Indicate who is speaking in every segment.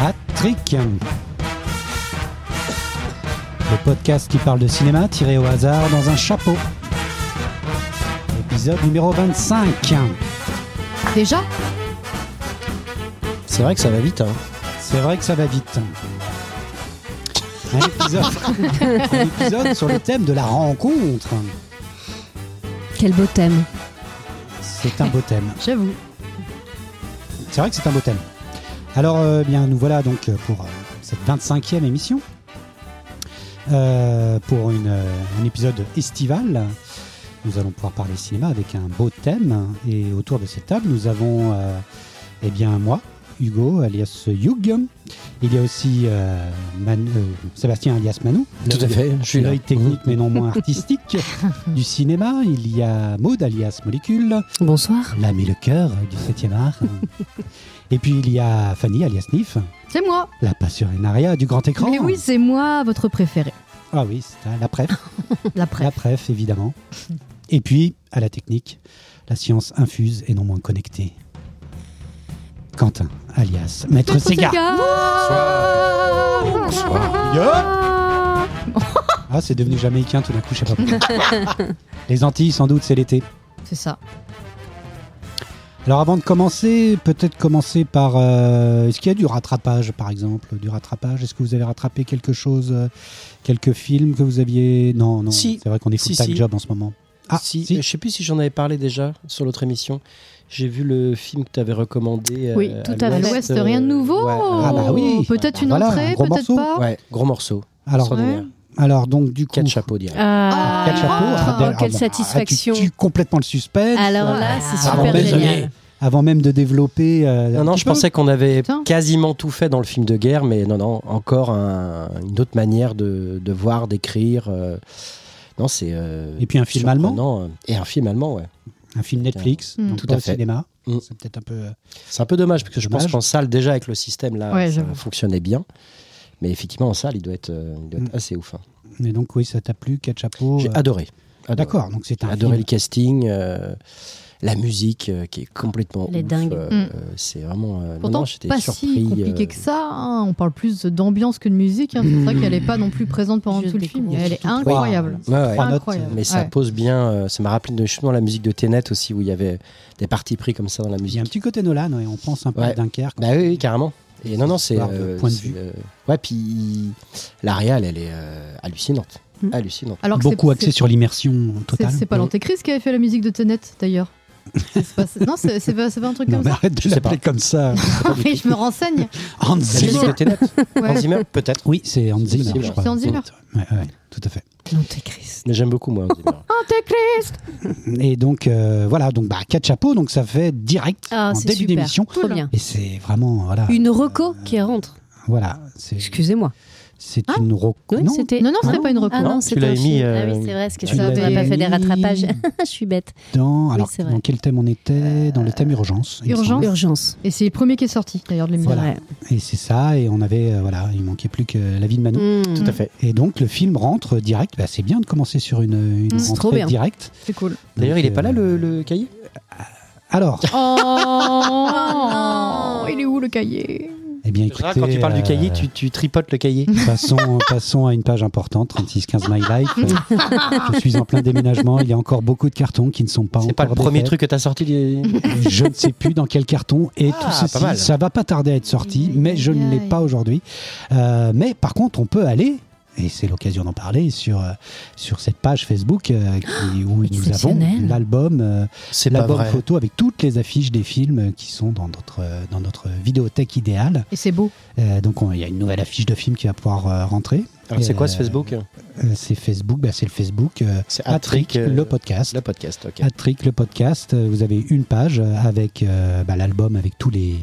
Speaker 1: Électrique, le podcast qui parle de cinéma tiré au hasard dans un chapeau. Épisode numéro 25.
Speaker 2: Déjà
Speaker 3: C'est vrai que ça va vite. Hein.
Speaker 1: C'est vrai que ça va vite. Un épisode, un épisode sur le thème de la rencontre.
Speaker 2: Quel beau thème,
Speaker 1: C'est un beau thème.
Speaker 2: j'avoue.
Speaker 1: C'est vrai que c'est un beau thème. Alors, euh, bien, nous voilà donc euh, pour euh, cette 25e émission, Euh, pour une, euh, un épisode estival. Nous allons pouvoir parler cinéma avec un beau thème. Et autour de cette table, nous avons, euh, eh bien, moi, Hugo, alias Hugh. Il y a aussi euh, Manu- euh, Sébastien, alias Manu.
Speaker 3: Tout à fait, je suis là.
Speaker 1: L'œil technique, mais non moins artistique, du cinéma. Il y a Maud, alias Molécule.
Speaker 2: Bonsoir.
Speaker 1: L'âme et le cœur du 7e art. et puis il y a Fanny alias Nif,
Speaker 2: C'est moi.
Speaker 1: la passionnaria du grand écran.
Speaker 2: Mais oui, c'est moi, votre préféré.
Speaker 1: Ah oui, c'est à la pref,
Speaker 2: La
Speaker 1: la
Speaker 2: preuve.
Speaker 1: pref évidemment. Et puis à la technique, la science infuse et non moins connectée. Quentin alias Maître Sega.
Speaker 2: Bonsoir.
Speaker 1: Ah, c'est devenu jamaïcain tout d'un coup, je sais pas pourquoi. Les Antilles, sans doute, c'est l'été.
Speaker 2: C'est ça.
Speaker 1: Alors avant de commencer, peut-être commencer par... euh, Est-ce qu'il y a du rattrapage, par exemple Du rattrapage Est-ce que vous avez rattrapé quelque chose euh, Quelques films que vous aviez... Non, non,
Speaker 3: Si.
Speaker 1: c'est vrai qu'on est
Speaker 3: Si,
Speaker 1: full time
Speaker 3: si.
Speaker 1: job en ce moment. Ah,
Speaker 3: si, euh,
Speaker 1: si.
Speaker 3: Je sais plus si j'en avais parlé déjà sur l'autre émission. J'ai vu le film que tu avais recommandé. euh,
Speaker 2: Oui, tout à fait.
Speaker 3: l'Ouest,
Speaker 2: L'Ouest, rien de
Speaker 3: euh,
Speaker 2: nouveau. Ah.
Speaker 3: ouais.
Speaker 1: Ah bah oui.
Speaker 2: Peut-être une
Speaker 1: Voilà, un
Speaker 2: entrée,
Speaker 1: gros
Speaker 2: peut-être
Speaker 1: morceau.
Speaker 2: pas.
Speaker 3: Ouais, gros morceau.
Speaker 1: Alors,
Speaker 3: Extraordinaire.
Speaker 1: alors donc du coup...
Speaker 3: Quatre chapeaux direct.
Speaker 2: Euh,
Speaker 4: Ah,
Speaker 1: quatre chapeaux, ah,
Speaker 4: oh,
Speaker 1: ah,
Speaker 4: quelle
Speaker 1: bah,
Speaker 4: satisfaction.
Speaker 1: ah, tu tues complètement le suspense.
Speaker 4: Alors
Speaker 1: euh,
Speaker 4: là, c'est
Speaker 1: Ah,
Speaker 4: super
Speaker 1: bon, ben,
Speaker 4: génial.
Speaker 1: Avant même de développer... euh, un
Speaker 3: Non, non,
Speaker 1: petit
Speaker 3: je
Speaker 1: peu.
Speaker 3: pensais qu'on avait
Speaker 2: Ah, Putain.
Speaker 3: quasiment tout fait dans le film de guerre, mais non, non, encore un- une autre manière de, de voir, d'écrire. euh, Non, c'est. euh,
Speaker 1: Et puis un film allemand.
Speaker 3: surprenant, euh, Et un film allemand, ouais.
Speaker 1: Un film Netflix,
Speaker 2: Mm.
Speaker 1: donc
Speaker 3: Tout
Speaker 1: pas
Speaker 3: à
Speaker 1: au
Speaker 3: fait.
Speaker 1: cinéma.
Speaker 3: Mm.
Speaker 1: C'est peut-être un peu... euh,
Speaker 3: C'est un peu dommage parce que je pense
Speaker 1: Dommage.
Speaker 3: qu'en salle déjà avec le système là,
Speaker 2: Ouais,
Speaker 3: ça
Speaker 2: j'avoue.
Speaker 3: fonctionnait bien. Mais effectivement en salle, il doit être, euh, il doit être
Speaker 1: Mm.
Speaker 3: assez ouf. hein.
Speaker 1: Mais donc oui, ça t'a plu, quatre chapeaux.
Speaker 3: J'ai
Speaker 1: euh,
Speaker 3: adoré. adoré.
Speaker 1: D'accord, donc c'est
Speaker 3: J'ai
Speaker 1: un
Speaker 3: adoré
Speaker 1: film.
Speaker 3: le casting, euh, la musique euh, qui est complètement
Speaker 4: Elle est
Speaker 3: ouf,
Speaker 4: dingue.
Speaker 3: euh,
Speaker 2: Mm.
Speaker 3: euh, c'est vraiment. euh, non,
Speaker 2: Pourtant,
Speaker 3: non, j'étais
Speaker 2: pas
Speaker 3: surpris,
Speaker 2: si compliqué
Speaker 3: euh,
Speaker 2: que ça. hein. On parle plus d'ambiance que de musique. hein. C'est pour ça qu'elle n'est pas non plus présente pendant
Speaker 4: Juste
Speaker 2: tout le
Speaker 4: des
Speaker 2: film.
Speaker 4: coups.
Speaker 2: Elle est
Speaker 1: Surtout trois.
Speaker 2: incroyable.
Speaker 3: Ouais, ouais.
Speaker 1: Trois notes,
Speaker 2: Incroyable.
Speaker 3: Mais ça
Speaker 2: Ouais.
Speaker 3: pose bien. euh, ça m'a rappelé de justement la musique de Tenet aussi où il y avait des parties pris comme ça dans la
Speaker 1: Il y a un
Speaker 3: musique.
Speaker 1: petit côté Nolan, ouais, on pense un peu à
Speaker 3: Ouais.
Speaker 1: Dunkerque.
Speaker 3: Bah oui, oui, carrément. Et non, non, c'est.
Speaker 1: Histoire de point de
Speaker 3: c'est,
Speaker 1: vue.
Speaker 3: euh, ouais, puis la réal, elle est euh, hallucinante.
Speaker 4: Mm.
Speaker 3: Hallucinante.
Speaker 2: Alors que
Speaker 1: Beaucoup
Speaker 2: c'est-
Speaker 1: axé sur l'immersion
Speaker 2: C'est-
Speaker 1: totale.
Speaker 2: C'est pas l'Antéchrist qui avait fait la musique de Tenet, d'ailleurs. C'est pas- c'est- non, c'est c'est pas, c'est pas un truc
Speaker 1: Non, bah,
Speaker 2: comme
Speaker 1: mais
Speaker 2: ça.
Speaker 1: arrête de
Speaker 3: Je sais
Speaker 1: l'appeler comme ça.
Speaker 4: Ah
Speaker 2: Oui, je me renseigne.
Speaker 1: Hans
Speaker 3: La musique
Speaker 1: Zimmer.
Speaker 3: de Tenet Hans
Speaker 2: Ouais.
Speaker 3: Zimmer, peut-être.
Speaker 1: Oui, c'est Hans Zimmer,
Speaker 3: Zimmer.
Speaker 1: je crois.
Speaker 2: C'est Hans Zimmer.
Speaker 1: Ouais, ouais, tout à fait.
Speaker 4: L'Antéchrist.
Speaker 3: Mais J'aime beaucoup, moi. Hans Zimmer.
Speaker 2: Ah. Antéchrist
Speaker 1: Et donc, euh, voilà, donc, bah, quatre chapeaux, donc ça fait direct
Speaker 4: Ah,
Speaker 1: en
Speaker 4: c'est
Speaker 1: début
Speaker 4: super.
Speaker 1: d'émission.
Speaker 4: Trop bien.
Speaker 1: Et c'est vraiment, voilà,
Speaker 4: Une reco qui rentre.
Speaker 1: voilà, c'est
Speaker 4: Excusez-moi.
Speaker 1: c'est
Speaker 4: Ah,
Speaker 1: une roc.
Speaker 4: Oui, c'était.
Speaker 2: Non, non, c'était
Speaker 4: Ah
Speaker 2: pas une reco.
Speaker 4: Ah
Speaker 3: Non,
Speaker 4: non,
Speaker 3: tu
Speaker 4: c'était
Speaker 3: l'avais
Speaker 4: un
Speaker 3: mis,
Speaker 4: film.
Speaker 3: euh,
Speaker 4: Ah oui, c'est vrai, ce que
Speaker 1: tu
Speaker 4: ça, on n'a
Speaker 1: l'avais
Speaker 4: pas fait
Speaker 1: mis
Speaker 4: des rattrapages. je suis bête.
Speaker 1: dans, alors,
Speaker 4: c'est vrai. Euh,
Speaker 1: dans quel thème on était Dans le thème urgence. il me
Speaker 2: Urgence.
Speaker 1: semble.
Speaker 4: Urgence.
Speaker 2: Et c'est le premier qui est sorti, d'ailleurs, de
Speaker 4: C'est
Speaker 2: l'émission.
Speaker 4: vrai.
Speaker 1: Et c'est ça, et on avait, euh, voilà, il manquait plus que la vie de Manon.
Speaker 4: Mm.
Speaker 3: Tout à fait.
Speaker 1: Et donc, le film rentre direct. Bah, c'est bien de commencer sur une, une
Speaker 2: Mm,
Speaker 4: c'est trop
Speaker 1: rentrée
Speaker 4: bien.
Speaker 1: directe.
Speaker 2: C'est cool.
Speaker 3: D'ailleurs,
Speaker 1: Donc,
Speaker 3: il est pas là,
Speaker 1: euh,
Speaker 3: le, le cahier
Speaker 1: Alors,
Speaker 2: Oh,
Speaker 4: non.
Speaker 2: Il est où le cahier
Speaker 1: eh bien, écoutez,
Speaker 3: Gérard, Quand tu parles du
Speaker 1: euh,
Speaker 3: cahier, tu, tu tripotes le cahier.
Speaker 1: Passons, passons à une page importante, 3615 My Life. Euh, Je suis en plein déménagement. Il y a encore beaucoup de cartons qui ne sont pas
Speaker 3: C'est pas le
Speaker 1: encore
Speaker 3: premier
Speaker 1: défaits.
Speaker 3: truc que t'as sorti. du-
Speaker 1: Je ne sais plus dans quel carton. Et
Speaker 3: Ah,
Speaker 1: tout
Speaker 3: pas
Speaker 1: ceci,
Speaker 3: mal.
Speaker 1: ça va pas tarder à être sorti,
Speaker 2: Aïe,
Speaker 1: mais je ne l'ai
Speaker 2: aïe.
Speaker 1: pas aujourd'hui. Euh, mais par contre, on peut aller. Et c'est l'occasion d'en parler sur, euh, sur cette page Facebook euh, qui- où nous avons
Speaker 4: exceptionnel.
Speaker 1: l'album euh,
Speaker 3: C'est
Speaker 1: la
Speaker 3: pas
Speaker 1: bonne
Speaker 3: vrai.
Speaker 1: photo avec toutes les affiches des films euh, qui sont dans notre, euh, dans notre vidéothèque idéale.
Speaker 2: Et c'est beau.
Speaker 1: Euh, donc on- il y a une nouvelle affiche de film qui va pouvoir euh, rentrer.
Speaker 3: Alors, c'est quoi ce
Speaker 1: Euh,
Speaker 3: Facebook
Speaker 1: Euh, c'est Facebook, bah, c'est le Facebook euh,
Speaker 3: C'est
Speaker 1: Attrick,
Speaker 3: euh,
Speaker 1: le podcast.
Speaker 3: le podcast, ok.
Speaker 1: Attrick, le podcast. Euh, Vous avez une page euh, avec euh, bah, l'album, avec tous les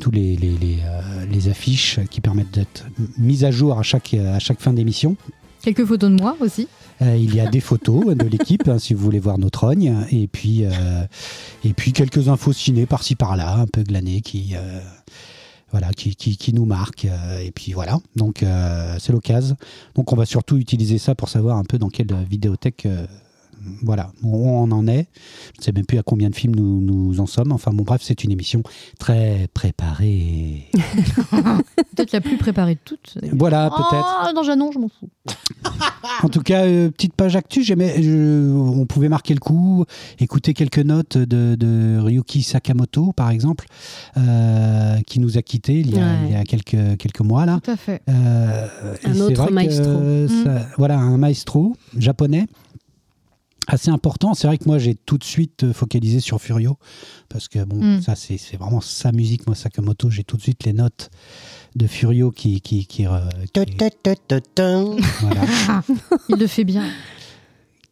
Speaker 1: tous les, les, les, euh, les affiches qui permettent d'être m- mises à jour à chaque, euh, à chaque fin d'émission.
Speaker 2: Quelques photos de moi aussi.
Speaker 1: Euh, il y a des photos de l'équipe hein, si vous voulez voir nos trognes et puis euh, et puis quelques infos ciné par-ci par-là un peu glanées qui euh, voilà qui, qui, qui nous marquent euh, et puis voilà donc euh, c'est l'occasion donc on va surtout utiliser ça pour savoir un peu dans quelle vidéothèque euh, voilà, où on en est. Je ne sais même plus à combien de films nous, nous en sommes. Enfin bon, bref, c'est une émission très préparée.
Speaker 2: Peut-être la plus préparée de toutes.
Speaker 1: voilà, peut-être.
Speaker 2: Ah, non, Janon, je m'en fous.
Speaker 4: Ah.
Speaker 1: En tout cas, euh, petite page actu, j'aimais, je- on pouvait marquer le coup, écouter quelques notes de, de Ryuki Sakamoto, par exemple, euh, qui nous a quittés il y a,
Speaker 4: Ouais.
Speaker 1: il y a quelques, quelques mois, là.
Speaker 2: Tout à fait.
Speaker 1: Euh,
Speaker 4: Un
Speaker 1: et c'est
Speaker 4: autre
Speaker 1: vrai que,
Speaker 4: maestro. Mm.
Speaker 1: euh, ça- Voilà, un maestro japonais assez important. C'est vrai que moi, j'ai tout de suite euh, focalisé sur Furio parce que bon,
Speaker 2: Mm.
Speaker 1: ça, c'est c'est vraiment sa musique. Moi, Sakamoto, j'ai tout de suite les notes de Furio qui. qui, qui, re- qui- voilà,
Speaker 2: Il le fait bien.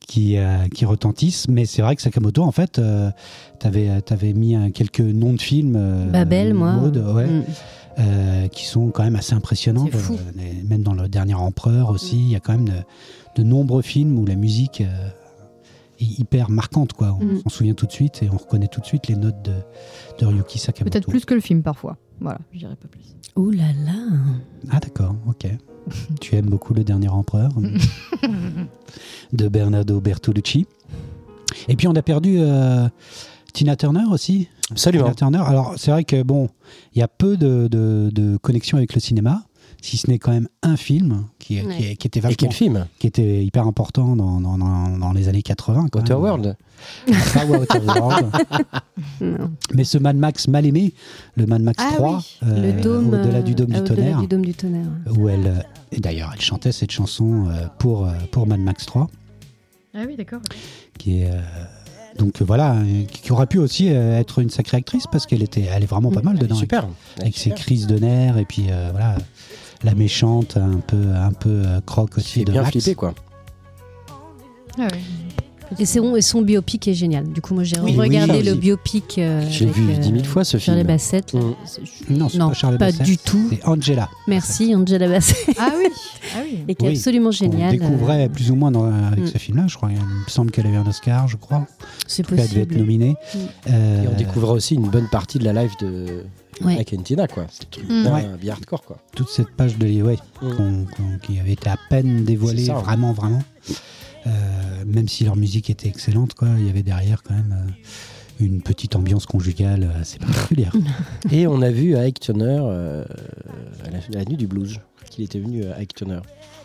Speaker 1: qui, euh, qui retentissent. Mais c'est vrai que Sakamoto, en fait, euh, t'avais avais mis euh, quelques noms de films. euh,
Speaker 4: Babel, moi.
Speaker 1: Maud, ouais,
Speaker 4: Mm.
Speaker 1: euh, qui sont quand même assez impressionnants.
Speaker 4: C'est fou.
Speaker 1: Euh, et même dans Le Dernier Empereur aussi, il y a quand même de, de nombreux films où la musique euh, est hyper marquante. Quoi. On
Speaker 4: Mm.
Speaker 1: s'en souvient tout de suite et on reconnaît tout de suite les notes de, de Ryuki Sakamoto.
Speaker 2: Peut-être plus que le film parfois. Voilà, je dirais pas plus.
Speaker 4: Ouh là là.
Speaker 1: Ah d'accord, ok. tu aimes beaucoup le dernier empereur de Bernardo Bertolucci. Et puis on a perdu euh, Tina Turner aussi.
Speaker 3: Absolument.
Speaker 1: Tina Turner. Alors c'est vrai que bon, il y a peu de, de, de connexion avec le cinéma, si ce n'est quand même un film qui, qui-
Speaker 4: Ouais.
Speaker 1: qui était
Speaker 3: Et
Speaker 1: vachement,
Speaker 3: quel film
Speaker 1: qui était hyper important dans, dans, dans- dans les années 80. quand même.
Speaker 3: Waterworld.
Speaker 1: Pas Waterworld.
Speaker 4: Non.
Speaker 1: Mais ce Mad Max mal aimé, le Mad Max
Speaker 2: Ah
Speaker 1: 3,
Speaker 2: oui,
Speaker 1: euh,
Speaker 4: le dôme.
Speaker 1: au-delà du dôme
Speaker 4: euh,
Speaker 1: du
Speaker 4: au-delà
Speaker 1: tonnerre
Speaker 4: du dôme du tonnerre.
Speaker 1: où elle, euh, et d'ailleurs, elle chantait cette chanson euh, pour, euh, pour Mad Max 3,
Speaker 2: Ah oui, d'accord.
Speaker 1: qui est. euh, donc euh, voilà, euh, qui qui aurait pu aussi euh, être une sacrée actrice parce qu'elle était, elle est vraiment pas mal dedans. avec-
Speaker 3: Super.
Speaker 1: Avec ses crises de nerfs et puis euh, voilà, la méchante un peu, un peu euh, croque aussi
Speaker 3: C'est
Speaker 1: de
Speaker 3: bien
Speaker 1: Max.
Speaker 3: flippé, quoi.
Speaker 2: Ah oui.
Speaker 4: Et son, et son biopic est génial. Du coup, moi, j'ai
Speaker 1: Oui,
Speaker 4: regardé
Speaker 1: oui.
Speaker 4: le biopic. euh,
Speaker 3: Je l'ai
Speaker 4: avec,
Speaker 3: vu
Speaker 4: euh,
Speaker 3: dix mille fois, ce
Speaker 4: Shirley
Speaker 3: film.
Speaker 4: Bassett.
Speaker 3: Mm.
Speaker 1: Non, c'est
Speaker 4: Non,
Speaker 1: pas Charles
Speaker 4: pas du tout.
Speaker 1: C'est Angela.
Speaker 4: Merci, Angela Bassett.
Speaker 2: Ah oui, ah oui.
Speaker 4: Et qui est
Speaker 1: Oui,
Speaker 4: absolument
Speaker 1: On
Speaker 4: génial.
Speaker 1: découvrait plus ou moins dans- avec
Speaker 4: Mm.
Speaker 1: ce film-là, je crois. Il me semble qu'elle avait un Oscar, je crois.
Speaker 4: Euh, C'est
Speaker 1: Elle devait être
Speaker 4: possible.
Speaker 1: nominée.
Speaker 4: Mm.
Speaker 1: Euh,
Speaker 3: Et on découvrait aussi une bonne partie de la live de
Speaker 4: Ouais.
Speaker 3: Akentina, quoi. C'est un truc
Speaker 2: Mm.
Speaker 3: bien,
Speaker 1: Ouais.
Speaker 3: bien hardcore, quoi.
Speaker 1: toute cette page de ouais,
Speaker 3: Mm.
Speaker 1: qu'on- qu'on- qui avait été à peine dévoilée,
Speaker 3: C'est ça, ouais.
Speaker 1: vraiment, vraiment. Euh, même si leur musique était excellente, quoi, il y avait derrière quand même euh, une petite ambiance conjugale euh, assez particulière.
Speaker 4: Mm.
Speaker 3: Et on a vu à Ike Turner, euh, à, la, à la nuit du blues, qu'il était venu à Ike Turner,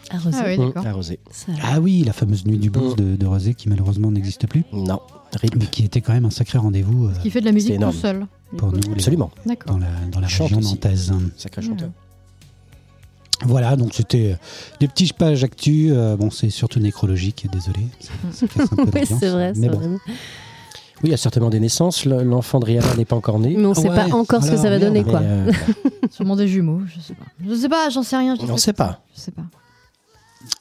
Speaker 4: Ah, Rosé.
Speaker 2: Ah oui,
Speaker 3: Mm,
Speaker 2: d'accord.
Speaker 3: à Rosé.
Speaker 4: Ça-
Speaker 1: ah oui, la fameuse nuit du
Speaker 3: Mm.
Speaker 1: blues de, de Rosé qui malheureusement n'existe plus,
Speaker 3: Non, rip.
Speaker 1: mais qui était quand même un sacré rendez-vous euh,
Speaker 2: Qui fait de la musique
Speaker 3: C'est
Speaker 2: tout
Speaker 3: énorme.
Speaker 2: seul.
Speaker 4: Mm.
Speaker 2: du
Speaker 1: pour
Speaker 2: coup.
Speaker 1: nous les-
Speaker 3: Absolument, Mm.
Speaker 2: D'accord.
Speaker 1: dans la, dans la
Speaker 3: Chante
Speaker 1: région
Speaker 3: aussi.
Speaker 1: nantaise.
Speaker 3: sacré chanteur.
Speaker 1: Voilà, donc c'était euh, des petites pages actu. euh, bon, c'est surtout nécrologique, désolé. ça- ça casse un peu
Speaker 4: Ouais,
Speaker 1: l'ambiance,
Speaker 4: c'est vrai,
Speaker 1: mais
Speaker 4: c'est
Speaker 1: bon.
Speaker 4: vrai.
Speaker 3: Oui, il y a certainement des naissances. Le- L'enfant de Rihanna n'est pas encore né.
Speaker 4: Mais on sait
Speaker 1: Ouais,
Speaker 4: pas encore ce que
Speaker 1: alors,
Speaker 4: ça va
Speaker 1: merde,
Speaker 4: donner,
Speaker 1: mais,
Speaker 4: Mm. quoi.
Speaker 3: Mais, euh,
Speaker 2: Sûrement des jumeaux, je sais pas. Je sais pas, j'en sais rien. je
Speaker 3: on
Speaker 2: sais-
Speaker 3: sait pas.
Speaker 2: Je sais pas.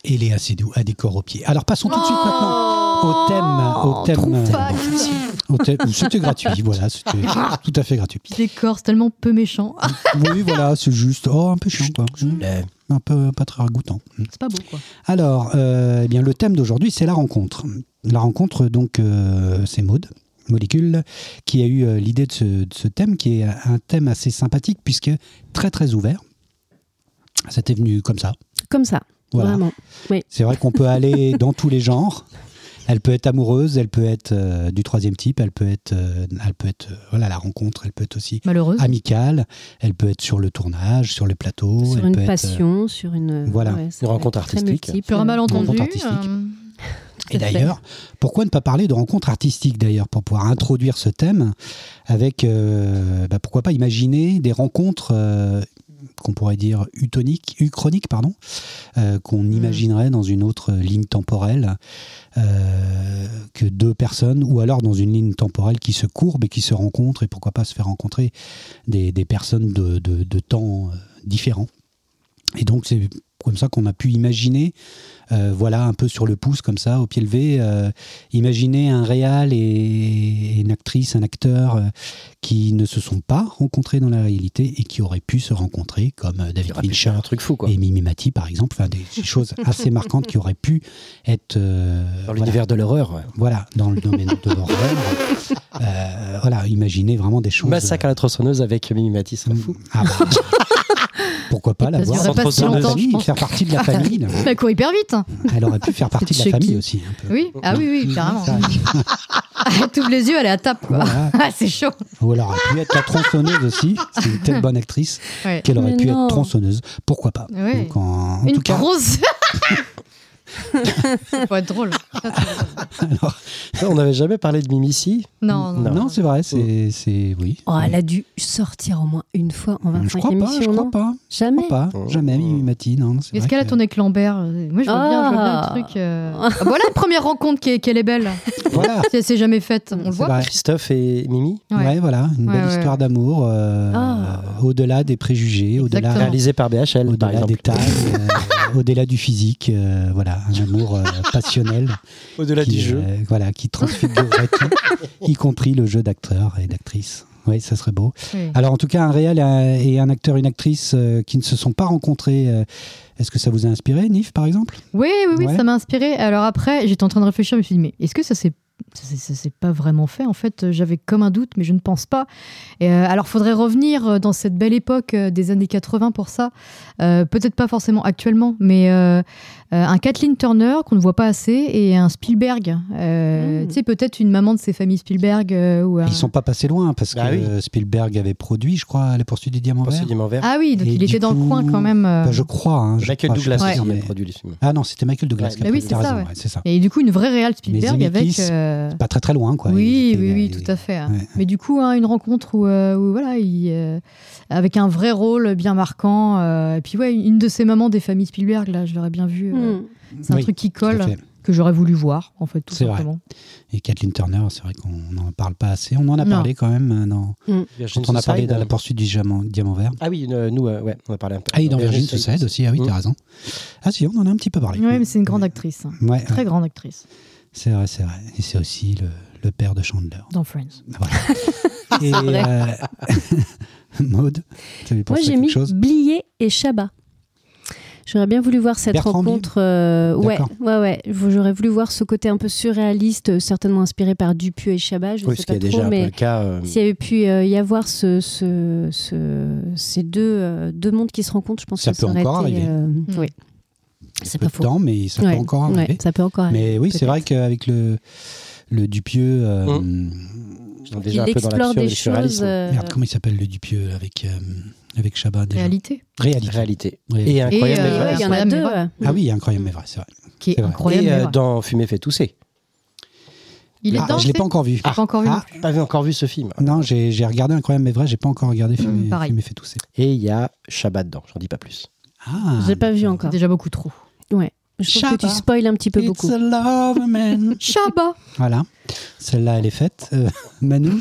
Speaker 1: Et Léa Seydoux a des corps aux pieds. Alors passons tout de suite maintenant au thème, au thème,
Speaker 2: Oh. trouve
Speaker 1: euh,
Speaker 2: pas. Ah.
Speaker 1: au thème- C'était gratuit, voilà, c'était tout à fait gratuit.
Speaker 2: Puis les corps, c'est tellement peu méchants. Ah,
Speaker 1: Oui, voilà, c'est juste, oh, un peu chiant, quoi.
Speaker 3: Euh,
Speaker 1: un peu pas très ragoûtant.
Speaker 2: c'est pas beau, quoi.
Speaker 1: Alors, euh, eh bien, le thème d'aujourd'hui, c'est la rencontre. La rencontre, donc, euh, c'est Maud, Molécule, qui a eu euh, l'idée de ce, de ce thème, qui est un thème assez sympathique, puisque très, très ouvert. Ça t'est venu comme ça.
Speaker 4: Comme ça,
Speaker 1: Voilà.
Speaker 4: vraiment.
Speaker 1: C'est vrai qu'on peut aller dans tous les genres. Elle peut être amoureuse, elle peut être euh, du troisième type, elle peut être, euh, elle peut être euh, voilà, la rencontre, elle peut être aussi
Speaker 4: Mmh.
Speaker 2: Malheureuse.
Speaker 4: Ah,
Speaker 1: amicale, elle peut être sur le tournage, sur le plateau,
Speaker 4: Sur
Speaker 1: elle peut
Speaker 4: une
Speaker 1: être, euh,
Speaker 4: passion, sur une.
Speaker 1: voilà,
Speaker 4: ouais, ça
Speaker 3: une
Speaker 4: va
Speaker 3: rencontre
Speaker 4: être très
Speaker 3: artistique.
Speaker 4: multiple.
Speaker 2: Sur un malentendu.
Speaker 1: rencontre artistique.
Speaker 2: euh,
Speaker 1: et d'ailleurs, pourquoi ne pas parler de rencontre artistique d'ailleurs pour pouvoir introduire ce thème avec euh, bah, pourquoi pas imaginer des rencontres euh, qu'on pourrait dire utoniques, uchroniques pardon, euh, qu'on imaginerait dans une autre ligne temporelle euh, que deux personnes ou alors dans une ligne temporelle qui se courbe et qui se rencontre et pourquoi pas se faire rencontrer des, des personnes de, de- de temps euh, différents. Et donc c'est comme ça qu'on a pu imaginer, euh, voilà un peu sur le pouce comme ça, au pied levé, euh, imaginer un réal et, et une actrice, un acteur euh, qui ne se sont pas rencontrés dans la réalité et qui auraient pu se rencontrer comme euh,
Speaker 3: Il
Speaker 1: David
Speaker 3: aurait pu
Speaker 1: Fincher
Speaker 3: faire un truc fou, quoi.
Speaker 1: et euh, Mimi Mati par exemple, enfin, des des choses assez marquantes qui auraient pu être euh,
Speaker 3: Dans
Speaker 1: voilà,
Speaker 3: l'univers de l'horreur. ouais.
Speaker 1: voilà, dans le domaine de l'horreur. Euh, voilà, imaginer vraiment des choses.
Speaker 3: Massacre à la tronçonneuse avec Mimi Matisse, ça serait fou.
Speaker 1: Ah bah, Pourquoi pas
Speaker 2: Et
Speaker 1: la
Speaker 2: ça
Speaker 1: voir
Speaker 2: durerait pas si
Speaker 1: dans la
Speaker 2: longtemps, je
Speaker 1: famille,
Speaker 2: pense.
Speaker 1: faire partie de la famille. là.
Speaker 2: La cour hyper vite. Ernest
Speaker 1: Elle aurait pu faire partie de la
Speaker 4: Chucky.
Speaker 1: famille aussi. un peu.
Speaker 2: Oui, ah oui, oui, carrément.
Speaker 1: Ça,
Speaker 2: Elle t'ouvre les yeux, elle est à tape, quoi.
Speaker 1: voilà.
Speaker 2: Ah, c'est chaud.
Speaker 1: Ou elle aurait pu être la tronçonneuse aussi. C'est une telle bonne actrice
Speaker 2: Ouais.
Speaker 1: qu'elle aurait
Speaker 4: Mais
Speaker 1: pu
Speaker 4: non.
Speaker 1: être tronçonneuse. Pourquoi pas
Speaker 2: Ouais.
Speaker 1: Donc, en, en
Speaker 2: Une
Speaker 1: tout cas,
Speaker 2: grosse. ça pourrait être drôle. Ça, ça pourrait être drôle.
Speaker 3: On n'avait jamais parlé de Mimici.
Speaker 2: Non, non.
Speaker 1: non, c'est vrai, c'est, c'est oui.
Speaker 4: Oh, elle a dû sortir au moins une fois en 25
Speaker 1: je crois pas,
Speaker 4: émissions,
Speaker 1: je crois
Speaker 4: non
Speaker 1: pas, je
Speaker 4: Jamais.
Speaker 1: crois pas,
Speaker 3: Oh.
Speaker 1: jamais Mimi Mati, non. hein, c'est
Speaker 2: Est-ce
Speaker 1: vrai
Speaker 2: qu'elle a
Speaker 1: que-
Speaker 2: tourné avec Lambert euh, Moi, je veux bien, je veux bien
Speaker 4: Ah.
Speaker 2: le truc. euh. Ah, voilà une première rencontre qui est- qu'elle est belle.
Speaker 1: Voilà,
Speaker 2: Si elle s'est jamais faite, on le
Speaker 1: c'est
Speaker 2: voit.
Speaker 1: vrai.
Speaker 3: Christophe et Mimi,
Speaker 1: Ouais.
Speaker 2: Ouais.
Speaker 1: voilà, une
Speaker 2: Ouais,
Speaker 1: belle
Speaker 2: ouais.
Speaker 1: histoire d'amour, euh,
Speaker 4: Ah.
Speaker 1: au-delà des préjugés, au-delà,
Speaker 2: Exactement.
Speaker 3: réalisé par BHL, par
Speaker 1: au-delà des
Speaker 3: exemple.
Speaker 1: tailles, euh, au-delà du physique, euh, voilà, un amour euh, passionnel
Speaker 3: Au-delà
Speaker 1: qui,
Speaker 3: du jeu.
Speaker 1: euh, voilà, qui transfigurerait tout, y compris le jeu d'acteurs et d'actrices. Oui, ça serait beau.
Speaker 2: Oui.
Speaker 1: Alors en tout cas, un réel euh, et un acteur, une actrice euh, qui ne se sont pas rencontrés, euh, est-ce que ça vous a inspiré, Nif, par exemple
Speaker 2: Oui, oui, oui,
Speaker 1: Ouais.
Speaker 2: ça m'a inspiré. Alors après, j'étais en train de réfléchir, je me suis dit, mais est-ce que ça s'est ça s'est- ça s'est pas vraiment fait en fait euh, j'avais comme un doute mais je ne pense pas et euh, alors faudrait revenir euh, dans cette belle époque euh, des années 80 pour ça Euh, peut-être pas forcément actuellement mais euh, euh, un Kathleen Turner qu'on ne voit pas assez et un Spielberg Euh,
Speaker 4: Mm.
Speaker 2: tu sais peut-être une maman de ces familles Spielberg euh, ou un-
Speaker 1: Ils sont pas passés loin parce
Speaker 3: Bah
Speaker 1: que
Speaker 3: oui.
Speaker 1: euh, Spielberg avait produit, je crois, Les Poursuites du Diamant Vert.
Speaker 3: Poursuivre vert.
Speaker 2: ah oui donc
Speaker 1: Et
Speaker 2: il
Speaker 1: du
Speaker 2: était dans
Speaker 1: coup,
Speaker 2: le coin quand même euh.
Speaker 1: Bah, je crois. Hein, je
Speaker 3: Michael
Speaker 1: crois, je suis
Speaker 3: Douglas
Speaker 1: pas
Speaker 3: aussi,
Speaker 1: sûr,
Speaker 3: il a
Speaker 1: mais-
Speaker 3: produit les films.
Speaker 1: Ah non, c'était Michael Douglas
Speaker 3: Ouais,
Speaker 1: qui a
Speaker 2: bah oui,
Speaker 1: produit,
Speaker 2: c'est
Speaker 1: t'as
Speaker 2: ça,
Speaker 1: raison,
Speaker 2: ouais.
Speaker 1: ouais, c'est ça.
Speaker 2: et du coup une vraie réelle Spielberg
Speaker 1: Zemeckis,
Speaker 2: avec euh,
Speaker 1: Pas très très loin, quoi. Il
Speaker 2: Oui,
Speaker 1: était- euh,
Speaker 2: oui, oui,
Speaker 1: il-
Speaker 2: tout à fait.
Speaker 1: Ouais.
Speaker 2: Mais du coup, hein, une rencontre où, euh, où, voilà, il, euh, avec un vrai rôle bien marquant. euh, et puis ouais, une de ces mamans des familles Spielberg, là, je l'aurais bien vu. euh,
Speaker 4: Hmm.
Speaker 2: C'est un
Speaker 1: Oui,
Speaker 2: truc qui
Speaker 1: tout à
Speaker 2: colle,
Speaker 1: fait.
Speaker 2: que j'aurais voulu voir, en fait, tout
Speaker 1: C'est vrai.
Speaker 2: simplement.
Speaker 1: Et Kathleen Turner, c'est vrai qu'on n'en parle pas assez. On en a
Speaker 2: Non.
Speaker 1: parlé quand même euh, dans- quand on a parlé de la poursuite du diamant, diamant vert.
Speaker 3: Ah oui, euh, nous, euh, ouais, on a parlé un peu.
Speaker 1: euh. Ah, et dans Virgin
Speaker 3: Suicide.
Speaker 1: Suicide aussi, ah oui,
Speaker 3: Mm.
Speaker 1: t'as raison. Ah si, on en a un petit peu parlé.
Speaker 2: Ouais, mais c'est une grande actrice, hein.
Speaker 1: Ouais, ouais,
Speaker 2: très grande actrice
Speaker 1: c'est vrai, c'est vrai. Et c'est aussi le, le père de Chandler.
Speaker 2: dans Friends.
Speaker 1: Voilà. et euh... Maud, tu avais
Speaker 4: Moi,
Speaker 1: pensé à
Speaker 4: j'ai
Speaker 1: quelque
Speaker 4: mis
Speaker 1: chose
Speaker 4: Blié et Chabat. J'aurais bien voulu voir cette
Speaker 1: Bertrand Blier
Speaker 4: rencontre. euh, ouais,
Speaker 1: D'accord.
Speaker 4: ouais, ouais. J'aurais voulu voir ce côté un peu surréaliste, euh, certainement inspiré par Dupieux et Chabat. Je
Speaker 3: Oui,
Speaker 4: sais
Speaker 3: ce qui
Speaker 4: pas
Speaker 3: est
Speaker 4: trop,
Speaker 3: déjà un peu
Speaker 4: mais
Speaker 3: le cas. euh,
Speaker 1: Mm.
Speaker 4: s'il y avait pu euh, y avoir ce, ce- ce- ces deux, euh, deux mondes qui se rencontrent, je pense
Speaker 1: Ça
Speaker 4: que
Speaker 1: peut
Speaker 4: ça aurait
Speaker 1: encore
Speaker 4: été,
Speaker 1: arriver.
Speaker 4: euh, oui. C'est
Speaker 1: Peu
Speaker 4: pas
Speaker 1: de
Speaker 4: faux.
Speaker 1: temps, mais ça
Speaker 4: Ouais,
Speaker 1: peut encore arriver.
Speaker 4: ouais, ça peut encore arriver.
Speaker 1: Mais oui, c'est
Speaker 4: peut-être.
Speaker 1: vrai qu'avec le, le Dupieux. euh,
Speaker 3: sont
Speaker 4: Il
Speaker 3: déjà un peu dans
Speaker 4: explore
Speaker 3: l'absurde et
Speaker 4: des
Speaker 3: le surréalisme.
Speaker 4: choses. euh,
Speaker 1: Merde, comment il s'appelle le Dupieux avec, euh, avec Chabat déjà
Speaker 2: Réalité,
Speaker 1: Réalité.
Speaker 3: Réalité.
Speaker 1: Réalité.
Speaker 3: Et incroyable.
Speaker 2: euh,
Speaker 3: mais vrai.
Speaker 4: ouais, il y en a
Speaker 2: Incroyable,
Speaker 4: deux.
Speaker 2: mais
Speaker 4: ouais.
Speaker 1: Ah oui,
Speaker 4: Mm.
Speaker 1: incroyable, mais vrai, c'est vrai.
Speaker 2: qui est,
Speaker 1: C'est vrai.
Speaker 2: incroyable.
Speaker 3: Et,
Speaker 2: mais
Speaker 3: euh,
Speaker 2: vrai.
Speaker 3: dans Fumer fait tousser.
Speaker 2: Il est
Speaker 1: Ah,
Speaker 2: dans.
Speaker 1: je l'ai
Speaker 2: c'est-
Speaker 1: pas encore vu.
Speaker 2: j'ai pas encore vu.
Speaker 1: Ah,
Speaker 2: non plus.
Speaker 3: Pas vu encore vu ce film.
Speaker 1: Non, j'ai j'ai regardé Incroyable mais vrai, j'ai pas encore regardé Film
Speaker 4: Mmh.
Speaker 2: Mm, pareil.
Speaker 1: Film et fait tousser.
Speaker 3: Et il y a Shabbat dedans. J'en dis pas plus.
Speaker 1: Ah,
Speaker 4: J'ai pas vu encore.
Speaker 2: Déjà beaucoup trop.
Speaker 4: Je trouve que tu
Speaker 1: Chabat.
Speaker 4: spoil un petit peu
Speaker 1: It's
Speaker 4: beaucoup.
Speaker 1: a love, man.
Speaker 2: Chabat
Speaker 1: voilà, celle-là elle est faite. Euh,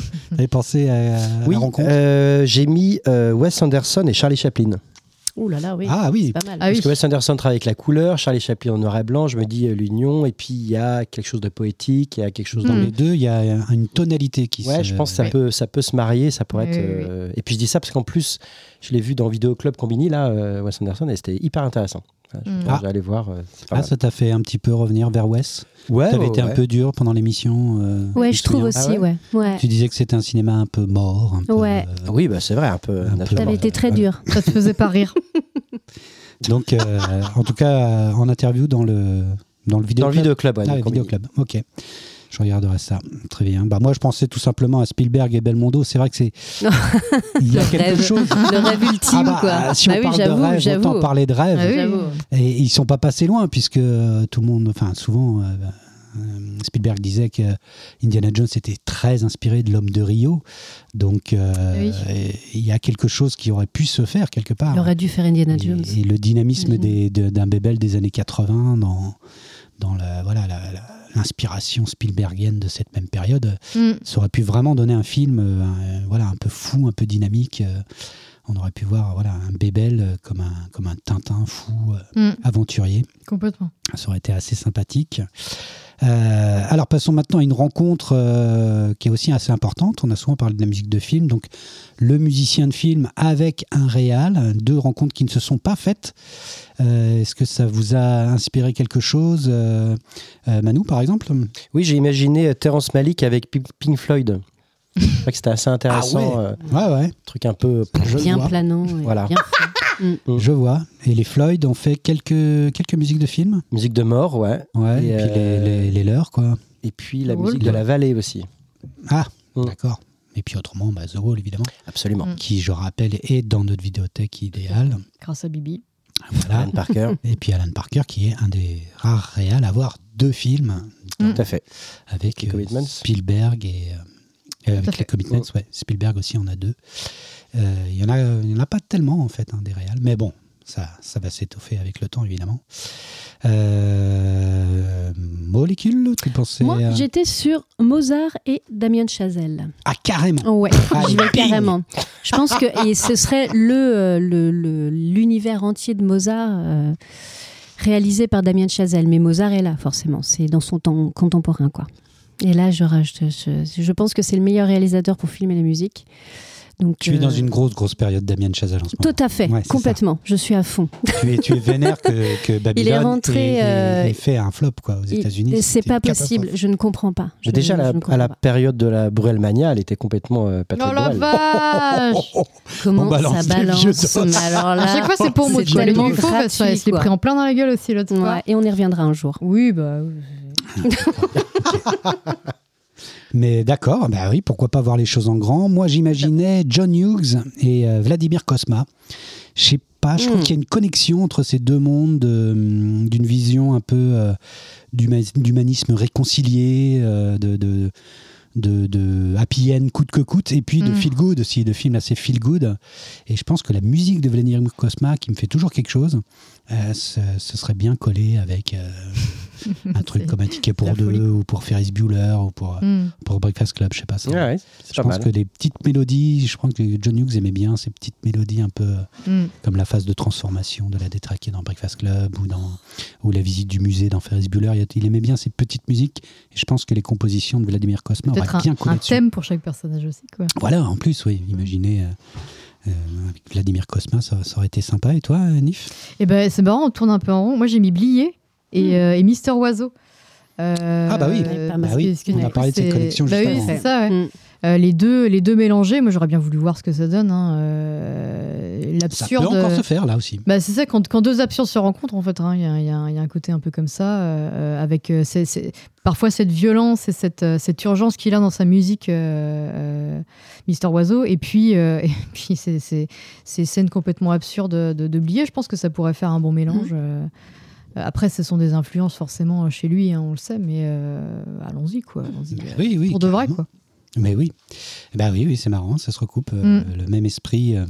Speaker 1: Manu, t'avais pensé à, à
Speaker 3: oui.
Speaker 1: la rencontre
Speaker 3: euh, J'ai mis euh, Wes Anderson et Charlie Chaplin.
Speaker 4: Ouh là là, oui.
Speaker 1: Ah
Speaker 4: C'est
Speaker 1: oui,
Speaker 4: pas mal.
Speaker 2: Ah oui.
Speaker 3: Parce que Wes Anderson travaille avec la couleur, Charlie Chaplin en noir et blanc. Je me dis euh, l'union. Et puis il y a quelque chose de poétique. Il y a quelque chose dans
Speaker 4: mmh.
Speaker 2: Mm.
Speaker 1: les deux, il y a une tonalité qui se.
Speaker 3: Ouais, je pense que ça,
Speaker 2: Oui.
Speaker 3: peut, ça peut se marier, ça pourrait
Speaker 2: Oui,
Speaker 3: être.
Speaker 2: oui, oui.
Speaker 3: euh, Et puis je dis ça parce qu'en plus, je l'ai vu dans Vidéo Club Combini, là, euh, Wes Anderson, et c'était hyper intéressant. Voilà, Je
Speaker 2: Mm.
Speaker 3: pense
Speaker 1: Ah.
Speaker 3: que j'allais voir. euh, c'est pas
Speaker 1: Ah,
Speaker 3: mal.
Speaker 1: ça t'a fait un petit peu revenir vers Wes.
Speaker 3: ouais,
Speaker 1: T'avais
Speaker 3: ouais,
Speaker 1: été un
Speaker 3: ouais.
Speaker 1: peu dur pendant l'émission. euh,
Speaker 4: Ouais,
Speaker 1: me
Speaker 4: je trouve
Speaker 1: souviens.
Speaker 4: aussi,
Speaker 3: Ah
Speaker 4: ouais. ouais.
Speaker 1: Tu disais que c'était un cinéma un peu mort, un peu,
Speaker 4: Ouais.
Speaker 1: euh,
Speaker 3: Oui, bah, c'est vrai, un peu.
Speaker 1: Un peu.
Speaker 3: naturellement.
Speaker 4: T'avais été très dur.
Speaker 2: Ça te faisait pas rire.
Speaker 1: Donc, euh, en tout cas, euh, en interview dans le dans le vidéo
Speaker 3: Dans le Vidéo Club, ouais,
Speaker 1: Ah,
Speaker 3: de
Speaker 1: le
Speaker 3: Combini.
Speaker 1: vidéoclub. Ok. Je regarderai ça. Très bien. Bah, moi, je pensais tout simplement à Spielberg et Belmondo. C'est vrai que c'est. Il y a
Speaker 4: Le
Speaker 1: quelque
Speaker 4: rêve.
Speaker 1: chose.
Speaker 4: Le rêve ultime,
Speaker 1: Ah bah,
Speaker 4: quoi.
Speaker 1: Si on
Speaker 4: Bah oui,
Speaker 1: parle de
Speaker 4: j'avoue,
Speaker 1: rêve,
Speaker 4: j'avoue.
Speaker 1: autant parler de rêve.
Speaker 2: Ah oui.
Speaker 4: J'avoue.
Speaker 1: Et ils sont pas passés loin, puisque euh, tout le monde. Enfin, souvent, euh, euh, Spielberg disait que Indiana Jones était très inspiré de l'homme de Rio. Donc, euh,
Speaker 2: Oui.
Speaker 1: et- il y a quelque chose qui aurait pu se faire quelque part.
Speaker 4: Il aurait dû faire Indiana Jones.
Speaker 1: Et, et le dynamisme
Speaker 2: Mm-hmm.
Speaker 4: Imagine.
Speaker 1: des- de- d'un bébel des années 80 dans, dans la, voilà, la- la- l'inspiration Spielbergienne de cette même période,
Speaker 2: Mm.
Speaker 1: ça aurait pu vraiment donner un film euh, un, voilà, un peu fou, un peu dynamique. euh, on aurait pu voir voilà, un bébel euh, comme un, comme un Tintin fou, euh,
Speaker 2: Mm.
Speaker 1: aventurier.
Speaker 2: Complètement.
Speaker 1: Ça aurait été assez sympathique. Euh, alors passons maintenant à une rencontre euh, qui est aussi assez importante. On a souvent parlé de la musique de film, donc le musicien de film avec un réal, deux rencontres qui ne se sont pas faites. Euh, Est-ce que ça vous a inspiré quelque chose, euh, euh, Manu par exemple
Speaker 3: Oui, j'ai imaginé euh, Terrence Malick avec Pi- Pink Floyd. je crois que c'était assez intéressant.
Speaker 1: Ah
Speaker 3: euh,
Speaker 1: Ouais ouais.
Speaker 3: truc un peu. euh,
Speaker 1: Je le
Speaker 4: Bien
Speaker 1: vois.
Speaker 4: planant. et
Speaker 3: Voilà.
Speaker 4: bien-
Speaker 3: Mm.
Speaker 1: Je vois. Et les Floyd ont fait quelques, quelques musiques de films.
Speaker 3: Musique de mort, ouais.
Speaker 1: Ouais, et,
Speaker 3: Et
Speaker 1: puis les,
Speaker 3: euh,
Speaker 1: les- les leurs, quoi.
Speaker 3: Et puis la
Speaker 2: Cool.
Speaker 3: musique de la vallée aussi.
Speaker 1: Ah,
Speaker 3: Mm.
Speaker 1: d'accord. Et puis autrement, bah, The Wall, évidemment,
Speaker 3: Absolument.
Speaker 2: Mm.
Speaker 1: qui, je rappelle, est dans notre vidéothèque idéale.
Speaker 2: grâce à Bibi.
Speaker 1: Voilà.
Speaker 4: Mm.
Speaker 3: Alan Parker,
Speaker 1: Et puis Alan Parker, qui est un des rares réals à avoir deux films
Speaker 2: Mm.
Speaker 3: tout à fait.
Speaker 1: avec
Speaker 3: Les
Speaker 1: euh,
Speaker 3: Commitments.
Speaker 1: Spielberg et euh, et
Speaker 2: à
Speaker 1: avec les
Speaker 2: fait.
Speaker 1: Commitments,
Speaker 3: Mm.
Speaker 1: ouais. Spielberg aussi en a deux. Euh, Il y en a, il y en a pas tellement en fait hein, des réals, mais bon, ça, ça va s'étoffer avec le temps évidemment. Euh, molécule, tu pensais
Speaker 4: Moi,
Speaker 1: à-
Speaker 4: j'étais sur Mozart et Damien Chazelle.
Speaker 1: ah carrément.
Speaker 4: Oh ouais,
Speaker 1: Ah,
Speaker 4: j'y vais
Speaker 1: ping.
Speaker 4: carrément. Je pense que et ce serait le euh, le- le- l'univers entier de Mozart euh, réalisé par Damien Chazelle. Mais Mozart est là, forcément. C'est dans son temps contemporain, quoi. Et là, je, raj- je, je- je pense que c'est le meilleur réalisateur pour filmer la musique. Donc,
Speaker 1: Tu es
Speaker 4: euh,
Speaker 1: dans une grosse grosse période Damien Chazelle en ce moment.
Speaker 4: Tout à fait,
Speaker 1: Ouais, c'est
Speaker 4: complètement. Je suis à fond.
Speaker 1: tu es, tu es vénère que, que Babylone
Speaker 4: rentré,
Speaker 1: ait- ait-
Speaker 4: euh,
Speaker 1: ait fait un flop quoi aux
Speaker 4: Et-
Speaker 1: États-Unis.
Speaker 4: et C'est
Speaker 1: c'était
Speaker 4: pas
Speaker 1: une
Speaker 4: possible.
Speaker 1: catastrophe.
Speaker 4: Je ne comprends pas. Je-
Speaker 3: Mais déjà,
Speaker 4: je
Speaker 3: la-
Speaker 4: ne
Speaker 3: à
Speaker 4: comprends
Speaker 3: la
Speaker 4: pas.
Speaker 3: période de la Bruelmania, elle était complètement euh, Patrick
Speaker 2: Oh la
Speaker 3: Bruel.
Speaker 1: Oh,
Speaker 2: vache
Speaker 4: Comment
Speaker 1: On balance
Speaker 4: ça
Speaker 1: les vieux
Speaker 4: balance
Speaker 1: os.
Speaker 4: Mais alors
Speaker 2: À
Speaker 4: là,
Speaker 2: chaque fois, c'est pour moi.
Speaker 4: c'est
Speaker 2: Tu as les
Speaker 4: tellement
Speaker 2: mots faux, parce que
Speaker 4: gratuit,
Speaker 2: je l'ai
Speaker 4: quoi.
Speaker 2: pris en plein dans la gueule aussi l'autre fois.
Speaker 4: Ouais, et on y reviendra un jour.
Speaker 2: Oui, bah. oui.
Speaker 1: Mais d'accord, bah oui, pourquoi pas voir les choses en grand. Moi, j'imaginais John Hughes et euh, Vladimir Kosma. Je sais pas, je trouve
Speaker 2: Hmm.
Speaker 4: Mm.
Speaker 1: qu'il y a une connexion entre ces deux mondes, euh, d'une vision un peu euh, d'huma- d'humanisme réconcilié, euh, de, de, de, de happy end coûte que coûte, et puis de
Speaker 2: Mm.
Speaker 1: feel good aussi, de films assez feel good. Et je pense que la musique de Vladimir Kosma, qui me fait toujours quelque chose, euh, ce, ce serait bien collé avec euh, un truc
Speaker 2: C'est
Speaker 1: comme un ticket pour
Speaker 2: la
Speaker 1: deux,
Speaker 2: folie.
Speaker 1: ou pour Ferris Bueller, ou pour euh,
Speaker 2: Hmm.
Speaker 1: pour Breakfast Club, je sais pas. ça.
Speaker 3: Ouais, ouais,
Speaker 1: je
Speaker 3: c'est pas
Speaker 1: pense
Speaker 3: mal.
Speaker 1: que les petites mélodies, je pense que John Hughes aimait bien ces petites mélodies un peu euh,
Speaker 2: Hmm.
Speaker 1: comme la phase de transformation de la détraquée dans Breakfast Club ou dans ou la visite du musée dans Ferris Bueller. Il y a- Il aimait bien ces petites musiques et je pense que les compositions de Vladimir Kosma
Speaker 2: Peut-être
Speaker 1: auraient
Speaker 2: un,
Speaker 1: bien collé
Speaker 2: un
Speaker 1: dessus.
Speaker 2: thème Mm. pour chaque personnage aussi, quoi.
Speaker 1: Voilà, en plus, oui, imaginez euh, euh, avec Vladimir Kosma, ça, ça aurait été sympa. Et toi, euh, Nif
Speaker 2: Et ben, c'est marrant, on tourne un peu en rond. Moi, j'ai mis Blier et, euh, et Mister Oiseau. Euh,
Speaker 1: Ah bah oui.
Speaker 2: euh,
Speaker 4: Bah
Speaker 2: parce
Speaker 1: oui,
Speaker 2: parce
Speaker 1: on a
Speaker 2: du coup,
Speaker 1: parlé de cette
Speaker 2: c'est-
Speaker 1: connexion
Speaker 2: bah
Speaker 1: juste
Speaker 2: oui,
Speaker 1: avant.
Speaker 2: c'est ça, ouais.
Speaker 4: Mm.
Speaker 2: Euh, les, deux, les deux mélangés, moi j'aurais bien voulu voir ce que ça donne. hein, euh,
Speaker 1: Ça
Speaker 2: L'absurde.
Speaker 1: peut encore se faire là aussi.
Speaker 2: Bah, c'est ça, quand, quand deux absurdes se rencontrent, en fait, hein, il y, a- il y a- il y a un côté un peu comme ça, euh, euh, avec euh, c'est- c'est- parfois cette violence et cette, euh, cette urgence qu'il a dans sa musique, euh, euh, Mister Oiseau, et puis, euh, et puis ces, ces- ces scènes complètement absurdes de, de Blier, je pense que ça pourrait faire un bon mélange. euh. Après, ce sont des influences forcément chez lui, hein, on le sait, mais euh, allons-y, quoi. allons-y, euh,
Speaker 1: Oui, oui.
Speaker 2: pour de vrai,
Speaker 1: carrément.
Speaker 2: quoi.
Speaker 1: Mais oui, bah oui, oui c'est marrant, ça se recoupe. euh,
Speaker 2: Mm.
Speaker 1: Le même esprit, euh,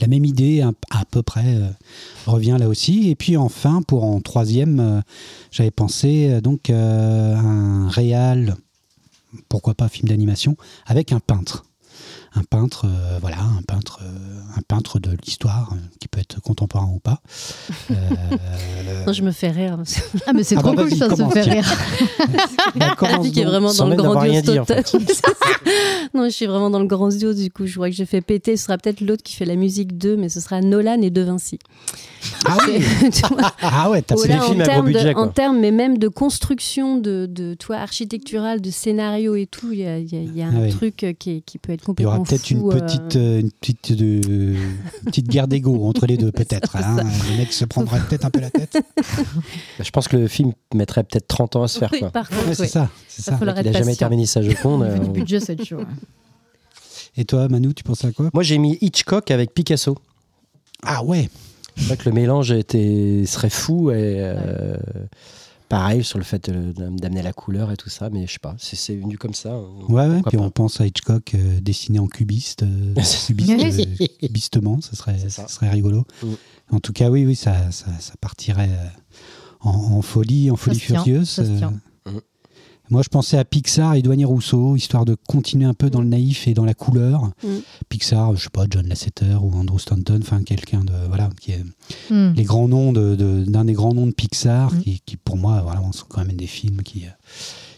Speaker 1: la même idée un- à peu près euh, revient là aussi. Et puis enfin, pour en troisième, euh, j'avais pensé euh, donc euh, un réal, pourquoi pas film d'animation, avec un peintre. Un peintre, euh, voilà, un peintre, euh, un peintre de l'histoire, euh, qui peut être contemporain ou pas. Euh,
Speaker 4: Non, je me fais rire.
Speaker 2: Ah, mais c'est
Speaker 1: Ah
Speaker 2: trop
Speaker 1: bah,
Speaker 2: cool,
Speaker 1: vas-y,
Speaker 2: ça, de se
Speaker 1: commence,
Speaker 2: faire
Speaker 1: tiens.
Speaker 2: rire.
Speaker 1: bah, commence
Speaker 4: qui est
Speaker 1: donc.
Speaker 4: vraiment
Speaker 3: sans
Speaker 4: dans le
Speaker 3: même d'avoir rien
Speaker 4: grandiose
Speaker 3: dit, en
Speaker 4: total. non, je suis vraiment dans le grandiose du coup. Je vois que j'ai fait péter. Ce sera peut-être l'autre qui fait la musique d'eux, mais ce sera Nolan et De Vinci.
Speaker 1: Ah oui,
Speaker 4: Tu vois
Speaker 1: ah ouais, t'as
Speaker 3: Oh
Speaker 1: fait
Speaker 3: là,
Speaker 1: des
Speaker 3: on-
Speaker 1: films.
Speaker 3: films
Speaker 4: en
Speaker 3: à gros
Speaker 4: termes, de-
Speaker 3: budget, quoi.
Speaker 4: en termes, mais même de construction, de, de toi, architecturale, de scénario et tout, il y a, il y a- il y a
Speaker 1: Ah
Speaker 4: un
Speaker 1: oui.
Speaker 4: truc euh, qui, est- qui peut être
Speaker 1: Il y
Speaker 4: complètement
Speaker 1: aura peut-être une
Speaker 4: fou, euh,
Speaker 1: petite, euh, une petite, de- une petite guerre d'ego entre les deux, peut-être. hein. Le mec se prendrait peut-être un peu la tête.
Speaker 3: Bah, Je pense que le film mettrait peut-être 30 ans à se faire.
Speaker 4: oui,
Speaker 3: Quoi.
Speaker 4: par contre,
Speaker 1: Ouais, c'est
Speaker 4: oui.
Speaker 1: ça, c'est
Speaker 4: Ça,
Speaker 1: ça.
Speaker 4: faut leur
Speaker 3: Il
Speaker 4: être
Speaker 3: a jamais
Speaker 4: patient.
Speaker 3: terminé sa Joconde.
Speaker 2: Vu
Speaker 3: euh,
Speaker 2: le
Speaker 3: on-
Speaker 2: budget, cette show.
Speaker 1: Et toi, Manu, tu pensais à quoi
Speaker 3: Moi, j'ai mis Hitchcock avec Picasso.
Speaker 1: Ah ouais,
Speaker 3: C'est vrai que le mélange était, serait fou. Et, euh, Pareil sur le fait de- d'amener la couleur et tout ça, mais je sais pas, c'est- c'est venu comme ça. hein.
Speaker 1: ouais, ouais.
Speaker 3: Pourquoi
Speaker 1: Puis
Speaker 3: pas.
Speaker 1: on pense à Hitchcock euh, dessiné en cubiste, euh, cubiste, euh, cubistement, ce serait,
Speaker 3: C'est
Speaker 1: ça
Speaker 3: ça.
Speaker 1: serait rigolo.
Speaker 3: Mm.
Speaker 1: En tout cas, oui, oui, ça, ça, ça partirait euh, en, en folie, en folie
Speaker 2: se tient,
Speaker 1: furieuse.
Speaker 2: ça se
Speaker 1: euh.
Speaker 2: tient.
Speaker 3: Mm.
Speaker 1: Moi, je pensais à Pixar et Douanier Rousseau, histoire de continuer un peu dans le naïf et dans la couleur.
Speaker 4: Mm.
Speaker 1: Pixar, je sais pas, John Lasseter ou Andrew Stanton, enfin quelqu'un de voilà qui est
Speaker 2: Hmm.
Speaker 1: les grands noms de, de- d'un des grands noms de Pixar,
Speaker 2: Mm.
Speaker 1: qui, qui, pour moi, voilà, sont quand même des films qui, euh,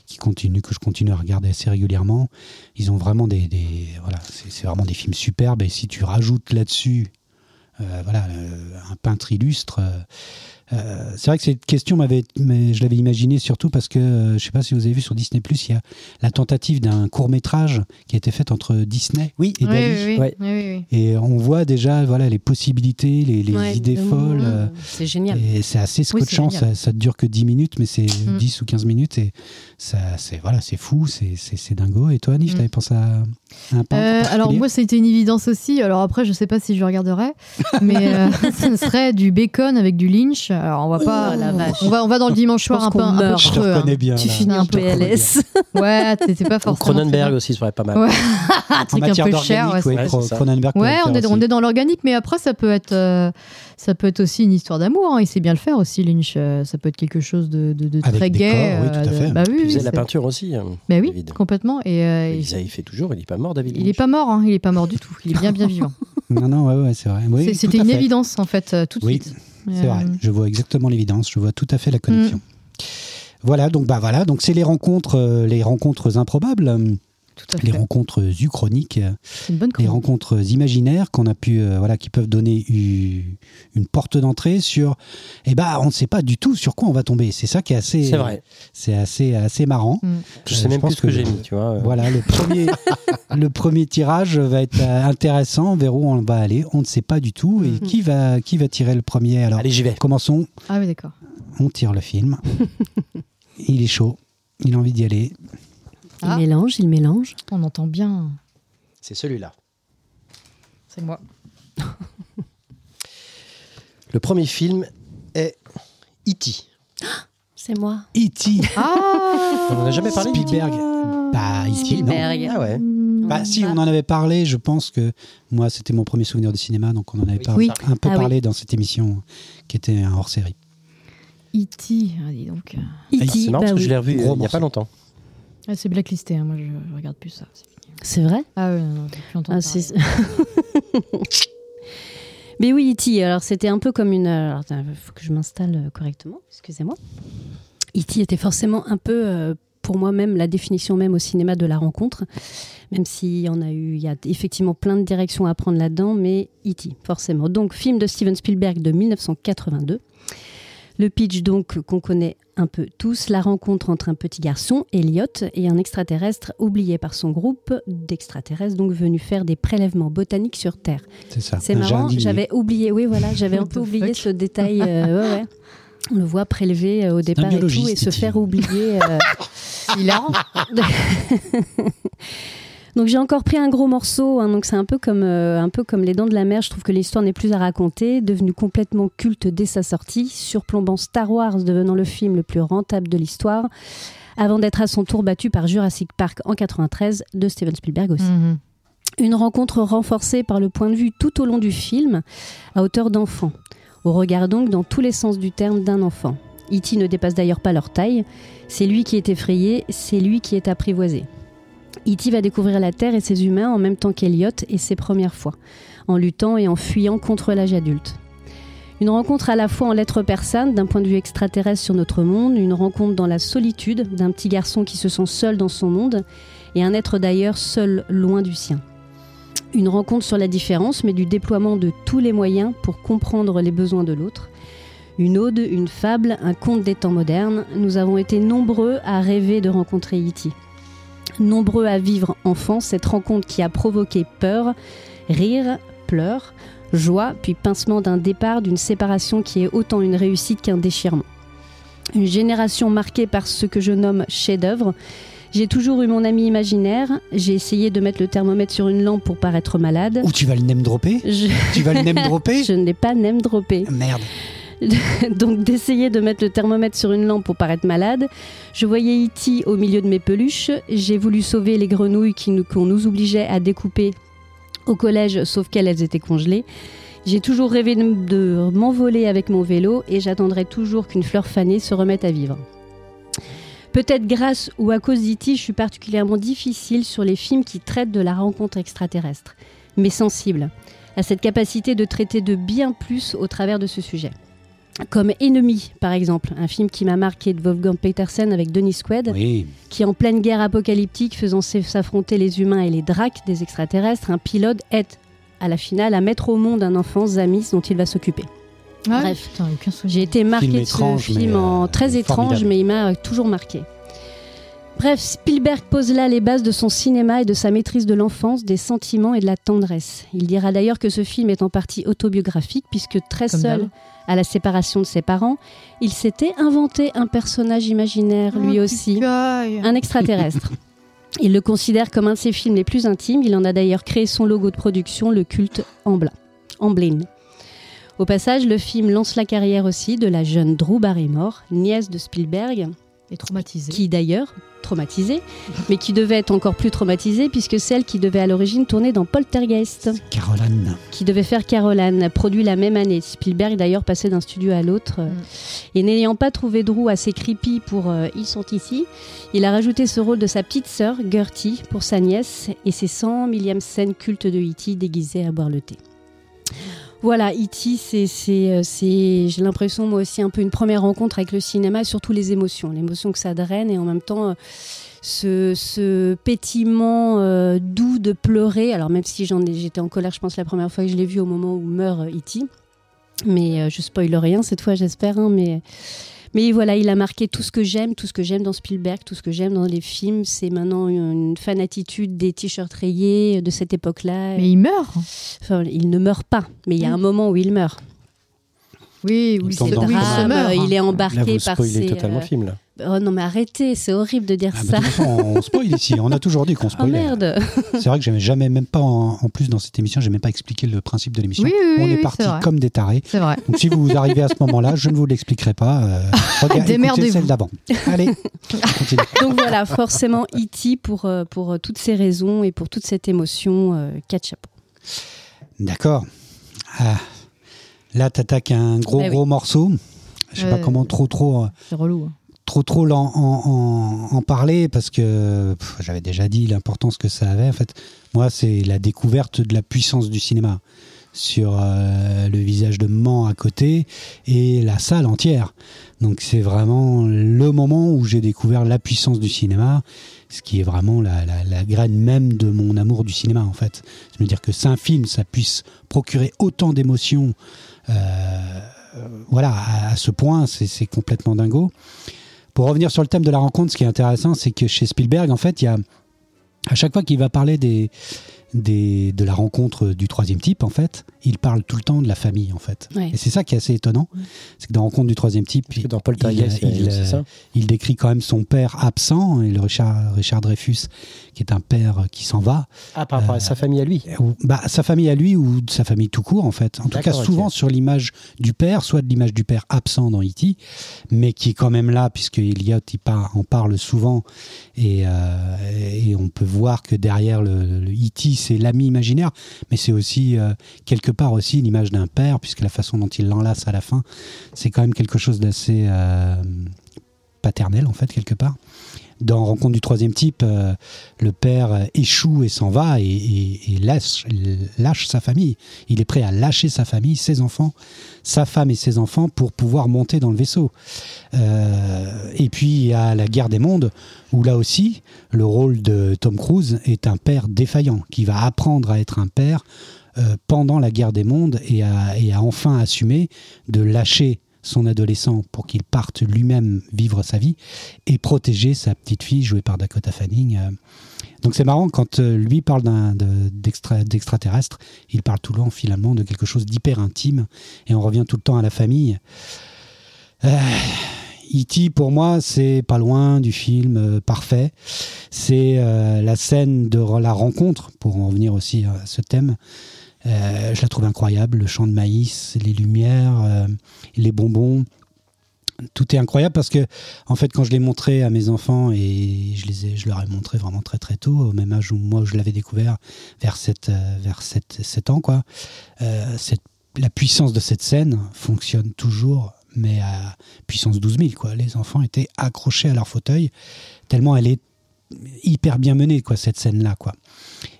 Speaker 1: qui continuent, que je continue à regarder assez régulièrement. Ils ont vraiment des, des- voilà, c'est, c'est vraiment des films superbes. Et si tu rajoutes là-dessus euh, voilà, euh, un peintre illustre. Euh, c'est vrai que cette question m'avait, mais je l'avais imaginée surtout parce que euh, je ne sais pas si vous avez vu sur Disney Plus, il y a la tentative d'un court métrage qui a été faite entre Disney
Speaker 3: Oui.
Speaker 1: et
Speaker 2: Oui,
Speaker 1: Dali.
Speaker 2: oui, oui,
Speaker 3: Ouais.
Speaker 2: oui, oui.
Speaker 1: Et on voit déjà voilà les possibilités, les, les
Speaker 4: Ouais,
Speaker 1: idées
Speaker 4: de-
Speaker 1: folles. euh,
Speaker 4: C'est génial.
Speaker 1: et c'est assez
Speaker 2: Oui, c'est
Speaker 1: scotchant,
Speaker 2: génial.
Speaker 1: ça, ça ne dure que 10 minutes, mais c'est
Speaker 2: Mm.
Speaker 1: 10 ou 15 minutes et ça, c'est voilà, c'est fou, c'est- c'est c'est dingo. Et toi, Anif,
Speaker 2: Mm.
Speaker 1: t'avais pensé à à un peintre
Speaker 2: Euh,
Speaker 1: en
Speaker 2: alors
Speaker 1: particulier
Speaker 2: moi, ça a été une évidence aussi. Alors après, je sais pas si je regarderai, mais euh, ce serait du bacon avec du Lynch. Alors on va pas,
Speaker 4: Oh, la vache.
Speaker 2: on va, on va dans le dimanche soir
Speaker 4: pense
Speaker 2: un peu,
Speaker 4: qu'on
Speaker 2: un peu
Speaker 4: meurt.
Speaker 1: je te
Speaker 2: creux, hein.
Speaker 1: reconnais bien.
Speaker 4: Tu
Speaker 1: là.
Speaker 4: finis
Speaker 2: un
Speaker 4: en
Speaker 2: peu
Speaker 4: PLS.
Speaker 2: Ouais, c'était pas
Speaker 3: Ou
Speaker 2: forcément.
Speaker 3: Cronenberg aussi serait pas mal.
Speaker 2: Ouais. un
Speaker 1: En
Speaker 2: truc un
Speaker 1: matière
Speaker 2: peu cher.
Speaker 1: d'organique,
Speaker 2: ouais,
Speaker 1: ouais,
Speaker 3: c'est-
Speaker 1: Cro-
Speaker 3: c'est ça.
Speaker 1: Cronenberg peut
Speaker 2: Ouais,
Speaker 1: le
Speaker 2: on
Speaker 1: faire
Speaker 2: est,
Speaker 1: aussi.
Speaker 2: on est dans l'organique, mais après, ça peut être, euh, ça peut être aussi une histoire d'amour. hein. Il sait bien le faire aussi, Lynch. euh, Ça peut être quelque chose de, de- de
Speaker 1: Avec
Speaker 2: très
Speaker 1: des
Speaker 2: gay.
Speaker 1: corps, oui, tout à
Speaker 2: de-
Speaker 1: fait.
Speaker 2: Bah oui,
Speaker 3: Il
Speaker 2: oui,
Speaker 3: faisait de la
Speaker 2: c'est-
Speaker 3: peinture aussi. hein.
Speaker 2: bah oui,
Speaker 3: David.
Speaker 2: complètement. Et euh,
Speaker 3: Il,
Speaker 2: il-
Speaker 3: faisait- il fait toujours, il est pas mort, David.
Speaker 2: il
Speaker 3: Lynch.
Speaker 2: est pas mort. hein. Il est pas mort du tout. Il est bien, bien vivant.
Speaker 1: Non, non, ouais, ouais, c'est vrai. Oui,
Speaker 2: C'est-
Speaker 1: tout
Speaker 2: C'était
Speaker 1: à
Speaker 2: une
Speaker 1: fait.
Speaker 2: évidence en fait, euh, tout de
Speaker 1: Oui,
Speaker 2: suite.
Speaker 1: C'est
Speaker 2: Euh, Mm.
Speaker 1: vrai, je vois exactement l'évidence, je vois tout à fait la connexion. Voilà, donc bah voilà, donc c'est les rencontres, euh, les rencontres improbables, euh,
Speaker 2: Tout à
Speaker 1: les
Speaker 2: fait.
Speaker 1: rencontres uchroniques, euh,
Speaker 2: C'est une bonne
Speaker 1: les
Speaker 2: chronique.
Speaker 1: rencontres imaginaires qu'on a pu, euh, voilà, qui peuvent donner u- une porte d'entrée sur, eh bah on ne sait pas du tout sur quoi on va tomber. C'est ça qui est assez,
Speaker 3: C'est vrai.
Speaker 1: c'est assez assez marrant.
Speaker 2: Mm.
Speaker 3: Je
Speaker 1: Euh,
Speaker 3: sais même
Speaker 1: pense
Speaker 3: plus ce que, j'ai mis, tu vois.
Speaker 1: Voilà, le premier, le premier tirage va être euh, intéressant, vers où on va aller, on ne sait pas du tout, et
Speaker 2: Mhm.
Speaker 1: qui va qui va tirer le premier alors.
Speaker 3: Allez, j'y vais.
Speaker 1: Commençons
Speaker 2: Ah oui, d'accord.
Speaker 1: on tire le film. il est chaud, il a envie d'y aller.
Speaker 2: Ah.
Speaker 4: Il mélange, il mélange.
Speaker 2: On entend bien.
Speaker 3: C'est celui-là.
Speaker 2: C'est moi.
Speaker 3: Le premier film est E E.T.
Speaker 4: C'est moi.
Speaker 1: E.T.
Speaker 2: Ah
Speaker 3: On en a jamais parlé E
Speaker 1: E
Speaker 3: d'E.T.
Speaker 1: Spielberg. Bah, E.T., non.
Speaker 3: Ah
Speaker 2: E
Speaker 3: ouais.
Speaker 1: Bah, si, on en avait parlé, je pense que moi, c'était mon premier souvenir de cinéma, donc on en avait
Speaker 3: Oui.
Speaker 1: par-
Speaker 3: Oui.
Speaker 1: un peu
Speaker 4: Ah oui.
Speaker 1: parlé dans cette émission qui était un hors série.
Speaker 2: E.T. Ah, dis donc.
Speaker 4: E.T.,
Speaker 3: C'est marrant
Speaker 4: bah
Speaker 3: parce que
Speaker 4: oui.
Speaker 3: je l'ai revu
Speaker 1: Gros
Speaker 3: euh, il n'y a
Speaker 1: morceau.
Speaker 3: pas longtemps.
Speaker 2: Ah, c'est blacklisté, hein. moi je, je regarde plus ça. c'est fini.
Speaker 4: C'est vrai
Speaker 2: Ah ouais, non, non, j'ai plus entendu
Speaker 4: Ah,
Speaker 2: parler.
Speaker 4: c'est- Mais oui, E.T., alors c'était un peu comme une... Alors, il faut que je m'installe euh, correctement, excusez-moi. E.T. était forcément un peu, euh, pour moi-même, la définition même au cinéma de la rencontre, même s'il y en a eu, il y a effectivement plein de directions à prendre là-dedans, mais E.T., forcément. Donc, film de Steven Spielberg de 1982. Le pitch, donc, qu'on connaît un peu tous, la rencontre entre un petit garçon, Elliot, et un extraterrestre oublié par son groupe d'extraterrestres, donc venus faire des prélèvements botaniques sur Terre.
Speaker 1: C'est ça.
Speaker 4: C'est
Speaker 1: Un
Speaker 4: marrant,
Speaker 1: jardinier.
Speaker 4: j'avais oublié, oui, voilà, j'avais un
Speaker 2: What
Speaker 4: peu
Speaker 2: the
Speaker 4: oublié
Speaker 2: fuck
Speaker 4: ce détail. euh, ouais, ouais. On le voit prélever euh, au départ et tout,
Speaker 1: biologiste,
Speaker 4: et se
Speaker 1: dit-il.
Speaker 4: faire oublier. euh,
Speaker 2: Il a
Speaker 4: Donc j'ai encore pris un gros morceau, hein, donc c'est un peu comme euh, un peu comme les Dents de la Mer. Je trouve que l'histoire n'est plus à raconter, devenue complètement culte dès sa sortie, surplombant Star Wars, devenant le film le plus rentable de l'histoire, avant d'être à son tour battu par Jurassic Park en 93 de Steven Spielberg aussi.
Speaker 2: Mhm.
Speaker 4: Une rencontre renforcée par le point de vue tout au long du film, à hauteur d'enfant, au regard donc dans tous les sens du terme d'un enfant. E.T. ne dépasse d'ailleurs pas leur taille, c'est lui qui est effrayé, c'est lui qui est apprivoisé. E.T. va découvrir la Terre et ses humains en même temps qu'Eliot et ses premières fois, en luttant et en fuyant contre l'âge adulte. Une rencontre à la fois en lettres persanes, d'un point de vue extraterrestre sur notre monde, une rencontre dans la solitude d'un petit garçon qui se sent seul dans son monde, et un être d'ailleurs seul loin du sien. Une rencontre sur la différence, mais du déploiement de tous les moyens pour comprendre les besoins de l'autre. Une ode, une fable, un conte des temps modernes, nous avons été nombreux à rêver de rencontrer E.T. Nombreux à vivre enfant cette rencontre qui a provoqué peur, rire, pleurs, joie, puis pincement d'un départ, d'une séparation qui est autant une réussite qu'un déchirement. Une génération marquée par ce que je nomme chef-d'œuvre, j'ai toujours eu mon ami imaginaire. J'ai essayé de mettre le thermomètre sur une lampe pour paraître malade.
Speaker 1: Ou tu vas le name dropper
Speaker 4: Je,
Speaker 1: Tu vas le name dropper
Speaker 4: je ne l'ai pas name droppé.
Speaker 1: Merde.
Speaker 4: Donc d'essayer de mettre le thermomètre sur une lampe pour paraître malade. Je voyais E.T. au milieu de mes peluches. J'ai voulu sauver les grenouilles qui nous- qu'on nous obligeait à découper au collège, sauf qu'elles elles étaient congelées. J'ai toujours rêvé de, m- de m'envoler avec mon vélo et j'attendrai toujours qu'une fleur fanée se remette à vivre. Peut-être grâce ou à cause d'E.T., je suis particulièrement difficile sur les films qui traitent de la rencontre extraterrestre, mais sensible à cette capacité de traiter de bien plus au travers de ce sujet. Comme Ennemi, par exemple, un film qui m'a marqué de Wolfgang Petersen avec Denis Quaid,
Speaker 1: Oui,
Speaker 4: qui en pleine guerre apocalyptique faisant s'affronter les humains et les dracs des extraterrestres, un pilote est à la finale à mettre au monde un enfant Zamis dont il va s'occuper.
Speaker 2: Ouais,
Speaker 4: Bref.
Speaker 2: putain, aucun souvenir.
Speaker 4: J'ai été marquée de ce
Speaker 1: étrange, mais,
Speaker 4: film
Speaker 1: euh,
Speaker 4: en très étrange,
Speaker 1: formidable.
Speaker 4: mais il m'a euh, toujours marqué. Bref, Spielberg pose là les bases de son cinéma et de sa maîtrise de l'enfance, des sentiments et de la tendresse. Il dira d'ailleurs que ce film est en partie autobiographique, puisque très
Speaker 2: Comme
Speaker 4: seul
Speaker 2: d'hab.
Speaker 4: à la séparation de ses parents, il s'était inventé un personnage imaginaire lui
Speaker 2: Ah,
Speaker 4: aussi
Speaker 2: putain.
Speaker 4: un extraterrestre. Il le considère comme un de ses films les plus intimes. Il en a d'ailleurs créé son logo de production, le culte Ambla, Amblin. Au passage, le film lance la carrière aussi de la jeune Drew Barrymore, nièce de Spielberg,
Speaker 2: Et traumatisé.
Speaker 4: qui d'ailleurs, traumatisée, mais qui devait être encore plus traumatisée puisque celle qui devait à l'origine tourner dans Poltergeist,
Speaker 1: Caroline.
Speaker 4: qui devait faire Caroline, produit la même année. Spielberg d'ailleurs passait d'un studio à l'autre. euh,
Speaker 2: Mm.
Speaker 4: Et n'ayant pas trouvé Drew assez creepy pour euh, Ils sont ici, il a rajouté ce rôle de sa petite sœur, Gertie, pour sa nièce et ses 100 millième scène culte de E.T. déguisé à boire le thé. Voilà, E.T., c'est, c'est, euh, c'est, j'ai l'impression, moi aussi, un peu une première rencontre avec le cinéma, et surtout les émotions, l'émotion que ça draine et en même temps. euh, ce, ce pétillement euh, doux de pleurer, alors même si j'en ai- j'étais en colère, je pense, la première fois que je l'ai vu au moment où meurt euh, E.T., mais euh, je spoil rien cette fois, j'espère. hein, mais, mais voilà, il a marqué tout ce que j'aime, tout ce que j'aime dans Spielberg, tout ce que j'aime dans les films. C'est maintenant une fan attitude des t-shirts rayés de cette époque-là.
Speaker 2: Mais il meurt.
Speaker 4: Enfin, il ne meurt pas, mais il y a un moment où il meurt.
Speaker 2: Oui,
Speaker 1: Il
Speaker 2: oui,
Speaker 1: tombe
Speaker 2: c'est
Speaker 1: dans
Speaker 2: oui,
Speaker 1: le
Speaker 2: il
Speaker 1: drame,
Speaker 4: Ah,
Speaker 2: se meurt.
Speaker 4: il est
Speaker 3: Là,
Speaker 4: embarqué
Speaker 3: vous
Speaker 4: par
Speaker 3: spoilez
Speaker 4: ses.
Speaker 3: totalement
Speaker 4: euh,
Speaker 3: le film, là.
Speaker 4: Oh non, mais arrêtez, c'est horrible de dire
Speaker 1: Ah, bah,
Speaker 4: ça.
Speaker 1: de toute façon, on spoil ici. On a toujours dit qu'on
Speaker 4: Oh
Speaker 1: spoilait.
Speaker 4: merde
Speaker 1: C'est vrai que j'avais jamais, même pas en, en plus dans cette émission, j'ai même pas expliqué le principe de l'émission.
Speaker 2: Oui, oui, oui,
Speaker 1: on
Speaker 2: oui,
Speaker 1: est
Speaker 2: c'est
Speaker 1: parti
Speaker 2: vrai.
Speaker 1: comme des tarés.
Speaker 2: C'est vrai.
Speaker 1: Donc si vous arrivez à ce moment-là, je ne vous l'expliquerai pas. Euh, regardez, écoutez
Speaker 2: Démerdez-vous.
Speaker 1: celle d'avant. Allez, on continue.
Speaker 4: Donc voilà, forcément, E.T. pour, euh, pour euh, toutes ces raisons et pour toute cette émotion, euh, quatre chapeaux.
Speaker 1: D'accord. Ah, là, t'attaques un gros
Speaker 4: Eh oui.
Speaker 1: gros morceau. Je sais pas
Speaker 2: Euh,
Speaker 1: comment trop trop euh,
Speaker 2: C'est relou. hein.
Speaker 1: trop trop l'en- en, en- en parler parce que pff, j'avais déjà dit l'importance que ça avait. En fait, moi, c'est la découverte de la puissance du cinéma sur euh, le visage de Mans à côté et la salle entière. Donc c'est vraiment le moment où j'ai découvert la puissance du cinéma, ce qui est vraiment la, la- la graine même de mon amour du cinéma en fait. C'est-à-dire que c'est un film, ça puisse procurer autant d'émotions, euh, voilà, à, à ce point, c'est c'est complètement dingo. Pour revenir sur le thème de la rencontre, ce qui est intéressant, c'est que chez Spielberg, en fait, il y a à chaque fois qu'il va parler des, des, de la rencontre du troisième type, en fait, il parle tout le temps de la famille, en fait.
Speaker 4: Ouais.
Speaker 1: Et c'est ça qui est assez étonnant, c'est que dans Rencontre du troisième type,
Speaker 3: Parce que dans Poltergeist,
Speaker 1: il-
Speaker 3: il,
Speaker 1: il,
Speaker 3: c'est
Speaker 1: euh,
Speaker 3: ça.
Speaker 1: il décrit quand même son père absent, et le Richard, Richard Dreyfus, qui est un père qui s'en va,
Speaker 3: Ah, par rapport à sa famille à lui.
Speaker 1: ou- bah, sa famille à lui ou de sa famille tout court en fait. En tout cas,
Speaker 3: D'accord, ok.
Speaker 1: souvent sur l'image du père, soit de l'image du père absent dans E.T., mais qui est quand même là, puisque Elliot il par- en parle souvent, et, euh, et on peut voir que derrière le, le E.T., c'est l'ami imaginaire, mais c'est aussi euh, quelque part aussi l'image d'un père, puisque la façon dont il l'enlace à la fin, c'est quand même quelque chose d'assez euh, paternel en fait, quelque part. Dans Rencontre du troisième type, euh, le père euh, échoue et s'en va et, et- et lâche, lâche sa famille. Il est prêt à lâcher sa famille, ses enfants, sa femme et ses enfants pour pouvoir monter dans le vaisseau. Euh, et puis il y a la guerre des mondes où là aussi le rôle de Tom Cruise est un père défaillant qui va apprendre à être un père euh, pendant la guerre des mondes et à, et à enfin assumer de lâcher son adolescent pour qu'il parte lui-même vivre sa vie et protéger sa petite fille jouée par Dakota Fanning. euh, donc c'est marrant quand euh, lui parle d'un- de- d'extra- d'extraterrestre, il parle tout le temps finalement de quelque chose d'hyper intime et on revient tout le temps à la famille. Euh, E.T. pour moi c'est pas loin du film euh, parfait. C'est euh, la scène de re- la rencontre pour en revenir aussi à ce thème. Euh, je la trouve incroyable, le champ de maïs, les lumières, euh, les bonbons. Tout est incroyable parce que en fait, quand je l'ai montré à mes enfants, et je, les ai- je leur ai montré vraiment très très tôt, au même âge où moi je l'avais découvert, vers 7, vers sept- sept ans, quoi, euh, cette- la puissance de cette scène fonctionne toujours, mais à puissance 12 000. Quoi. Les enfants étaient accrochés à leur fauteuil, tellement elle est hyper bien menée, quoi, cette scène-là. quoi.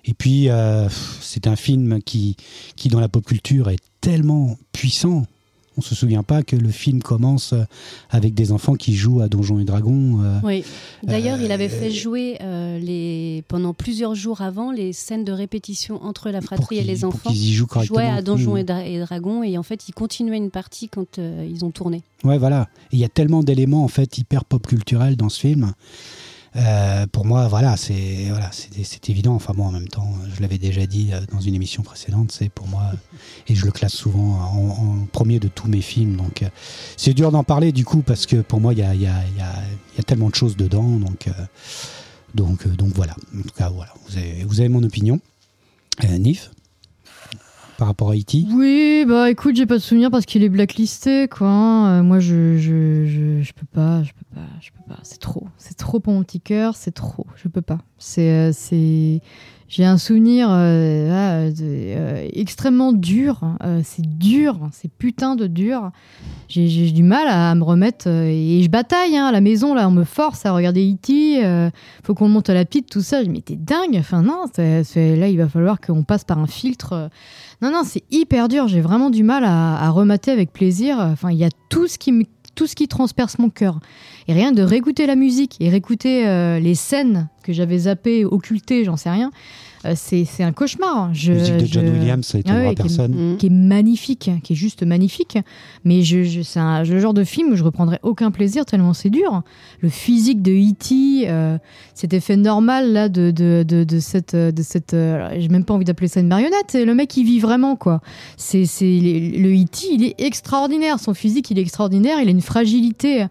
Speaker 1: Et puis, euh, pff, c'est un film qui, qui, dans la pop culture, est tellement puissant On se souvient pas que le film commence euh, avec des enfants qui jouent à Donjons et Dragons. euh,
Speaker 4: Oui. D'ailleurs,
Speaker 1: Euh,
Speaker 4: il avait fait jouer euh, les pendant plusieurs jours avant les scènes de répétition entre la
Speaker 1: pour
Speaker 4: fratrie et
Speaker 1: qu'ils-
Speaker 4: les
Speaker 1: pour
Speaker 4: enfants.
Speaker 1: qu'ils y jouent
Speaker 4: Ils
Speaker 1: correctement.
Speaker 4: jouaient à Donjons
Speaker 1: Mmh.
Speaker 4: et, Dra- et Dragons et en fait, ils continuaient une partie quand euh, ils ont tourné.
Speaker 1: Ouais, voilà. Et Il y a tellement d'éléments en fait hyper pop culturels dans ce film. Euh, pour moi, voilà, c'est voilà, c'est c'est évident. Enfin bon, en même temps, je l'avais déjà dit euh, dans une émission précédente, c'est pour moi euh, et je le classe souvent en, en premier de tous mes films. Donc euh, c'est dur d'en parler du coup parce que pour moi, il y a il y a- il y a- il y a tellement de choses dedans. Donc euh, donc euh, donc voilà. En tout cas, voilà. Vous avez vous avez mon opinion, Euh, Nif, par rapport à E E.T.
Speaker 2: Oui, bah écoute, j'ai pas de souvenir parce qu'il est blacklisté, quoi. hein. Euh, moi, je, je, je, je peux pas, je peux pas, je peux pas. C'est trop, c'est trop pour mon petit cœur, c'est trop. Je peux pas. C'est, euh, c'est. J'ai un souvenir euh, là, euh, de- euh, extrêmement dur. euh, c'est dur, c'est putain de dur. J'ai j'ai du mal à, me remettre euh, et je bataille hein, à la maison là. On me force à regarder E.T. euh, faut qu'on monte à la pite, tout ça. Je dis, mais t'es dingue. Enfin non, c'est c'est- là il va falloir qu'on passe par un filtre. euh, non, non, c'est hyper dur. J'ai vraiment du mal à, à remater avec plaisir. Enfin, il y a tout ce qui me- tout ce qui transperce mon cœur. Et rien de réécouter la musique et réécouter euh, les scènes que j'avais zappées, occultées, j'en sais rien. euh, c'est c'est un cauchemar. Je,
Speaker 1: Musique de John
Speaker 2: Euh, je-
Speaker 1: Williams, ça
Speaker 2: Ah
Speaker 1: étonnera
Speaker 2: oui, qui-
Speaker 1: personne.
Speaker 4: Mm.
Speaker 2: qui est magnifique, qui est juste magnifique. Mais je, je- c'est un, le genre de film où je reprendrais aucun plaisir tellement c'est dur. Le physique de E.T., euh, cet effet normal là de, de, de, de cette, euh, de cette, euh, alors, j'ai même pas envie d'appeler ça une marionnette. c'est Le mec, il vit vraiment quoi. C'est, c'est il est- le E.T., E il est extraordinaire. Son physique, il est extraordinaire. Il a une fragilité.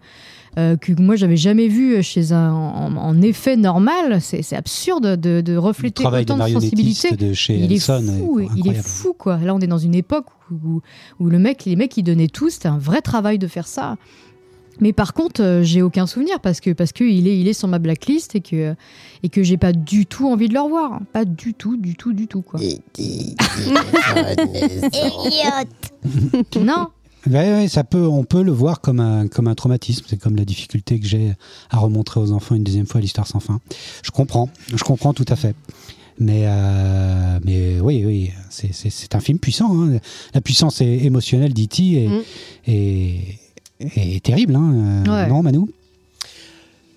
Speaker 2: euh, que moi j'avais jamais vue chez un en, en effet normal, c'est, c'est absurde de, de
Speaker 1: Le
Speaker 2: refléter
Speaker 1: travail de
Speaker 2: autant de sensibilité
Speaker 1: marionnettiste de chez
Speaker 2: il est
Speaker 1: Hanson
Speaker 2: fou,
Speaker 1: est
Speaker 2: il est
Speaker 1: incroyable.
Speaker 2: fou quoi. Là, on est dans une époque où, où- où le mec, les mecs, ils donnaient tout. C'était un vrai travail de faire ça. Mais par contre, euh, j'ai aucun souvenir parce que parce que il est il est sur ma blacklist et que et que j'ai pas du tout envie de le revoir. Pas du tout, du tout, du tout quoi. non.
Speaker 1: Ouais, ouais, ça peut, on peut le voir comme un, comme un traumatisme. C'est comme la difficulté que j'ai à remontrer aux enfants une deuxième fois l'histoire sans fin. Je comprends, je comprends tout à fait. Mais, euh, mais oui, oui, c'est- c'est c'est un film puissant. hein. La puissance é- émotionnelle d'E.T. est,
Speaker 4: Mm.
Speaker 1: est- est terrible. hein. Euh,
Speaker 2: Ouais.
Speaker 1: Non, Manu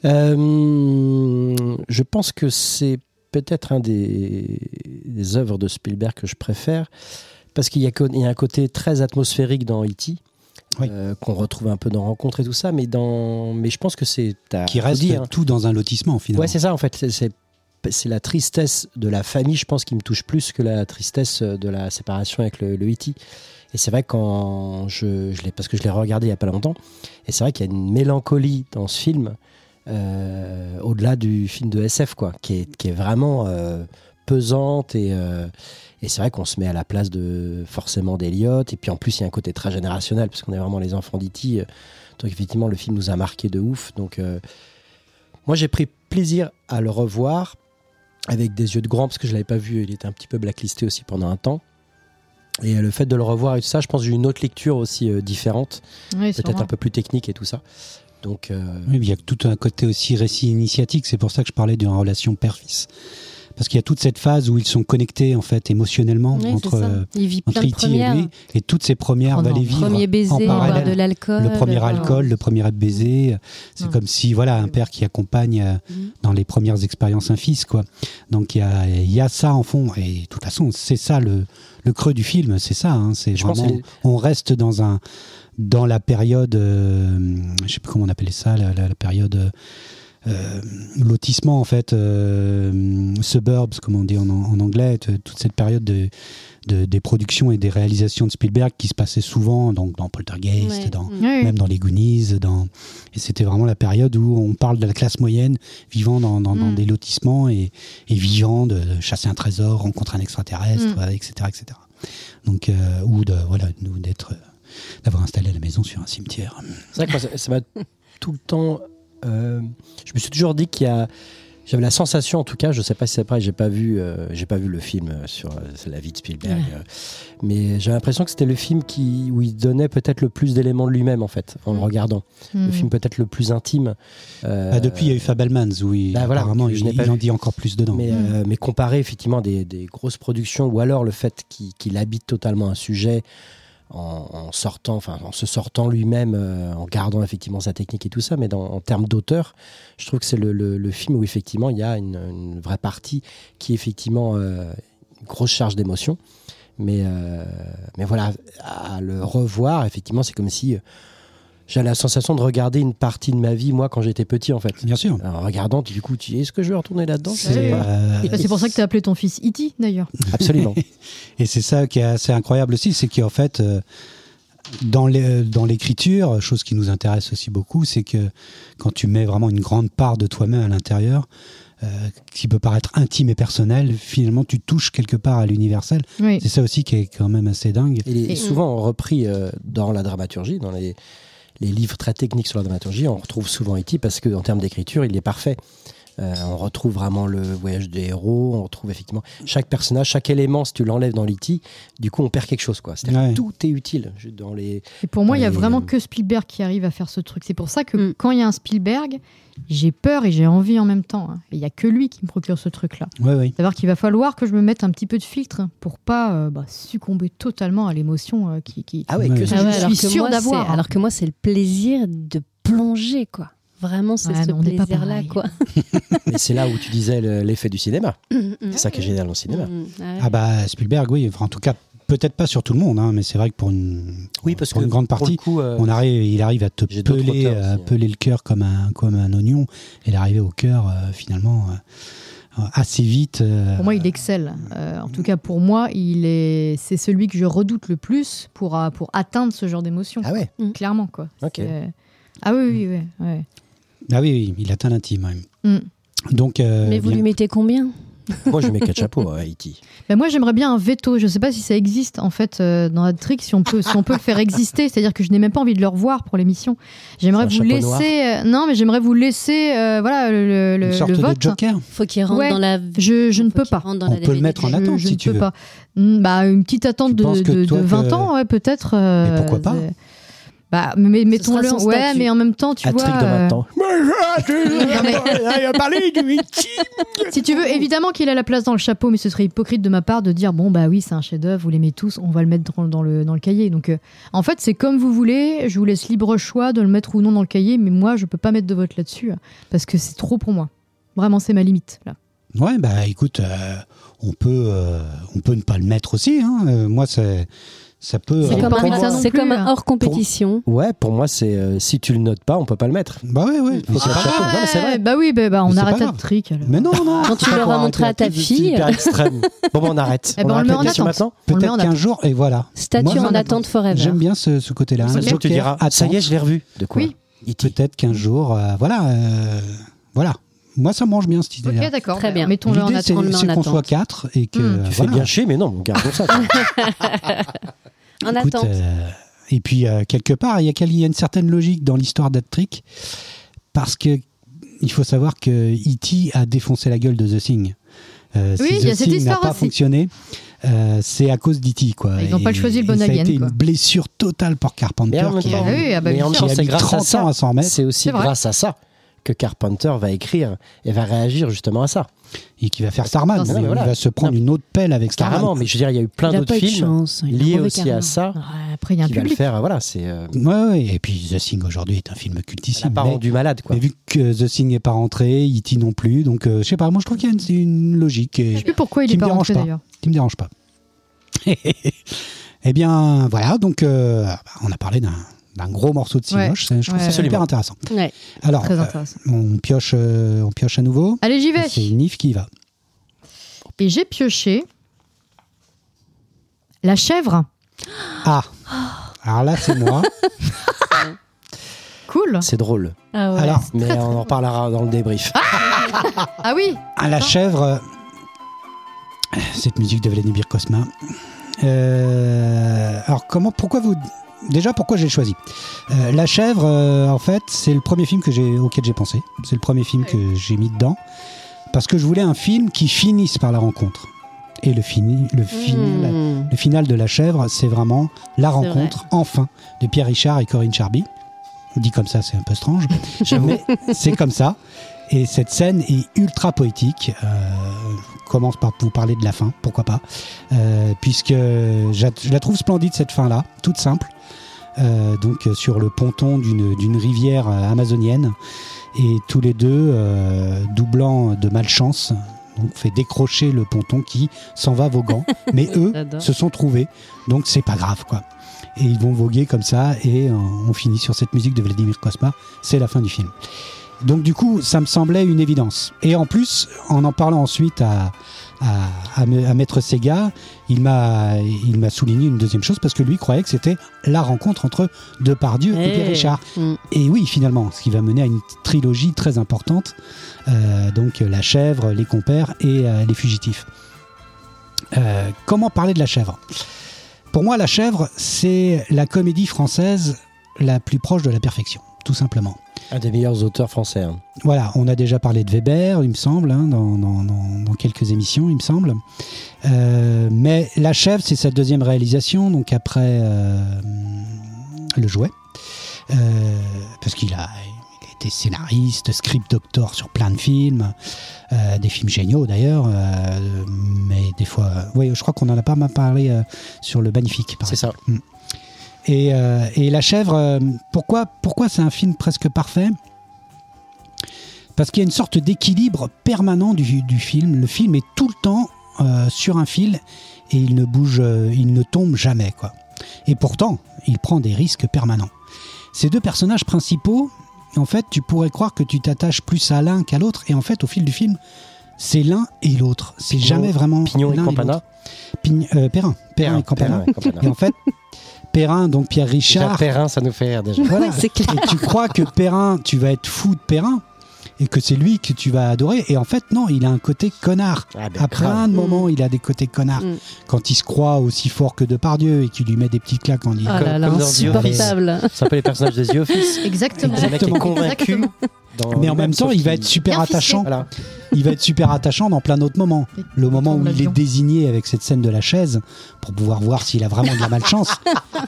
Speaker 3: Euh, je pense que c'est peut-être un des, des œuvres de Spielberg que je préfère parce qu'il y, a co- il y a un côté très atmosphérique dans E.T.
Speaker 1: Oui.
Speaker 3: euh, qu'on retrouve un peu dans Rencontre et tout ça, mais, dans, mais je pense que c'est à
Speaker 1: Qui reste
Speaker 3: redire. hein.
Speaker 1: tout dans un lotissement, finalement.
Speaker 3: Ouais, c'est ça en fait. C'est- C'est c'est la tristesse de la famille, je pense, qui me touche plus que la tristesse de la séparation avec le, le E.T. Et c'est vrai quand je, je l'ai parce que je l'ai regardé il y a pas longtemps. Et c'est vrai qu'il y a une mélancolie dans ce film euh, au-delà du film de SF quoi, qui est, qui est vraiment euh, pesante et euh, et c'est vrai qu'on se met à la place de forcément d'Eliott. Et puis en plus, il y a un côté très générationnel, parce qu'on est vraiment les enfants d'E.T. Donc effectivement, le film nous a marqué de ouf. Donc euh, moi, j'ai pris plaisir à le revoir avec des yeux de grand, parce que je l'avais pas vu. Il était un petit peu blacklisté aussi pendant un temps. Et euh, le fait de le revoir et tout ça, je pense que j'ai eu une autre lecture aussi euh, différente,
Speaker 2: Oui,
Speaker 3: peut-être
Speaker 2: sûrement.
Speaker 3: un peu plus technique et tout ça. Donc euh,
Speaker 1: Oui, mais il y a tout un côté aussi récit initiatique. C'est pour ça que je parlais d'une relation père-fils. Parce qu'il y a toute cette phase où ils sont connectés, en fait, émotionnellement,
Speaker 4: Ouais,
Speaker 1: entre,
Speaker 4: c'est ça.
Speaker 1: euh,
Speaker 4: il vit plein
Speaker 1: entre
Speaker 4: de
Speaker 1: E.T. et
Speaker 4: premières.
Speaker 1: lui. Et toutes ces premières
Speaker 2: Oh non,
Speaker 1: va les vivre.
Speaker 4: Premier baiser,
Speaker 1: en
Speaker 4: boire de
Speaker 1: parallèle.
Speaker 4: l'alcool. Ah.
Speaker 1: le premier
Speaker 4: voilà.
Speaker 1: alcool, le premier baiser. C'est
Speaker 2: Mm.
Speaker 1: comme si, voilà, un père qui accompagne euh,
Speaker 4: Mm.
Speaker 1: dans les premières expériences un fils, quoi. Donc, il y a, il y a ça en fond. Et de toute façon, c'est ça le, le creux du film. C'est ça. hein. C'est
Speaker 3: Je pense
Speaker 1: vraiment,
Speaker 3: que les-
Speaker 1: on reste dans un, dans la période, euh, je sais plus comment on appelait ça, la, la- la période euh, lotissement en fait, euh, suburbs comme on dit en, en anglais, t- toute cette période de, de- des productions et des réalisations de Spielberg qui se passait souvent, donc dans Poltergeist,
Speaker 4: Ouais. Mm.
Speaker 1: dans
Speaker 2: Oui.
Speaker 1: même dans les Goonies. Dans... Et c'était vraiment la période où on parle de la classe moyenne vivant dans, dans- dans
Speaker 2: Mm.
Speaker 1: des lotissements et, et vivant de, de chasser un trésor, rencontrer un extraterrestre,
Speaker 2: Mm.
Speaker 1: euh, etc., etc. Donc, euh, ou de, voilà, nous, d'être, euh, d'avoir installé la maison sur un cimetière.
Speaker 3: C'est vrai que moi, ça- ça m'a tout le temps. euh, je me suis toujours dit qu'il y a. J'avais la sensation, en tout cas, je sais pas si c'est pareil, j'ai pas vu, euh, j'ai pas vu le film euh, sur euh, la vie de Spielberg,
Speaker 4: Ouais.
Speaker 3: euh, mais j'ai l'impression que c'était le film qui où il donnait peut-être le plus d'éléments de lui-même en fait, en le
Speaker 2: Mm.
Speaker 3: regardant.
Speaker 2: Mm.
Speaker 3: Le film peut-être le plus intime. euh,
Speaker 1: Bah, depuis, il y a eu Fabelmans où il,
Speaker 3: bah voilà,
Speaker 1: apparemment,
Speaker 3: que je
Speaker 1: il,
Speaker 3: n'ai pas
Speaker 1: il en
Speaker 3: vu.
Speaker 1: dit encore plus dedans.
Speaker 3: mais,
Speaker 2: Mm.
Speaker 3: euh, mais comparé effectivement à des, des grosses productions ou alors le fait qu'il qu'il habite totalement un sujet en, en sortant, enfin en se sortant lui-même, euh, en gardant effectivement sa technique et tout ça, mais dans- en termes d'auteur, je trouve que c'est le, le- le film où effectivement il y a une, une vraie partie qui est effectivement euh, une grosse charge d'émotion. Mais, euh, mais voilà, à le revoir, effectivement, c'est comme si euh, j'avais la sensation de regarder une partie de ma vie, moi, quand j'étais petit, en fait.
Speaker 1: Bien sûr.
Speaker 3: En regardant, du coup, tu dis, est-ce que je vais retourner là-dedans Je sais
Speaker 2: C'est-
Speaker 3: pas.
Speaker 1: euh,
Speaker 2: Bah, c'est pour ça que tu as appelé ton fils Iti d'ailleurs.
Speaker 3: Absolument.
Speaker 1: Et c'est ça qui est assez incroyable aussi, c'est qu'en fait, euh, dans les- dans l'écriture, chose qui nous intéresse aussi beaucoup, c'est que quand tu mets vraiment une grande part de toi-même à l'intérieur, euh, qui peut paraître intime et personnel, finalement, tu touches quelque part à l'universel.
Speaker 2: Oui.
Speaker 1: C'est ça aussi qui est quand même assez dingue.
Speaker 3: Il est
Speaker 2: Et-
Speaker 3: souvent repris euh, dans la dramaturgie, dans les, les livres très techniques sur la dramaturgie. On retrouve souvent E.T. parce qu'en termes d'écriture, il est parfait. Euh, on retrouve vraiment le voyage des héros, on retrouve effectivement chaque personnage, chaque élément, si tu l'enlèves dans l'E.T., du coup on perd quelque chose. quoi. C'est-à-dire
Speaker 1: Ouais.
Speaker 3: que tout est utile. Je- Dans les...
Speaker 2: Et pour moi, il y a
Speaker 3: Allez,
Speaker 2: vraiment
Speaker 3: euh,
Speaker 2: que Spielberg qui arrive à faire ce truc. C'est pour ça que
Speaker 4: Mm.
Speaker 2: quand il y a un Spielberg, j'ai peur et j'ai envie en même temps. hein. Et Il y a que lui qui me procure ce truc-là.
Speaker 1: Oui, oui.
Speaker 2: C'est-à-dire qu'il va falloir que je me mette un petit peu de filtre pour pas euh, bah, succomber totalement à l'émotion euh, qui, qui-
Speaker 1: ouais, que
Speaker 3: Ouais.
Speaker 1: ça,
Speaker 2: Ah ouais,
Speaker 4: Je
Speaker 2: alors
Speaker 4: suis
Speaker 2: que
Speaker 4: sûre
Speaker 2: moi,
Speaker 4: d'avoir.
Speaker 2: c'est-
Speaker 4: Alors que moi, c'est le plaisir de plonger, quoi. Vraiment, c'est
Speaker 2: Ouais,
Speaker 4: ce
Speaker 2: mais on n'est pas
Speaker 4: plaisir-là,
Speaker 2: pareil.
Speaker 4: quoi.
Speaker 3: Mais c'est là où tu disais le- l'effet du cinéma.
Speaker 4: Mm,
Speaker 3: C'est ça qui est génial dans le cinéma.
Speaker 1: Ah bah Spielberg, oui. Enfin, en tout cas, peut-être pas sur tout le monde, hein, mais c'est vrai que pour une,
Speaker 3: Oui, parce
Speaker 1: pour
Speaker 3: que
Speaker 1: une grande
Speaker 3: pour le
Speaker 1: partie,
Speaker 3: coup, euh,
Speaker 1: on arrive, il arrive à te
Speaker 3: J'ai d'autres
Speaker 1: peler,
Speaker 3: auteurs
Speaker 1: euh,
Speaker 3: aussi, hein.
Speaker 1: peler le cœur comme un, comme un oignon et l'arriver au cœur euh, finalement euh, assez vite. euh,
Speaker 2: Pour moi, il excelle. Euh, en tout cas, pour moi, il est, c'est celui que je redoute le plus pour, euh, pour atteindre ce genre d'émotion.
Speaker 3: Ah ouais,
Speaker 2: Clairement, quoi.
Speaker 3: Ok.
Speaker 2: C'est- Ah oui, oui, oui. ouais.
Speaker 1: Ah oui, oui, il atteint l'intime. ouais.
Speaker 2: Mm.
Speaker 1: Donc, euh,
Speaker 4: Mais vous
Speaker 1: bien-
Speaker 4: lui mettez combien
Speaker 3: moi je mets quatre chapeaux à E E.T.
Speaker 2: Ben moi, j'aimerais bien un veto. Je ne sais pas si ça existe en fait euh, dans la trick, si on peut, si on peut le faire exister. C'est-à-dire que je n'ai même pas envie de le revoir pour l'émission. J'aimerais
Speaker 3: C'est un
Speaker 2: vous
Speaker 3: chapeau noir.
Speaker 2: laisser. euh, non, mais j'aimerais vous laisser. euh, voilà le, le-
Speaker 1: une sorte
Speaker 2: le
Speaker 1: de
Speaker 2: vote. hein.
Speaker 1: joker.
Speaker 4: Faut qu'il rentre
Speaker 2: Ouais.
Speaker 4: dans la.
Speaker 2: Je, je ne
Speaker 4: Faut
Speaker 2: peux
Speaker 4: qu'il
Speaker 2: pas.
Speaker 4: rentre dans
Speaker 1: On
Speaker 4: la
Speaker 1: peut le
Speaker 4: DVD.
Speaker 1: mettre en
Speaker 2: Je-
Speaker 1: attente,
Speaker 2: je
Speaker 1: si
Speaker 2: ne
Speaker 1: tu
Speaker 2: peux
Speaker 1: veux.
Speaker 2: pas. Mm, Bah, une petite attente
Speaker 1: Tu
Speaker 2: de,
Speaker 1: penses que
Speaker 2: de-
Speaker 1: toi,
Speaker 2: de 20
Speaker 1: que-
Speaker 2: ans, ouais, peut-être. euh,
Speaker 1: Mais pourquoi pas
Speaker 2: c'est- bah, mais
Speaker 4: Ce
Speaker 2: mettons-le.
Speaker 4: sera son
Speaker 2: Ouais,
Speaker 4: statut.
Speaker 2: mais en même temps, tu vois.
Speaker 3: Patrick de 20
Speaker 2: euh,
Speaker 3: ans.
Speaker 1: Il a parlé du
Speaker 2: euh, Si tu veux, évidemment qu'il a la place dans le chapeau, mais ce serait hypocrite de ma part de dire bon bah oui c'est un chef-d'œuvre, vous l'aimez tous, on va le mettre dans, dans le dans le cahier. Donc euh, en fait c'est comme vous voulez, je vous laisse libre choix de le mettre ou non dans le cahier, mais moi je peux pas mettre de vote là-dessus hein, parce que c'est trop pour moi. Vraiment c'est ma limite là.
Speaker 1: Ouais, bah écoute, euh, on peut, euh, on peut ne pas le mettre aussi. hein. Euh, moi, c'est, ça peut.
Speaker 2: C'est
Speaker 1: euh,
Speaker 2: comme
Speaker 1: pour
Speaker 2: un
Speaker 1: moi-
Speaker 2: ça non
Speaker 4: C'est
Speaker 2: plus,
Speaker 4: comme un
Speaker 2: hein.
Speaker 4: hors compétition.
Speaker 3: Ouais, pour moi c'est euh, si tu le notes pas, on peut pas le mettre.
Speaker 1: Bah ouais, ouais.
Speaker 3: Faut qu'il y ait le chapeau. Non, mais c'est vrai.
Speaker 2: bah oui bah, bah,
Speaker 1: Mais
Speaker 2: on
Speaker 1: c'est
Speaker 2: arrête
Speaker 1: pas
Speaker 2: la
Speaker 1: grave.
Speaker 2: trick. alors.
Speaker 1: Mais non, non.
Speaker 4: Quand tu
Speaker 3: Pas pour
Speaker 4: l'auras montré à
Speaker 3: arrêter
Speaker 4: ta
Speaker 3: la pub, c'est
Speaker 4: fille,
Speaker 3: hyper extrême. bon, ben, on arrête.
Speaker 2: Eh ben, on
Speaker 3: arrête
Speaker 2: le met
Speaker 3: la
Speaker 2: en
Speaker 3: mission
Speaker 2: attente.
Speaker 3: maintenant.
Speaker 2: On le met en
Speaker 1: Peut-être qu'un
Speaker 2: attente.
Speaker 1: jour, et voilà. Moi,
Speaker 4: Statut
Speaker 1: j'en
Speaker 4: en
Speaker 1: ai-
Speaker 4: attente forever.
Speaker 1: J'aime bien ce, ce côté-là.
Speaker 3: Ça
Speaker 1: un
Speaker 3: se trouve, tu
Speaker 1: joker
Speaker 3: diras, ça y
Speaker 1: attente.
Speaker 3: est, je l'ai revu. De quoi
Speaker 2: Oui.
Speaker 3: E.T.
Speaker 1: Peut-être qu'un jour, euh, voilà, euh, voilà. Moi, ça me mange bien cette idée-là.
Speaker 2: Ok d'accord.
Speaker 4: Très
Speaker 2: bah,
Speaker 4: bien.
Speaker 2: Mettons-le en
Speaker 1: L'idée,
Speaker 2: attente.
Speaker 1: c'est
Speaker 4: on le met en
Speaker 1: c'est qu'on
Speaker 4: attente.
Speaker 1: soit quatre et que.
Speaker 2: Hmm.
Speaker 1: euh,
Speaker 3: Tu fais
Speaker 1: voilà.
Speaker 3: bien chier, mais non, on garde ça.
Speaker 2: Ah,
Speaker 3: quoi.
Speaker 4: En
Speaker 1: Écoute,
Speaker 4: attente.
Speaker 1: euh, et puis, euh, quelque part, il y, a quel- il y a une certaine logique dans l'histoire d'Attrick, parce que il faut savoir que E.T. a défoncé la gueule de The Thing. Euh,
Speaker 2: Oui,
Speaker 1: si
Speaker 2: il y a
Speaker 1: The
Speaker 2: cette
Speaker 1: Thing n'a
Speaker 2: histoire
Speaker 1: pas
Speaker 2: aussi.
Speaker 1: fonctionné, euh, c'est à cause d'E.T. quoi.
Speaker 2: Ils n'ont pas
Speaker 1: Et-
Speaker 2: choisi le bon
Speaker 1: et Ça a
Speaker 2: alien,
Speaker 1: été
Speaker 2: quoi.
Speaker 1: une blessure totale pour Carpenter,
Speaker 3: Mais en même
Speaker 1: qui a,
Speaker 3: temps,
Speaker 2: Ah oui, ah bah,
Speaker 3: mais en
Speaker 2: bien
Speaker 3: même
Speaker 1: qui
Speaker 3: temps,
Speaker 1: a
Speaker 3: c'est
Speaker 1: mis
Speaker 3: grâce à
Speaker 1: 30 ans
Speaker 3: ça.
Speaker 1: à s'en remettre.
Speaker 3: C'est aussi
Speaker 2: C'est vrai.
Speaker 3: grâce à ça que Carpenter va écrire et va réagir justement à ça.
Speaker 1: et qui va faire Starman.
Speaker 2: Non,
Speaker 1: mais
Speaker 3: mais voilà.
Speaker 1: Il va se prendre
Speaker 3: Non.
Speaker 1: une autre pelle avec Starman.
Speaker 3: Carrément, mais je veux dire, il y a eu plein
Speaker 4: Il a
Speaker 3: d'autres
Speaker 4: pas eu de
Speaker 3: films
Speaker 4: chance. Il a
Speaker 3: liés
Speaker 4: mauvais
Speaker 3: aussi à
Speaker 4: karma.
Speaker 3: ça
Speaker 2: Ouais, Après il y a un
Speaker 3: qui va le
Speaker 2: public.
Speaker 3: faire. Voilà, c'est euh,
Speaker 1: Ouais, ouais, et puis The Thing aujourd'hui est un film
Speaker 3: ça
Speaker 1: cultissime.
Speaker 3: n'a pas
Speaker 1: mais-
Speaker 3: rendu malade quoi.
Speaker 1: Mais vu que The Thing n'est pas rentré, E.T. non plus, donc euh, je sais pas, moi je trouve qu'il y a une, une logique
Speaker 2: Je
Speaker 1: et
Speaker 2: sais plus pourquoi il
Speaker 1: Qui
Speaker 2: est
Speaker 1: me
Speaker 2: pas
Speaker 1: dérange
Speaker 2: rentré
Speaker 1: pas.
Speaker 2: d'ailleurs.
Speaker 1: qui me dérange pas. Eh bien voilà, donc euh, bah, on a parlé d'un d'un gros morceau de Simoche, je trouve
Speaker 2: ouais.
Speaker 1: ça super
Speaker 3: Absolument.
Speaker 1: intéressant.
Speaker 4: Ouais.
Speaker 1: Alors,
Speaker 2: Très
Speaker 1: euh,
Speaker 2: intéressant.
Speaker 1: on, pioche, euh, on pioche à nouveau,
Speaker 2: Allez j'y vais.
Speaker 1: Et c'est une Yves qui y va.
Speaker 2: Et j'ai pioché la chèvre.
Speaker 1: Ah Alors là, c'est moi.
Speaker 2: Cool.
Speaker 3: C'est drôle.
Speaker 4: Ah ouais.
Speaker 1: Alors,
Speaker 3: Mais on en reparlera dans le débrief.
Speaker 2: Ah oui.
Speaker 1: à la chèvre, euh, cette musique de Vladimir Cosma. Euh, alors comment, pourquoi vous, déjà pourquoi j'ai choisi Euh, La chèvre, euh, en fait, c'est le premier film que j'ai auquel j'ai pensé. C'est le premier film que j'ai mis dedans parce que je voulais un film qui finisse par la rencontre. Et le fini, le final,
Speaker 4: Mmh.
Speaker 1: le final de La Chèvre, c'est vraiment la
Speaker 4: vrai.
Speaker 1: rencontre, enfin, de Pierre Richard et Corinne Charby. Dit comme ça, c'est un peu strange. J'avoue. C'est comme ça. Et cette scène est ultra poétique. Euh, je commence par vous parler de la fin, pourquoi pas, euh, puisque j'a- je la trouve splendide cette fin-là, toute simple. Euh, donc euh, sur le ponton d'une d'une rivière euh, amazonienne et tous les deux euh, doublant de malchance donc fait décrocher le ponton qui s'en va voguant mais eux
Speaker 4: J'adore.
Speaker 1: se sont trouvés donc c'est pas grave quoi et ils vont voguer comme ça et euh, on finit sur cette musique de Vladimir Kosma c'est la fin du film donc du coup ça me semblait une évidence et en plus en en parlant ensuite à à, à me- à Maître Sega, il m'a il m'a souligné une deuxième chose parce que lui croyait que c'était la rencontre entre Depardieu et
Speaker 4: Eh.
Speaker 1: Pierre Richard.
Speaker 4: Mm.
Speaker 1: Et oui, finalement, ce qui va mener à une trilogie très importante, euh, donc euh, La Chèvre, Les Compères et euh, Les Fugitifs. Euh, comment parler de La Chèvre Pour moi, La Chèvre, c'est la comédie française la plus proche de la perfection, tout simplement.
Speaker 3: Un des meilleurs auteurs français. hein.
Speaker 1: Voilà, on a déjà parlé de Weber, il me semble, hein, dans, dans- dans- dans quelques émissions, il me semble. Euh, mais La Chèvre, c'est sa deuxième réalisation, donc après euh, Le Jouet. Euh, parce qu'il a, il a été scénariste, script doctor sur plein de films, euh, des films géniaux d'ailleurs, euh, mais des fois. oui, je crois qu'on en a pas mal parlé euh, sur Le Magnifique, par
Speaker 3: C'est ça.
Speaker 1: et, euh, et La Chèvre, euh, pourquoi, pourquoi c'est un film presque parfait Parce qu'il y a une sorte d'équilibre permanent du, du film. Le film est tout le temps euh, sur un fil et il ne bouge, euh, il ne tombe jamais. Quoi. Et pourtant, il prend des risques permanents. Ces deux personnages principaux, en fait, tu pourrais croire que tu t'attaches plus à l'un qu'à l'autre. Et en fait, au fil du film, c'est l'un et l'autre. C'est
Speaker 3: Pignon-
Speaker 1: jamais vraiment
Speaker 3: Pignon et
Speaker 1: l'un
Speaker 3: Campana.
Speaker 1: l'autre. Pign- euh, Perrin. Perrin et Campana.
Speaker 3: Perrin et Campana.
Speaker 1: Et en fait, Perrin, donc Pierre
Speaker 3: Déjà,
Speaker 1: Richard,
Speaker 3: Perrin, ça nous fait rire déjà.
Speaker 1: voilà.
Speaker 4: C'est clair.
Speaker 1: Et tu crois que Perrin, tu vas être fou de Perrin et que c'est lui que tu vas adorer. Et en fait, non, il a un côté connard.
Speaker 3: Ah, ben,
Speaker 1: À
Speaker 3: grave.
Speaker 1: plein de moments, il a des côtés connards.
Speaker 4: Mm.
Speaker 1: Quand il se croit aussi fort que Depardieu et qu'il lui met des petites claques en disant
Speaker 4: Ah là là,
Speaker 3: Comme dans The
Speaker 4: insupportable.
Speaker 3: C'est un peu les personnages de The Office.
Speaker 2: Exactement.
Speaker 3: Le mec est
Speaker 1: Exactement.
Speaker 3: convaincu.
Speaker 2: Exactement.
Speaker 3: dans
Speaker 1: Mais en
Speaker 3: lui-même,
Speaker 1: même temps,
Speaker 3: sauf
Speaker 1: il va
Speaker 3: qu'il-
Speaker 1: être super
Speaker 2: Bien ficelé.
Speaker 1: attachant.
Speaker 3: Voilà.
Speaker 1: Il va être super attachant dans plein d'autres moments. Le moment où il est désigné avec cette scène de la chaise pour pouvoir voir s'il a vraiment de la malchance.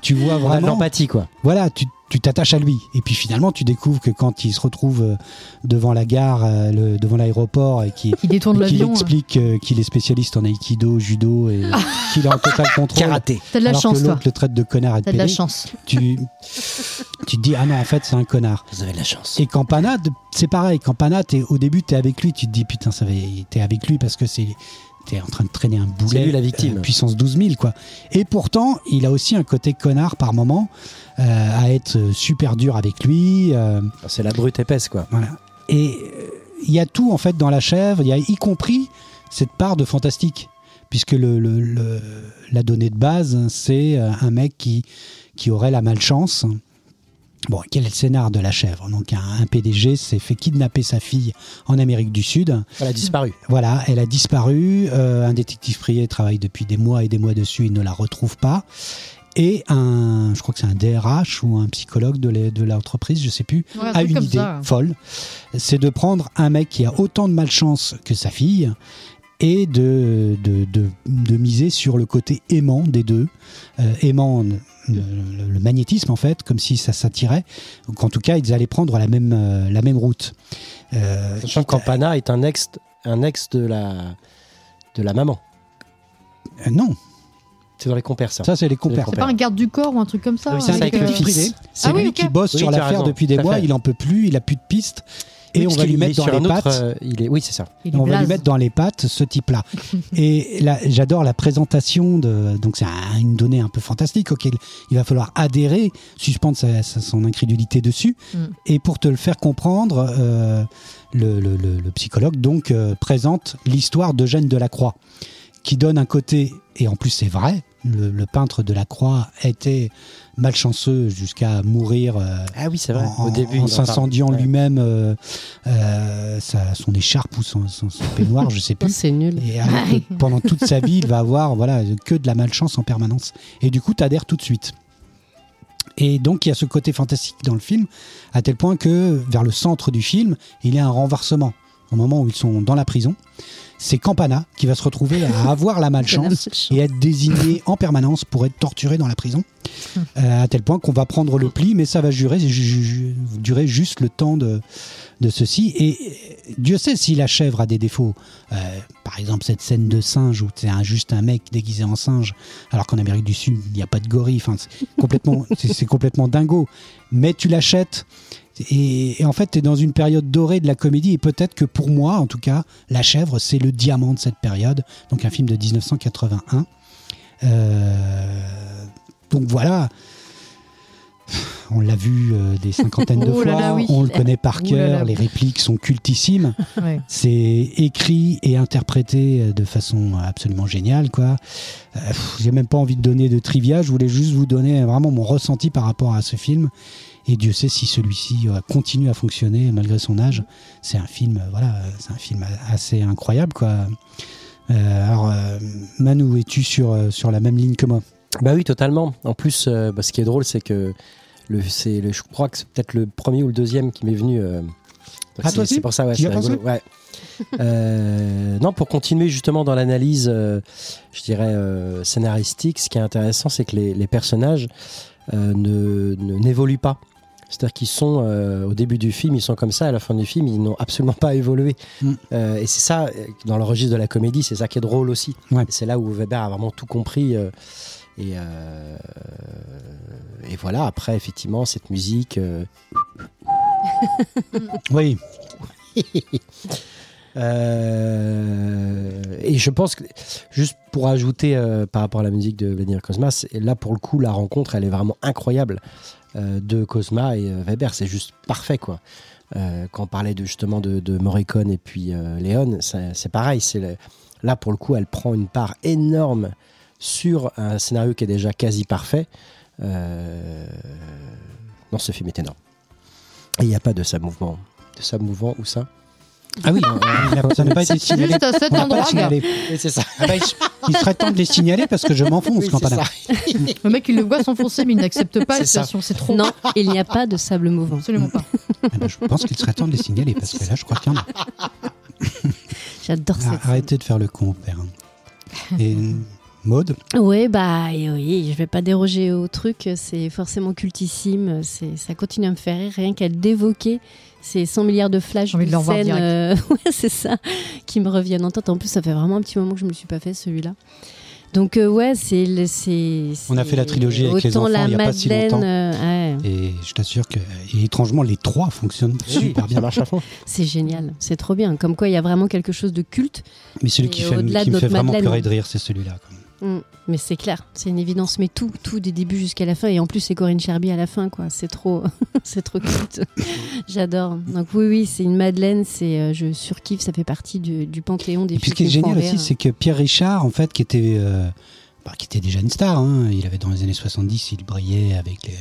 Speaker 1: tu vois
Speaker 3: On a de
Speaker 1: vraiment
Speaker 3: l'empathie, quoi.
Speaker 1: voilà, tu tu t'attaches à lui. Et puis finalement, tu découvres que quand il se retrouve euh, devant la gare, euh, le- devant l'aéroport, et qu'il
Speaker 2: Qui détourne
Speaker 1: qu'il
Speaker 2: l'avion. hein. Ah.
Speaker 1: explique euh, qu'il est spécialiste en aïkido, judo, et qu'il est en total contrôle.
Speaker 3: Karaté.
Speaker 2: euh, T'as de la
Speaker 1: alors
Speaker 2: chance,
Speaker 1: que
Speaker 2: toi.
Speaker 1: l'autre le traite de connard et de
Speaker 2: T'as de la
Speaker 1: pédé,
Speaker 2: chance.
Speaker 1: tu, tu te dis ah non en fait c'est un connard.
Speaker 3: Vous avez de la chance.
Speaker 1: Et Campana, de- c'est pareil. Campana, t'es- au début t'es avec lui, tu te dis putain ça va, t'es avec lui parce que c'est t'es en train de traîner un boulet.
Speaker 3: C'est lui la victime.
Speaker 1: euh, puissance 12 000 quoi. Et pourtant, il a aussi un côté connard par moment, euh, à être euh, super dur avec lui. euh,
Speaker 3: C'est la brute épaisse, quoi.
Speaker 1: voilà. Et euh, il y a tout en fait dans la chèvre, il y a y compris cette part de fantastique, puisque le, le- le- la donnée de base, hein, c'est euh, un mec qui, qui aurait la malchance. Bon, quel est le scénar de la chèvre Donc un, un PDG s'est fait kidnapper sa fille en Amérique du Sud.
Speaker 3: Elle a disparu.
Speaker 1: Voilà, elle a disparu. euh, un détective privé travaille depuis des mois et des mois dessus, il ne la retrouve pas. Et un, je crois que c'est un DRH ou un psychologue de la- de l'entreprise, je sais plus,
Speaker 2: Ouais, un
Speaker 1: a
Speaker 2: truc
Speaker 1: une
Speaker 2: comme
Speaker 1: idée
Speaker 2: ça.
Speaker 1: folle, c'est de prendre un mec qui a autant de malchance que sa fille et de, de, de- de miser sur le côté aimant des deux, Euh, aimant le, le- le magnétisme en fait, comme si ça s'attirait, ou qu'en tout cas ils allaient prendre la même, euh, la même route. Euh,
Speaker 3: Sachant que Campana est un ex, un ex de la, de la maman.
Speaker 1: euh, non,
Speaker 3: C'est dans les compères, ça.
Speaker 1: ça c'est les compères.
Speaker 2: C'est pas un garde du corps ou un truc comme ça.
Speaker 3: Oui, c'est
Speaker 2: hein,
Speaker 1: C'est un
Speaker 3: avec
Speaker 2: euh,
Speaker 3: le
Speaker 1: détective
Speaker 3: fils.
Speaker 1: privé, c'est
Speaker 2: Ah
Speaker 1: lui
Speaker 2: oui, ok.
Speaker 1: qui bosse
Speaker 3: Oui,
Speaker 1: sur
Speaker 3: t'as
Speaker 1: l'affaire
Speaker 3: raison,
Speaker 1: depuis des
Speaker 3: tout à
Speaker 1: mois,
Speaker 3: fait.
Speaker 1: il en peut plus, il a plus de pistes, et on va lui mettre dans les pattes.
Speaker 3: euh, il est, oui, c'est ça.
Speaker 2: il est
Speaker 1: On va lui
Speaker 2: blaze.
Speaker 1: mettre dans les pattes ce type-là. Et là, j'adore la présentation de. Donc, c'est un- une donnée un peu fantastique auquel il va falloir adhérer, suspendre sa- sa- son incrédulité dessus.
Speaker 2: Mm.
Speaker 1: Et pour te le faire comprendre, euh, le, le- le- le psychologue donc euh, présente l'histoire d'Eugène Delacroix, qui donne un côté, et en plus c'est vrai, le, le peintre Delacroix était malchanceux jusqu'à mourir. euh,
Speaker 3: Ah oui, c'est
Speaker 1: en,
Speaker 3: vrai. Au
Speaker 1: en-
Speaker 3: début,
Speaker 1: en
Speaker 3: il parle.
Speaker 1: s'incendiant
Speaker 3: Ouais.
Speaker 1: lui-même euh, euh, sa- son écharpe ou son, son- son peignoir, je sais
Speaker 4: Oh,
Speaker 1: plus.
Speaker 4: C'est nul.
Speaker 1: Et alors que pendant toute sa vie, il va avoir voilà que de la malchance en permanence. Et du coup, t'adhères tout de suite. Et donc, il y a ce côté fantastique dans le film, à tel point que vers le centre du film, il y a un renversement. au moment où ils sont dans la prison, c'est Campana qui va se retrouver à avoir la malchance et être désigné en permanence pour être torturé dans la prison, euh, à tel point qu'on va prendre le pli, mais ça va durer, ju- ju- durer juste le temps de, de ceci. Et euh, Dieu sait si la chèvre a des défauts. Euh, par exemple, cette scène de singe où c'est un- juste un mec déguisé en singe, alors qu'en Amérique du Sud, il n'y a pas de gorille. Enfin, c'est complètement, c'est c'est complètement dingo. Mais tu l'achètes. Et, et en fait, tu es dans une période dorée de la comédie. Et peut-être que pour moi, en tout cas, La chèvre, c'est le diamant de cette période. Donc, un film de 1981. Euh, donc voilà. On l'a vu euh, des cinquantaines de
Speaker 2: Oh là
Speaker 1: fois.
Speaker 2: là, oui.
Speaker 1: On le connaît par
Speaker 2: Ouh là
Speaker 1: cœur.
Speaker 2: là.
Speaker 1: Les répliques sont cultissimes.
Speaker 2: Ouais.
Speaker 1: C'est écrit et interprété euh, de façon absolument géniale, quoi. Euh, pff, J'ai même pas envie de donner de trivia. Je voulais juste vous donner vraiment mon ressenti par rapport à ce film. Et Dieu sait si celui-ci euh, continue à fonctionner malgré son âge. C'est un film, euh, voilà, euh, c'est un film assez incroyable, quoi. Euh, alors, euh, Manu, es-tu sur, euh, sur la même ligne que moi
Speaker 3: Bah oui, totalement. En plus, euh, bah, ce qui est drôle, c'est que le, c'est le, je crois que c'est peut-être le premier ou le deuxième qui m'est venu. euh, donc
Speaker 1: Ah,
Speaker 3: c'est,
Speaker 1: toi aussi
Speaker 3: c'est pour ça, ouais,
Speaker 1: Tu y
Speaker 3: c'est
Speaker 1: as pensé
Speaker 3: rigolo, ouais. Euh, non, pour continuer justement dans l'analyse, euh, je dirais euh, scénaristique, ce qui est intéressant, c'est que les, les personnages euh, ne, ne- n'évoluent pas. C'est-à-dire qu'ils sont euh, au début du film, ils sont comme ça, à la fin du film, ils n'ont absolument pas évolué.
Speaker 1: Mm.
Speaker 3: Euh, et c'est ça, euh, dans le registre de la comédie, c'est ça qui est drôle aussi.
Speaker 1: Ouais.
Speaker 3: Et C'est là où Weber a vraiment tout compris. euh, et, euh, et voilà, après, effectivement, cette musique. euh,
Speaker 1: Oui,
Speaker 3: euh, et je pense que, juste pour ajouter euh, par rapport à la musique de Vladimir Cosma, c'est- là, pour le coup, la rencontre, elle est vraiment incroyable euh, de Cosma et euh, Weber. C'est juste parfait, quoi. Euh, quand on parlait de, justement de, de Morricone et puis euh, Léon, c'est c'est pareil. c'est le- là, pour le coup, elle prend une part énorme sur un scénario qui est déjà quasi parfait. Euh, Non, ce film est énorme. Et il n'y a pas de sub-mouvement. De sub-mouvement, où ça Ah oui,
Speaker 1: ça n'a pas été signalé.
Speaker 2: Juste à cet
Speaker 1: On n'a pas
Speaker 2: endroit. gars.
Speaker 1: signalé.
Speaker 3: et c'est ça.
Speaker 1: Ah bah, il, il serait temps de les signaler parce que je m'enfonce,
Speaker 3: Oui, c'est
Speaker 1: Campana.
Speaker 3: ça.
Speaker 2: Le mec, il le voit s'enfoncer, mais il n'accepte pas la
Speaker 3: C'est ça.
Speaker 2: situation. C'est trop.
Speaker 4: Non, il n'y a pas de sable mouvant.
Speaker 2: hein. Absolument pas.
Speaker 1: Ah bah, je pense qu'il serait temps de les signaler parce que là, je crois qu'il y en a.
Speaker 4: Ah, J'adore
Speaker 1: Ah,
Speaker 4: cette
Speaker 1: arrêtez de faire le con, père. Et Maude,
Speaker 4: Oui, bah et oui, je vais pas déroger au truc, c'est forcément cultissime, c'est ça continue à me faire rire, rien qu'à d'évoquer ces 100 milliards de flashs
Speaker 2: J'ai envie de
Speaker 4: de
Speaker 2: le revoir
Speaker 4: scènes,
Speaker 2: direct.
Speaker 4: euh, ouais, c'est ça, qui me reviennent en tête. En plus, ça fait vraiment un petit moment que je me le suis pas fait celui-là. Donc euh, ouais, c'est le- c'est
Speaker 1: On a
Speaker 4: c'est-
Speaker 1: fait la trilogie avec les
Speaker 4: autant
Speaker 1: enfants
Speaker 4: la
Speaker 1: il y a pas si
Speaker 4: Madeleine,
Speaker 1: longtemps.
Speaker 4: euh, ouais,
Speaker 1: et je t'assure que, et étrangement, les trois fonctionnent super bien.
Speaker 3: Ça marche à fond.
Speaker 4: c'est génial, c'est trop bien. Comme quoi, il y a vraiment quelque chose de culte,
Speaker 1: Mais celui qui,
Speaker 4: Et
Speaker 1: fait-
Speaker 4: au-delà
Speaker 1: qui
Speaker 4: de
Speaker 1: me fait
Speaker 4: notre
Speaker 1: vraiment
Speaker 4: Madeleine.
Speaker 1: pleurer de rire, c'est celui-là. quoi.
Speaker 4: Mm. mais c'est clair, c'est une évidence. Mais tout, tout du début jusqu'à la fin, et en plus c'est Corinne Cherby à la fin, quoi. C'est trop, c'est trop culte. J'adore. Donc oui, oui, c'est une Madeleine. C'est, euh, je surkiffe. Ça fait partie du, du panthéon des.
Speaker 1: Et puis ce
Speaker 4: films
Speaker 1: qui est
Speaker 4: qui me font
Speaker 1: génial
Speaker 4: rire.
Speaker 1: aussi, c'est que Pierre Richard, en fait, qui était, euh, bah, qui était déjà une star, hein, il avait dans les années 70, il brillait avec les-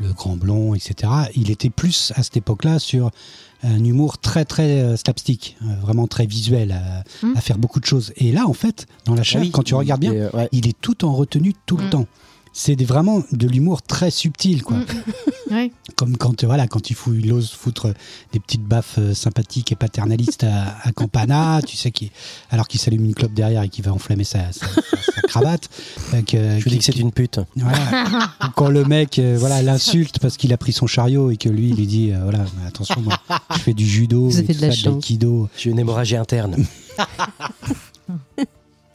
Speaker 1: le, le grand blond, etc. Il était plus à cette époque-là sur un humour très très euh, slapstick, euh, vraiment très visuel, à,
Speaker 2: Mm.
Speaker 1: à faire beaucoup de choses. Et là, en fait, dans la chair, quand tu regardes bien,
Speaker 3: Ah Et, euh, ouais.
Speaker 1: il est tout en retenue tout le
Speaker 2: Mm.
Speaker 1: temps. C'est des- vraiment de l'humour très subtil, quoi.
Speaker 2: Mm. Ouais.
Speaker 1: Comme quand, euh, voilà, quand il, fout, il ose foutre des petites baffes euh, sympathiques et paternalistes à, à Campana, tu sais, qu'il, alors qu'il s'allume une clope derrière et qu'il va enflammer sa, sa- sa- sa cravate. Euh, que-
Speaker 3: Je vous dis que c'est une pute.
Speaker 1: voilà. Ou quand le mec euh, voilà, l'insulte parce qu'il a pris son chariot et que lui, il lui dit euh, voilà, mais attention, moi, je fais du judo,
Speaker 4: Vous
Speaker 1: et
Speaker 4: avez
Speaker 1: tout
Speaker 4: de la
Speaker 1: ça,
Speaker 4: chance.
Speaker 1: l'aïkido.
Speaker 3: J'ai une hémorragie interne.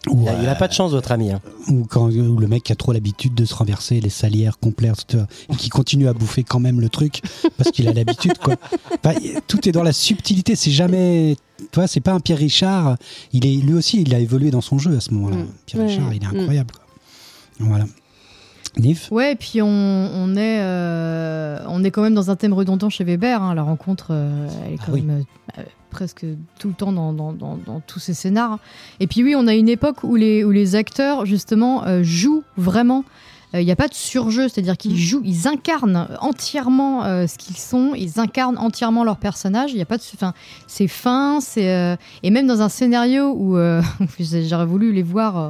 Speaker 1: Ou,
Speaker 3: Il a- Il
Speaker 1: euh,
Speaker 3: n'a pas de chance, votre ami. hein.
Speaker 1: ou quand ou le mec qui a trop l'habitude de se renverser les salières complètes tu vois, et qui continue à bouffer quand même le truc parce qu'il a l'habitude quoi Enfin, y- tout est dans la subtilité c'est jamais tu vois c'est pas un Pierre Richard il est lui aussi il a évolué dans son jeu à ce moment-là
Speaker 4: Mm.
Speaker 1: Pierre
Speaker 4: Ouais,
Speaker 1: Richard il est
Speaker 4: mm.
Speaker 1: incroyable quoi. voilà Nif
Speaker 2: Ouais, et puis on, on est, euh, on est quand même dans un thème redondant chez Weber. hein. La rencontre, euh, elle est
Speaker 1: Ah
Speaker 2: quand
Speaker 1: oui.
Speaker 2: même euh, presque tout le temps dans, dans- dans- dans tous ces scénars. Et puis oui, on a une époque où les, où les acteurs, justement, euh, jouent vraiment. Euh, Il n'y a pas de surjeu, c'est-à-dire
Speaker 1: Mm.
Speaker 2: qu'ils jouent, ils incarnent entièrement euh, ce qu'ils sont, ils incarnent entièrement leur personnage. Il n'y a pas de, enfin, c'est fin, c'est euh, et même dans un scénario où euh, j'aurais voulu les voir euh,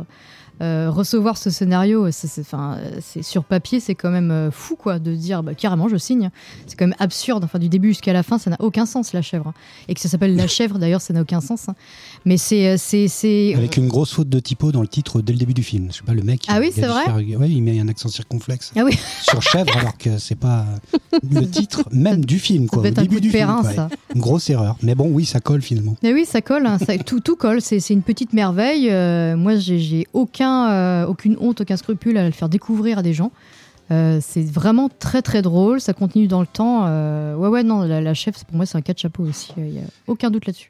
Speaker 2: euh, recevoir ce scénario, c'est- c'est enfin, euh, c'est- sur papier, c'est quand même euh, fou quoi, de dire bah, carrément je signe. C'est quand même absurde. Enfin, du début jusqu'à la fin, ça n'a aucun sens la chèvre. Et que ça s'appelle la chèvre d'ailleurs, ça n'a aucun sens. hein. Mais c'est euh, c'est c'est-
Speaker 1: Avec une grosse faute de typo dans le titre dès le début du film. Je sais pas, le mec.
Speaker 2: Ah
Speaker 1: il
Speaker 2: oui,
Speaker 1: a
Speaker 2: c'est
Speaker 1: dû
Speaker 2: vrai
Speaker 1: faire- ouais, il met un accent circonflexe
Speaker 2: Ah oui.
Speaker 1: sur chèvre alors que c'est pas le titre même du film.
Speaker 2: ça
Speaker 1: Quoi,
Speaker 2: peut
Speaker 1: au
Speaker 2: être un
Speaker 1: début
Speaker 2: coup de
Speaker 1: du film,
Speaker 2: périn
Speaker 1: quoi.
Speaker 2: ça.
Speaker 1: Une grosse erreur. Mais bon, oui, ça colle finalement.
Speaker 2: Mais oui, ça colle, hein, ça- tout, tout colle, c'est c'est une petite merveille. Euh, moi, j'ai- j'ai aucun, euh, aucune honte, aucun scrupule à le faire découvrir à des gens. Euh, c'est vraiment très très drôle, ça continue dans le temps. Euh, ouais, ouais, non, la, la chef, c'est- pour moi, c'est un cas de chapeau aussi, il n'y a aucun doute là-dessus.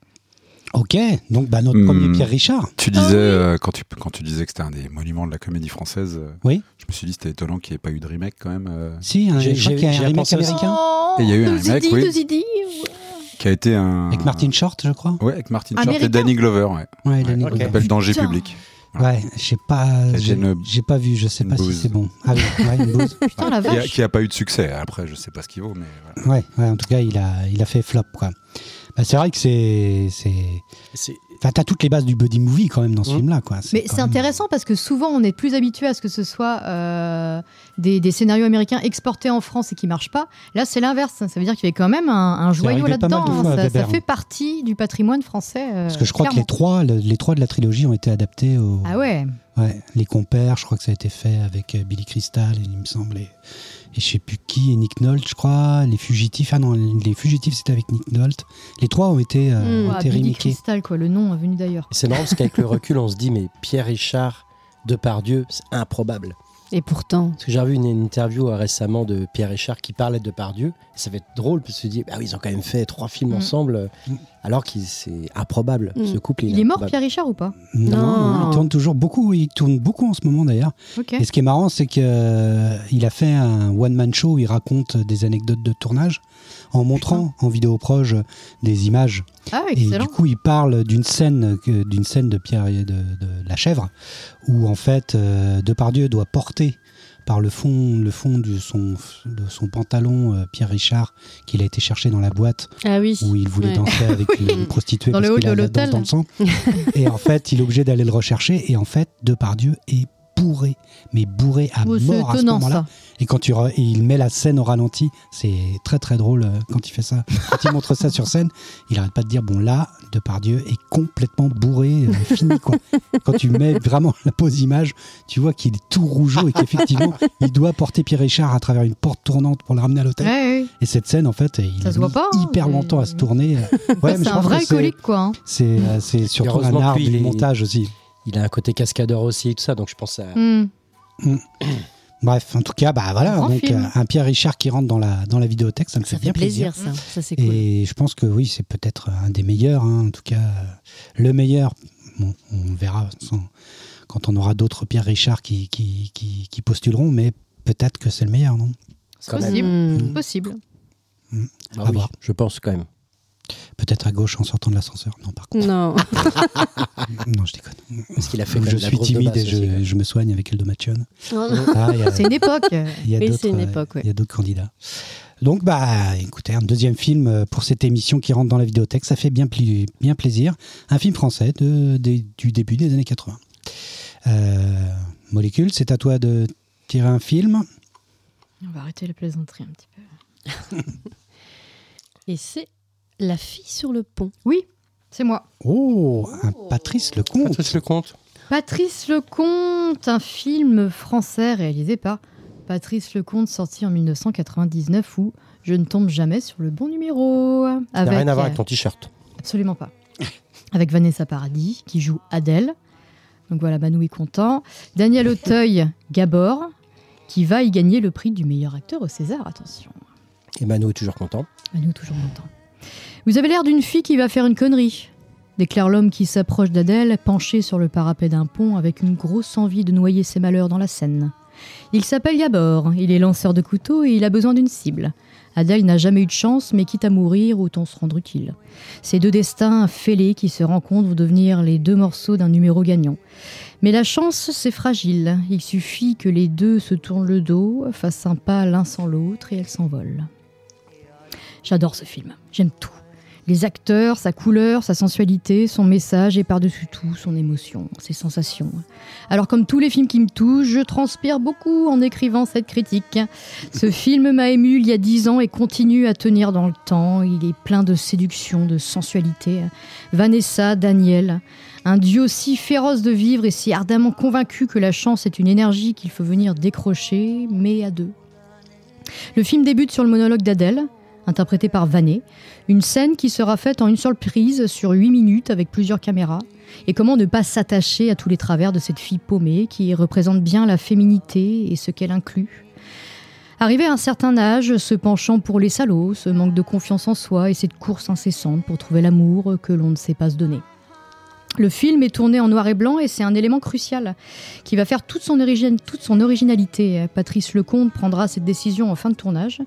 Speaker 1: Ok, donc bah, notre
Speaker 5: Hmm.
Speaker 1: premier Pierre Richard.
Speaker 5: Tu disais, euh, quand, tu, quand tu disais que c'était un des monuments de la comédie française, euh,
Speaker 1: Oui.
Speaker 5: je me suis dit c'était étonnant qu'il n'y ait pas eu de remake quand même, euh,
Speaker 1: Si, un,
Speaker 3: J'ai-
Speaker 1: je crois
Speaker 3: j'ai-
Speaker 1: qu'il y a
Speaker 3: j'ai
Speaker 1: un remake
Speaker 3: pensé aussi.
Speaker 1: américain
Speaker 5: Et il y a eu un
Speaker 2: Deux
Speaker 5: remake,
Speaker 2: idées,
Speaker 5: oui.
Speaker 2: deux idées.
Speaker 5: qui a été un.
Speaker 1: avec Martin Ah, Short, je crois.
Speaker 5: Ouais, avec Martin Short et
Speaker 2: Américain.
Speaker 5: Danny Glover, ouais.
Speaker 1: Ouais, Danny
Speaker 5: Ouais, qui
Speaker 1: Glover.
Speaker 5: s'appelle Danger
Speaker 2: Putain.
Speaker 5: Public.
Speaker 1: Ouais, j'ai pas,
Speaker 5: C'était
Speaker 1: j'ai
Speaker 5: une-
Speaker 1: j'ai pas vu, je sais
Speaker 5: une
Speaker 1: pas si
Speaker 5: bouse.
Speaker 1: c'est bon. Ah oui, ouais, une bouse.
Speaker 2: Putain, la
Speaker 5: Qui a,
Speaker 2: vache.
Speaker 5: qui a pas eu de succès. Après, je sais pas ce qu'il vaut, mais voilà.
Speaker 1: Ouais, ouais, en tout cas, il a, il a fait flop, quoi. Bah, c'est vrai que c'est, c'est,
Speaker 3: C'est-
Speaker 1: enfin, t'as toutes les bases du buddy movie quand même dans ce
Speaker 3: Mhm.
Speaker 1: film-là, quoi.
Speaker 2: Mmh. Mais
Speaker 1: quand
Speaker 2: c'est
Speaker 1: même-
Speaker 2: intéressant parce que souvent on est plus habitué à ce que ce soit euh, des, des scénarios américains exportés en France et qui marchent pas. Là, c'est l'inverse. Ça veut dire qu'il y a quand même un, un joyau
Speaker 1: arrivé pas
Speaker 2: là-dedans.
Speaker 1: mal de
Speaker 2: hein.
Speaker 1: fois à
Speaker 2: Ça, ça
Speaker 1: Weber, hein.
Speaker 2: fait partie du patrimoine français. euh,
Speaker 1: Parce que je crois que les
Speaker 2: clairement.
Speaker 1: trois, le- les trois de la trilogie ont été adaptés au.
Speaker 2: Ah ouais.
Speaker 1: Ouais, les compères, je crois que ça a été fait avec euh, Billy Crystal, il me semble, et, et je sais plus qui, et Nick Nolte, je crois. Les fugitifs, ah non, les fugitifs c'était avec Nick Nolte. Les trois ont été, euh,
Speaker 4: Mhm.
Speaker 1: ont
Speaker 2: Ah,
Speaker 1: été
Speaker 2: Billy
Speaker 1: remakés.
Speaker 2: Crystal, quoi. Le nom est venu d'ailleurs.
Speaker 3: c'est marrant parce qu'avec le recul, on se dit, mais Pierre Richard, Depardieu, c'est improbable.
Speaker 4: Et pourtant,
Speaker 3: Parce que j'ai revu une, une interview euh, récemment de Pierre Richard qui parlait de Depardieu. Ça va être drôle parce que se dit, ah oui, ils ont quand même fait trois films
Speaker 2: Mm.
Speaker 3: ensemble, euh,
Speaker 1: Mm.
Speaker 3: alors que c'est improbable,
Speaker 4: Mm.
Speaker 3: ce couple.
Speaker 2: Il est mort,
Speaker 3: improbable.
Speaker 2: Pierre Richard, ou pas
Speaker 1: Non,
Speaker 4: Non.
Speaker 1: il tourne toujours beaucoup, il tourne beaucoup en ce moment d'ailleurs.
Speaker 2: Ok.
Speaker 1: Et ce qui est marrant, c'est que euh, il a fait un one-man show où il raconte des anecdotes de tournage en montrant en vidéo proche euh, des images.
Speaker 2: Ah,
Speaker 1: Et
Speaker 2: excellent.
Speaker 1: du coup, il parle d'une scène, que- d'une scène de Pierre et de, de la chèvre, où en fait, euh, Depardieu doit porter par le fond, le fond de son, de son pantalon euh, Pierre Richard qu'il a été chercher dans la boîte
Speaker 4: ah oui.
Speaker 1: où il voulait
Speaker 4: Ouais.
Speaker 1: danser avec
Speaker 2: Oui.
Speaker 1: une prostituée
Speaker 2: Dans
Speaker 1: parce
Speaker 2: le hall
Speaker 1: qu'il a
Speaker 2: de
Speaker 1: la danse
Speaker 2: l'hôtel.
Speaker 1: dans le sang. et en fait, il est obligé d'aller le rechercher. Et en fait, Depardieu est bourré, mais bourré à
Speaker 2: Oh, c'est
Speaker 1: mort à ce
Speaker 2: étonnant
Speaker 1: moment-là.
Speaker 2: ça.
Speaker 1: Et quand tu re- et il met la scène au ralenti, c'est très très drôle euh, quand il fait ça. Quand il montre ça sur scène, il arrête pas de dire bon là, Depardieu est complètement bourré, euh, fini quoi. Quand tu mets vraiment la pause image, tu vois qu'il est tout rougeau et qu'effectivement, il doit porter Pierre Richard à travers une porte tournante pour le ramener à l'hôtel.
Speaker 2: Ouais, ouais.
Speaker 1: Et cette scène, en fait, il
Speaker 2: Ça
Speaker 1: a
Speaker 2: se voit
Speaker 1: mis
Speaker 2: pas, hein,
Speaker 1: hyper
Speaker 2: c'est-
Speaker 1: longtemps à se tourner. Ouais, mais
Speaker 2: c'est
Speaker 1: je
Speaker 2: un
Speaker 1: pense que
Speaker 2: vrai
Speaker 1: c'est-
Speaker 2: alcoolique, quoi. hein.
Speaker 1: C'est euh, c'est surtout un
Speaker 3: Heureusement
Speaker 1: art
Speaker 3: que lui,
Speaker 1: du
Speaker 3: il est-
Speaker 1: montage aussi.
Speaker 3: Il a un côté cascadeur aussi, et tout ça, donc je pense à.
Speaker 2: Hmm.
Speaker 1: Bref, en tout cas, bah
Speaker 2: Un
Speaker 1: voilà,
Speaker 2: grand
Speaker 1: donc
Speaker 2: film.
Speaker 1: euh, un Pierre Richard qui rentre dans la dans la vidéothèque, ça me
Speaker 4: Ça
Speaker 1: fait bien
Speaker 4: fait
Speaker 1: plaisir.
Speaker 4: plaisir, ça. Ça, c'est cool.
Speaker 1: Et je pense que oui, c'est peut-être un des meilleurs, hein, en tout cas euh, le meilleur. Bon, on verra sans- quand on aura d'autres Pierre Richard qui qui, qui, qui postuleront, mais peut-être que c'est le meilleur, non
Speaker 2: C'est
Speaker 3: Quand même.
Speaker 2: possible.
Speaker 4: Mm.
Speaker 2: Possible.
Speaker 3: Bah
Speaker 1: À
Speaker 3: oui,
Speaker 1: voir.
Speaker 3: je pense quand même.
Speaker 1: Peut-être à gauche en sortant de l'ascenseur. Non, par contre,
Speaker 4: Non.
Speaker 1: non, je déconne.
Speaker 3: Parce qu'il a fait quand
Speaker 1: je
Speaker 3: même la
Speaker 1: suis
Speaker 3: grosse de
Speaker 1: timide
Speaker 3: basse
Speaker 1: et je,
Speaker 3: aussi.
Speaker 1: je me soigne avec Eldomation.
Speaker 4: Non.
Speaker 1: Ah, il y a-
Speaker 2: C'est une époque.
Speaker 1: Il y a
Speaker 4: Oui,
Speaker 1: d'autres,
Speaker 4: c'est une
Speaker 1: euh,
Speaker 4: époque, ouais.
Speaker 1: il y a d'autres candidats. Donc, bah, écoutez, un deuxième film euh, pour cette émission qui rentre dans la vidéothèque, ça fait bien, pli- bien plaisir. Un film français de, des- du début des années 80. Euh, Molécule, c'est à toi de tirer un film.
Speaker 2: On va arrêter les plaisanteries un petit peu.
Speaker 4: Et c'est La fille sur le pont.
Speaker 2: C'est moi.
Speaker 1: Oh, un Patrice Lecomte.
Speaker 3: Patrice Lecomte.
Speaker 2: Patrice Lecomte, un film français réalisé par Patrice Lecomte, sorti en 1999, où je ne tombe jamais sur le bon numéro.
Speaker 3: Il n'a
Speaker 2: Avec,
Speaker 3: rien à voir
Speaker 2: euh,
Speaker 3: avec ton t-shirt.
Speaker 2: Absolument pas. Avec Vanessa Paradis, qui joue Adèle. Donc voilà, Manou est content. Daniel Auteuil, Gabor, qui va y gagner le prix du meilleur acteur au César, attention.
Speaker 3: Et Mano est toujours content.
Speaker 2: Manou, toujours content. Vous avez l'air d'une fille qui va faire une connerie, déclare l'homme qui s'approche d'Adèle, penché sur le parapet d'un pont avec une grosse envie de noyer ses malheurs dans la Seine. Il s'appelle Yabor, il est lanceur de couteaux et il a besoin d'une cible. Adèle n'a jamais eu de chance, mais quitte à mourir, autant se rendre utile. Ces deux destins fêlés qui se rencontrent vont devenir les deux morceaux d'un numéro gagnant. Mais la chance, c'est fragile. Il suffit que les deux se tournent le dos, fassent un pas l'un sans l'autre et elles s'envolent. J'adore ce film. J'aime tout. les acteurs, sa couleur, sa sensualité, son message et par-dessus tout son émotion, ses sensations. Alors comme tous les films qui me touchent, je transpire beaucoup en écrivant cette critique. Ce film m'a ému il y a dix ans et continue à tenir dans le temps. Il est plein de séduction, de sensualité. Vanessa, Daniel, un duo si féroce de vivre et si ardemment convaincu que la chance est une énergie qu'il faut venir décrocher, mais à deux. Le film débute sur le monologue d'Adèle, interprété par Vanet, une scène qui sera faite en une seule prise sur 8 minutes avec plusieurs caméras. Et comment ne pas s'attacher à tous les travers de cette fille paumée qui représente bien la féminité et ce qu'elle inclut. Arrivé à un certain âge, se penchant pour les salauds, ce manque de confiance en soi et cette course incessante pour trouver l'amour que l'on ne sait pas se donner. Le film est tourné en noir et blanc et c'est un élément crucial qui va faire toute son, origine, toute son originalité. Patrice Lecomte prendra cette décision en fin de tournage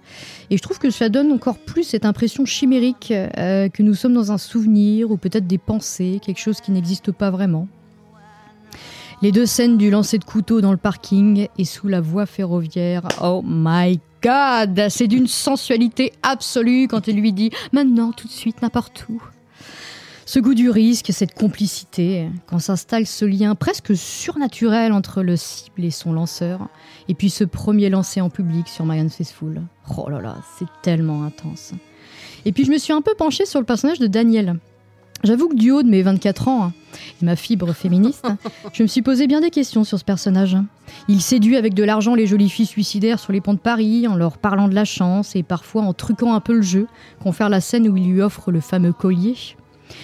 Speaker 2: et je trouve que ça donne encore plus cette impression chimérique euh, que nous sommes dans un souvenir ou peut-être des pensées, quelque chose qui n'existe pas vraiment. Les deux scènes du lancer de couteau dans le parking et sous la voie ferroviaire, oh my god, c'est d'une sensualité absolue quand il lui dit maintenant, tout de suite, n'importe où. Ce goût du risque, cette complicité, quand s'installe ce lien presque surnaturel entre le cible et son lanceur, et puis ce premier lancé en public sur Marianne Faithfull. Oh là là, c'est tellement intense. Et puis je me suis un peu penchée sur le personnage de Daniel. J'avoue que du haut de mes 24 ans hein, et ma fibre féministe, je me suis posé bien des questions sur ce personnage. Il séduit avec de l'argent les jolies filles suicidaires sur les ponts de Paris en leur parlant de la chance et parfois en truquant un peu le jeu, confère la scène où il lui offre le fameux collier.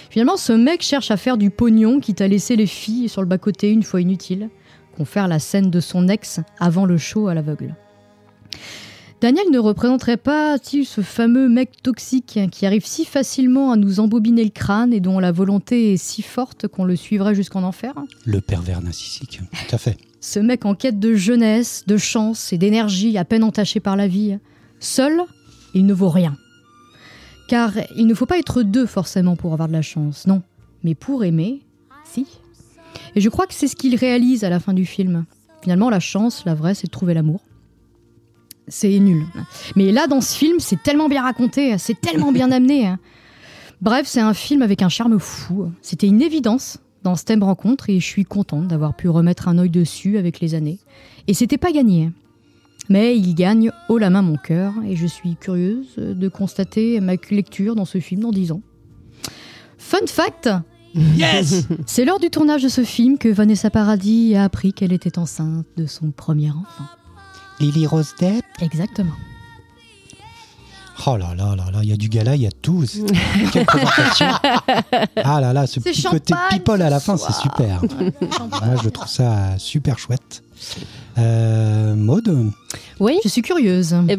Speaker 2: Finalement, ce mec cherche à faire du pognon qui t'a laissé les filles sur le bas-côté une fois inutile, confère la scène de son ex avant le show à l'aveugle. Daniel ne représenterait pas-il ce fameux mec toxique qui arrive si facilement à nous embobiner le crâne et dont la volonté est si forte qu'on le suivrait jusqu'en enfer
Speaker 1: Le pervers narcissique, tout à fait.
Speaker 2: Ce mec en quête de jeunesse, de chance et d'énergie à peine entaché par la vie. Seul, il ne vaut rien. Car il ne faut pas être deux forcément pour avoir de la chance, non. Mais pour aimer, si. Et je crois que c'est ce qu'il réalise à la fin du film. Finalement, la chance, la vraie, c'est de trouver l'amour. C'est nul. Mais là, dans ce film, c'est tellement bien raconté, c'est tellement bien amené. hein. Bref, c'est un film avec un charme fou. C'était une évidence dans ce thème rencontre et je suis contente d'avoir pu remettre un œil dessus avec les années. Et c'était pas gagné. Mais il gagne haut la main mon cœur et je suis curieuse de constater ma lecture dans ce film dans 10 ans. Fun fact
Speaker 1: Yes
Speaker 2: C'est lors du tournage de ce film que Vanessa Paradis a appris qu'elle était enceinte de son premier enfant.
Speaker 1: Lily Rose Depp
Speaker 2: Exactement.
Speaker 1: Oh là là là là, il y a du gala, il y a tout. c'est- Quelle présentation Ah là là, ce
Speaker 2: C'est
Speaker 1: petit côté
Speaker 2: champagne
Speaker 1: people à la
Speaker 2: ce
Speaker 1: fin, c'est super. Moi, je trouve ça super chouette. Euh, Maud,
Speaker 4: Oui.
Speaker 2: Je suis curieuse.
Speaker 4: Eh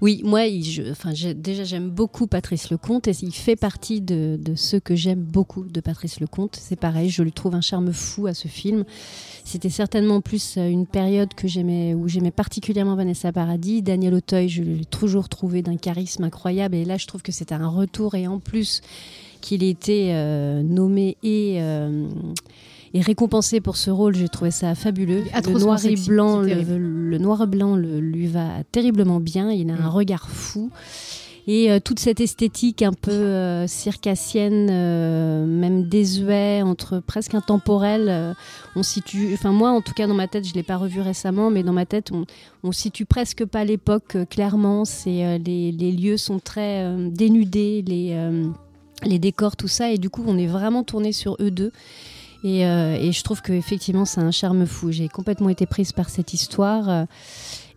Speaker 4: Oui, moi, il- je, enfin, j'ai- déjà, j'aime beaucoup Patrice Lecomte et il fait partie de, de ceux que j'aime beaucoup de Patrice Lecomte. C'est pareil, je lui trouve un charme fou à ce film. C'était certainement plus euh, une période que j'aimais, où j'aimais particulièrement Vanessa Paradis. Daniel Auteuil, je l'ai toujours trouvé d'un charisme incroyable et là, je trouve que c'était un retour et en plus qu'il ait été euh, nommé et. euh, et récompensé pour ce rôle, j'ai trouvé ça fabuleux.
Speaker 2: Il est
Speaker 4: Le
Speaker 2: atrocement
Speaker 4: noir et
Speaker 2: sexy,
Speaker 4: blanc,
Speaker 2: c'est
Speaker 4: le,
Speaker 2: terrible.
Speaker 4: le noir et blanc le- lui va terriblement bien. Il a un
Speaker 2: Mm.
Speaker 4: regard fou. Et euh, toute cette esthétique un peu euh, circassienne, euh, même désuet, entre presque intemporel, euh, on situe. Enfin, moi, en tout cas, dans ma tête, je l'ai pas revu récemment, mais dans ma tête, on, on situe presque pas l'époque euh, clairement. C'est euh, les, les lieux sont très euh, dénudés, les euh, les décors, tout ça, et du coup, on est vraiment tourné sur eux deux. Et, euh, et je trouve que effectivement, c'est un charme fou. J'ai complètement été prise par cette histoire euh,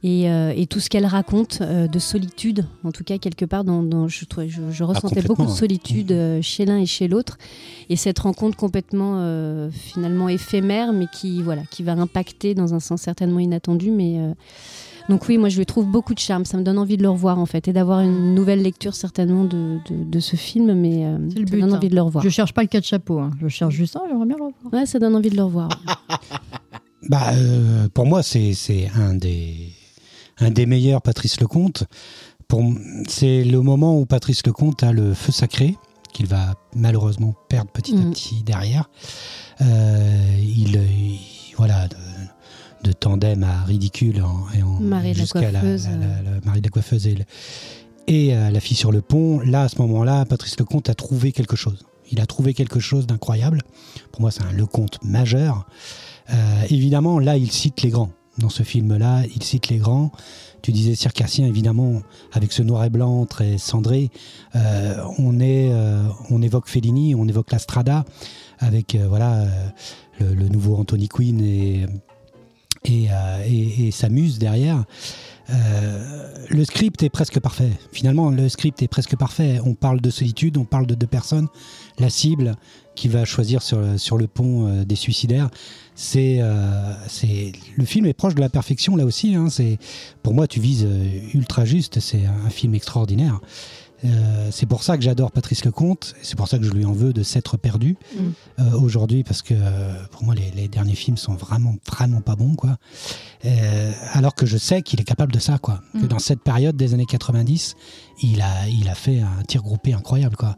Speaker 4: et, euh, et tout ce qu'elle raconte euh, de solitude. En tout cas, quelque part, dans, dans- je, trouvais- je, je
Speaker 1: Ah,
Speaker 4: ressentais
Speaker 1: complètement,
Speaker 4: beaucoup de
Speaker 1: ouais.
Speaker 4: solitude
Speaker 2: Mhm.
Speaker 4: euh, chez l'un et chez l'autre. Et cette rencontre complètement euh, finalement éphémère, mais qui voilà, qui va impacter dans un sens certainement inattendu. Mais euh, donc oui, moi je lui trouve beaucoup de charme. Ça me donne envie de le revoir en fait et d'avoir une nouvelle lecture certainement de, de- de ce film. Mais euh,
Speaker 2: C'est le
Speaker 4: ça
Speaker 2: but,
Speaker 4: donne
Speaker 2: hein.
Speaker 4: envie de le revoir.
Speaker 2: Je cherche pas le cas de chapeau, hein. je cherche juste ça, j'aimerais bien le revoir.
Speaker 4: Ouais, ça donne envie de le revoir.
Speaker 2: Ah,
Speaker 1: bah, euh, pour moi, c'est c'est un des, un des meilleurs Patrice Lecomte. Pour m- C'est le moment où Patrice Lecomte a le feu sacré, qu'il va malheureusement perdre petit à
Speaker 2: Mm.
Speaker 4: Mhm.
Speaker 1: petit derrière. Euh, il, il- voilà, de, de tandem à ridicule en, et en-
Speaker 4: Marie de la
Speaker 1: jusqu'à
Speaker 4: coiffeuse, euh.
Speaker 1: la, la- la Marie de la coiffeuse et, le- Et euh, La fille sur le pont, là, à ce moment-là, Patrice Lecomte a trouvé quelque chose. Il a trouvé quelque chose d'incroyable. Pour moi, c'est un Lecomte majeur. Euh, évidemment, là, il cite les grands. Dans ce film-là, il cite les grands. Tu disais circassien, évidemment, avec ce noir et blanc très cendré. euh, on, est, euh, on évoque Fellini, on évoque la Strada, avec euh, voilà, euh, le, le nouveau Anthony Quinn et, et, euh, et- et sa muse derrière. Euh, le script est presque parfait. Finalement, le script est presque parfait. On parle de solitude, on parle de deux personnes. La cible qui va choisir sur, sur le pont euh, des suicidaires, c'est euh, c'est- le film est proche de la perfection là aussi. hein. C'est pour moi tu vises euh, ultra juste. C'est un film extraordinaire. Euh, c'est pour ça que j'adore Patrice Lecomte. C'est pour ça que je lui en veux de s'être perdu
Speaker 2: Mm.
Speaker 1: euh, aujourd'hui parce que euh, pour moi les, les derniers films sont vraiment vraiment pas bons quoi. Euh, alors que je sais qu'il est capable de ça, quoi. Que
Speaker 2: Mm.
Speaker 1: dans cette période des années 90, il a, il a fait un tir groupé incroyable, quoi.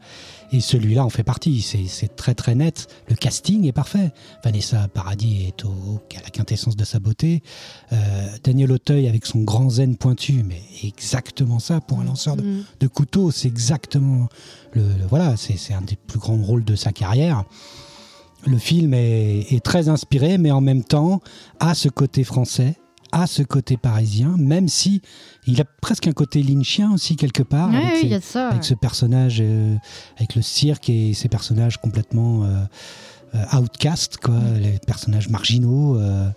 Speaker 1: Et celui-là en fait partie. C'est c'est très très net. Le casting est parfait. Vanessa Paradis est au, à la quintessence de sa beauté. Euh, Daniel Auteuil avec son grand zen pointu, mais exactement ça pour un lanceur de,
Speaker 4: Mm.
Speaker 1: de couteau, c'est exactement le, le- voilà, c'est c'est un des plus grands rôles de sa carrière. Le film est, est très inspiré, mais en même temps a ce côté français, a ce côté parisien, même si il a presque un côté lynchien aussi quelque part.
Speaker 2: Ouais,
Speaker 1: Ah, avec
Speaker 2: oui,
Speaker 1: ses-
Speaker 2: il y a de ça.
Speaker 1: avec ce personnage, euh, avec le cirque et ces personnages complètement euh, euh, outcast, quoi, les personnages marginaux euh,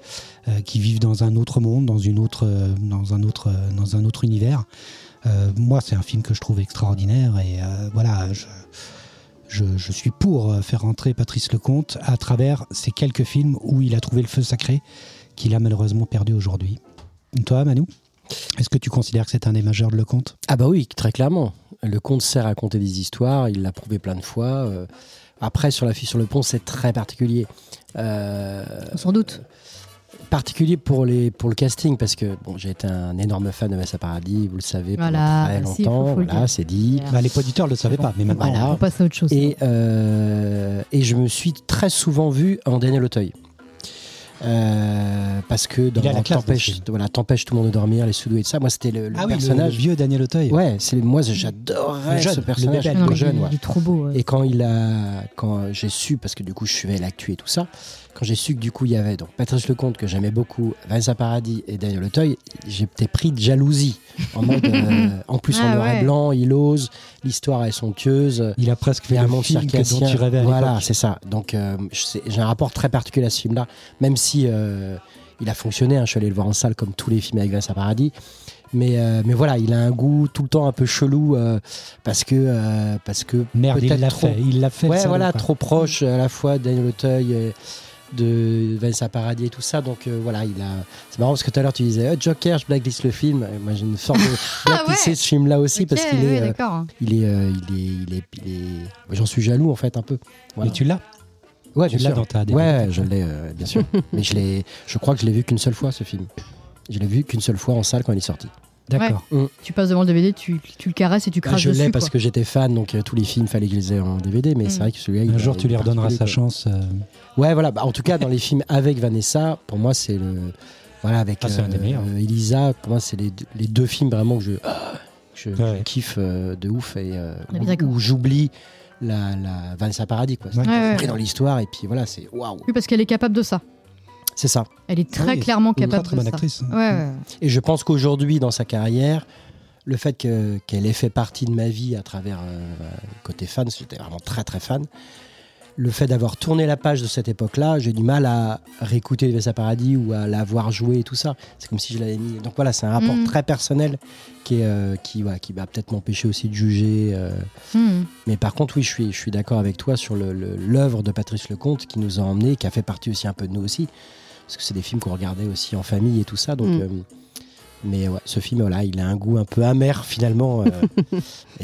Speaker 1: euh, qui vivent dans un autre monde, dans une autre, euh, dans un autre, euh, dans un autre univers. Euh, moi, c'est un film que je trouve extraordinaire et euh, voilà, je, je, je suis pour euh, faire entrer Patrice Lecomte à travers ces quelques films où il a trouvé le feu sacré qu'il a malheureusement perdu aujourd'hui. Toi, Manu, est-ce que tu considères que c'est un des majeurs de Lecomte
Speaker 3: Ah bah oui, très clairement. Le conte sert à raconter des histoires, il l'a prouvé plein de fois. euh. Après, sur La fille sur le pont, c'est très particulier. Euh,
Speaker 2: Sans doute.
Speaker 3: particulier pour, les, pour le casting, parce que bon, j'ai été un énorme fan de Massa Paradis, vous le savez, pendant
Speaker 2: Voilà,
Speaker 3: très
Speaker 2: merci, faut-
Speaker 3: longtemps.
Speaker 2: faut le
Speaker 3: voilà,
Speaker 2: dire.
Speaker 3: c'est dit.
Speaker 1: Bah, les poditeurs ne le savaient pas, mais maintenant.
Speaker 3: Voilà.
Speaker 2: On passe à autre chose.
Speaker 3: Et, euh, et je me suis très souvent vu en Daniel Auteuil. Euh, parce que dans
Speaker 1: Il a la classe,
Speaker 3: T'empêches
Speaker 1: Daniel.
Speaker 3: voilà, T'empêches tout le monde de dormir, les soudoués et tout ça. Moi, c'était le, le
Speaker 1: Ah oui, le,
Speaker 3: personnage.
Speaker 1: vieux Daniel Auteuil.
Speaker 3: Ouais, c'est moi j'adorais
Speaker 1: Le jeune,
Speaker 3: ce
Speaker 1: le
Speaker 3: personnage,
Speaker 1: bébé.
Speaker 2: Non, mais
Speaker 3: le jeune.
Speaker 2: il,
Speaker 3: ouais.
Speaker 2: il est trop beau. ouais.
Speaker 3: Et quand il a, quand j'ai su, parce que du coup je suivais l'actu et tout ça, quand j'ai su que du coup il y avait donc Patrice Lecomte que j'aimais beaucoup, Vincent Paradis et Daniel Auteuil, j'étais pris de jalousie. En mode, euh, en plus en
Speaker 2: Ah
Speaker 3: noir
Speaker 2: ouais.
Speaker 3: et blanc, il ose, l'histoire est somptueuse.
Speaker 1: Il a presque fait
Speaker 3: Il y a
Speaker 1: un
Speaker 3: un monde
Speaker 1: film que dont
Speaker 3: circassien.
Speaker 1: tu rêvais à
Speaker 3: Voilà,
Speaker 1: l'époque.
Speaker 3: c'est ça. Donc euh, je sais- j'ai un rapport très particulier à ce film-là, même si euh, il a fonctionné. hein. je suis allé le voir en salle comme tous les films avec Vincent Paradis. Mais, euh, mais voilà, il a un goût tout le temps un peu chelou euh, parce que euh, parce que
Speaker 1: Merde, il
Speaker 3: peut-être
Speaker 1: l'a
Speaker 3: trop-
Speaker 1: fait. Il l'a fait. le
Speaker 3: Ouais,
Speaker 1: salaud,
Speaker 3: voilà,
Speaker 1: quoi.
Speaker 3: trop proche à la fois de Daniel Auteuil et de Vanessa Paradis et tout ça. Donc euh, voilà, il a. C'est marrant parce que tout à l'heure tu disais Euh, Joker, je blacklist le film. Et moi j'ai une sorte de blacklister
Speaker 2: Ah ouais.
Speaker 3: ce film-là aussi
Speaker 2: Ok,
Speaker 3: parce qu'il
Speaker 2: ouais,
Speaker 3: est, euh,
Speaker 2: d'accord. hein.
Speaker 3: il est, euh, il est, il est, il est- Bah, J'en suis jaloux en fait un peu. Voilà.
Speaker 1: Mais tu l'as.
Speaker 3: ouais,
Speaker 1: tu
Speaker 3: bien
Speaker 1: l'as
Speaker 3: sûr.
Speaker 1: dans ta ADN.
Speaker 3: Ouais, je l'ai euh, bien sûr. Mais je l'ai. Je crois que je l'ai vu qu'une seule fois ce film. Je l'ai vu qu'une seule fois en salle quand il est sorti.
Speaker 1: D'accord.
Speaker 2: Tu passes devant le DVD, tu, tu le caresses et tu
Speaker 3: Bah,
Speaker 2: craches
Speaker 3: je
Speaker 2: dessus.
Speaker 3: l'ai parce que j'étais fan, donc euh, tous les films fallait que je les aie en DVD. Mais
Speaker 2: Mm.
Speaker 3: c'est vrai que celui-là, il
Speaker 1: Un
Speaker 3: a-
Speaker 1: jour,
Speaker 3: il
Speaker 1: tu lui
Speaker 3: est
Speaker 1: redonneras sa
Speaker 3: particulier, quoi.
Speaker 1: chance. euh,
Speaker 3: Ouais, voilà. Bah, en tout cas, dans les films avec Vanessa, pour moi, c'est le. Voilà, avec
Speaker 1: Ah,
Speaker 3: euh,
Speaker 1: c'est un des meilleurs.
Speaker 3: Elisa, pour moi, c'est les, deux- les deux films vraiment que je, ah, que je, que je
Speaker 1: Ouais.
Speaker 3: kiffe euh, de ouf et euh,
Speaker 2: On est
Speaker 3: où-
Speaker 2: d'accord.
Speaker 3: où, j'oublie la, la Vanessa Paradis, quoi.
Speaker 1: Ouais.
Speaker 3: C'est
Speaker 2: Ouais,
Speaker 3: pris
Speaker 2: ouais.
Speaker 3: dans l'histoire et puis voilà, c'est waouh,
Speaker 2: Oui, parce qu'elle est capable de ça.
Speaker 3: c'est ça.
Speaker 2: Elle est très
Speaker 1: oui,
Speaker 2: clairement
Speaker 1: Une très,
Speaker 2: capable
Speaker 1: très
Speaker 2: de
Speaker 1: bonne
Speaker 2: ça.
Speaker 1: actrice. hein.
Speaker 2: Ouais, ouais.
Speaker 3: Et je pense qu'aujourd'hui, dans sa carrière, le fait que- qu'elle ait fait partie de ma vie à travers euh, côté fan, parce que j'étais vraiment très très fan, le fait d'avoir tourné la page de cette époque-là, j'ai du mal à réécouter Vessa Paradis ou à la voir jouer et tout ça. C'est comme si je l'avais mis. Donc voilà, c'est un rapport
Speaker 2: Mhm.
Speaker 3: très personnel qui, est, euh, qui, voilà, qui va peut-être m'empêcher aussi de juger. euh.
Speaker 2: Hmm.
Speaker 3: Mais par contre, oui, je suis, je suis d'accord avec toi sur le- le- l'œuvre de Patrice Lecomte qui nous a emmenés, qui a fait partie aussi un peu de nous aussi. Parce que c'est des films qu'on regardait aussi en famille et tout ça. Donc,
Speaker 4: Mhm.
Speaker 3: euh, mais ouais, ce film, voilà, il a un goût un peu amer finalement. euh,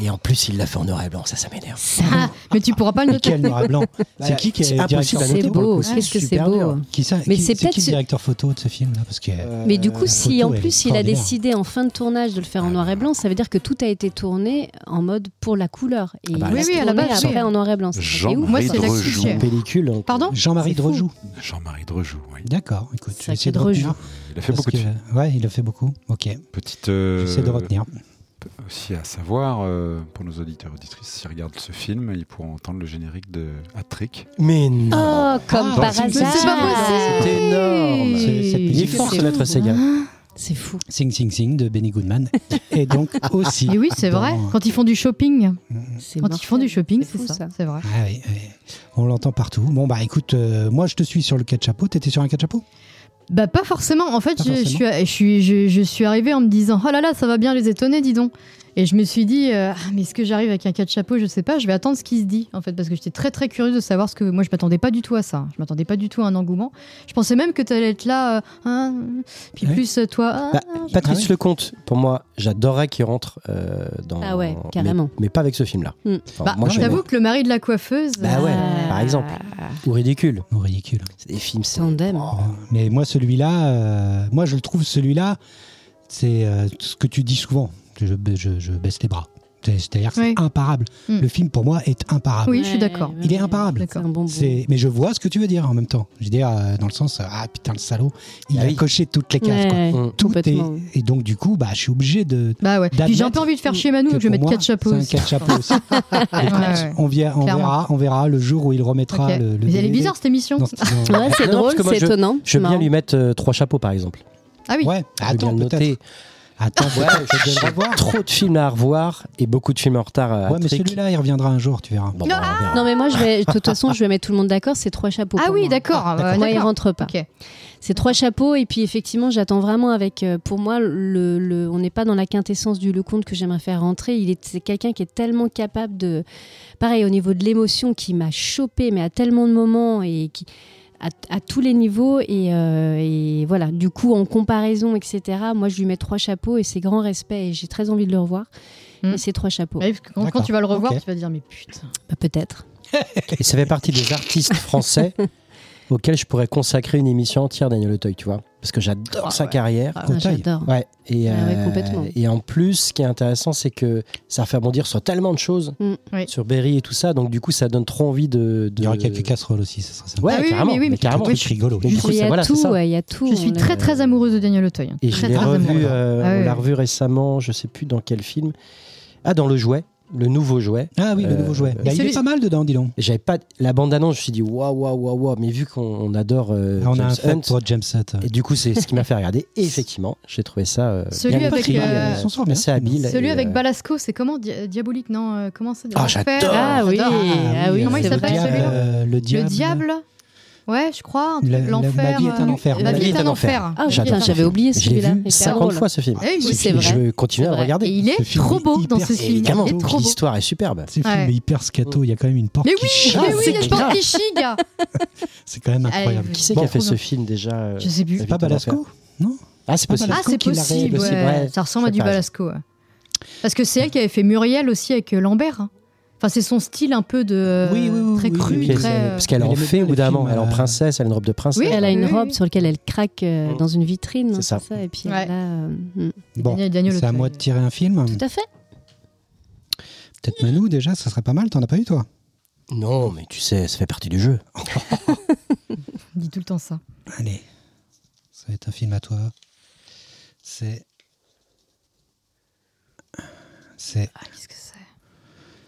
Speaker 3: et en plus, il l'a fait en noir et blanc, ça, ça m'énerve.
Speaker 2: Ah, mais tu pourras pas le
Speaker 1: Et
Speaker 2: noter.
Speaker 1: Quel noir et blanc. C'est
Speaker 3: Bah,
Speaker 1: qui qui est
Speaker 3: c'est
Speaker 1: directeur
Speaker 3: impossible à
Speaker 1: photo
Speaker 4: C'est
Speaker 3: noter, pour le
Speaker 4: beau,
Speaker 3: coup,
Speaker 4: qu'est-ce que c'est
Speaker 3: super
Speaker 4: beau.
Speaker 3: dur.
Speaker 1: Qui ça
Speaker 4: Mais
Speaker 1: qui-
Speaker 4: c'est peut-être
Speaker 1: qui
Speaker 4: ce-
Speaker 1: le directeur photo de ce film-là Parce que.
Speaker 4: Mais du coup,
Speaker 3: Euh,
Speaker 4: si en
Speaker 1: photo, elle est
Speaker 4: plus il a
Speaker 1: extraordinaire.
Speaker 4: décidé en fin de tournage de le faire en noir et blanc, ça veut dire que tout a été tourné en mode pour la couleur. Et
Speaker 3: Ah bah,
Speaker 4: il
Speaker 2: oui,
Speaker 4: a
Speaker 2: oui, à la
Speaker 4: tourné
Speaker 2: base,
Speaker 4: après
Speaker 2: oui.
Speaker 4: en noir et blanc. C'est
Speaker 5: Jean-
Speaker 4: ouf.
Speaker 2: Moi, c'est
Speaker 5: Marie
Speaker 2: l'actrice
Speaker 5: Drejoux.
Speaker 2: qui est-
Speaker 3: pellicule. donc,
Speaker 2: Pardon
Speaker 1: Jean-Marie
Speaker 2: C'est fou.
Speaker 1: Drejoux.
Speaker 5: Jean-Marie Drejoux, oui.
Speaker 1: D'accord. Écoute, je vais
Speaker 4: Sacré
Speaker 1: essayer de
Speaker 4: Drejoux.
Speaker 1: retenir.
Speaker 5: Il a fait
Speaker 1: parce
Speaker 5: beaucoup de
Speaker 1: que- Ouais, il a fait beaucoup. Ok.
Speaker 5: petites. euh,
Speaker 1: J'essaie de retenir.
Speaker 5: aussi à savoir, euh, pour nos auditeurs et auditrices, s'ils regardent ce film, ils pourront entendre le générique de Hat-Trick.
Speaker 3: Mais non
Speaker 4: Oh, comme
Speaker 1: Ah,
Speaker 4: par
Speaker 1: c'est-
Speaker 4: hasard.
Speaker 1: c'est pas
Speaker 2: possible.
Speaker 3: C'est énorme
Speaker 1: C'est- cette
Speaker 3: Il est
Speaker 1: musique,
Speaker 3: fort
Speaker 1: c'est
Speaker 3: ce maître Sega.
Speaker 4: C'est fou.
Speaker 1: Sing Sing Sing de Benny Goodman. Et donc aussi.
Speaker 2: Et oui, c'est
Speaker 1: dans-
Speaker 2: vrai. Quand ils font du shopping,
Speaker 4: C'est
Speaker 2: quand ils font du shopping, c'est
Speaker 4: C'est fou,
Speaker 2: ça.
Speaker 4: ça.
Speaker 2: C'est vrai.
Speaker 1: Ah oui, oui. On l'entend partout. Bon, bah écoute, euh, moi je te suis sur le ketchup. T'étais sur un ketchup
Speaker 2: Bah pas forcément. En fait,
Speaker 1: Pas
Speaker 2: je, je
Speaker 1: forcément.
Speaker 2: suis, je suis, je, je suis arrivée en me disant oh là là, ça va bien les étonner, dis donc. Et je me suis dit euh, Ah, mais est-ce que j'arrive avec un cas de chapeau Je sais pas. Je vais attendre ce qui se dit en fait parce que j'étais très très curieuse de savoir ce que moi je m'attendais pas du tout à ça. Je m'attendais pas du tout à un engouement. Je pensais même que t'allais être là. euh, Ah, puis
Speaker 1: Ouais.
Speaker 2: plus euh, toi. ah,
Speaker 3: Bah,
Speaker 2: ah.
Speaker 3: Patrice
Speaker 1: Ah ouais.
Speaker 3: Lecomte, pour moi, j'adorerais qu'il rentre euh, dans.
Speaker 4: Ah ouais, carrément.
Speaker 3: Mais, mais pas avec ce film-là.
Speaker 4: Hmm.
Speaker 3: Enfin,
Speaker 2: Bah,
Speaker 3: moi,
Speaker 2: je
Speaker 3: j'aime-
Speaker 2: t'avoue que le mari de la coiffeuse.
Speaker 3: Bah ouais,
Speaker 4: Ah.
Speaker 3: par exemple. Ou ridicule.
Speaker 1: Non, ridicule.
Speaker 3: C'est des films. c'est-
Speaker 4: Tandem.
Speaker 3: Oh.
Speaker 1: Mais moi, celui-là, euh, moi je le trouve celui-là, c'est euh, ce que tu dis souvent. Je, ba- je- je baisse les bras. C'est- C'est-à-dire que c'est
Speaker 2: Oui.
Speaker 1: imparable.
Speaker 2: Mm.
Speaker 1: Le film pour moi est imparable.
Speaker 2: euh, Oui, je suis d'accord.
Speaker 1: Il est imparable.
Speaker 4: C'est un bonbon.
Speaker 1: C'est- Mais je vois ce que tu veux dire en même temps. Je veux dire, euh, dans le sens, euh, ah putain, le salaud, il
Speaker 3: Ah
Speaker 1: a
Speaker 3: oui.
Speaker 1: coché toutes les cases. quoi.
Speaker 4: Ouais,
Speaker 3: quoi.
Speaker 1: Tout est-
Speaker 4: complètement.
Speaker 1: Et donc, du coup, bah, je suis obligé de.
Speaker 2: Bah ouais. Puis j'ai un peu
Speaker 1: D'admettre
Speaker 2: envie de faire chez Manou.
Speaker 1: que
Speaker 2: que Je vais
Speaker 1: pour moi,
Speaker 2: mettre quatre chapeaux.
Speaker 1: c'est un
Speaker 2: aussi.
Speaker 1: quatre-chapeaux aussi.
Speaker 2: Ouais, ouais.
Speaker 1: On, vient- on
Speaker 2: Clairement.
Speaker 1: verra, on verra le jour où il remettra
Speaker 2: Ok.
Speaker 1: le, le
Speaker 2: Mais elle est
Speaker 1: DVD
Speaker 2: bizarre cette émission.
Speaker 1: dans cette- dans-
Speaker 4: Ouais, c'est
Speaker 3: Non, parce
Speaker 4: drôle,
Speaker 3: que moi,
Speaker 4: c'est
Speaker 3: je-
Speaker 4: étonnant.
Speaker 3: Je veux bien
Speaker 4: marrant.
Speaker 3: lui mettre euh, trois chapeaux, par exemple.
Speaker 2: Ah oui.
Speaker 1: Ouais,
Speaker 3: Je veux bien
Speaker 1: attends,
Speaker 3: le
Speaker 1: peut-être.
Speaker 3: noter.
Speaker 1: Attends,
Speaker 3: Ouais,
Speaker 1: peut-être, je te donnerai
Speaker 3: j'ai
Speaker 1: voir.
Speaker 3: trop de films à revoir et beaucoup de films en retard à
Speaker 1: Ouais, mais
Speaker 3: Trick.
Speaker 1: celui-là, il reviendra un jour, tu verras.
Speaker 3: Bon, bah, on verra.
Speaker 4: Ah Non, mais moi, je vais, de toute façon, je vais mettre tout le monde d'accord. C'est trois chapeaux.
Speaker 2: Ah
Speaker 4: pour
Speaker 2: oui,
Speaker 4: moi.
Speaker 2: d'accord. Ah, bah,
Speaker 4: Moi, il
Speaker 2: d'accord.
Speaker 4: rentre pas.
Speaker 2: Ok.
Speaker 4: C'est trois chapeaux et puis effectivement, j'attends vraiment avec. euh, pour moi, le, le- on n'est pas dans la quintessence du Lecomte que j'aimerais faire rentrer. Il est c'est quelqu'un qui est tellement capable de, pareil au niveau de l'émotion, qui m'a chopé mais à tellement de moments et qui à, à tous les niveaux et, euh, et voilà. Du coup, en comparaison, etc. Moi, je lui mets trois chapeaux et c'est grand respect et j'ai très envie de le revoir.
Speaker 2: Mm.
Speaker 4: Et c'est trois chapeaux.
Speaker 2: Ouais, parce que quand,
Speaker 1: D'accord.
Speaker 2: quand tu vas le revoir,
Speaker 1: Ok.
Speaker 2: tu vas dire mais putain.
Speaker 4: Bah, Peut-être.
Speaker 3: Et ça fait partie des artistes français auxquels je pourrais consacrer une émission entière, Daniel Auteuil, tu vois. Parce que j'adore
Speaker 2: Ah
Speaker 3: sa
Speaker 2: ouais.
Speaker 3: carrière.
Speaker 4: Ah,
Speaker 1: Fauteuil.
Speaker 4: J'adore.
Speaker 3: Ouais, et, euh,
Speaker 4: Ah ouais, complètement.
Speaker 3: et en plus, ce qui est intéressant, c'est que ça fait rebondir sur tellement de choses,
Speaker 4: Mm.
Speaker 2: Oui.
Speaker 3: sur Berry et tout ça, donc du coup, ça donne trop envie de. de-
Speaker 1: Il y aura quelques casseroles aussi, ça sera sympa.
Speaker 3: Ouais,
Speaker 2: Ah oui, oui,
Speaker 3: carrément,
Speaker 2: mais oui,
Speaker 3: mais
Speaker 2: mais
Speaker 3: carrément.
Speaker 1: Truc rigolo.
Speaker 3: Et du
Speaker 4: Mais
Speaker 3: coup,
Speaker 4: Il y
Speaker 3: ça-
Speaker 4: a
Speaker 3: voilà, bah, c'est
Speaker 4: tout,
Speaker 3: ça.
Speaker 4: ouais, il y a tout.
Speaker 2: Je suis
Speaker 4: On
Speaker 2: très
Speaker 4: l'a-
Speaker 2: très amoureuse de Daniel Auteuil. hein.
Speaker 3: Et je
Speaker 2: très
Speaker 3: l'ai
Speaker 2: très
Speaker 3: revu,
Speaker 2: amoureuse.
Speaker 3: euh,
Speaker 2: Ah
Speaker 3: on
Speaker 2: ouais.
Speaker 3: l'a revu récemment, je sais plus dans quel film. Ah, dans Le Jouet, le nouveau jouet.
Speaker 1: Ah oui, le
Speaker 3: Euh,
Speaker 1: nouveau jouet. Bah, il est
Speaker 2: celui-
Speaker 1: pas mal dedans, dis donc.
Speaker 3: J'avais pas la bande annonce, je me suis dit waouh waouh waouh waouh, mais vu qu'on on adore euh,
Speaker 1: Ah, on a
Speaker 3: James
Speaker 1: un fait
Speaker 3: Hunt,
Speaker 1: pour James Hunt.
Speaker 3: et du coup c'est ce qui m'a fait regarder. Et effectivement, j'ai trouvé ça euh,
Speaker 2: Celui
Speaker 3: bien
Speaker 2: avec,
Speaker 3: écrit,
Speaker 2: euh,
Speaker 3: euh,
Speaker 1: Ils hein. s'en sortent bien.
Speaker 3: assez habile.
Speaker 2: Celui
Speaker 3: et,
Speaker 2: avec
Speaker 3: euh,
Speaker 2: Balasco, c'est comment Dia- Diabolique Non, euh, comment ça
Speaker 3: Ah,
Speaker 2: l'enfer
Speaker 3: j'adore.
Speaker 4: Ah oui,
Speaker 2: j'adore.
Speaker 4: ah oui,
Speaker 2: Comment il
Speaker 1: le
Speaker 4: c'est
Speaker 2: s'appelle
Speaker 4: vrai.
Speaker 1: diable,
Speaker 2: celui-là
Speaker 1: euh, Le
Speaker 2: Le
Speaker 1: diable.
Speaker 2: diable Ouais, je crois. un truc,
Speaker 1: La- la-
Speaker 2: L'enfer.
Speaker 1: Ma vie est un
Speaker 2: euh,
Speaker 1: enfer.
Speaker 2: La vie est un enfer.
Speaker 4: Ah,
Speaker 3: J'adore.
Speaker 4: putain, j'avais oublié
Speaker 3: Je l'ai
Speaker 4: celui-là.
Speaker 3: vu
Speaker 4: Hyper
Speaker 3: 50
Speaker 4: drôle.
Speaker 3: fois ce film.
Speaker 2: Eh oui,
Speaker 3: Ce
Speaker 4: c'est
Speaker 3: film, Je
Speaker 4: vrai.
Speaker 3: veux continuer à le
Speaker 4: C'est vrai.
Speaker 3: regarder.
Speaker 2: Et il
Speaker 1: Ce
Speaker 2: est
Speaker 1: film
Speaker 2: trop
Speaker 1: est
Speaker 2: beau dans
Speaker 1: hyper-
Speaker 2: ce film.
Speaker 3: Évidemment,
Speaker 2: Il est trop beau.
Speaker 3: l'histoire est superbe.
Speaker 1: C'est film
Speaker 2: Ouais.
Speaker 1: est hyper scato, il y a quand même une porte
Speaker 2: Mais
Speaker 1: qui
Speaker 2: oui,
Speaker 1: chasse.
Speaker 2: mais oui, il y a
Speaker 3: c'est
Speaker 2: je pense
Speaker 3: grave.
Speaker 2: qui giga.
Speaker 1: C'est quand même incroyable.
Speaker 2: Allez,
Speaker 3: Qui c'est
Speaker 2: Bon.
Speaker 3: qui a fait
Speaker 2: Trop
Speaker 3: ce
Speaker 2: bien.
Speaker 3: film déjà euh,
Speaker 2: Je sais plus.
Speaker 1: C'est pas Balasco
Speaker 3: Ah, c'est possible.
Speaker 2: Ah,
Speaker 1: Balasco
Speaker 2: c'est
Speaker 1: qui l'a
Speaker 2: possible.
Speaker 1: réalisé,
Speaker 2: ouais.
Speaker 3: ouais.
Speaker 2: Ça ressemble à
Speaker 3: Je sais
Speaker 2: du
Speaker 3: pas.
Speaker 2: Balasco. ouais. Parce que c'est elle qui avait fait Muriel aussi avec euh, Lambert. hein. Enfin, c'est son style un peu de euh,
Speaker 1: Oui, oui, oui,
Speaker 2: très
Speaker 1: oui,
Speaker 2: cru,
Speaker 1: oui,
Speaker 3: Puis elle-
Speaker 2: très. euh,
Speaker 3: Parce qu'elle
Speaker 1: Elle
Speaker 3: en
Speaker 1: aimait
Speaker 3: fait
Speaker 1: bien
Speaker 3: au bout
Speaker 1: les
Speaker 3: d'un moment.
Speaker 1: films,
Speaker 3: Elle est en
Speaker 1: euh,
Speaker 3: princesse, elle a une robe de princesse.
Speaker 2: Oui,
Speaker 4: Elle a une
Speaker 2: Oui, oui,
Speaker 4: robe
Speaker 2: oui.
Speaker 4: sur laquelle elle craque euh,
Speaker 3: Mm.
Speaker 4: dans une vitrine.
Speaker 3: C'est
Speaker 4: hein,
Speaker 3: ça.
Speaker 4: C'est ça. Et puis
Speaker 2: Ouais.
Speaker 4: là, euh, mm.
Speaker 1: Bon,
Speaker 2: Daniel- Daniel
Speaker 1: c'est à
Speaker 2: Auteuil.
Speaker 1: moi de tirer un film.
Speaker 4: Tout à fait.
Speaker 1: Peut-être Manou déjà, ça serait pas mal, t'en as pas eu toi
Speaker 3: Non, mais tu sais, ça fait partie du jeu.
Speaker 2: Il dit tout le temps ça.
Speaker 1: Allez, ça va être un film à toi. C'est. C'est.
Speaker 2: Ah, qu'est-ce que c'est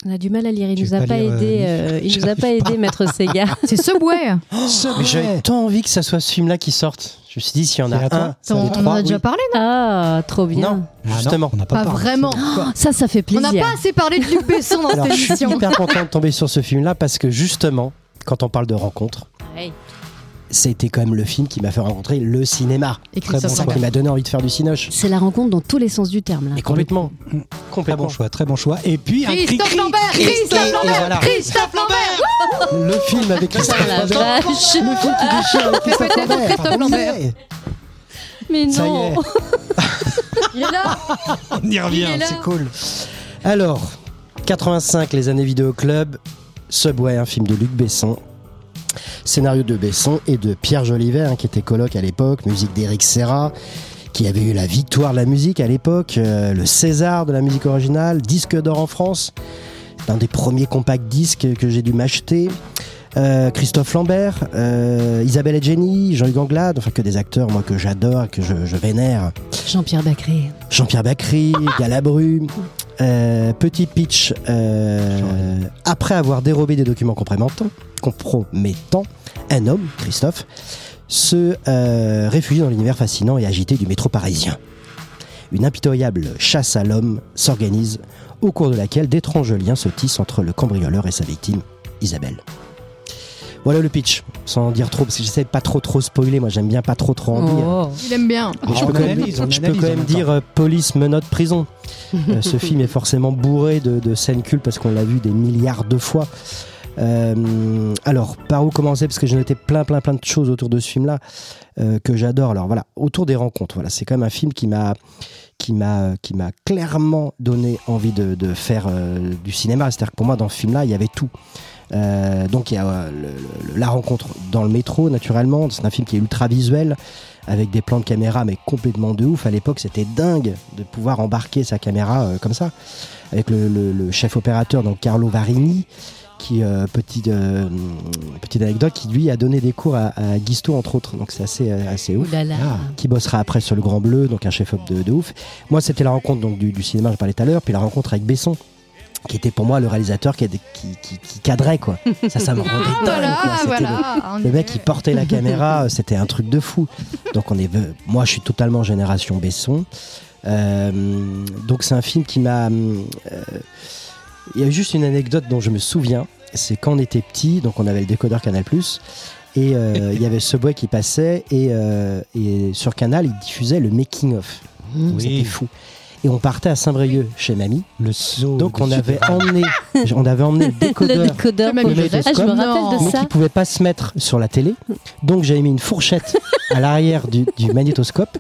Speaker 4: On a du mal à lire. Il
Speaker 1: Tu
Speaker 4: nous
Speaker 1: veux
Speaker 4: a
Speaker 1: pas
Speaker 4: pas
Speaker 1: lire, euh,
Speaker 4: aidé.
Speaker 1: Nif
Speaker 4: euh, Il nous a
Speaker 1: J'arrive
Speaker 4: pas aidé, maître Sega.
Speaker 2: C'est Subway.
Speaker 1: Oh,
Speaker 3: Mais j'avais tant envie que ça soit ce film-là qui sorte. Je me suis dit, s'il y en
Speaker 1: C'est à
Speaker 3: a
Speaker 1: toi
Speaker 3: un,
Speaker 2: On
Speaker 1: Ça
Speaker 2: on
Speaker 1: fait
Speaker 2: en
Speaker 1: trois,
Speaker 2: a
Speaker 1: oui.
Speaker 2: déjà parlé,
Speaker 4: Ah, trop bien. Oh,
Speaker 3: Non, justement.
Speaker 1: on n'a
Speaker 2: Pas,
Speaker 1: parlé.
Speaker 2: vraiment.
Speaker 4: Ça, ça fait
Speaker 2: On n'a
Speaker 4: plaisir.
Speaker 2: pas assez parlé de Luc Besson dans
Speaker 3: Alors,
Speaker 2: cette
Speaker 3: je suis
Speaker 2: émission.
Speaker 3: hyper content de tomber sur ce film-là parce que justement, quand on parle de rencontre,
Speaker 4: Ouais.
Speaker 3: c'était quand même le film qui m'a fait rencontrer le cinéma.
Speaker 2: Écrit
Speaker 3: C'est
Speaker 2: sur
Speaker 3: ça
Speaker 2: cinq.
Speaker 3: qui m'a donné envie de faire du cinoche.
Speaker 4: C'est la rencontre dans tous les sens du terme. Là.
Speaker 3: Et complètement.
Speaker 1: Très
Speaker 3: Complètement.
Speaker 1: bon choix, très bon choix. Et puis un cri,
Speaker 2: Christophe Lambert
Speaker 3: Et- et
Speaker 2: Christophe Lambert
Speaker 3: voilà.
Speaker 2: Christophe Lambert
Speaker 3: Le film avec
Speaker 4: Oh la
Speaker 3: Christophe Lambert.
Speaker 4: vache.
Speaker 3: Le film qui déchire avec Christophe
Speaker 2: Peut-être
Speaker 3: Lambert.
Speaker 2: Christophe Lambert.
Speaker 3: Ouais.
Speaker 4: Mais
Speaker 3: Ça y
Speaker 4: non.
Speaker 3: est,
Speaker 2: Il est là
Speaker 1: on y revient,
Speaker 2: est là.
Speaker 1: c'est cool.
Speaker 3: Alors, 85, les années vidéo club, Subway, un film de Luc Besson. Scénario de Besson et de Pierre Jolivet, hein, qui était coloc à l'époque, musique d'Éric Serra, qui avait eu la victoire de la musique à l'époque, euh, le César de la musique originale, disque d'or en France, l'un des premiers compacts disques que j'ai dû m'acheter. euh, Christophe Lambert, euh, Isabelle Adjani, Jean-Hugues Anglade, enfin que des acteurs moi que j'adore, que je, je vénère.
Speaker 4: Jean-Pierre Bacré.
Speaker 3: Jean-Pierre Bacry, Galabru, euh, Petit Pitch. euh, après avoir dérobé des documents compromettants, compromettants, un homme, Christophe, se euh, réfugie dans l'univers fascinant et agité du métro parisien. Une impitoyable chasse à l'homme s'organise, au cours de laquelle d'étranges liens se tissent entre le cambrioleur et sa victime, Isabelle. Voilà le pitch, sans en dire trop, parce que j'essaie de pas trop trop spoiler, moi j'aime bien pas trop trop en dire.
Speaker 4: hein.
Speaker 2: Il aime bien.
Speaker 3: Mais je
Speaker 1: Ah,
Speaker 3: peux
Speaker 1: on
Speaker 3: quand même,
Speaker 1: analyse, on
Speaker 3: je peux
Speaker 1: analyse
Speaker 3: quand
Speaker 1: en
Speaker 3: même
Speaker 1: même
Speaker 3: dire euh, police, menottes, prison. Euh, ce film est forcément bourré de, de scènes cultes parce qu'on l'a vu des milliards de fois. Euh, alors, par où commencer Parce que j'ai noté plein, plein, plein de choses autour de ce film-là euh, que j'adore. Alors voilà, autour des rencontres. Voilà, c'est quand même un film qui m'a qui m'a qui m'a clairement donné envie de, de faire euh, du cinéma. C'est-à-dire que pour moi, dans ce film-là, il y avait tout. Euh, donc il y a euh, le- le- la rencontre dans le métro naturellement, c'est un film qui est ultra visuel avec des plans de caméra mais complètement de ouf. À l'époque c'était dingue de pouvoir embarquer sa caméra euh, comme ça avec le, le- le chef opérateur donc Carlo Varini qui euh, petite euh, petite anecdote qui lui a donné des cours à, à Guisto entre autres donc c'est assez euh, assez ouf
Speaker 4: Oulala.
Speaker 1: Ah.
Speaker 3: qui bossera après sur le Grand Bleu, donc un chef-op de, de ouf. Moi, c'était la rencontre donc, du, du cinéma, je parlais tout à l'heure, puis la rencontre avec Besson, qui était pour moi le réalisateur qui, a des- qui, qui- qui cadrait, quoi. Ça, ça me rendait dingue, quoi.
Speaker 2: Ah, Voilà,
Speaker 3: C'était
Speaker 2: voilà.
Speaker 3: le- Le mec, il portait la caméra, euh, c'était un truc de fou. Donc, on est, ve- moi, je suis totalement génération Besson. Euh, donc, c'est un film qui m'a. hum, euh, Il y a juste une anecdote dont je me souviens. C'est quand on était petit, donc on avait le décodeur Canal et euh, il y avait Subway qui passait et, euh, et sur Canal ils diffusaient le making of. Donc,
Speaker 1: Oui.
Speaker 3: C'était fou. Et on partait à Saint-Brieuc chez mamie.
Speaker 1: Le saut.
Speaker 3: Donc
Speaker 1: des
Speaker 3: on avait
Speaker 1: Oh, super-
Speaker 3: emmené, on avait emmené le
Speaker 4: Le
Speaker 3: décodeur,
Speaker 4: décodeur.
Speaker 2: Le
Speaker 4: pour-
Speaker 3: mec de
Speaker 4: Ah, je me
Speaker 3: Scott.
Speaker 4: rappelle
Speaker 2: Non.
Speaker 4: de
Speaker 3: mais qui
Speaker 4: ça.
Speaker 3: pouvait pas se mettre sur la télé. Donc j'avais mis une fourchette à l'arrière du, du magnétoscope,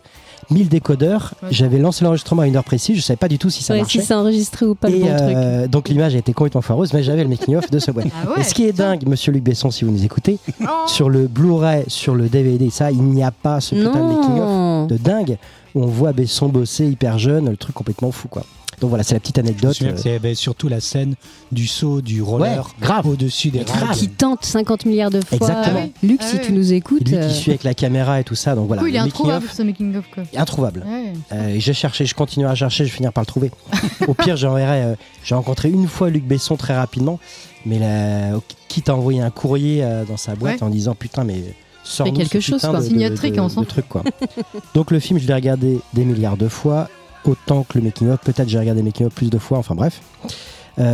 Speaker 3: mis le décodeur.
Speaker 2: Ouais.
Speaker 3: J'avais lancé l'enregistrement à une heure précise. Je savais pas du tout si ça
Speaker 4: Ouais,
Speaker 3: marchait.
Speaker 4: si c'est enregistré ou pas le
Speaker 3: Et,
Speaker 4: bon truc.
Speaker 3: euh, donc l'image a été complètement foireuse, mais j'avais le making of de Subway.
Speaker 2: Ah ouais,
Speaker 3: Et ce qui est
Speaker 2: putain.
Speaker 3: dingue, Monsieur Luc Besson, si vous nous écoutez,
Speaker 2: Oh.
Speaker 3: sur le Blu-ray, sur le DVD, ça, il n'y a pas ce putain de making-of
Speaker 4: Non.
Speaker 3: de dingue où on voit Besson bosser hyper jeune, le truc complètement fou, quoi. Donc voilà, c'est la petite
Speaker 1: Je me
Speaker 3: anecdote.
Speaker 1: souviens que c'est ben, surtout la scène du saut, du roller
Speaker 3: Ouais, grave.
Speaker 1: au-dessus des
Speaker 3: Mais grave.
Speaker 1: rails.
Speaker 4: Qui tente 50 milliards de fois.
Speaker 3: Exactement.
Speaker 4: Euh, Luc,
Speaker 2: Ah
Speaker 4: si
Speaker 2: oui.
Speaker 4: tu nous écoutes.
Speaker 3: Lui
Speaker 4: euh,
Speaker 3: qui suit avec la caméra et tout ça, donc
Speaker 2: Du
Speaker 3: voilà.
Speaker 2: coup, il est
Speaker 3: le making-of,
Speaker 2: introuvable ce making of quoi.
Speaker 3: introuvable.
Speaker 2: Ouais.
Speaker 3: Euh, j'ai cherché, je continue à chercher, je vais finir par le trouver. Au pire, j'enverrai. euh, j'ai rencontré une fois Luc Besson très rapidement, mais la, quitte à envoyer un courrier euh, dans sa boîte
Speaker 2: Ouais.
Speaker 3: en disant putain, mais sors
Speaker 4: Fais quelque chose, quoi.
Speaker 2: Signatrique, on s'en fout.
Speaker 3: truc, quoi. Donc le film, je l'ai regardé des milliards de fois, autant que le making of. Peut-être j'ai regardé le making of plus de fois. Enfin bref.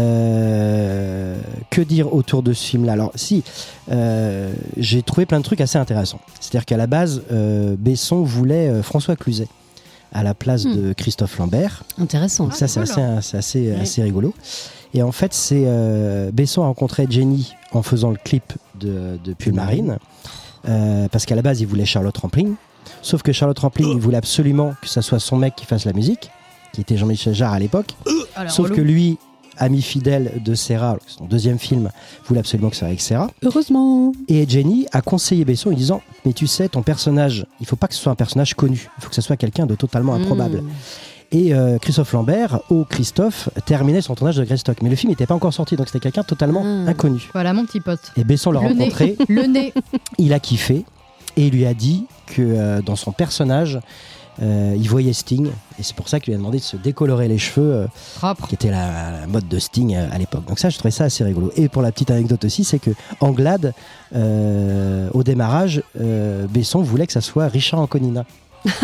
Speaker 3: Euh, que dire autour de ce film-là Alors si, euh, j'ai trouvé plein de trucs assez intéressants. C'est-à-dire qu'à la base, euh, Besson voulait euh, François Cluzet à la place
Speaker 4: Hmm.
Speaker 3: de Christophe Lambert.
Speaker 4: Intéressant.
Speaker 3: Donc ça, c'est
Speaker 2: cool.
Speaker 3: assez, c'est assez,
Speaker 4: Ouais.
Speaker 3: assez rigolo. Et en fait, c'est euh, Besson a rencontré Jenny en faisant le clip de, de Pull Marine, euh, parce qu'à la base, il voulait Charlotte Rampling. Sauf que Charlotte Rampling, il voulait absolument que ça soit son mec qui fasse la musique, qui était Jean-Michel Jarre à l'époque.
Speaker 2: Alors,
Speaker 3: Sauf
Speaker 2: relou.
Speaker 3: que lui, ami fidèle de Serra, son deuxième film, voulait absolument que ça soit avec Serra.
Speaker 4: Heureusement.
Speaker 3: Et Jenny a conseillé Besson en lui disant Mais tu sais, ton personnage, il faut pas que ce soit un personnage connu, il faut que ce soit quelqu'un de totalement
Speaker 2: Hmm.
Speaker 3: improbable.
Speaker 4: Mm.
Speaker 3: Et euh, Christophe Lambert, au Christophe, terminait son tournage de Greystock. Mais le film n'était pas encore sorti, donc c'était quelqu'un totalement
Speaker 4: Ah.
Speaker 3: inconnu.
Speaker 2: Voilà mon petit pote.
Speaker 3: Et Besson l'a
Speaker 2: Hmm. Le nez.
Speaker 3: rencontré,
Speaker 2: Le nez.
Speaker 3: il a kiffé, et il lui a dit que euh, dans son personnage, euh, il voyait Sting, et c'est pour ça qu'il lui a demandé de se décolorer les cheveux, euh,
Speaker 2: Propre.
Speaker 3: qui était la, la mode de Sting euh, à l'époque. Donc ça, je trouvais ça assez rigolo. Et pour la petite anecdote aussi, c'est que Anglade, euh, au démarrage, euh, Besson voulait que ça soit Richard Anconina. Parce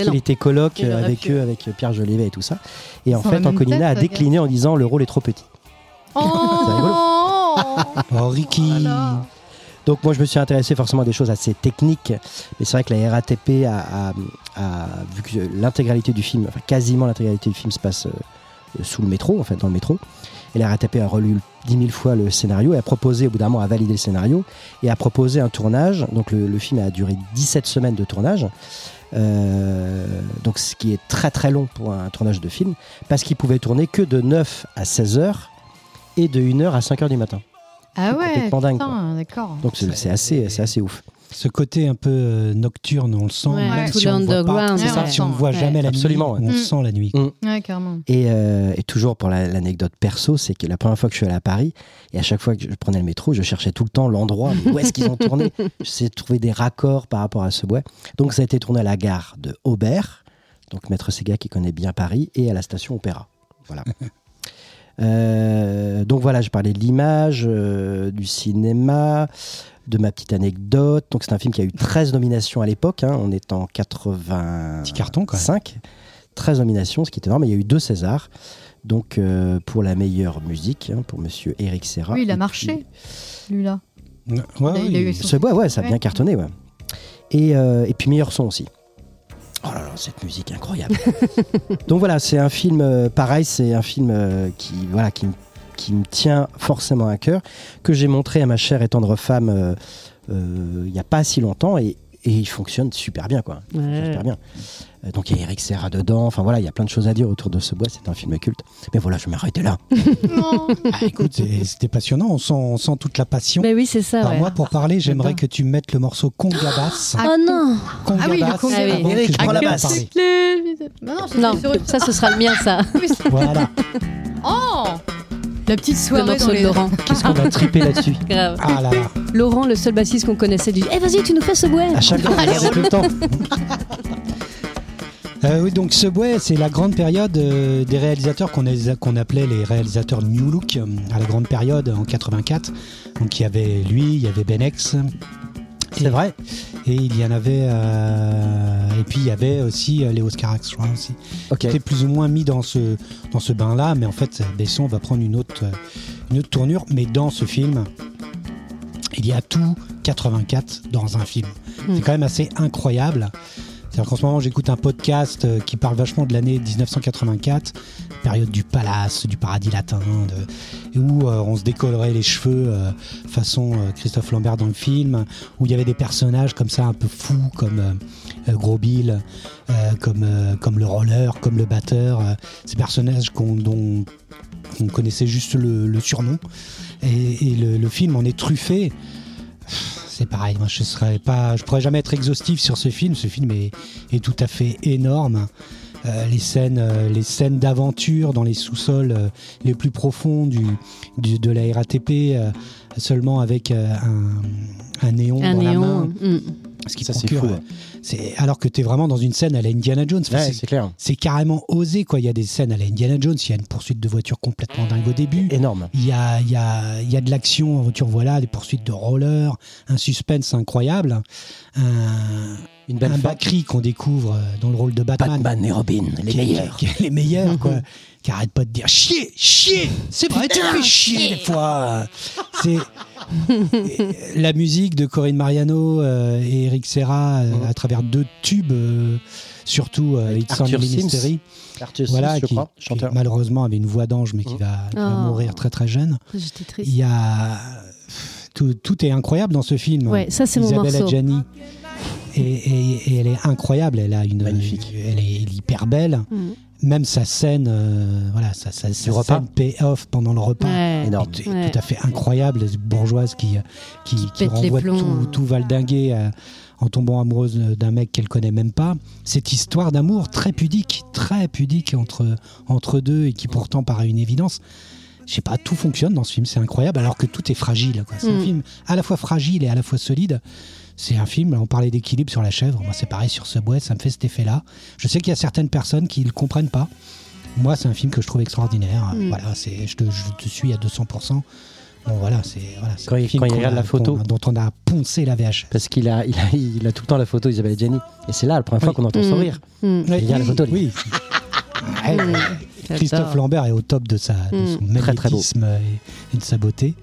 Speaker 4: Excellent.
Speaker 3: qu'il était colloque
Speaker 4: Il
Speaker 3: euh,
Speaker 4: aurait
Speaker 3: avec
Speaker 4: pu.
Speaker 3: eux, avec Pierre Jolivet et tout ça. Et en
Speaker 2: Ils sont la
Speaker 3: fait,
Speaker 2: même tête, Oh.
Speaker 3: Anconina a
Speaker 2: regarde.
Speaker 3: décliné en disant le rôle est trop petit.
Speaker 2: Oh
Speaker 1: Oh, Ricky
Speaker 2: Voilà.
Speaker 3: Donc moi, je me suis intéressé forcément à des choses assez techniques. Mais c'est vrai que la RATP a, a- a- vu que l'intégralité du film, enfin quasiment l'intégralité du film se passe euh, sous le métro, en fait, dans le métro. Et la RATP a relu 10 000 fois le scénario et a proposé, au bout d'un moment, a validé le scénario et a proposé un tournage. Donc le, le film a duré 17 semaines de tournage. Euh, donc ce qui est très très long pour un tournage de film, parce qu'il pouvait tourner que de 9 à 16 heures et de 1 heure à 5 heures du matin.
Speaker 2: Ah
Speaker 3: C'est
Speaker 2: ouais.
Speaker 3: complètement dingue,
Speaker 2: putain, D'accord.
Speaker 3: Donc c'est
Speaker 1: C'est-
Speaker 3: c'est assez, c'est assez ouf.
Speaker 1: Ce côté un peu euh, nocturne, on le sent.
Speaker 4: Ouais,
Speaker 1: même
Speaker 2: tout
Speaker 1: si on le voit pas.
Speaker 4: l'underground,
Speaker 1: C'est ça,
Speaker 2: ouais.
Speaker 1: si on ne voit
Speaker 4: Ouais.
Speaker 1: jamais la
Speaker 3: Absolument,
Speaker 1: nuit,
Speaker 3: ouais.
Speaker 1: on
Speaker 2: Mm.
Speaker 1: sent la nuit.
Speaker 2: Ouais, carrément.
Speaker 3: Et, euh, et toujours pour la- l'anecdote perso, c'est que la première fois que je suis allé à Paris, et à chaque fois que je prenais le métro, je cherchais tout le temps l'endroit mais où est-ce qu'ils ont tourné. J'essayais de trouver des raccords par rapport à ce bois. Donc ça a été tourné à la gare de Aubert, donc Maître Sega qui connaît bien Paris, et à la station Opéra. Voilà. Euh, donc voilà, je parlais de l'image, euh, du cinéma, de ma petite anecdote. Donc c'est un film qui a eu 13 nominations à l'époque, hein. on est en 80...
Speaker 1: Petit carton, quand même.
Speaker 3: 5, 13 nominations, ce qui est énorme. Il y a eu deux Césars. Donc, euh, pour la meilleure musique, hein, pour monsieur Eric Serra.
Speaker 2: Oui, il a
Speaker 3: Et
Speaker 2: marché,
Speaker 3: puis-
Speaker 2: lui-là.
Speaker 1: Ouais,
Speaker 2: Bah, il a eu
Speaker 1: oui.
Speaker 2: son-
Speaker 3: Ce bois, ouais, ça a
Speaker 2: Ouais.
Speaker 3: bien cartonné, ouais. Et, euh, et puis, meilleur son aussi. Oh là là, cette musique incroyable. Donc voilà, c'est un film, euh, pareil, c'est un film euh, qui, voilà, qui, me- qui me tient forcément à cœur, que j'ai montré à ma chère et tendre femme euh, euh, il n'y a pas si longtemps et, et il fonctionne super bien, quoi. Il fonctionne
Speaker 4: Ouais.
Speaker 3: super bien. Euh, Donc il y a Eric Serra dedans, enfin voilà, il y a plein de choses à dire autour de ce bois, c'est un film culte. Mais voilà, je vais m'arrêter là.
Speaker 2: Non.
Speaker 1: Ah, écoute, c'est- c'était passionnant. On sent, on sent toute la passion.
Speaker 4: Mais oui, c'est ça.
Speaker 1: Alors
Speaker 4: ouais.
Speaker 1: moi, pour parler, j'aimerais
Speaker 4: Attends.
Speaker 1: que tu mettes le morceau Conga Bass.
Speaker 2: Ah,
Speaker 4: Oh non
Speaker 1: Conga
Speaker 2: ah oui, le
Speaker 1: Bass,
Speaker 2: Conga
Speaker 1: avant
Speaker 4: Bass.
Speaker 1: que je
Speaker 3: Eric,
Speaker 1: m'en
Speaker 3: prends la
Speaker 1: aille
Speaker 3: basse.
Speaker 1: parler.
Speaker 2: Bah non,
Speaker 4: Non,
Speaker 2: c'est sur une-
Speaker 4: ça ce sera le mien, ça.
Speaker 1: Voilà,
Speaker 2: Oh La petite
Speaker 4: Le
Speaker 2: soirée dans
Speaker 4: morceau de
Speaker 2: les...
Speaker 4: Laurent.
Speaker 3: Qu'est-ce qu'on va triper là-dessus
Speaker 4: Grave.
Speaker 1: ah là là.
Speaker 4: Laurent, le seul bassiste qu'on connaissait, dit Eh, vas-y, tu nous fais ce bouet
Speaker 1: Ah,
Speaker 3: À chaque fois, regardez tout le temps.
Speaker 1: Euh, oui, donc Subway, c'est la grande période euh, des réalisateurs qu'on les a- qu'on appelait les réalisateurs New Look euh, à la grande période en 84. Donc il y avait lui, il y avait Benex.
Speaker 3: C'est vrai.
Speaker 1: Et il y en avait. euh, et puis il y avait aussi euh, les Oscar Axe, je crois, aussi.
Speaker 3: Ok.
Speaker 1: Qui était plus ou moins mis dans ce, dans ce bain-là, mais en fait, Besson va prendre une autre, euh, une autre tournure. Mais dans ce film, il y a tout 84 dans un film.
Speaker 4: Mm.
Speaker 1: C'est quand même assez incroyable. C'est-à-dire qu'en ce moment, j'écoute un podcast euh, qui parle vachement de l'année 1984, période du palace, du paradis latin, de- et où euh, on se décolorait les cheveux euh, façon euh, Christophe Lambert dans le film, où il y avait des personnages comme ça un peu fous, comme euh, euh, Gros Bill, euh, comme, euh, comme le roller, comme le batteur, euh, ces personnages qu'on, dont on connaissait juste le, le surnom. Et, et le, le film en est truffé. C'est pareil, moi je serais pas, je pourrais jamais être exhaustif sur ce film. Ce film est, est tout à fait énorme. Euh, les scènes, euh, les scènes d'aventure dans les sous-sols euh, les plus profonds du, du- de la RATP, euh, seulement avec euh, un, un néon
Speaker 4: Un
Speaker 1: dans la main,
Speaker 4: néon. Mm.
Speaker 1: ce qui
Speaker 3: Ça, c'est
Speaker 1: procure.
Speaker 3: fou, hein.
Speaker 1: euh,
Speaker 3: ouais.
Speaker 1: c'est alors que tu es vraiment dans une scène à la Indiana Jones. Enfin,
Speaker 3: Ouais,
Speaker 1: c'est-
Speaker 3: c'est clair.
Speaker 1: c'est carrément osé, quoi. Il y a des scènes à la Indiana Jones, il y a une poursuite de voiture complètement dingue au début.
Speaker 3: Énorme.
Speaker 1: Il y a, il y, a, il y a de l'action en voiture, voilà, des poursuites de roller, un suspense incroyable, un,
Speaker 3: Une
Speaker 1: un Bakri qu'on découvre euh, dans le rôle de Batman.
Speaker 3: Batman et Robin, les
Speaker 1: Qui-
Speaker 3: meilleurs. Mhm.
Speaker 1: qui- qui- les meilleurs, quoi. Qui arrête pas de dire chier, chier, c'est vrai, tu fais chier des fois. C'est. Et La musique de Corinne Mariano euh, et Eric Serra euh,
Speaker 3: Mhm.
Speaker 1: à travers deux tubes, euh, surtout euh,
Speaker 3: Avec
Speaker 1: It's Only
Speaker 3: Arthur Sims.
Speaker 1: Mystery
Speaker 3: Arthur
Speaker 1: voilà,
Speaker 3: Smith, je
Speaker 1: qui,
Speaker 3: crois,
Speaker 1: qui,
Speaker 3: chanteur.
Speaker 1: malheureusement avait une voix d'ange, mais qui
Speaker 3: Mhm.
Speaker 1: va, qui va
Speaker 4: Oh.
Speaker 1: mourir très très jeune.
Speaker 4: J'étais
Speaker 1: Il
Speaker 4: triste.
Speaker 1: y a tout, tout est incroyable dans ce film.
Speaker 4: Ouais, ça, c'est mon
Speaker 1: Isabelle
Speaker 4: morceau.
Speaker 1: Adjani. Et, et- et elle est incroyable. Elle a une,
Speaker 3: Magnifique.
Speaker 1: elle est hyper belle.
Speaker 4: Mm.
Speaker 1: Même sa scène, euh, voilà, sa, sa, sa
Speaker 3: repas.
Speaker 1: scène payoff pendant le repas.
Speaker 4: Ouais.
Speaker 1: est-
Speaker 3: Énorme.
Speaker 1: est
Speaker 4: Ouais.
Speaker 1: tout à fait incroyable, cette bourgeoise qui, qui, qui
Speaker 4: pète les
Speaker 1: renvoie
Speaker 4: plombs,
Speaker 1: tout,
Speaker 4: hein.
Speaker 1: tout valdinguer euh, en tombant amoureuse d'un mec qu'elle connaît même pas. Cette histoire d'amour très pudique, très pudique entre, entre deux et qui pourtant paraît une évidence. Je sais pas, tout fonctionne dans ce film, c'est incroyable, alors que tout est fragile. quoi. C'est un
Speaker 4: Mm.
Speaker 1: film à la fois fragile et à la fois solide. C'est un film, on parlait d'équilibre sur la chèvre, moi c'est pareil sur ce bois, ça me fait cet effet-là. Je sais qu'il y a certaines personnes qui le comprennent pas. Moi, c'est un film que je trouve extraordinaire.
Speaker 4: Mm.
Speaker 1: Voilà, c'est, je, te, je te suis à 200%. Bon, voilà, c'est, voilà, c'est
Speaker 3: Quand
Speaker 1: un
Speaker 3: il-
Speaker 1: film
Speaker 3: quand il
Speaker 1: qu'on
Speaker 3: regarde
Speaker 1: a-
Speaker 3: la photo.
Speaker 1: qu'on a- dont on a poncé la VHS.
Speaker 3: Parce qu'il a, il a, il a tout le temps la photo d'Isabelle Adjani. Et c'est là la première fois
Speaker 1: Oui.
Speaker 3: qu'on entend
Speaker 4: Mm.
Speaker 3: sourire.
Speaker 4: Mm.
Speaker 3: Il regarde la photo, lui.
Speaker 1: Oui. Ouais,
Speaker 4: Mm.
Speaker 1: Ah, Christophe Lambert est au top de, sa, de son
Speaker 3: Très, très beau.
Speaker 1: magnétisme et, et de sa beauté.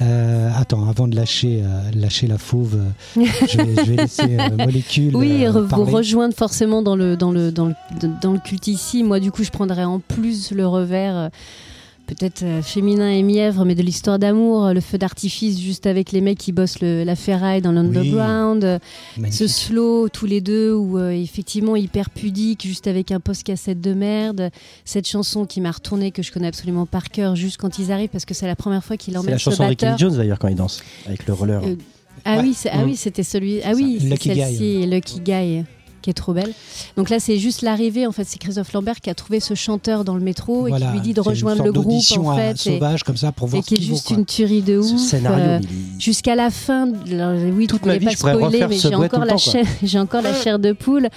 Speaker 1: Euh, attends, avant de lâcher, euh, lâcher la fauve, euh, je, vais, je vais laisser euh, Molécule.
Speaker 4: Oui,
Speaker 1: euh,
Speaker 4: re- vous
Speaker 1: parler.
Speaker 4: rejoindre forcément dans le, dans, le, dans, le, dans le culte ici. Moi, du coup, je prendrais en plus le revers, euh, peut-être euh, féminin et mièvre, mais de l'histoire d'amour, euh, le feu d'artifice juste avec les mecs qui bossent le- la ferraille dans l'underground, euh, ce
Speaker 1: Magnifique.
Speaker 4: slow tous les deux, où euh, effectivement, hyper pudique, juste avec un post-cassette de merde. Cette chanson qui m'a retourné, que je connais absolument par cœur, juste quand ils arrivent, parce que c'est la première fois qu'il
Speaker 3: C'est la
Speaker 4: emmène ce
Speaker 3: chanson de Ricky
Speaker 4: batteur.
Speaker 3: Jones d'ailleurs quand il danse avec le roller.
Speaker 4: Euh, Ah
Speaker 1: Ouais.
Speaker 4: oui, c'est- ah
Speaker 1: Mm.
Speaker 4: oui, c'était celui. Ah
Speaker 1: C'est
Speaker 4: oui,
Speaker 1: ça.
Speaker 4: c'est
Speaker 1: Lucky Guy.
Speaker 4: celle-ci, Lucky Guy, qui est trop belle. Donc là, c'est juste l'arrivée. En fait, c'est Christophe Lambert qui a trouvé ce chanteur dans le métro et
Speaker 1: Voilà,
Speaker 4: qui lui dit de
Speaker 1: c'est une
Speaker 4: rejoindre
Speaker 1: sorte
Speaker 4: le groupe
Speaker 1: d'audition, euh,
Speaker 4: en fait. et-
Speaker 1: sauvage comme ça pour
Speaker 4: Et,
Speaker 1: voir ce
Speaker 4: qui est
Speaker 1: qu'il vaut.
Speaker 4: juste
Speaker 1: quoi.
Speaker 4: une tuerie de
Speaker 3: Ce
Speaker 4: ouf.
Speaker 3: scénario,
Speaker 4: euh,
Speaker 3: mais il-
Speaker 4: Jusqu'à la fin, de- alors, oui,
Speaker 3: Toute
Speaker 4: je
Speaker 3: ma
Speaker 4: voulais
Speaker 3: vie,
Speaker 4: pas
Speaker 3: je pourrais
Speaker 4: spoiler,
Speaker 3: refaire
Speaker 4: mais
Speaker 3: ce
Speaker 4: j'ai
Speaker 3: bruit tout
Speaker 4: encore,
Speaker 3: le
Speaker 4: la
Speaker 3: temps, quoi.
Speaker 4: chair, j'ai encore la chair de poule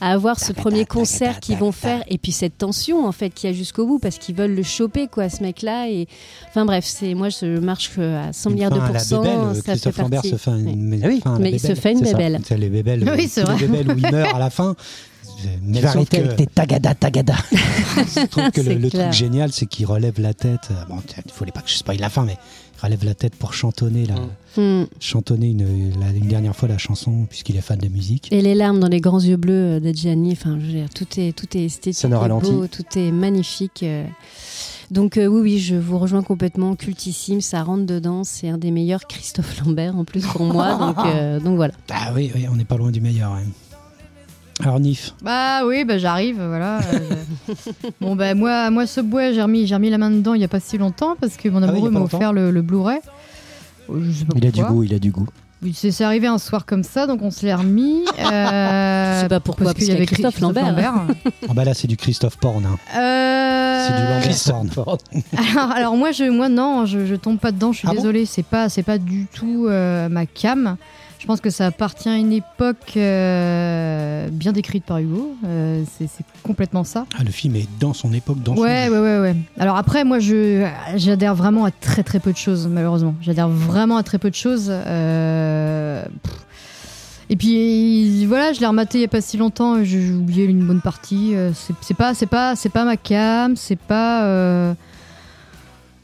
Speaker 4: à voir ce
Speaker 3: Tarata,
Speaker 4: premier
Speaker 3: tarata,
Speaker 4: concert qu'ils vont
Speaker 3: tarata.
Speaker 4: faire et puis cette tension en fait qu'il y a jusqu'au bout parce qu'ils veulent le choper quoi, ce mec-là. Et enfin bref, c'est moi je marche euh, à 100
Speaker 1: Une
Speaker 4: milliards de
Speaker 1: fin à la
Speaker 4: pourcents,
Speaker 1: bébelle, euh,
Speaker 4: ça fait
Speaker 1: Christophe Lambert
Speaker 4: partie.
Speaker 1: se fait
Speaker 4: Ouais.
Speaker 1: une mais-
Speaker 3: Ah oui,
Speaker 1: fin à la
Speaker 4: mais il se fait une
Speaker 1: c'est ça.
Speaker 4: bébelle.
Speaker 1: C'est les bébelles,
Speaker 2: Oui,
Speaker 1: euh,
Speaker 2: c'est
Speaker 1: tous les
Speaker 2: vrai.
Speaker 1: bébelles où il meurt à la fin. Mais
Speaker 3: Sauf
Speaker 1: arrêtez
Speaker 3: qu'elle était tagada tagada.
Speaker 1: Je trouve que le,
Speaker 4: C'est
Speaker 1: le
Speaker 4: clair.
Speaker 1: truc génial, c'est qu'il relève la tête. euh, Bon, il fallait pas que je spoil la fin, mais il relève la tête pour chantonner, la,
Speaker 3: Mm.
Speaker 4: Hmm.
Speaker 1: chantonner une, la- une dernière fois la chanson, puisqu'il est fan de musique.
Speaker 4: Et les larmes dans les grands yeux bleus euh, d'Adjani, enfin, je veux dire, tout est, tout est esthétique,
Speaker 3: Ça n'a
Speaker 4: tout est
Speaker 3: ralenti.
Speaker 4: beau, tout est magnifique. euh. Donc euh, oui, oui, je vous rejoins complètement, cultissime, ça rentre dedans, c'est un des meilleurs Christophe Lambert en plus pour moi, donc, euh, donc voilà.
Speaker 1: Ah oui, oui, on n'est pas loin du meilleur. ouais. Alors, Nif,
Speaker 2: Bah oui, bah j'arrive, voilà. euh, je- bon bah moi, moi Subway, j'ai remis, j'ai remis la main dedans il y a pas si longtemps parce que mon
Speaker 1: Ah oui, il y a
Speaker 2: amoureux
Speaker 1: pas
Speaker 2: m'a
Speaker 1: longtemps.
Speaker 2: offert le, le Blu-ray. Euh, Je sais pas
Speaker 3: Il a du
Speaker 2: pourquoi.
Speaker 3: goût, il a du goût.
Speaker 2: Oui, C'est c'est arrivé un soir comme ça, donc on se l'est remis. euh,
Speaker 4: Je sais pas pourquoi, parce qu'il y a Christophe Lambert.
Speaker 1: Ah bah là, c'est du Christophe Porn. hein.
Speaker 2: Euh,
Speaker 1: C'est du Lambert Porn.
Speaker 2: alors, alors moi, je, moi non, je, je tombe pas dedans. Je suis
Speaker 1: Ah bon
Speaker 2: désolée, c'est pas, c'est pas du tout euh, ma cam. Je pense que ça appartient à une époque euh, bien décrite par Hugo. Euh, c'est c'est complètement ça.
Speaker 1: Ah, le film est dans son époque, dans
Speaker 2: Ouais,
Speaker 1: son.
Speaker 2: ouais, ouais, ouais. Alors après, moi, je j'adhère vraiment à très très peu de choses, malheureusement. J'adhère vraiment à très peu de choses. euh, pff. Et puis voilà, je l'ai rematé il y a pas si longtemps. et J'ai j'ai oublié une bonne partie. Euh, C'est c'est pas, c'est pas, c'est pas ma cam. C'est pas. euh,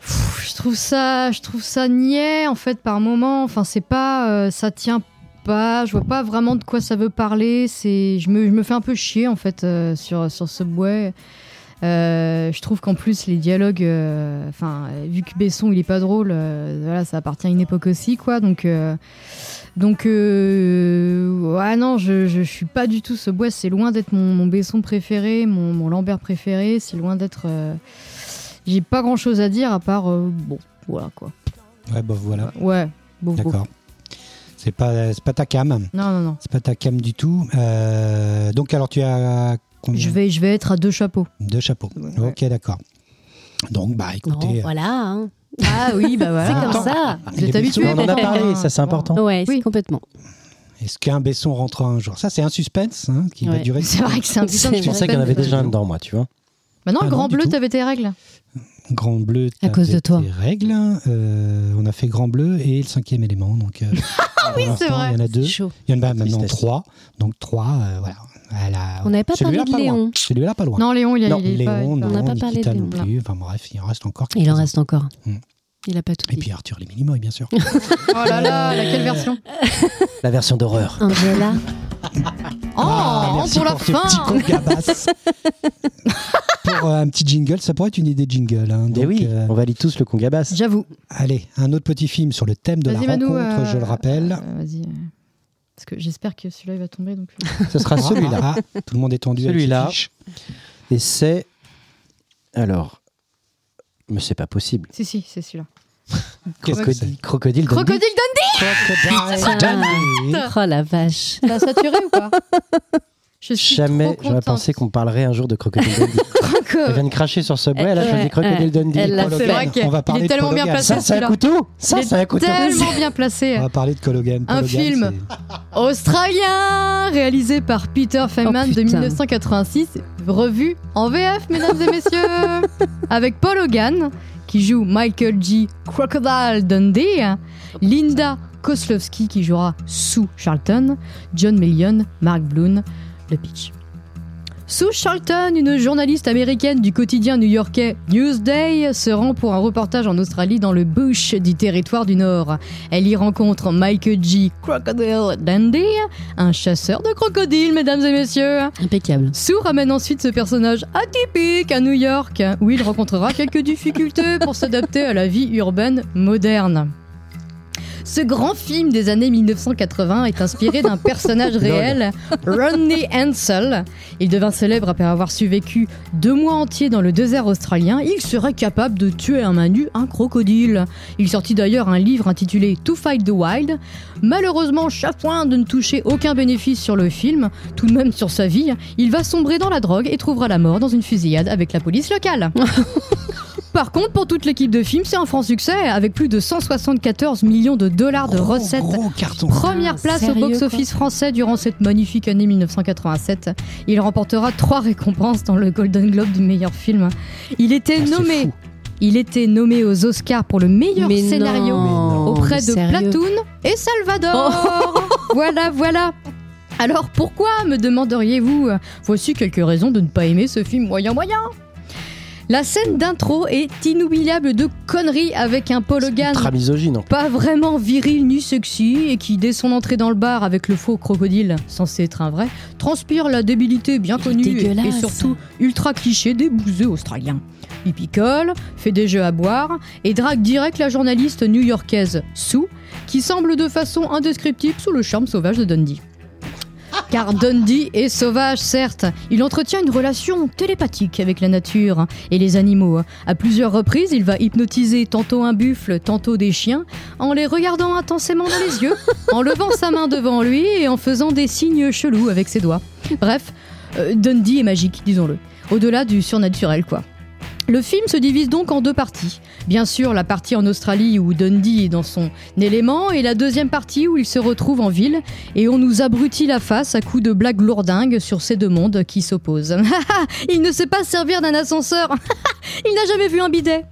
Speaker 2: pff, Je trouve ça, je trouve ça niais en fait par moment. Enfin, c'est pas, euh, ça tient pas. Je vois pas vraiment de quoi ça veut parler. C'est, je me, je me fais un peu chier en fait euh, sur sur ce bois. Euh, je trouve qu'en plus les dialogues, euh, enfin euh, vu que Besson il est pas drôle, euh, voilà ça appartient à une époque aussi quoi. Donc euh, donc euh, ouais, non je, je suis pas du tout ce bois. C'est loin d'être mon, mon Besson préféré, mon, mon Lambert préféré. C'est loin d'être. euh, J'ai pas grand chose à dire à part euh, bon voilà quoi.
Speaker 1: Ouais, bah voilà.
Speaker 2: Ouais bon. bon.
Speaker 1: D'accord. C'est pas, c'est pas ta cam.
Speaker 2: Non non non.
Speaker 1: C'est pas ta cam du tout. Euh, donc, alors, tu as combien
Speaker 2: Je vais je vais être à deux chapeaux.
Speaker 1: Deux chapeaux.
Speaker 2: Ouais, ouais.
Speaker 1: Ok, d'accord. Donc, bah
Speaker 4: Non,
Speaker 1: écoutez. euh, Ah,
Speaker 4: voilà, hein.
Speaker 2: Ah oui bah voilà.
Speaker 4: c'est comme ça.
Speaker 1: Il
Speaker 2: Vous êtes
Speaker 1: est
Speaker 2: habitués,
Speaker 1: habitué,
Speaker 3: on en a parlé, ça, c'est
Speaker 1: ah,
Speaker 2: Bon.
Speaker 3: important.
Speaker 4: Ouais,
Speaker 2: Oui.
Speaker 4: c'est complètement.
Speaker 1: Est-ce qu'un Besson rentrera un jour Ça, c'est un suspense hein, qui va
Speaker 4: Ouais.
Speaker 1: durer.
Speaker 2: C'est vrai que c'est un putain de
Speaker 4: Je
Speaker 3: Je pensais qu'il y en avait déjà un dedans, moi, tu vois.
Speaker 2: Maintenant,
Speaker 1: Ah
Speaker 2: le
Speaker 1: non,
Speaker 2: Grand
Speaker 1: du
Speaker 2: Bleu,
Speaker 1: tout.
Speaker 2: t'avais tes règles.
Speaker 1: Grand Bleu. t'avais
Speaker 4: cause de toi.
Speaker 1: tes règles. euh, on a fait Grand Bleu et le cinquième élément. Donc, euh, pour
Speaker 2: Oui,
Speaker 1: l'instant,
Speaker 2: c'est vrai.
Speaker 1: Il y en a deux.
Speaker 4: Ah C'est chaud.
Speaker 1: Il y en a bah, maintenant
Speaker 3: Tristesse.
Speaker 1: trois. Donc trois, euh, voilà. À la-
Speaker 4: On n'avait pas
Speaker 1: Celui-là,
Speaker 4: parlé de
Speaker 1: pas loin.
Speaker 4: Léon.
Speaker 1: Celui-là, pas loin.
Speaker 2: Non, Léon, il, a,
Speaker 1: Non,
Speaker 2: il est pas-
Speaker 1: Léon,
Speaker 2: il est
Speaker 1: non,
Speaker 2: pas-
Speaker 4: on n'a pas parlé
Speaker 1: Nikita
Speaker 4: de
Speaker 1: non
Speaker 4: Léon.
Speaker 1: plus. Enfin bref, il en reste encore.
Speaker 4: Il en
Speaker 1: quelques-uns.
Speaker 4: reste encore.
Speaker 1: Mm.
Speaker 4: Il a pas tout
Speaker 1: Et
Speaker 4: dit.
Speaker 1: puis Arthur les Minimoy, bien sûr.
Speaker 2: Oh là là, laquelle version
Speaker 3: La version d'horreur.
Speaker 4: Angela,
Speaker 2: Oh,
Speaker 1: Ah,
Speaker 2: oh,
Speaker 1: merci
Speaker 2: pour la
Speaker 1: ce petit
Speaker 2: fin
Speaker 1: con gabasse. pour euh, un petit jingle, ça pourrait être une idée de jingle. hein.
Speaker 3: Mais
Speaker 1: Donc,
Speaker 3: Eh oui,
Speaker 1: euh,
Speaker 3: on valide tous le Congabas.
Speaker 2: J'avoue.
Speaker 1: allez, un autre petit film sur le thème de la
Speaker 2: Vas-y, Manu,
Speaker 1: rencontre,
Speaker 2: euh,
Speaker 1: je le rappelle.
Speaker 2: euh, Vas-y. euh, Parce que j'espère que celui-là, il va tomber. Donc... euh,
Speaker 3: Ce sera celui-là.
Speaker 1: Ah, ah, tout le monde est tendu. avec ses
Speaker 3: Celui-là.
Speaker 1: fiches.
Speaker 3: Et c'est. Alors. Mais c'est pas possible.
Speaker 2: si, si, c'est celui-là.
Speaker 1: Qu'est-ce que
Speaker 3: Crocodile. Crocodile. Dundee.
Speaker 2: Crocodile Dundee
Speaker 1: Crocodile Dundee.
Speaker 4: oh la vache.
Speaker 2: T'as saturé ou pas Je suis
Speaker 3: Jamais
Speaker 2: trop
Speaker 3: j'aurais
Speaker 2: contente.
Speaker 3: pensé qu'on parlerait un jour de Crocodile Dundee. Elle vient de cracher sur ce bois, elle a
Speaker 4: Ouais,
Speaker 3: choisi Crocodile
Speaker 4: ouais.
Speaker 3: Dundee.
Speaker 4: Elle l'a
Speaker 3: Paul
Speaker 1: fait.
Speaker 2: C'est
Speaker 3: Hogan.
Speaker 2: vrai
Speaker 1: On va
Speaker 2: qu'il
Speaker 1: parler de
Speaker 2: est tellement
Speaker 1: Paul
Speaker 2: bien
Speaker 1: Hogan.
Speaker 2: placé
Speaker 3: Ça, c'est un
Speaker 2: celui-là.
Speaker 3: couteau Ça,
Speaker 2: Il
Speaker 3: c'est un
Speaker 2: est
Speaker 3: couteau
Speaker 2: tellement bien placé.
Speaker 1: On va parler de Cologan.
Speaker 2: Un film. Australien, réalisé par Peter Feynman
Speaker 4: Oh,
Speaker 2: de
Speaker 4: putain.
Speaker 2: 1986, revu en VF, mesdames et messieurs, avec Paul Hogan, qui joue Michael G. Crocodile Dundee, Linda Koslowski, qui jouera Sue Charlton, John Million, Mark Bloom, le pitch. Sue Charlton, une journaliste américaine du quotidien new-yorkais Newsday, se rend pour un reportage en Australie dans le bush du territoire du Nord. Elle y rencontre Michael G. Crocodile Dundee, un chasseur de crocodiles, mesdames et messieurs.
Speaker 4: Impeccable.
Speaker 2: Sue ramène ensuite ce personnage atypique à New York, où il rencontrera quelques difficultés pour s'adapter à la vie urbaine moderne. Ce grand film des années 1980 est inspiré d'un personnage réel, Rodney Ansel. Il devint célèbre après avoir survécu deux mois entiers dans le désert australien. Il serait capable de tuer à main nue un crocodile. Il sortit d'ailleurs un livre intitulé To Fight the Wild. Malheureusement, chafouin de ne toucher aucun bénéfice sur le film, tout de même sur sa vie, il va sombrer dans la drogue et trouvera la mort dans une fusillade avec la police locale. Par contre, pour toute l'équipe de film, c'est un franc succès, avec plus de 174 millions de dollars de recettes.
Speaker 1: Gros carton.
Speaker 2: Première
Speaker 4: Putain,
Speaker 2: place
Speaker 4: sérieux,
Speaker 2: au box-office français durant cette magnifique année 1987. Il remportera trois récompenses dans le Golden Globe du meilleur film. Il était
Speaker 1: Ah, c'est
Speaker 2: nommé.
Speaker 1: fou.
Speaker 2: Il était nommé aux Oscars pour le meilleur
Speaker 4: Mais
Speaker 2: scénario
Speaker 4: non,
Speaker 2: auprès
Speaker 4: mais
Speaker 2: de
Speaker 4: sérieux. Oh.
Speaker 2: Platoon et Salvador. voilà, voilà. Alors pourquoi me demanderiez-vous Voici quelques raisons de ne pas aimer ce film moyen moyen. La scène d'intro est inoubliable de conneries avec un Paul Hogan
Speaker 3: Ultra misogyne. en plus.
Speaker 2: pas vraiment viril ni sexy et qui, dès son entrée dans le bar avec le faux crocodile, censé être un vrai, transpire la débilité bien connue et,
Speaker 4: dégueulasse.
Speaker 2: et surtout ultra cliché des bouseux australiens. Il picole, fait des jeux à boire et drague direct la journaliste new-yorkaise Sue, qui semble de façon indescriptible sous le charme sauvage de Dundee. Car Dundee est sauvage, certes. Il entretient une relation télépathique avec la nature et les animaux. À plusieurs reprises, il va hypnotiser tantôt un buffle, tantôt des chiens, en les regardant intensément dans les yeux, en levant sa main devant lui et en faisant des signes chelous avec ses doigts. Bref, euh, Dundee est magique, disons-le. Au-delà du surnaturel, quoi. Le film se divise donc en deux parties. Bien sûr, la partie en Australie où Dundee est dans son élément et la deuxième partie où il se retrouve en ville et on nous abrutit la face à coups de blagues lourdingues sur ces deux mondes qui s'opposent. il ne sait pas servir d'un ascenseur. il n'a jamais vu un bidet.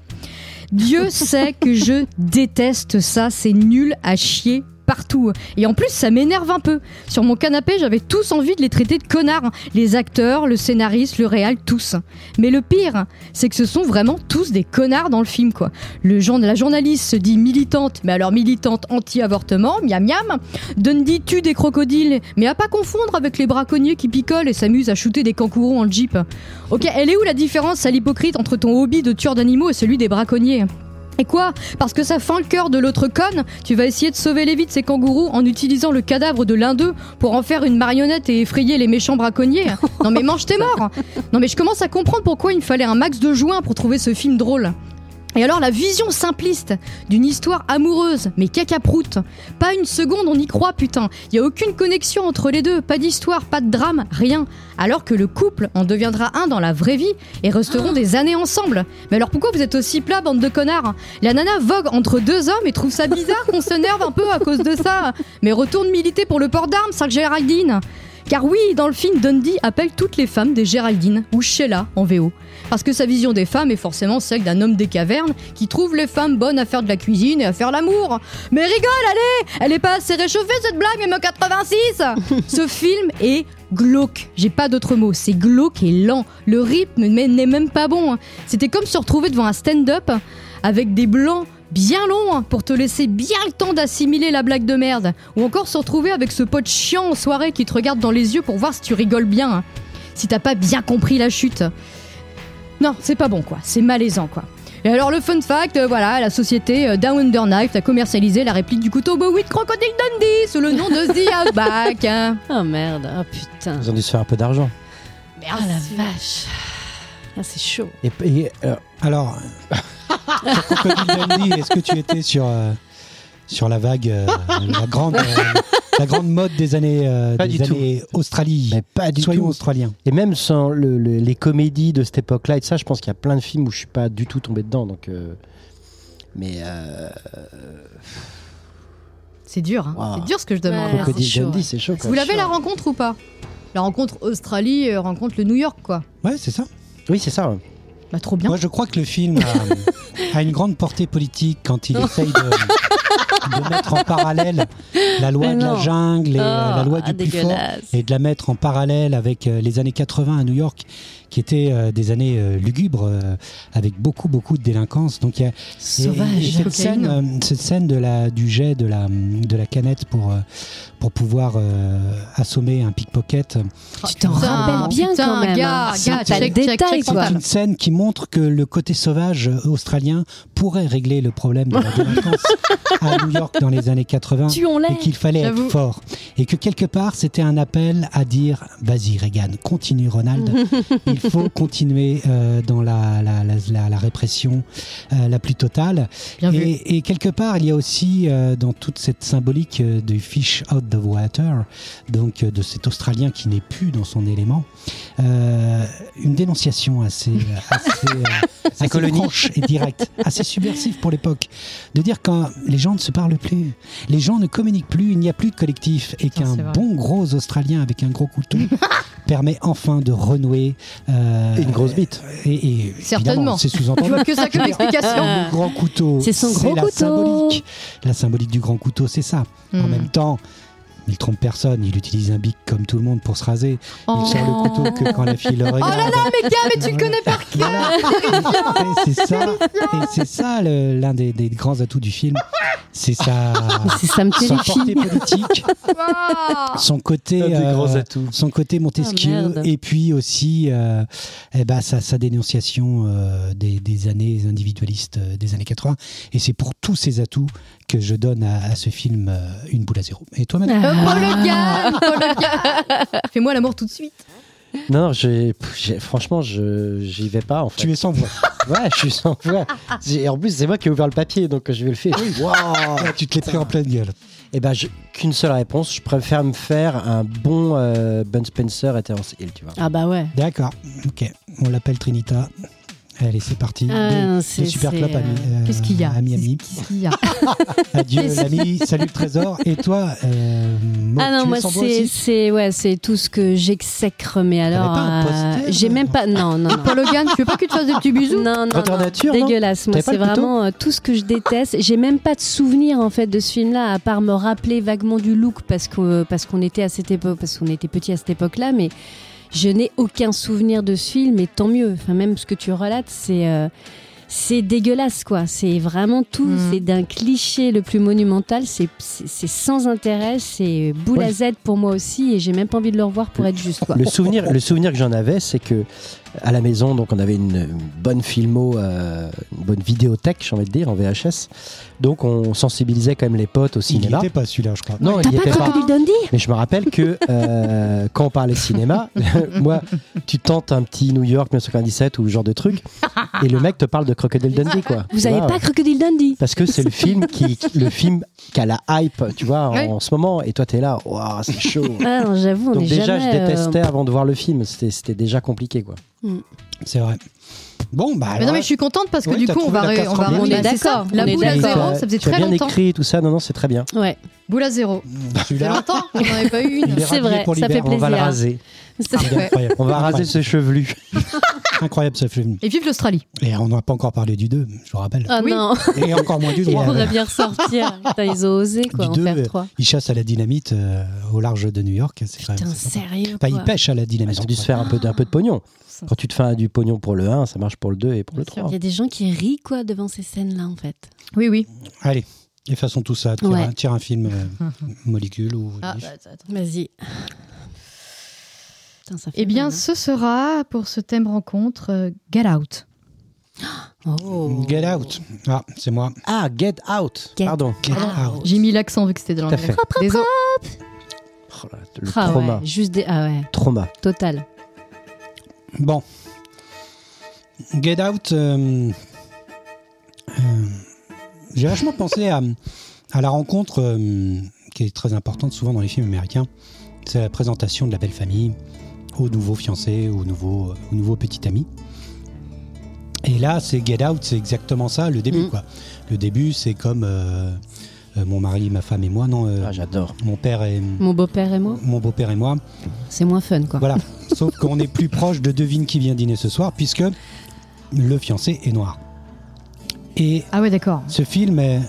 Speaker 2: Dieu sait que je déteste ça, c'est nul à chier partout. Et en plus, ça m'énerve un peu. Sur mon canapé, j'avais tous envie de les traiter de connards. Les acteurs, le scénariste, le réal, tous. Mais le pire, c'est que ce sont vraiment tous des connards dans le film, quoi. Le genre, la journaliste se dit militante, mais alors militante anti-avortement, miam miam. Dundee tue des crocodiles, mais à pas confondre avec les braconniers qui picolent et s'amusent à shooter des kangourous en jeep. Ok, elle est où la différence à l'hypocrite entre ton hobby de tueur d'animaux et celui des braconniers et quoi Parce que ça fend le cœur de l'autre conne, tu vas essayer de sauver les vies de ces kangourous en utilisant le cadavre de l'un d'eux pour en faire une marionnette et effrayer les méchants braconniers Non mais mange tes morts Non mais je commence à comprendre pourquoi il me fallait un max de joints pour trouver ce film drôle. Et alors la vision simpliste d'une histoire amoureuse, mais cacaproute. Pas une seconde on y croit putain. Il y a aucune connexion entre les deux, pas d'histoire, pas de drame, rien. Alors que le couple en deviendra un dans la vraie vie et resteront des années ensemble. Mais alors pourquoi vous êtes aussi plat bande de connards La nana vogue entre deux hommes et trouve ça bizarre qu'on s'énerve un peu à cause de ça. Mais retourne militer pour le port d'armes, sale Géraldine. Car oui, dans le film, Dundee appelle toutes les femmes des Géraldines ou Sheila en VO. Parce que sa vision des femmes est forcément celle d'un homme des cavernes qui trouve les femmes bonnes à faire de la cuisine et à faire l'amour. Mais rigole, allez Elle est pas assez réchauffée cette blague, M86 Ce film est glauque. J'ai pas d'autre mot. C'est glauque et lent. Le rythme mais- n'est même pas bon. hein. C'était comme se retrouver devant un stand-up avec des blancs bien longs hein, pour te laisser bien le temps d'assimiler la blague de merde. Ou encore se retrouver avec ce pote chiant en soirée qui te regarde dans les yeux pour voir si tu rigoles bien. hein. Si t'as pas bien compris la chute. Non, c'est pas bon quoi, c'est malaisant quoi. Et alors le fun fact, euh, voilà, la société euh, Down Under Knife a commercialisé la réplique du couteau Bowie de Crocodile Dundee sous le nom de The Outback. hein.
Speaker 4: Oh merde, oh putain.
Speaker 3: Ils ont dû se faire un peu d'argent.
Speaker 4: Ah la vache. Ah, c'est chaud.
Speaker 3: Et, et, euh, alors,
Speaker 1: Alors, sur Crocodile Dundee, est-ce que tu étais sur, euh, sur la vague, euh, la, grande, euh, la grande mode des années, euh,
Speaker 3: Pas
Speaker 1: des
Speaker 3: du tout.
Speaker 1: années Australie
Speaker 3: mais pas du
Speaker 1: Soyons
Speaker 3: tout.
Speaker 1: australiens.
Speaker 3: Et même sans le- le- les comédies de cette époque-là et de ça, je pense qu'il y a plein de films où je suis pas du tout tombé dedans. Donc, euh, mais euh,
Speaker 2: C'est dur, hein.
Speaker 3: Wow.
Speaker 2: c'est dur ce que je demande.
Speaker 4: Ouais,
Speaker 3: Crocodile
Speaker 4: c'est chaud,
Speaker 3: Dundee,
Speaker 4: ouais.
Speaker 3: c'est chaud. quoi.
Speaker 2: Vous l'avez la rencontre ou pas La rencontre Australie, euh, rencontre le New York quoi.
Speaker 1: Ouais, c'est ça.
Speaker 3: Oui, c'est ça.
Speaker 2: Bah trop bien.
Speaker 1: Moi, je crois que le film a, a une grande portée politique quand il essaye de, de mettre en parallèle la loi
Speaker 4: Mais
Speaker 1: de la
Speaker 4: non.
Speaker 1: jungle et euh, la
Speaker 4: Oh,
Speaker 1: loi
Speaker 4: ah,
Speaker 1: du plus fort.
Speaker 4: dégueulasse.
Speaker 1: et de la mettre en parallèle avec euh, les années 80 à New York, qui étaient euh, des années euh, lugubres, euh, avec beaucoup, beaucoup de délinquance. Donc il y a et- et
Speaker 4: Sauvage.
Speaker 1: cette scène, euh, cette scène de la, du jet de la, de la canette pour, euh, pour pouvoir euh, assommer un pickpocket.
Speaker 4: Tu t'en
Speaker 2: Putain,
Speaker 4: rappelles bien
Speaker 2: putain,
Speaker 4: quand même.
Speaker 2: gars,
Speaker 4: hein.
Speaker 2: gars,
Speaker 4: T'as le
Speaker 2: check, check,
Speaker 4: détail
Speaker 2: check,
Speaker 4: quoi.
Speaker 1: C'est une scène qui montre que le côté sauvage euh, australien pourrait régler le problème de la délinquance à New York dans les années 80 et
Speaker 4: Tuons-les
Speaker 1: qu'il fallait être
Speaker 2: J'avoue.
Speaker 1: fort. Et que quelque part, c'était un appel à dire vas-y, Reagan, continue, Ronald. Il faut continuer euh, dans la, la, la, la- la répression euh, la plus totale.
Speaker 2: Bien vu.
Speaker 1: Et, et quelque part, il y a aussi euh, dans toute cette symbolique euh, du fish out the water, donc euh, de cet Australien qui n'est plus dans son élément, euh, une dénonciation assez, assez, euh, assez
Speaker 3: colonie.
Speaker 1: franche et directe, assez subversive pour l'époque, de dire que les gens ne se parlent plus, les gens ne communiquent plus, il n'y a plus de collectif, et
Speaker 2: Putain,
Speaker 1: qu'un
Speaker 2: c'est vrai.
Speaker 1: bon gros Australien avec un gros couteau permet enfin de renouer euh,
Speaker 3: Et une grosse bite.
Speaker 1: et- et évidemment,
Speaker 2: Certainement.
Speaker 1: c'est
Speaker 2: Je
Speaker 1: sous-entendu
Speaker 2: vois que ça comme explication.
Speaker 1: le grand couteau.
Speaker 4: C'est son gros
Speaker 1: la
Speaker 4: couteau.
Speaker 1: Symbolique. La symbolique du grand couteau, c'est ça. En
Speaker 2: Hmm.
Speaker 1: même temps, il trompe personne. Il utilise un bic comme tout le monde pour se raser.
Speaker 2: Oh.
Speaker 1: Il sort le couteau que quand la fille le regarde.
Speaker 2: là là, mais gars, mais tu le connais par cœur.
Speaker 1: Voilà. Et c'est ça, et c'est ça le- l'un des, des grands atouts du film. C'est sa,
Speaker 4: C'est- Ça me
Speaker 1: son porté
Speaker 4: terrifie.
Speaker 1: politique,
Speaker 2: Waouh.
Speaker 1: son côté, euh,
Speaker 3: atouts.
Speaker 1: son côté Montesquieu,
Speaker 4: Ah, merde.
Speaker 1: et puis aussi euh, eh ben, sa, sa dénonciation euh, des, des années individualistes euh, des années 80. Et c'est pour tous ces atouts que je donne à, à ce film euh, une boule à zéro. Et toi, Manon
Speaker 2: Euh, Paul Le Gall, Paul Le Gall. Fais-moi l'amour tout de
Speaker 4: Euh,
Speaker 2: suite.
Speaker 3: Non, j'ai- pff, j'ai- franchement, je j'y vais pas en fait.
Speaker 1: tu es sans voix.
Speaker 3: Ouais, je suis sans voix. J'ai- En plus, c'est moi qui ai ouvert le papier, donc euh, je vais le faire.
Speaker 1: Ah, tu te l'es pris en pleine gueule.
Speaker 3: Eh ben, je- qu'une seule réponse. Je préfère me faire un bon euh, Bun Spencer et Terence Hill, tu vois.
Speaker 4: Ah bah ouais.
Speaker 1: D'accord, ok. On l'appelle Trinita. Allez, c'est parti.
Speaker 4: Ah,
Speaker 1: Deux-
Speaker 4: non,
Speaker 1: deux
Speaker 4: c'est-
Speaker 1: super
Speaker 4: c'est,
Speaker 1: clopes à, Mi- euh,
Speaker 2: Qu'est-ce qu'il y a
Speaker 1: à Miami.
Speaker 2: Qu'est-ce qu'il y a
Speaker 1: Adieu
Speaker 2: Qu'est-ce-
Speaker 1: l'ami, salut le trésor. Et toi, euh, Maud,
Speaker 4: Ah
Speaker 1: tu
Speaker 4: non,
Speaker 1: es
Speaker 4: moi
Speaker 1: sans voix
Speaker 4: c'est
Speaker 1: aussi
Speaker 4: c'est ouais, c'est tout ce que j'exècre mais alors
Speaker 1: pas un
Speaker 4: euh,
Speaker 1: poster,
Speaker 4: j'ai
Speaker 1: euh,
Speaker 4: même pas non non non.
Speaker 2: Paul Le Gall, tu veux pas que tu fasses des petits bisous
Speaker 4: Non, non,
Speaker 3: Retour
Speaker 4: non.
Speaker 3: nature, non
Speaker 4: dégueulasse. Moi,
Speaker 3: T'avais pas
Speaker 4: c'est
Speaker 3: le couteau
Speaker 4: vraiment euh, tout ce que je déteste. J'ai même pas de souvenir en fait de ce film-là, à part me rappeler vaguement du look parce que euh, parce qu'on était à cette époque, parce qu'on était petit à cette époque-là, mais je n'ai aucun souvenir de ce film. Et tant mieux. Enfin, même ce que tu relates, c'est euh, c'est dégueulasse quoi. C'est vraiment tout.
Speaker 2: Mm.
Speaker 4: C'est d'un cliché le plus monumental. C'est c'est c'est sans intérêt. C'est boule
Speaker 3: Ouais.
Speaker 4: à Z pour moi aussi. Et j'ai même pas envie de le revoir pour être juste quoi.
Speaker 3: Le souvenir, le souvenir que j'en avais, c'est que à la maison, donc on avait une, une bonne filmo, euh, une bonne vidéothèque, j'ai envie de dire, en VHS. Donc on sensibilisait quand même les potes au
Speaker 1: Il n'y
Speaker 3: cinéma.
Speaker 1: était pas celui-là, je crois.
Speaker 3: Non,
Speaker 4: T'as
Speaker 3: il y
Speaker 4: pas
Speaker 3: était pas.
Speaker 4: attrapé du Dundee
Speaker 3: Mais je me rappelle que euh, quand on parlait cinéma, moi, tu tentes un petit New York 1997 ou ce genre de truc, et le mec te parle de Crocodile Dundee, quoi.
Speaker 4: Vous
Speaker 3: Tu
Speaker 4: avez
Speaker 3: vois,
Speaker 4: pas
Speaker 3: euh,
Speaker 4: Crocodile Dundee
Speaker 3: Parce que c'est le film qui, le film qui a la hype, tu vois, en,
Speaker 2: Oui.
Speaker 3: en ce moment. Et toi, t'es là, Ouah, c'est chaud.
Speaker 4: Ah non, j'avoue, on
Speaker 3: Donc
Speaker 4: est
Speaker 3: déjà,
Speaker 4: jamais.
Speaker 3: je
Speaker 4: euh,
Speaker 3: détestais avant de voir le film. C'était c'était déjà compliqué, quoi.
Speaker 1: C'est vrai. Bon, bah.
Speaker 2: mais
Speaker 1: alors
Speaker 2: non,
Speaker 1: là,
Speaker 2: mais je suis contente parce que
Speaker 1: Oui,
Speaker 2: du
Speaker 1: t'as
Speaker 2: coup, on
Speaker 1: trouvé
Speaker 2: va,
Speaker 1: la
Speaker 2: ré- on
Speaker 1: casserole.
Speaker 2: va
Speaker 1: On est
Speaker 2: remettre
Speaker 4: d'accord,
Speaker 2: La
Speaker 4: on est
Speaker 2: boule à
Speaker 4: d'accord.
Speaker 2: zéro,
Speaker 3: Tu as-
Speaker 2: ça faisait
Speaker 3: tu as
Speaker 2: très
Speaker 3: bien
Speaker 2: longtemps.
Speaker 3: écrit et tout ça. Non, non, c'est très bien.
Speaker 4: Ouais.
Speaker 2: Boule à zéro. C'est
Speaker 1: celui-là,
Speaker 2: longtemps qu'on n'en avait pas eu une.
Speaker 1: il est
Speaker 4: C'est
Speaker 1: rhabillé
Speaker 4: vrai,
Speaker 1: pour
Speaker 4: ça fait
Speaker 1: l'hiver.
Speaker 3: On va le
Speaker 4: plaisir.
Speaker 3: raser.
Speaker 1: Il est incroyable.
Speaker 3: On va raser ce chevelu.
Speaker 1: Incroyable ce film.
Speaker 2: Et vive l'Australie.
Speaker 1: Et on n'a pas encore parlé du 2, je vous rappelle.
Speaker 4: Ah
Speaker 2: Oui.
Speaker 4: non,
Speaker 1: Et encore moins du
Speaker 4: il
Speaker 1: 3.
Speaker 4: pourrait bien ressortir. Putain, ils ont osé quoi,
Speaker 1: Du
Speaker 4: en
Speaker 1: deux, euh,
Speaker 4: faire trois.
Speaker 1: Il chasse à la dynamite euh, au large de New York. C'est quand même-
Speaker 4: Putain,
Speaker 1: c'est sympa.
Speaker 4: sérieux.
Speaker 1: Enfin,
Speaker 4: quoi.
Speaker 1: il pêche à la dynamite.
Speaker 3: Ils ont dû se faire un peu, un peu de pognon. Quand tu te fais un- du pognon pour le 1, ça marche pour le 2 et pour le
Speaker 2: Bien sûr.
Speaker 3: 3.
Speaker 4: Il y a des gens qui rient quoi devant ces scènes-là en fait.
Speaker 2: Oui, oui.
Speaker 1: Allez, effaçons tout ça. Tire,
Speaker 4: Ouais.
Speaker 1: un, tire un film euh, molécule ou.
Speaker 2: Ah, bah, attends.
Speaker 4: Vas-y. Putain, ça fait
Speaker 2: Eh bien,
Speaker 4: mal,
Speaker 2: ce sera pour ce thème rencontre euh, Get Out.
Speaker 4: hein. Oh.
Speaker 1: Get Out. Ah, c'est moi.
Speaker 3: Ah, Get Out.
Speaker 4: Get
Speaker 3: Pardon.
Speaker 1: Get
Speaker 4: Ah,
Speaker 1: Out.
Speaker 2: J'ai mis l'accent vu que c'était de
Speaker 3: Tout à
Speaker 2: l'anglais.
Speaker 3: fait.
Speaker 2: Désolé.
Speaker 3: Oh là là, le
Speaker 4: Ah ouais,
Speaker 3: trauma.
Speaker 4: juste des ah ouais,
Speaker 3: Trauma.
Speaker 4: total.
Speaker 1: Bon. Get Out. euh, euh, J'ai vachement pensé à, à la rencontre euh, qui est très importante souvent dans les films américains. C'est la présentation de la belle famille au nouveau fiancé, au nouveau, euh, au nouveau petit ami. Et là, c'est Get Out, c'est exactement ça, le début.
Speaker 4: Mm.
Speaker 1: quoi. Le début, c'est comme euh, euh, mon mari, ma femme et moi. Non, euh,
Speaker 3: Ah, j'adore.
Speaker 1: mon père et
Speaker 4: Mon beau-père et moi,
Speaker 1: mon beau-père et moi.
Speaker 4: c'est moins fun quoi.
Speaker 1: Voilà. Sauf qu'on est plus proche de devine qui vient dîner ce soir, puisque le fiancé est noir. Et
Speaker 2: Ah ouais, d'accord.
Speaker 1: ce film, est-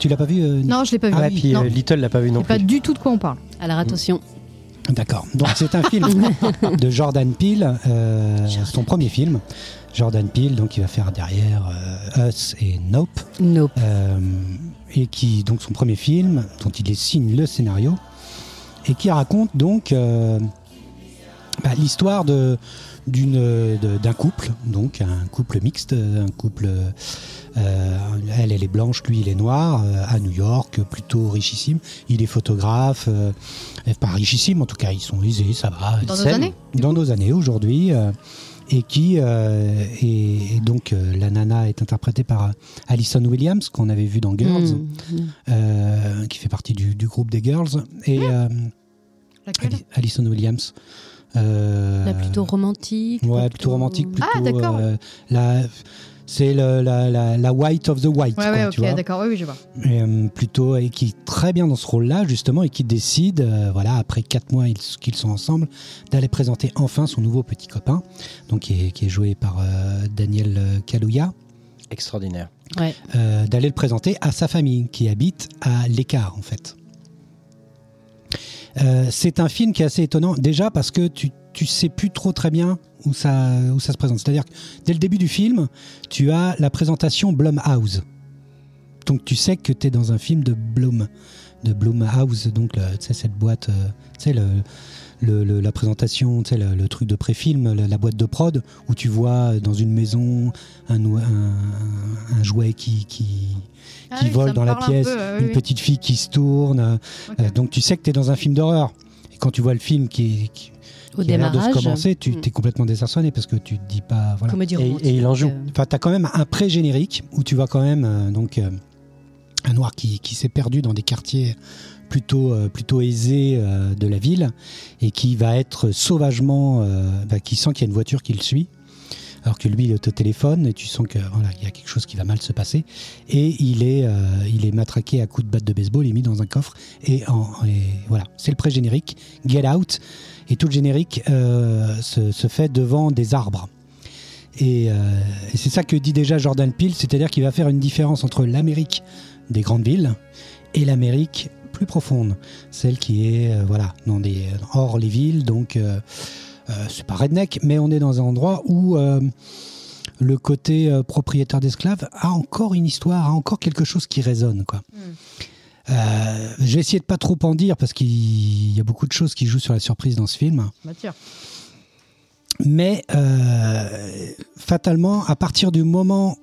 Speaker 1: tu l'as pas vu euh,
Speaker 2: Non, je l'ai pas vu.
Speaker 1: Ah,
Speaker 3: Ah,
Speaker 1: oui,
Speaker 3: puis
Speaker 2: non.
Speaker 3: euh, Little l'a pas vu
Speaker 2: Je
Speaker 3: non
Speaker 2: sais pas
Speaker 3: plus.
Speaker 2: du tout de quoi on parle.
Speaker 4: Alors attention.
Speaker 1: D'accord. Donc c'est un film de Jordan Peele, euh, son premier film. Jordan Peele, donc il va faire derrière euh, Us et Nope.
Speaker 4: Nope.
Speaker 1: Euh, et qui donc son premier film dont il signe le scénario et qui raconte donc euh, bah, l'histoire de d'une de- d'un couple, donc un couple mixte, un couple. euh, elle, elle est blanche, lui, il est noir, euh, à New York, plutôt richissime. Il est photographe, euh, pas richissime en tout cas, ils sont aisés, ça va.
Speaker 2: Dans
Speaker 1: ils
Speaker 2: nos
Speaker 1: s'aiment.
Speaker 2: années,
Speaker 1: Dans nos années aujourd'hui. euh, et qui euh, et, et donc euh, la nana est interprétée par euh, Alison Williams qu'on avait vu dans Girls,
Speaker 4: Mm.
Speaker 1: euh, qui fait partie du, du groupe des Girls et
Speaker 2: Ah,
Speaker 1: euh,
Speaker 2: Laquelle
Speaker 1: Ali- Alison Williams. euh,
Speaker 4: Là, plutôt romantique.
Speaker 1: Ouais, plutôt romantique, plutôt.
Speaker 2: Ah, d'accord.
Speaker 1: euh, la- c'est le- la, la, la white of the white,
Speaker 2: Ouais,
Speaker 1: quoi,
Speaker 2: ouais,
Speaker 1: tu
Speaker 2: ok,
Speaker 1: vois.
Speaker 2: d'accord, oui, oui, je vois.
Speaker 1: Et, euh, plutôt et qui est très bien dans ce rôle-là justement et qui décide, euh, voilà, après quatre mois ils- qu'ils sont ensemble, d'aller présenter enfin son nouveau petit copain, donc qui est, qui est joué par euh, Daniel Kaluuya,
Speaker 3: Extraordinaire.
Speaker 1: euh, d'aller le présenter à sa famille qui habite à l'écart en fait. Euh, c'est un film qui est assez étonnant déjà parce que tu tu sais plus trop très bien où ça où ça se présente. C'est-à-dire que dès le début du film, tu as la présentation Blumhouse. Donc tu sais que tu es dans un film de Blum de Blumhouse donc le- tu sais cette boîte euh, tu sais le le- le- la présentation, tu sais, le, le truc de pré-film, la, la boîte de prod, où tu vois euh, dans une maison un, ou- un- un jouet qui, qui,
Speaker 2: Ah
Speaker 1: qui
Speaker 2: oui, ça
Speaker 1: vole
Speaker 2: me
Speaker 1: dans la
Speaker 2: parle un peu,
Speaker 1: pièce,
Speaker 2: euh,
Speaker 1: une
Speaker 2: oui, oui.
Speaker 1: petite fille qui se tourne, euh,
Speaker 2: Ok.
Speaker 1: euh, donc tu sais que tu es dans un film d'horreur. Et quand tu vois le film qui, est- qui,
Speaker 4: Au
Speaker 1: qui a l'air de se
Speaker 4: démarrage.
Speaker 1: commencer, tu
Speaker 4: Mm.
Speaker 1: t'es complètement désarçonné parce que tu te dis pas. Voilà.
Speaker 4: Comédie
Speaker 3: Et- et
Speaker 4: romantique.
Speaker 3: il en joue.
Speaker 4: euh,
Speaker 1: Enfin, tu as quand même un pré-générique où tu vois quand même euh, donc, euh, un noir qui, qui s'est perdu dans des quartiers plutôt, euh, plutôt aisés euh, de la ville et qui va être sauvagement. euh, bah, qui sent qu'il y a une voiture qui le suit. Alors que lui, il est au téléphone et tu sens que voilà, il y a quelque chose qui va mal se passer. Et il est, euh, il est matraqué à coups de batte de baseball, il est mis dans un coffre. Et, en, et voilà, c'est le pré-générique, Get Out. Et tout le générique euh, se, se fait devant des arbres. Et, euh, et c'est ça que dit déjà Jordan Peele, c'est-à-dire qu'il va faire une différence entre l'Amérique des grandes villes et l'Amérique plus profonde, celle qui est euh, voilà dans des hors les villes, donc euh, euh, c'est pas redneck, mais on est dans un endroit où euh, le côté euh, propriétaire d'esclaves a encore une histoire, a encore quelque chose qui résonne quoi. Euh, je vais essayer de pas trop en dire parce qu'il y a beaucoup de choses qui jouent sur la surprise dans ce film.
Speaker 2: Bah, tiens.
Speaker 1: Mais euh, fatalement, à partir du moment.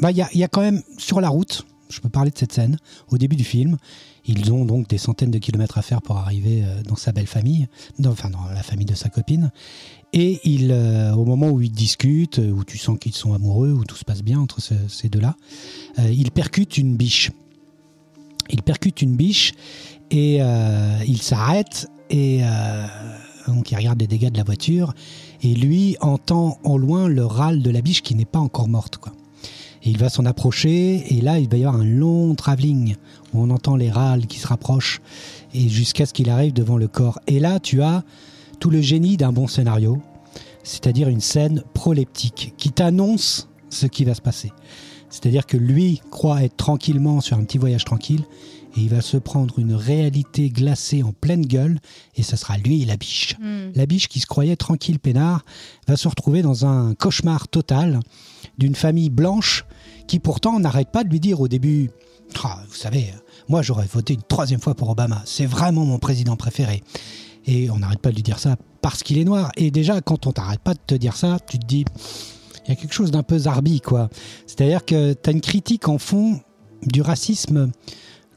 Speaker 1: bah, Il y, a, il y a quand même sur la route, je peux parler de cette scène, au début du film, ils ont donc des centaines de kilomètres à faire pour arriver euh, dans sa belle famille, dans- enfin dans la famille de sa copine. Et il, euh, au moment où ils discutent, euh, où tu sens qu'ils sont amoureux, où tout se passe bien entre ce- ces deux-là, euh, il percute une biche. Il percute une biche et euh, il s'arrête et euh, donc il regarde les dégâts de la voiture et lui entend en loin le râle de la biche qui n'est pas encore morte. Quoi. Et il va s'en approcher, et là, il va y avoir un long travelling où on entend les râles qui se rapprochent, et jusqu'à ce qu'il arrive devant le corps. Et là, tu as tout le génie d'un bon scénario, c'est-à-dire une scène proleptique qui t'annonce ce qui va se passer. C'est-à-dire que lui croit être tranquillement sur un petit voyage tranquille, et il va se prendre une réalité glacée en pleine gueule, et ça sera lui et la biche.
Speaker 2: Hmm.
Speaker 1: La biche qui se croyait tranquille peinard va se retrouver dans un cauchemar total d'une famille blanche qui pourtant n'arrête pas de lui dire au début Ah, Vous savez, euh, moi j'aurais voté une troisième fois pour Obama, c'est vraiment mon président préféré. Et on n'arrête pas de lui dire ça parce qu'il est noir. Et déjà, quand on t'arrête pas de te dire ça, tu te dis Il y a quelque chose d'un peu zarbi, quoi. C'est-à-dire que tu as une critique en fond du racisme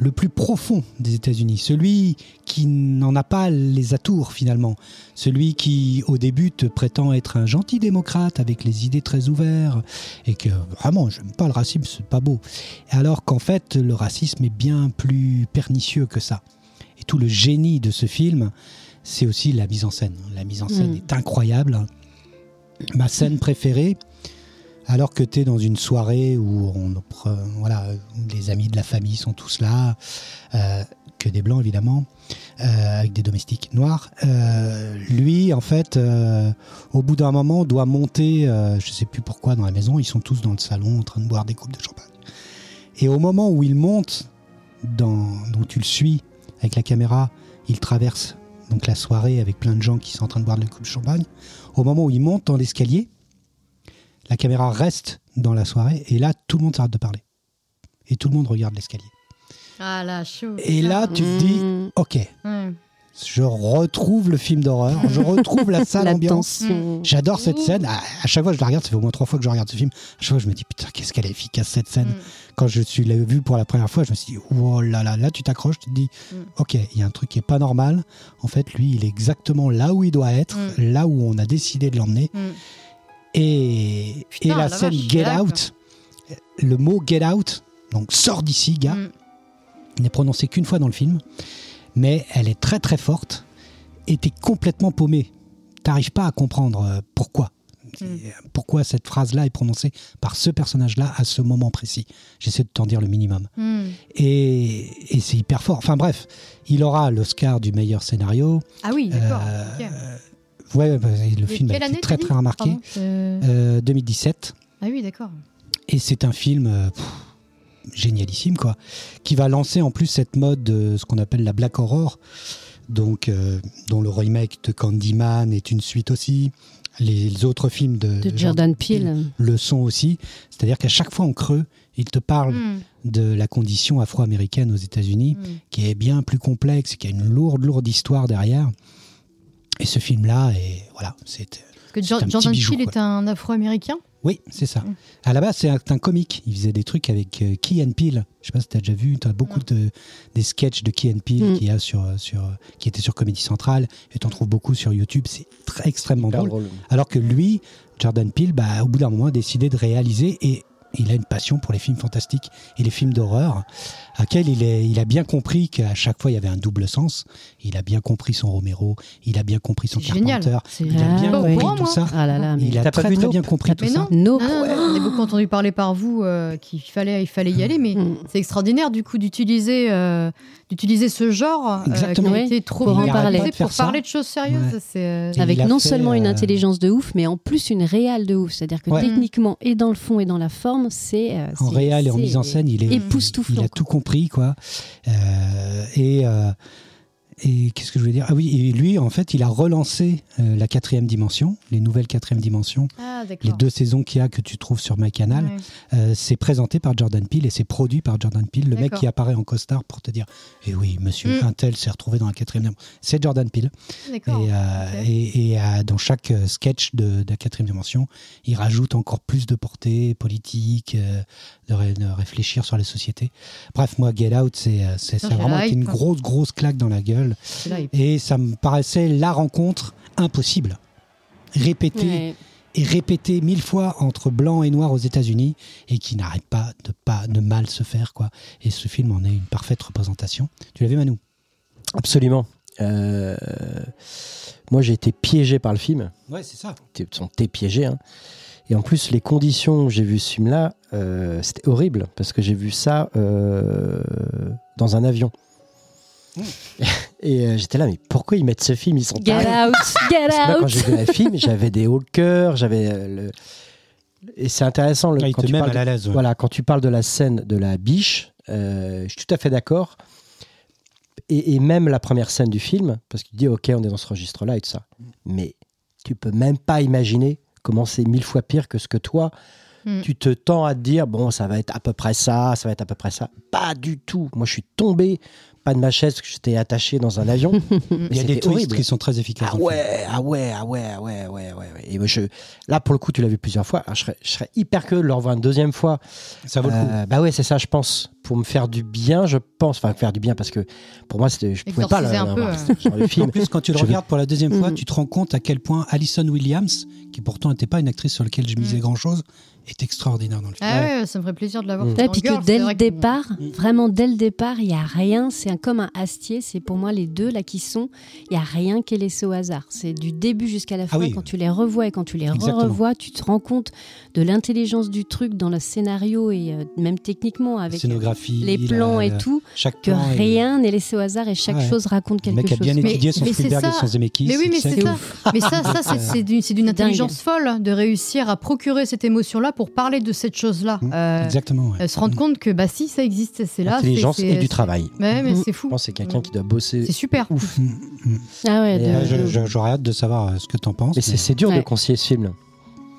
Speaker 1: le plus profond des États-Unis, celui qui n'en a pas les atours finalement. Celui qui, au début, te prétend être un gentil démocrate avec les idées très ouvertes et que vraiment, j'aime pas le racisme, c'est pas beau. Alors qu'en fait, le racisme est bien plus pernicieux que ça. Et tout le génie de ce film, c'est aussi la mise en scène. La mise en scène
Speaker 4: Mm.
Speaker 1: est incroyable. Ma scène préférée, alors que tu es dans une soirée où on, pre- voilà, où les amis de la famille sont tous là, euh, que des blancs évidemment, euh, avec des domestiques noirs. Euh, lui, en fait, euh, au bout d'un moment, doit monter, euh, je sais plus pourquoi, dans la maison. Ils sont tous dans le salon en train de boire des coupes de champagne. Et au moment où il monte, dans, donc tu le suis avec la caméra, il traverse donc la soirée avec plein de gens qui sont en train de boire des coupes de champagne. Au moment où il monte dans l'escalier, la caméra reste dans la soirée et là, tout le monde s'arrête de parler. Et tout le monde regarde l'escalier.
Speaker 2: Ah là, chaud.
Speaker 1: Et là, tu te dis,
Speaker 4: Mm.
Speaker 1: ok,
Speaker 2: Ouais.
Speaker 1: Je retrouve le film d'horreur, je retrouve la salle
Speaker 4: La
Speaker 1: ambiance.
Speaker 4: tension.
Speaker 1: J'adore cette scène. À, à chaque fois que je la regarde, ça fait au moins trois fois que je regarde ce film. À chaque fois, je me dis putain, qu'est-ce qu'elle est efficace cette scène.
Speaker 4: Mm.
Speaker 1: Quand je suis l'ai vue pour la première fois, je me suis dit oh là là, là tu t'accroches, tu te dis
Speaker 2: Mm.
Speaker 1: ok, il y a un truc qui est pas normal. En fait, lui, il est exactement là où il doit être,
Speaker 4: Mm.
Speaker 1: là où on a décidé de l'emmener.
Speaker 2: Mm.
Speaker 1: Et,
Speaker 2: Putain,
Speaker 1: et la,
Speaker 2: la
Speaker 1: scène
Speaker 2: vache,
Speaker 1: Get
Speaker 2: Jack.
Speaker 1: Out, le mot Get Out, donc sors d'ici, gars,
Speaker 2: Mm.
Speaker 1: n'est prononcé qu'une fois dans le film, mais elle est très très forte et t'es complètement paumé. T'arrives pas à comprendre euh, pourquoi. Et,
Speaker 2: Mm.
Speaker 1: euh, Pourquoi cette phrase-là est prononcée par ce personnage-là à ce moment précis. J'essaie de t'en dire le minimum.
Speaker 2: Mm.
Speaker 1: Et, et c'est hyper fort. Enfin bref, il aura l'Oscar du meilleur scénario.
Speaker 2: Ah oui, d'accord.
Speaker 1: Euh,
Speaker 2: ok.
Speaker 1: Ouais, bah, le
Speaker 2: Et
Speaker 1: film a
Speaker 2: quelle
Speaker 1: été
Speaker 2: année,
Speaker 1: très
Speaker 2: t'as dit
Speaker 1: très remarqué.
Speaker 2: Pardon, euh,
Speaker 1: Euh, 2017.
Speaker 2: Ah oui, d'accord.
Speaker 1: Et c'est un film euh, pff, génialissime, quoi, qui va lancer en plus cette mode de ce qu'on appelle la Black Horror, donc, euh, dont le remake de Candyman est une suite aussi. Les, les autres films de,
Speaker 4: de
Speaker 1: de
Speaker 4: Jordan Peele.
Speaker 1: le sont aussi. C'est-à-dire qu'à chaque fois, on creux, il te parle
Speaker 2: Mm.
Speaker 1: de la condition afro-américaine aux États-Unis,
Speaker 2: Mm.
Speaker 1: qui est bien plus complexe, qui a une lourde, lourde histoire derrière. Et ce film-là, et voilà, c'est
Speaker 2: Parce que
Speaker 1: C'est
Speaker 2: Jor-
Speaker 1: un petit
Speaker 2: Jordan
Speaker 1: bijou,
Speaker 2: Peele
Speaker 1: quoi.
Speaker 2: est un afro-américain
Speaker 1: Oui, c'est ça.
Speaker 2: Mm.
Speaker 1: À la base, c'est un, un comique. Il faisait des trucs avec euh, Key and Peele. Je sais pas si t'as déjà vu. T'as beaucoup de, des sketchs de Key and Peele
Speaker 4: Mm.
Speaker 1: qui a sur, euh, sur, euh, qui étaient sur Comédie Centrale et t'en trouves beaucoup sur YouTube. C'est très extrêmement drôle. Alors que lui, Jordan Peele, bah, au bout d'un moment, a décidé de réaliser et il a une passion pour les films fantastiques et les films d'horreur, à quel il, est, il a bien compris qu'à chaque fois il y avait un double sens. Il a bien compris son Romero, il a bien compris son
Speaker 2: C'est génial.
Speaker 1: Carpenter,
Speaker 2: C'est-
Speaker 1: il a
Speaker 4: Ah,
Speaker 1: bien
Speaker 4: ouais.
Speaker 1: compris
Speaker 2: Bon,
Speaker 1: tout
Speaker 2: moi.
Speaker 1: ça.
Speaker 4: Ah là là, mais.
Speaker 1: Il a
Speaker 3: T'as pas
Speaker 1: très
Speaker 3: vu
Speaker 1: très
Speaker 3: Nope
Speaker 1: bien compris
Speaker 3: T'as
Speaker 1: tout
Speaker 2: Mais
Speaker 1: ça.
Speaker 2: non,
Speaker 4: Nope.
Speaker 2: Non, non, non, Ah, on a beaucoup entendu parler par vous euh, qu'il fallait, il fallait y aller, mais
Speaker 4: Mm.
Speaker 2: c'est extraordinaire du coup d'utiliser euh, d'utiliser ce genre euh,
Speaker 1: Exactement.
Speaker 2: qui a été trop
Speaker 4: Pour en
Speaker 2: utilisé
Speaker 4: parler.
Speaker 1: Arrête pas de faire
Speaker 2: pour
Speaker 1: ça.
Speaker 2: parler de choses sérieuses.
Speaker 1: Ouais.
Speaker 2: C'est euh,
Speaker 1: Et
Speaker 4: Avec
Speaker 1: il a
Speaker 4: non
Speaker 1: fait,
Speaker 4: seulement une
Speaker 1: euh,
Speaker 4: intelligence de ouf, mais en plus une réelle de ouf. C'est-à-dire que
Speaker 1: Ouais.
Speaker 4: techniquement et dans le fond et dans la forme, c'est. euh,
Speaker 1: en
Speaker 4: c'est-
Speaker 1: réel et en
Speaker 4: c'est-
Speaker 1: mise en scène, il est
Speaker 4: époustouflant,
Speaker 1: Il a
Speaker 4: quoi.
Speaker 1: tout compris, quoi. Euh, et euh, et qu'est-ce que je voulais dire Ah oui, et lui, en fait, il a relancé euh, la quatrième dimension, les nouvelles quatrième dimensions,
Speaker 2: ah, d'accord.
Speaker 1: les deux saisons qu'il y a que tu trouves sur MyCanal.
Speaker 2: Ouais.
Speaker 1: Euh, c'est présenté par Jordan Peele et c'est produit par Jordan Peele, le mec
Speaker 2: D'accord.
Speaker 1: qui apparaît en costard pour te dire Eh oui, monsieur
Speaker 2: Mm.
Speaker 1: un tel s'est retrouvé dans la quatrième dimension. C'est Jordan Peele. Et,
Speaker 2: D'accord.
Speaker 1: euh,
Speaker 2: ok.
Speaker 1: et- et, euh, dans chaque euh, sketch de, de la quatrième dimension, il rajoute encore plus de portée politique, euh, de, ré- de réfléchir sur la société. Bref, moi, Get Out, c'est euh, c'est-
Speaker 2: Putain,
Speaker 1: ça a
Speaker 2: j'ai
Speaker 1: vraiment
Speaker 2: la
Speaker 1: été
Speaker 2: hype,
Speaker 1: une
Speaker 2: quoi.
Speaker 1: grosse, grosse claque dans la gueule.
Speaker 2: C'est là, il-
Speaker 1: Et ça me paraissait la rencontre impossible. Répétée
Speaker 4: Ouais.
Speaker 1: et répétée mille fois entre blanc et noir aux États-Unis et qui n'arrête pas de, pas de mal se faire. quoi. Et ce film en est une parfaite représentation. Tu l'as vu, Manu
Speaker 3: Absolument. Euh, moi, j'ai été piégé par le film.
Speaker 1: Ouais, c'est ça.
Speaker 3: T'es- t'es- T'es piégé. hein. Et en plus, les conditions où j'ai vu ce film-là, euh, c'était horrible parce que j'ai vu ça euh, dans un avion.
Speaker 4: Hmm.
Speaker 3: Et euh, j'étais là, mais pourquoi ils mettent ce film Ils sont
Speaker 4: Get
Speaker 3: tarés.
Speaker 4: out, get
Speaker 3: Parce que moi, quand
Speaker 4: out.
Speaker 3: j'ai vu la film, j'avais des hauts de cœur, j'avais euh, le. Et c'est intéressant le,
Speaker 1: il
Speaker 3: quand
Speaker 1: te
Speaker 3: tu
Speaker 1: met
Speaker 3: parles
Speaker 1: mal à l'aise. ouais.
Speaker 3: voilà, quand tu parles de la scène de la biche, euh, je suis tout à fait d'accord. Et, et même la première scène du film, parce qu'il dit ok, on est dans ce registre-là et tout ça. Mais tu peux même pas imaginer comment c'est mille fois pire que ce que toi,
Speaker 1: Hmm.
Speaker 2: Mm.
Speaker 3: tu te tends à te dire bon, ça va être à peu près ça, ça va être à peu près ça. Pas du tout. Moi, je suis tombé, pas de ma chaise, parce que j'étais attaché dans un avion.
Speaker 1: Il y a des
Speaker 3: trucs
Speaker 1: touristes qui sont très efficaces.
Speaker 3: ah
Speaker 1: dans le film.
Speaker 3: ouais, ah ouais, ah ouais, ah ouais, ouais, ouais, ouais. Et moi, je, là, pour le coup, tu l'as vu plusieurs fois. Alors, je, serais, je serais hyper curieux de le revoir une deuxième fois.
Speaker 1: Ça vaut le coup.
Speaker 3: Euh, bah ouais, c'est ça, je pense. Pour me faire du bien, je pense. Enfin, faire du bien, parce que pour moi, c'était, je pouvais pas le,
Speaker 2: Exorciser un
Speaker 3: le-
Speaker 2: peu,
Speaker 3: voir,
Speaker 2: euh.
Speaker 3: ce genre de
Speaker 1: En
Speaker 3: film.
Speaker 1: plus, quand tu le
Speaker 3: Je veux- Hmm.
Speaker 1: regardes pour la deuxième fois,
Speaker 4: Mhm.
Speaker 1: tu te rends compte à quel point Alison Williams, qui pourtant n'était pas une actrice sur laquelle je
Speaker 3: Hmm.
Speaker 1: misais
Speaker 2: Mhm.
Speaker 1: grand-chose, est extraordinaire dans le film.
Speaker 2: Ah ouais, ça me ferait plaisir de l'avoir.
Speaker 3: Mm.
Speaker 2: fait
Speaker 4: Et
Speaker 2: en
Speaker 4: puis que
Speaker 2: girl,
Speaker 4: dès
Speaker 2: c'est
Speaker 4: le
Speaker 2: vrai
Speaker 4: départ,
Speaker 1: Mm.
Speaker 4: vraiment dès le départ, il n'y a rien. C'est un- comme un astier. C'est pour moi les deux là qui sont. Il n'y a rien qui est laissé au hasard. C'est du début jusqu'à la fin.
Speaker 1: Ah oui.
Speaker 4: Quand tu les revois et quand tu les
Speaker 1: Exactement.
Speaker 4: revois, tu te rends compte de l'intelligence du truc dans le scénario et euh, même techniquement
Speaker 1: La
Speaker 4: avec
Speaker 1: scénographie,
Speaker 4: les plans
Speaker 1: la-
Speaker 4: et
Speaker 1: la-
Speaker 4: tout,
Speaker 1: Chaque
Speaker 4: que
Speaker 1: plan est-
Speaker 4: rien n'est laissé au hasard et chaque
Speaker 1: Ouais.
Speaker 4: chose raconte
Speaker 1: Le
Speaker 4: quelque
Speaker 1: mec a
Speaker 4: chose.
Speaker 1: bien
Speaker 2: Mais-
Speaker 1: étudié son
Speaker 2: mais c'est
Speaker 1: Spielberg et
Speaker 2: ça.
Speaker 1: son Zemeckis.
Speaker 2: Mais oui, mais
Speaker 1: c'est
Speaker 2: c'est ça. Mais ça, ça c'est-
Speaker 1: Euh,
Speaker 2: c'est d'une, c'est d'une
Speaker 4: dingue.
Speaker 2: intelligence folle de réussir à procurer cette émotion-là pour parler de cette chose-là.
Speaker 1: Mm.
Speaker 2: Euh,
Speaker 1: Exactement. ouais.
Speaker 2: euh, se rendre compte que bah si ça existe, c'est là. c'est-
Speaker 3: Intelligence
Speaker 2: c'est-
Speaker 3: et
Speaker 2: c'est-
Speaker 3: du travail.
Speaker 2: Ouais, mais
Speaker 4: Mm.
Speaker 2: c'est
Speaker 3: Je
Speaker 2: fou.
Speaker 3: pense que c'est quelqu'un
Speaker 2: Mm.
Speaker 3: qui doit bosser.
Speaker 2: C'est super.
Speaker 3: Ouf.
Speaker 4: Ah ouais,
Speaker 3: Et,
Speaker 4: de-
Speaker 1: Ouais, je-
Speaker 4: de-
Speaker 1: je- J'aurais hâte de savoir euh, ce que t'en penses.
Speaker 3: Mais c'est,
Speaker 1: mais-
Speaker 3: c'est dur de
Speaker 4: Ouais.
Speaker 3: conseiller ce film.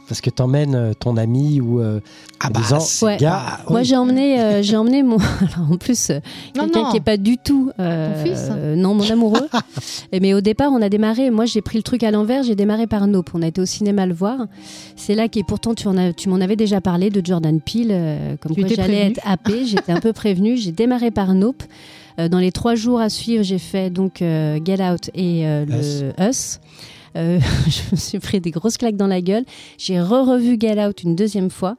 Speaker 3: parce que t'emmènes euh, ton ami ou euh,
Speaker 1: Ah
Speaker 3: en
Speaker 1: bah,
Speaker 3: disant,
Speaker 1: c'est-
Speaker 4: Ouais.
Speaker 3: gars,
Speaker 4: Moi, j'ai emmené, euh, j'ai emmené mon. Alors, en plus, euh,
Speaker 2: Non,
Speaker 4: quelqu'un
Speaker 2: non.
Speaker 4: qui est pas du tout. euh,
Speaker 2: Ton fils
Speaker 4: euh, Non, mon amoureux. Et mais au départ, on a démarré. Moi, j'ai pris le truc à l'envers. J'ai démarré par Nope. On a été au cinéma le voir. C'est là qui, pourtant, tu en as, tu m'en avais déjà parlé de Jordan Peele. euh, comme
Speaker 2: Tu
Speaker 4: quoi,
Speaker 2: étais
Speaker 4: j'allais
Speaker 2: prévenue.
Speaker 4: être happée. J'étais un peu prévenue. J'ai démarré par Nope. Euh, dans les trois jours à suivre, j'ai fait donc euh, Get Out et euh, le Us. Euh, je me suis pris des grosses claques dans la gueule. J'ai re-revu Get Out une deuxième fois,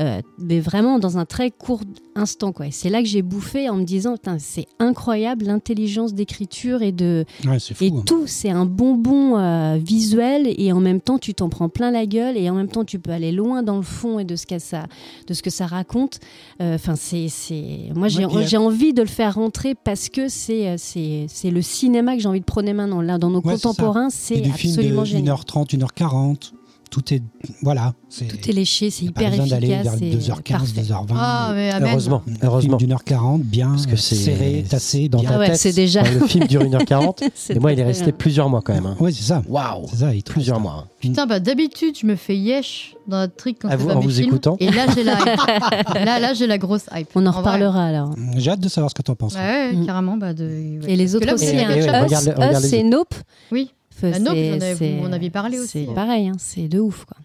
Speaker 4: euh, mais vraiment dans un très court instant. Quoi. Et c'est là que j'ai bouffé en me disant, Putain, c'est incroyable l'intelligence d'écriture et de
Speaker 1: Ouais, c'est fou.
Speaker 4: et
Speaker 1: hein.
Speaker 4: tout. C'est un bonbon euh, visuel et en même temps tu t'en prends plein la gueule et en même temps tu peux aller loin dans le fond et de ce que ça, de ce que ça raconte. Enfin, c'est, c'est, moi j'ai,
Speaker 1: Ouais, puis,
Speaker 4: j'ai envie de le faire rentrer parce que c'est, euh, c'est, c'est le cinéma que j'ai envie de prôner maintenant. Là, dans nos
Speaker 1: Ouais, c'est ça.
Speaker 4: contemporains,
Speaker 1: Et
Speaker 4: c'est
Speaker 1: des films de
Speaker 4: absolument génial.
Speaker 1: 1h30, 1h40. Tout est. Voilà.
Speaker 4: Tout est léché, c'est
Speaker 1: y a pas
Speaker 4: hyper
Speaker 1: besoin d'aller vers
Speaker 4: efficace. c'est
Speaker 1: 2h15,
Speaker 4: parfait.
Speaker 1: 2h20.
Speaker 2: Ah, mais amen.
Speaker 3: heureusement,
Speaker 1: Film
Speaker 3: heureusement.
Speaker 1: d'une heure 40, bien
Speaker 3: Parce que c'est-
Speaker 1: serré, tassé dans
Speaker 3: bien.
Speaker 1: ta
Speaker 4: Ah ouais,
Speaker 3: tête,
Speaker 4: c'est déjà.
Speaker 3: Enfin, le film dure 1h40.
Speaker 4: C'est
Speaker 3: et moi, il est
Speaker 4: très
Speaker 3: resté
Speaker 4: bien.
Speaker 3: plusieurs mois quand même. hein.
Speaker 1: Ouais, c'est ça.
Speaker 3: Waouh
Speaker 1: C'est ça, il te
Speaker 3: Plusieurs
Speaker 1: reste-
Speaker 3: mois. hein.
Speaker 2: Putain, bah d'habitude, je me fais yesh dans notre truc quand
Speaker 3: À
Speaker 2: c'est
Speaker 3: Ah vous-
Speaker 2: pas
Speaker 3: en
Speaker 2: mes
Speaker 3: vous
Speaker 2: films.
Speaker 3: écoutant.
Speaker 2: Et là, j'ai la hype. là, là, j'ai la grosse hype.
Speaker 4: On en
Speaker 2: vrai.
Speaker 4: reparlera alors.
Speaker 1: J'ai hâte de savoir ce que t'en penses.
Speaker 2: Ouais, ouais,
Speaker 4: Mm.
Speaker 2: carrément. Bah, de... ouais.
Speaker 4: Et les
Speaker 2: Parce que
Speaker 4: autres
Speaker 2: là,
Speaker 4: aussi.
Speaker 2: vous avez
Speaker 4: hein.
Speaker 2: un
Speaker 3: oui,
Speaker 2: catch-up.
Speaker 3: oui, regarde-
Speaker 4: Us,
Speaker 3: regarde
Speaker 4: Us,
Speaker 3: les
Speaker 4: c'est Nope.
Speaker 2: Oui.
Speaker 4: Enfin,
Speaker 2: Bah, Nope,
Speaker 4: c'est-
Speaker 2: j'en avais-
Speaker 4: c'est-
Speaker 2: on en avait parlé aussi,
Speaker 4: C'est
Speaker 2: hein.
Speaker 4: pareil, hein, c'est de ouf. Quoi.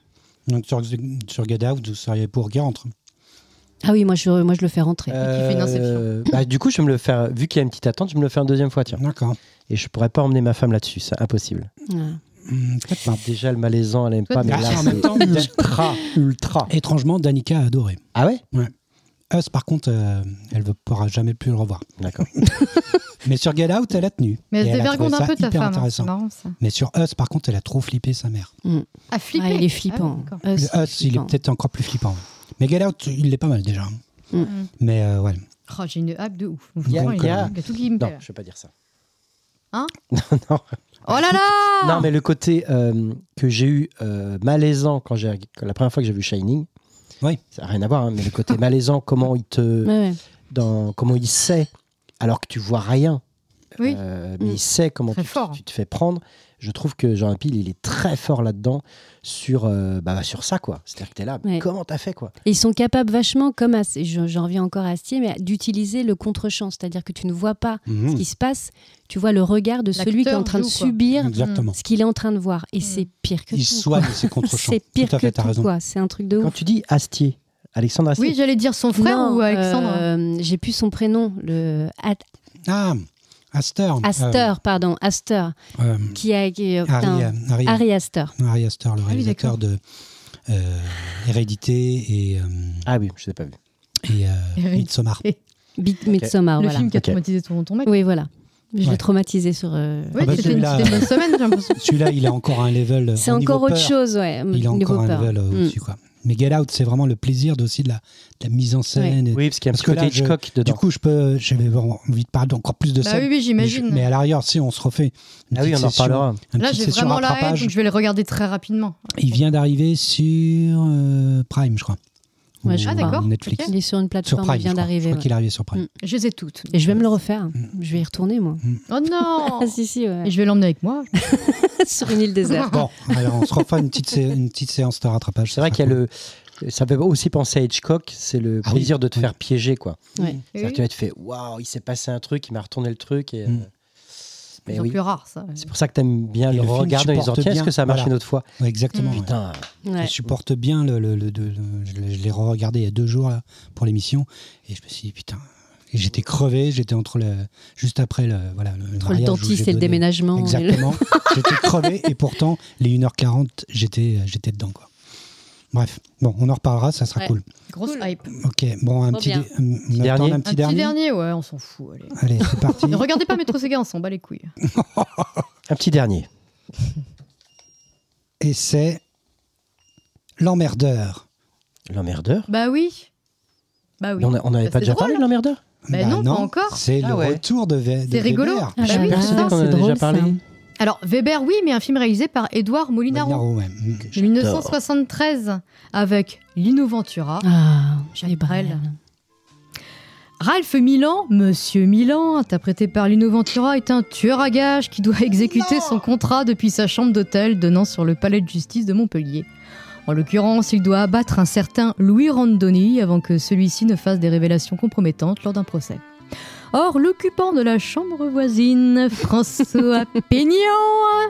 Speaker 1: Donc sur, sur Get Out, vous seriez pour Get Entre.
Speaker 4: Ah oui, moi je, moi je le fais rentrer.
Speaker 2: tu fais une inception.
Speaker 3: Euh, bah, du coup, je vais me le faire, vu qu'il y a une petite attente, je vais me le fais une deuxième fois, tiens.
Speaker 1: D'accord.
Speaker 3: Et je pourrais pas emmener ma femme là-dessus, c'est impossible.
Speaker 4: Voilà.
Speaker 1: Hum, Peut-être pas.
Speaker 3: Déjà, le malaisant, elle aime
Speaker 2: Toi,
Speaker 3: pas, mais
Speaker 1: Ah,
Speaker 3: là,
Speaker 1: en même temps,
Speaker 3: c'est ultra, ultra.
Speaker 1: Étrangement, Danica a adoré.
Speaker 3: Ah ouais
Speaker 1: Us, par contre, euh, elle ne pourra jamais plus le revoir.
Speaker 3: D'accord.
Speaker 1: Mais sur Get Out, elle a tenu.
Speaker 3: eh,
Speaker 2: Mais
Speaker 1: Et
Speaker 2: elle se
Speaker 1: a
Speaker 2: dévergonde
Speaker 1: trouvé
Speaker 2: un
Speaker 1: ça
Speaker 2: peu ta
Speaker 1: hyper
Speaker 2: femme. hein, C'est
Speaker 1: intéressant.
Speaker 2: marrant ça.
Speaker 1: Mais sur Us, par contre, elle a trop flippé sa mère.
Speaker 2: À flipper.
Speaker 4: Ah, il est flippant.
Speaker 2: Ah,
Speaker 4: Us,
Speaker 1: Le Us, il est
Speaker 4: flippant.
Speaker 1: peut-être encore plus flippant. Mais Get Out, il l'est pas mal déjà.
Speaker 4: Mm.
Speaker 1: Mais euh, ouais.
Speaker 2: d'accord. Oh, j'ai une hype de ouf.
Speaker 3: y a-
Speaker 2: Franchement,
Speaker 3: il y a-
Speaker 2: il y a tout qui me
Speaker 3: Non,
Speaker 2: plaît.
Speaker 3: je vais pas dire ça.
Speaker 2: Hein
Speaker 3: Non, non.
Speaker 2: Oh là là
Speaker 3: Non, mais le côté euh, que j'ai eu euh, malaisant quand j'ai quand la première fois que j'ai vu Shining.
Speaker 1: Oui.
Speaker 3: Ça n'a rien à voir, hein, mais le côté malaisant, comment il te,
Speaker 4: Ouais, ouais.
Speaker 3: dans, comment il sait, alors que tu vois rien.
Speaker 2: Oui.
Speaker 3: Euh, mais
Speaker 4: Mm.
Speaker 3: il sait comment
Speaker 2: Très
Speaker 3: tu,
Speaker 2: fort.
Speaker 3: tu te fais prendre. Je trouve que Jean Pile, il est très fort là-dedans sur, euh, bah, sur ça, quoi. C'est-à-dire que t'es là, mais
Speaker 4: Ouais.
Speaker 3: comment t'as fait, quoi
Speaker 4: Et ils sont capables vachement, comme à- je- j'en reviens encore à Astier, mais d'utiliser le contre-champ, c'est-à-dire que tu ne vois pas ce
Speaker 1: Mhm.
Speaker 4: qui se passe, tu vois le regard de celui qui est en
Speaker 2: L'acteur
Speaker 4: train de
Speaker 2: joue, quoi.
Speaker 4: subir
Speaker 1: Exactement.
Speaker 4: ce qu'il est en train de voir. Et
Speaker 2: Mm.
Speaker 4: mm, c'est pire que
Speaker 1: Il
Speaker 4: tout.
Speaker 1: soigne ses
Speaker 4: quoi.
Speaker 1: contre-champs.
Speaker 4: C'est pire
Speaker 1: tout à fait,
Speaker 4: que
Speaker 1: t'as
Speaker 4: tout,
Speaker 1: raison.
Speaker 4: quoi. C'est un truc de
Speaker 3: Quand
Speaker 4: ouf.
Speaker 3: tu dis Astier, Alexandre Astier,
Speaker 2: Oui, j'allais dire son frère
Speaker 4: Non,
Speaker 2: ou Alexandre. hein.
Speaker 4: euh, J'ai plus son prénom, le At-
Speaker 1: Ah, Astor.
Speaker 4: Astor, pardon, Astor,
Speaker 1: Euh, euh,
Speaker 4: qui a. qui- euh,
Speaker 1: Ah Harry,
Speaker 4: putain,
Speaker 1: euh, Harry,
Speaker 4: Harry Astor.
Speaker 1: Harry Astor, le
Speaker 2: Ah oui,
Speaker 1: réalisateur de euh, Hérédité et, euh,
Speaker 3: Ah oui, je ne l'ai pas vu.
Speaker 1: et euh,
Speaker 2: Hérédité.
Speaker 1: Midsommar.
Speaker 4: Big Midsommar,
Speaker 2: le
Speaker 4: voilà.
Speaker 2: film qui a
Speaker 3: Ok. Ah
Speaker 2: traumatisé ton, ton mec.
Speaker 4: Oui, voilà. Je
Speaker 1: Ouais.
Speaker 4: l'ai traumatisé sur. euh,
Speaker 2: Oui,
Speaker 1: Ah bah,
Speaker 2: c'était une,
Speaker 1: celui-là,
Speaker 2: c'était une bonne semaine, j'ai l'impression.
Speaker 1: Celui-là, il a encore un level. euh,
Speaker 4: C'est
Speaker 1: au niveau
Speaker 4: encore autre
Speaker 1: peur.
Speaker 4: chose, ouais.
Speaker 1: Il a
Speaker 4: niveau
Speaker 1: encore un
Speaker 4: peur.
Speaker 1: level euh,
Speaker 4: Mm.
Speaker 1: au-dessus. quoi. Mais Get Out, c'est vraiment le plaisir de- aussi de la, de la mise en scène. et-
Speaker 3: Oui, parce qu'il y a un
Speaker 1: Parce
Speaker 3: petit
Speaker 1: que
Speaker 3: côté
Speaker 1: là, je-
Speaker 3: Hitchcock
Speaker 1: euh, Du
Speaker 3: dedans.
Speaker 1: coup, je peux, j'avais envie de parler encore plus de
Speaker 2: Bah
Speaker 1: ça.
Speaker 2: oui, oui,
Speaker 1: mais, je-
Speaker 2: j'imagine.
Speaker 1: mais à l'arrière, si on se refait. une
Speaker 3: ah oui,
Speaker 1: petite
Speaker 3: on en
Speaker 1: session-
Speaker 3: reparlera.
Speaker 1: une
Speaker 2: Là,
Speaker 1: petite
Speaker 2: j'ai
Speaker 1: session
Speaker 2: vraiment la haine,
Speaker 1: rattrapage.
Speaker 2: donc je vais le regarder très rapidement.
Speaker 1: Il vient d'arriver sur euh, Prime, je crois.
Speaker 4: Ouais,
Speaker 1: Ou euh,
Speaker 4: je
Speaker 2: Ah, d'accord.
Speaker 1: Netflix.
Speaker 2: Ok.
Speaker 4: Il est sur une
Speaker 1: Sur
Speaker 4: plateforme,
Speaker 1: Prime,
Speaker 4: il
Speaker 1: je
Speaker 4: vient
Speaker 1: crois. Je
Speaker 4: d'arriver.
Speaker 1: crois qu'il Mm. est arrivé sur Prime.
Speaker 2: Mm. Je les ai toutes.
Speaker 4: ouais. Et je vais me le refaire. Je vais y retourner, moi.
Speaker 2: Oh non
Speaker 4: si, si, ouais.
Speaker 2: Et je vais l'emmener avec moi.
Speaker 4: sur une île déserte.
Speaker 1: Bon, alors, on se refait une petite, sé- une petite séance de rattrapage.
Speaker 3: C'est vrai
Speaker 1: ça
Speaker 3: qu'il y a
Speaker 1: sera
Speaker 3: le. Ça fait aussi penser à Hitchcock, c'est le
Speaker 1: Ah oui,
Speaker 3: plaisir de te
Speaker 1: oui.
Speaker 3: faire piéger, quoi.
Speaker 4: Ouais.
Speaker 3: C'est-à-dire que tu vas te faire Waouh, il s'est passé un truc, il m'a retourné le truc. Et, euh,
Speaker 1: Mm.
Speaker 3: Mais
Speaker 2: C'est
Speaker 3: Eh oui.
Speaker 2: plus rare, ça.
Speaker 3: C'est pour ça que t'aimes bien
Speaker 1: Et
Speaker 3: le,
Speaker 1: le film
Speaker 3: regard dans les
Speaker 1: supporte
Speaker 3: entiers. Est-ce
Speaker 1: bien.
Speaker 3: que ça a marché
Speaker 1: Voilà.
Speaker 3: une autre fois
Speaker 1: cool. Ouais, Exactement. ouais.
Speaker 3: Putain,
Speaker 4: Mm. Ouais.
Speaker 1: Je supporte bien le. le- le- de- le- je l'ai- je l'ai regardé il y a deux jours là, pour l'émission et je me suis dit putain. Et J'étais crevé, j'étais entre le. Juste après le. Voilà, le
Speaker 4: Entre le
Speaker 1: mariage où
Speaker 4: dentiste
Speaker 1: j'ai
Speaker 4: et le
Speaker 1: donné-
Speaker 4: déménagement. et le-
Speaker 1: Exactement. j'étais crevé et pourtant, les 1h40, j'étais, j'étais dedans. Quoi. Bref, bon, on en reparlera, ça sera
Speaker 4: Ouais.
Speaker 1: cool.
Speaker 2: Grosse
Speaker 4: Cool.
Speaker 2: hype.
Speaker 1: Ok, bon, un
Speaker 4: Trop
Speaker 1: petit,
Speaker 4: bien.
Speaker 1: dé- on attend
Speaker 3: dernier.
Speaker 1: un
Speaker 2: Un
Speaker 1: petit dernier.
Speaker 2: ouais, on s'en fout. Allez.
Speaker 1: Allez, c'est parti.
Speaker 2: Ne regardez pas Maître Sega, on s'en bat les couilles.
Speaker 3: un petit dernier.
Speaker 1: Et c'est l'emmerdeur.
Speaker 3: L'emmerdeur
Speaker 2: Bah oui. Bah oui.
Speaker 3: Mais On a- on n'avait
Speaker 2: Bah,
Speaker 3: pas
Speaker 2: c'est
Speaker 3: déjà
Speaker 2: drôle.
Speaker 3: parlé de l'emmerdeur
Speaker 2: Mais non, pas encore.
Speaker 1: Bah C'est
Speaker 3: Ah
Speaker 1: le
Speaker 3: ouais.
Speaker 1: retour de, Ve- de
Speaker 2: C'est rigolo.
Speaker 1: Weber.
Speaker 3: bah
Speaker 2: Ah,
Speaker 4: Je suis
Speaker 2: oui,
Speaker 4: persuadée
Speaker 2: ça,
Speaker 3: qu'on en
Speaker 4: c'est
Speaker 3: a déjà
Speaker 4: drôle,
Speaker 3: parlé.
Speaker 4: ça.
Speaker 2: Alors, Weber, oui, mais un film réalisé par Édouard Molinaro.
Speaker 1: Weber, ouais. Mm.
Speaker 2: de 1973, avec Lino Ventura,
Speaker 4: Ah,
Speaker 2: Jacques
Speaker 4: Brel.
Speaker 2: Brel. Ralph Milan, Monsieur Milan, interprété par Lino Ventura, est un tueur à gages qui doit exécuter son contrat depuis sa chambre d'hôtel donnant sur le palais de justice de Montpellier. En l'occurrence, il doit abattre un certain Louis Randoni avant que celui-ci ne fasse des révélations compromettantes lors d'un procès. Or, l'occupant de la chambre voisine, François Pénion,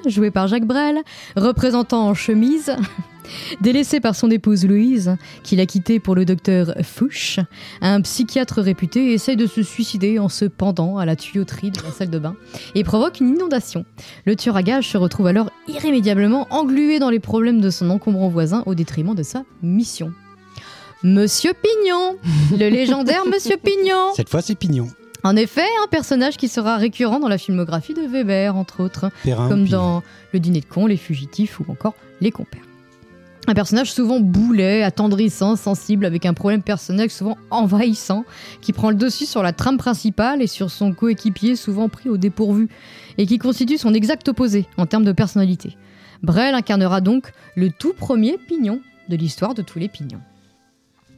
Speaker 2: joué par Jacques Brel, représentant en chemise, délaissé par son épouse Louise, qu'il a quitté pour le docteur Fouche, un psychiatre réputé, essaye de se suicider en se pendant à la tuyauterie de la salle de bain et provoque une inondation. Le tueur à gages se retrouve alors irrémédiablement englué dans les problèmes de son encombrant voisin au détriment de sa mission. Monsieur Pignon Le légendaire Monsieur Pignon
Speaker 1: Cette fois, c'est Pignon.
Speaker 2: en effet, un personnage qui sera récurrent dans la filmographie de Weber, entre autres,
Speaker 1: Perrin,
Speaker 2: comme
Speaker 1: Pignon.
Speaker 2: dans Le Dîner de cons, Les Fugitifs ou encore Les Compères. Un personnage souvent boulet, attendrissant, sensible, avec un problème personnel souvent envahissant, qui prend le dessus sur la trame principale et sur son coéquipier souvent pris au dépourvu, et qui constitue son exact opposé en termes de personnalité. Brel incarnera donc le tout premier pignon de l'histoire de tous les pignons.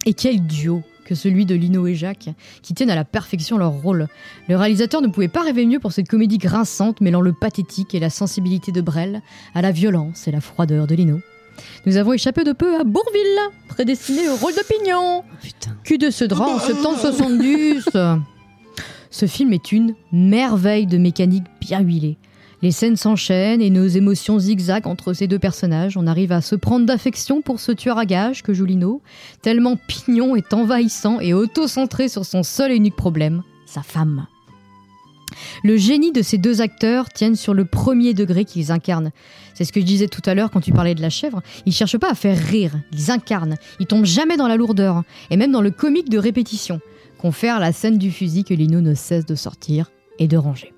Speaker 2: Et quel duo que celui de Lino et Jacques, qui tiennent à la perfection leur rôle. Le réalisateur ne pouvait pas rêver mieux pour cette comédie grinçante mêlant le pathétique et la sensibilité de Brel à la violence et la froideur de Lino. Nous avons échappé de peu à Bourville, prédestiné au rôle de Pignon.
Speaker 4: Putain.
Speaker 2: Cul de ce drap en septembre 70. Ce film est une merveille de mécanique bien huilée. Les scènes s'enchaînent et nos émotions zigzagent entre ces deux personnages. On arrive à se prendre d'affection pour ce tueur à gages que joue Lino, tellement Pignon est envahissant et auto-centré sur son seul et unique problème, sa femme. Le génie de ces deux acteurs tiennent sur le premier degré qu'ils incarnent. C'est ce que je disais tout à l'heure quand tu parlais de la chèvre. Ils cherchent pas à faire rire, ils incarnent. Ils tombent jamais dans la lourdeur et même dans le comique de répétition, confère la scène du fusil que Lino ne cesse de sortir et de ranger.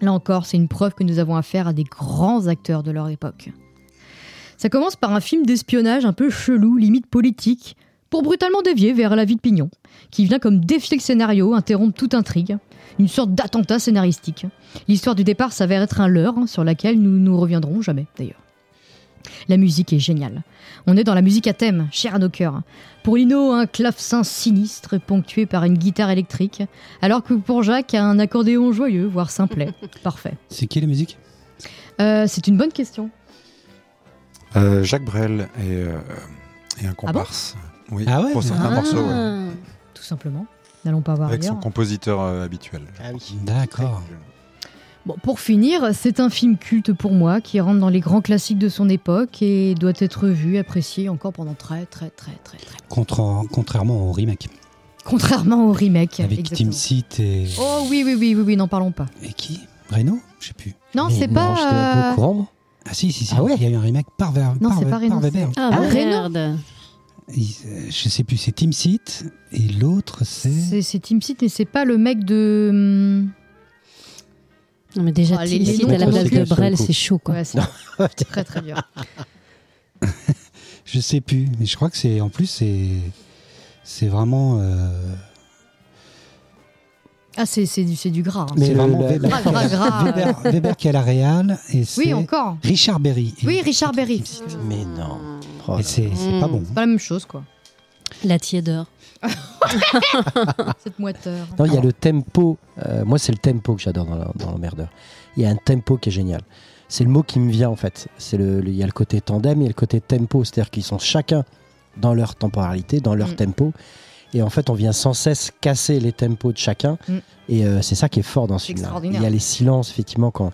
Speaker 2: Là encore, c'est une preuve que nous avons affaire à des grands acteurs de leur époque. Ça commence par un film d'espionnage un peu chelou, limite politique, pour brutalement dévier vers la vie de Pignon, qui vient comme défier le scénario, interrompre toute intrigue, une sorte d'attentat scénaristique. L'histoire du départ s'avère être un leurre, hein, sur laquelle nous nous reviendrons jamais d'ailleurs. La musique est géniale. On est dans la musique à thème, chère à nos cœurs. Pour Lino, un clavecin sinistre ponctué par une guitare électrique, alors que pour Jacques, un accordéon joyeux, voire simplet. Parfait.
Speaker 1: C'est qui la musique
Speaker 2: Euh, c'est une bonne question.
Speaker 5: Euh, Jacques Brel et, euh, et un comparse. oui,
Speaker 1: Ah ouais
Speaker 5: pour certains
Speaker 1: Ah.
Speaker 5: morceaux, ouais.
Speaker 2: Tout simplement. N'allons pas voir
Speaker 5: avec son
Speaker 2: ailleurs.
Speaker 5: compositeur euh, habituel.
Speaker 3: Ah oui.
Speaker 1: D'accord.
Speaker 2: Bon, pour finir, c'est un film culte pour moi qui rentre dans les grands classiques de son époque et doit être vu, apprécié encore pendant très très très très très.
Speaker 1: Contra- Contrairement au remake,
Speaker 2: Contrairement au remake.
Speaker 1: avec Tim
Speaker 2: exactement.
Speaker 1: Seat et...
Speaker 2: Oh oui oui oui oui oui, n'en parlons pas.
Speaker 1: et qui Reno Je sais plus.
Speaker 2: Non,
Speaker 3: Mais
Speaker 2: c'est
Speaker 3: Non, j'étais un peu
Speaker 2: pas.
Speaker 3: au
Speaker 2: euh,
Speaker 3: courant, moi.
Speaker 1: Ah si, si, si.
Speaker 3: Ah ouais
Speaker 1: Il y a eu un remake par, Ver...
Speaker 2: Non,
Speaker 1: par,
Speaker 2: c'est pas Reno,
Speaker 1: par Weber.
Speaker 2: c'est-
Speaker 4: Ah,
Speaker 2: Ah, Renaud.
Speaker 4: merde.
Speaker 1: Il- euh, Je sais plus, c'est Tim Seat et l'autre c'est...
Speaker 2: C'est c'est Tim Seat, mais c'est pas le mec de. hum,
Speaker 4: Non, mais déjà,
Speaker 2: Ah, les- les
Speaker 4: Tilsit
Speaker 2: noms
Speaker 4: à la
Speaker 2: qu'on
Speaker 4: place
Speaker 2: sait
Speaker 4: de
Speaker 1: que
Speaker 4: Brel,
Speaker 1: sur le
Speaker 4: c'est chaud, quoi.
Speaker 2: Ouais, c'est très très dur.
Speaker 1: Je sais plus, mais je crois que c'est... En plus, c'est... C'est vraiment... euh,
Speaker 2: Ah, c'est c'est du, c'est du gras. hein.
Speaker 1: C'est
Speaker 3: le-
Speaker 1: vraiment
Speaker 3: la-
Speaker 1: Weber.
Speaker 2: Gras, gras, gras.
Speaker 1: Weber, Weber qui est à la Real et c'est
Speaker 2: Oui, encore.
Speaker 1: Richard Berry. Et-
Speaker 2: Oui, Richard Berry.
Speaker 1: Tim
Speaker 2: C'est
Speaker 1: Seat.
Speaker 3: Mais non.
Speaker 2: Oh
Speaker 1: Et c'est c'est
Speaker 4: Mm.
Speaker 1: pas bon.
Speaker 2: pas la même chose, quoi.
Speaker 4: La tiédeur.
Speaker 1: Ah.
Speaker 2: Cette moiteur.
Speaker 3: Non, il y a le tempo. euh, moi, c'est le tempo que j'adore dans, la- dans l'emmerdeur. Il y a un tempo qui est génial. C'est le mot qui me vient en fait. C'est le, le- il y a le côté tandem, il y a le côté tempo. C'est-à-dire qu'ils sont chacun dans leur temporalité, dans leur
Speaker 2: Mm.
Speaker 3: tempo. Et en fait, on vient sans cesse casser les tempos de chacun.
Speaker 2: Mm.
Speaker 3: Et euh, c'est ça qui est fort dans ce
Speaker 2: C'est
Speaker 3: film-là.
Speaker 2: extraordinaire.
Speaker 3: Il y a les silences, effectivement, quand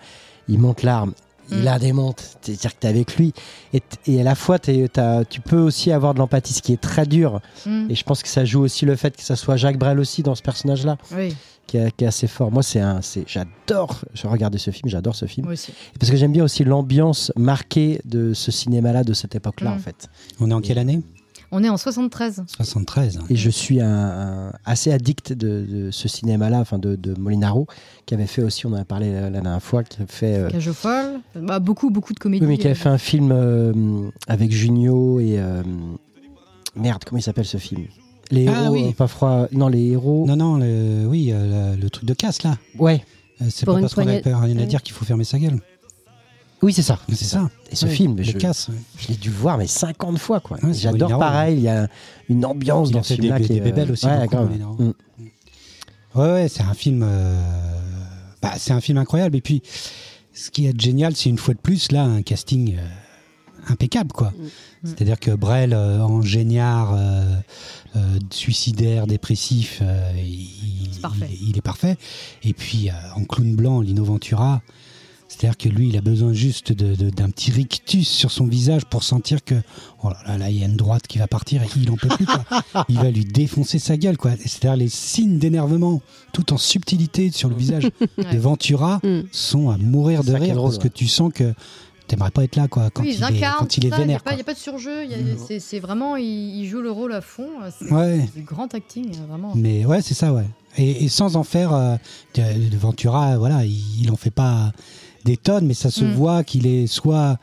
Speaker 3: il monte l'arme,
Speaker 2: Mm.
Speaker 3: il la démonte. C'est-à-dire que tu es avec lui. Et, t- et à la fois, t'es- t'as- tu peux aussi avoir de l'empathie, ce qui est très dur.
Speaker 2: Hmm,
Speaker 3: Et je pense que ça joue aussi le fait que ça soit Jacques Brel aussi dans ce personnage-là
Speaker 2: Oui,
Speaker 3: qui est, qui est assez fort. Moi, c'est un, c'est, j'adore. Je regardais ce film, j'adore ce film
Speaker 2: moi aussi.
Speaker 3: parce que j'aime bien aussi l'ambiance marquée de ce cinéma-là, de cette époque-là,
Speaker 2: Mm.
Speaker 3: en fait.
Speaker 1: On est en quelle année
Speaker 2: On est en 73.
Speaker 1: 73. hein.
Speaker 3: Et je suis un, un- assez addict de, de ce cinéma-là, enfin de, de Molinaro, qui avait fait aussi, on en a parlé la, la dernière fois, qui a fait. euh,
Speaker 2: Cage aux folles. Bah, beaucoup, beaucoup de comédies.
Speaker 3: oui, mais qui avait fait un film euh, avec Junio et euh, merde, comment il s'appelle ce film Les héros,
Speaker 1: Ah oui.
Speaker 3: euh, pas froid. Non, les héros.
Speaker 1: Non, non, le, oui, euh, le, le truc de casse là.
Speaker 3: Ouais.
Speaker 1: Euh, C'est
Speaker 4: Pour
Speaker 1: pas
Speaker 4: une
Speaker 1: parce qu'on a
Speaker 4: poignée-
Speaker 1: peur, rien à
Speaker 4: Oui.
Speaker 1: dire qu'il faut fermer sa gueule.
Speaker 3: Oui, c'est ça.
Speaker 1: Mais C'est ça.
Speaker 3: Et ce
Speaker 1: Ouais,
Speaker 3: film,
Speaker 1: le
Speaker 3: je,
Speaker 1: casse. ouais.
Speaker 3: Je l'ai dû voir, mais 50 fois, quoi.
Speaker 1: Ouais, c'est
Speaker 3: J'adore
Speaker 1: Molinaro,
Speaker 3: pareil, il y a une ambiance
Speaker 1: Il a
Speaker 3: dans
Speaker 1: fait
Speaker 3: ce film-là
Speaker 1: des-
Speaker 3: qui
Speaker 1: des
Speaker 3: est...
Speaker 1: bébelles aussi,
Speaker 3: ouais,
Speaker 1: beaucoup,
Speaker 3: grave.
Speaker 1: Molinaro.
Speaker 3: Mm.
Speaker 1: Ouais, ouais, c'est un film. euh, bah, c'est un film incroyable. Et puis, ce qui est génial, c'est une fois de plus là un casting euh, impeccable, quoi.
Speaker 2: Mm.
Speaker 1: C'est-à-dire que Brel, euh, en géniard, euh, euh, suicidaire, dépressif, euh, il,
Speaker 2: C'est parfait.
Speaker 1: il- il est parfait. Et puis, euh, en clown blanc, Lino Ventura, c'est-à-dire que lui, il a besoin juste de- de- d'un petit rictus sur son visage pour sentir que, oh là là, là, il y a une droite qui va partir et il en peut plus, quoi. Il va lui défoncer sa gueule, quoi. C'est-à-dire les signes d'énervement, tout en subtilité sur le visage de Ventura,
Speaker 4: Mm.
Speaker 1: sont à mourir de
Speaker 3: Ça qui est
Speaker 1: rire
Speaker 3: drôle,
Speaker 1: parce que
Speaker 3: ouais.
Speaker 1: tu sens que t'aimerais pas être là, quoi, quand,
Speaker 2: oui,
Speaker 1: il, est, quand il est
Speaker 2: Il n'y a,
Speaker 1: vénère.
Speaker 2: pas-
Speaker 1: quoi.
Speaker 2: y a pas de surjeu. y a- c'est- C'est vraiment, il, il joue le rôle à fond. euh, C'est
Speaker 1: Ouais.
Speaker 2: c'est du grand acting, euh, vraiment.
Speaker 1: Mais ouais, c'est ça, ouais. Et, et sans en faire euh, de, de Ventura, voilà, il, il en fait pas des tonnes, mais ça se
Speaker 2: Mm.
Speaker 1: voit qu'il est soit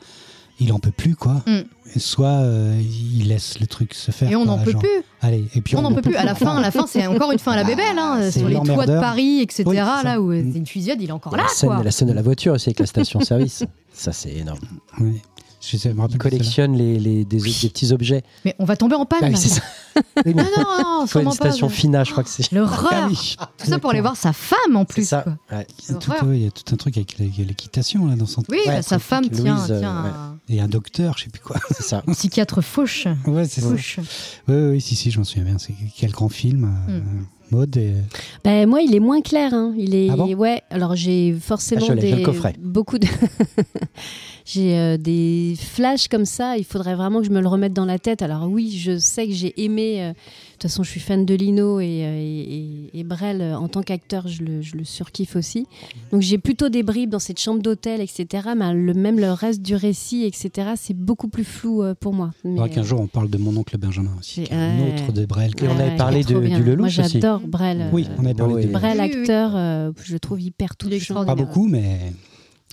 Speaker 1: il en peut plus, quoi,
Speaker 2: Mm.
Speaker 1: et soit euh, il laisse le truc se faire.
Speaker 2: Et on
Speaker 1: quoi,
Speaker 2: n'en peut
Speaker 1: genre.
Speaker 2: plus.
Speaker 1: Allez, et puis
Speaker 2: on n'en peut plus. À la fin, à la fin, c'est encore une fin à la
Speaker 1: Ah,
Speaker 2: bébelle, hein,
Speaker 1: c'est
Speaker 2: sur les toits de
Speaker 1: l'emmerdeur.
Speaker 2: Paris, etc.
Speaker 1: Oui, c'est ça.
Speaker 2: là où euh,
Speaker 1: Mm.
Speaker 2: c'est une fusillade, il est encore
Speaker 3: la,
Speaker 2: là,
Speaker 3: scène,
Speaker 2: quoi.
Speaker 3: la scène de la voiture aussi avec la station-service. Ça, c'est énorme.
Speaker 1: Ouais. Je sais, je me
Speaker 3: Il
Speaker 1: rappelle plus de celle-là.
Speaker 3: collectionne les, les- des, des petits objets.
Speaker 2: Mais on va tomber en panne.
Speaker 3: Ah oui,
Speaker 2: là.
Speaker 3: c'est ça. Oui, mais
Speaker 2: Non, non, non,
Speaker 3: faut une
Speaker 2: sûrement pas.
Speaker 3: station Fina, je crois que c'est.
Speaker 1: Ah
Speaker 2: L'horreur.
Speaker 1: oui.
Speaker 2: Tout ça pour aller voir sa femme
Speaker 3: C'est
Speaker 2: en Oh, plus.
Speaker 3: ça.
Speaker 2: quoi.
Speaker 3: Ouais.
Speaker 1: Il y a tout- ouais, Il y a tout un truc avec l'é- l'équitation là dans son
Speaker 2: Oui,
Speaker 3: Ouais,
Speaker 2: bah,
Speaker 3: Patrick
Speaker 2: sa femme tient,
Speaker 3: Louise, euh,
Speaker 2: tient
Speaker 3: ouais.
Speaker 2: un
Speaker 1: et un docteur, je sais plus quoi.
Speaker 3: C'est ça.
Speaker 2: psychiatre fauche.
Speaker 1: Ouais, c'est ça.
Speaker 2: Fauche.
Speaker 1: Oui, oui, si, si, je m'en souviens bien. C'est quel grand film, euh,
Speaker 4: Hmm.
Speaker 1: Maud. et-
Speaker 4: Ben, moi, il est moins clair. hein. Il est,
Speaker 1: Ah bon
Speaker 4: ouais. Alors j'ai forcément
Speaker 3: Ah, je l'ai, j'ai
Speaker 4: des
Speaker 3: le coffret.
Speaker 4: beaucoup de, j'ai euh, des flashs comme ça. Il faudrait vraiment que je me le remette dans la tête. Alors oui, je sais que j'ai aimé. euh, De toute façon, je suis fan de Lino et, euh, et- et- et Brel euh, en tant qu'acteur, je le, je le surkiffe aussi. Donc j'ai plutôt des bribes dans cette chambre d'hôtel, etc. Mais le même le reste du récit, etc. C'est beaucoup plus flou euh, pour moi.
Speaker 1: Il
Speaker 4: Mais,
Speaker 1: faudra qu'un jour on parle de mon oncle Benjamin aussi,
Speaker 4: j'ai- euh,
Speaker 1: qui est un
Speaker 4: ouais.
Speaker 1: autre de Brel.
Speaker 3: Et on avait
Speaker 4: il est
Speaker 3: parlé de-
Speaker 4: trop
Speaker 3: du
Speaker 4: bien. Moi,
Speaker 3: Lelouch aussi.
Speaker 4: j'adore Brel.
Speaker 1: Oui,
Speaker 4: euh,
Speaker 1: on avait parlé
Speaker 3: Bon,
Speaker 1: de
Speaker 3: et-
Speaker 1: Brel.
Speaker 4: Brel
Speaker 2: Oui, oui.
Speaker 4: acteur, euh, je le trouve hyper touchant.
Speaker 1: Pas
Speaker 2: Brel.
Speaker 1: beaucoup, mais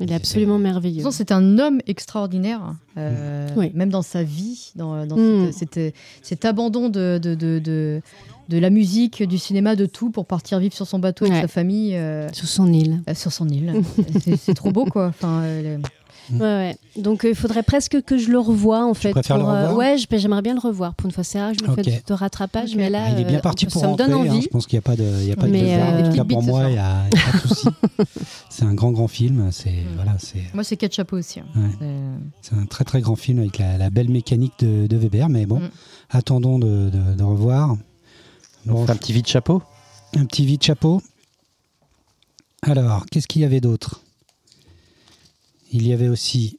Speaker 4: Il est absolument
Speaker 2: De
Speaker 4: merveilleux.
Speaker 2: toute façon, c'est un homme extraordinaire, euh,
Speaker 4: Oui.
Speaker 2: même dans sa vie, dans, dans
Speaker 4: Mm.
Speaker 2: cette- cette- cet abandon de, de, de, de- de la musique, du cinéma, de tout pour partir vivre sur son bateau avec
Speaker 4: Ouais.
Speaker 2: sa famille euh,
Speaker 4: Sous son île.
Speaker 2: euh, sur son île. C'est- c'est trop beau, quoi. Enfin, euh, le-
Speaker 4: Ouais, ouais. Donc euh, il faudrait presque que je le revoie en fait.
Speaker 1: préfères
Speaker 4: pour,
Speaker 1: le
Speaker 4: euh,
Speaker 1: revoir
Speaker 4: ouais, je- j'aimerais bien le revoir. Pour une fois, c'est rare que je me
Speaker 1: Ok.
Speaker 4: fais de rattrapage,
Speaker 2: Ok.
Speaker 4: mais là,
Speaker 1: Ah, il est bien
Speaker 4: euh,
Speaker 1: parti
Speaker 4: ça
Speaker 1: pour
Speaker 4: me
Speaker 1: rentrer.
Speaker 4: donne
Speaker 1: hein.
Speaker 4: envie.
Speaker 1: Je pense qu'il n'y a pas de, il y a pas de
Speaker 4: Mais,
Speaker 1: devoir.
Speaker 4: euh,
Speaker 1: En tout cas,
Speaker 2: Petite
Speaker 1: pour
Speaker 2: bite,
Speaker 1: moi,
Speaker 2: ce
Speaker 1: il y a, il y a pas de souci. c'est un grand, grand film. C'est
Speaker 4: Hmm.
Speaker 1: voilà, c'est
Speaker 2: moi, c'est Ketchup aussi. hein.
Speaker 1: Ouais.
Speaker 2: Euh,
Speaker 1: c'est un très, très grand film avec la, la belle mécanique de, de Weber. Mais bon,
Speaker 2: Mm.
Speaker 1: attendons de, de- de revoir.
Speaker 3: On
Speaker 1: Bon,
Speaker 3: fait un petit vide chapeau.
Speaker 1: un petit vide chapeau. Alors, qu'est-ce qu'il y avait d'autre Il y avait aussi.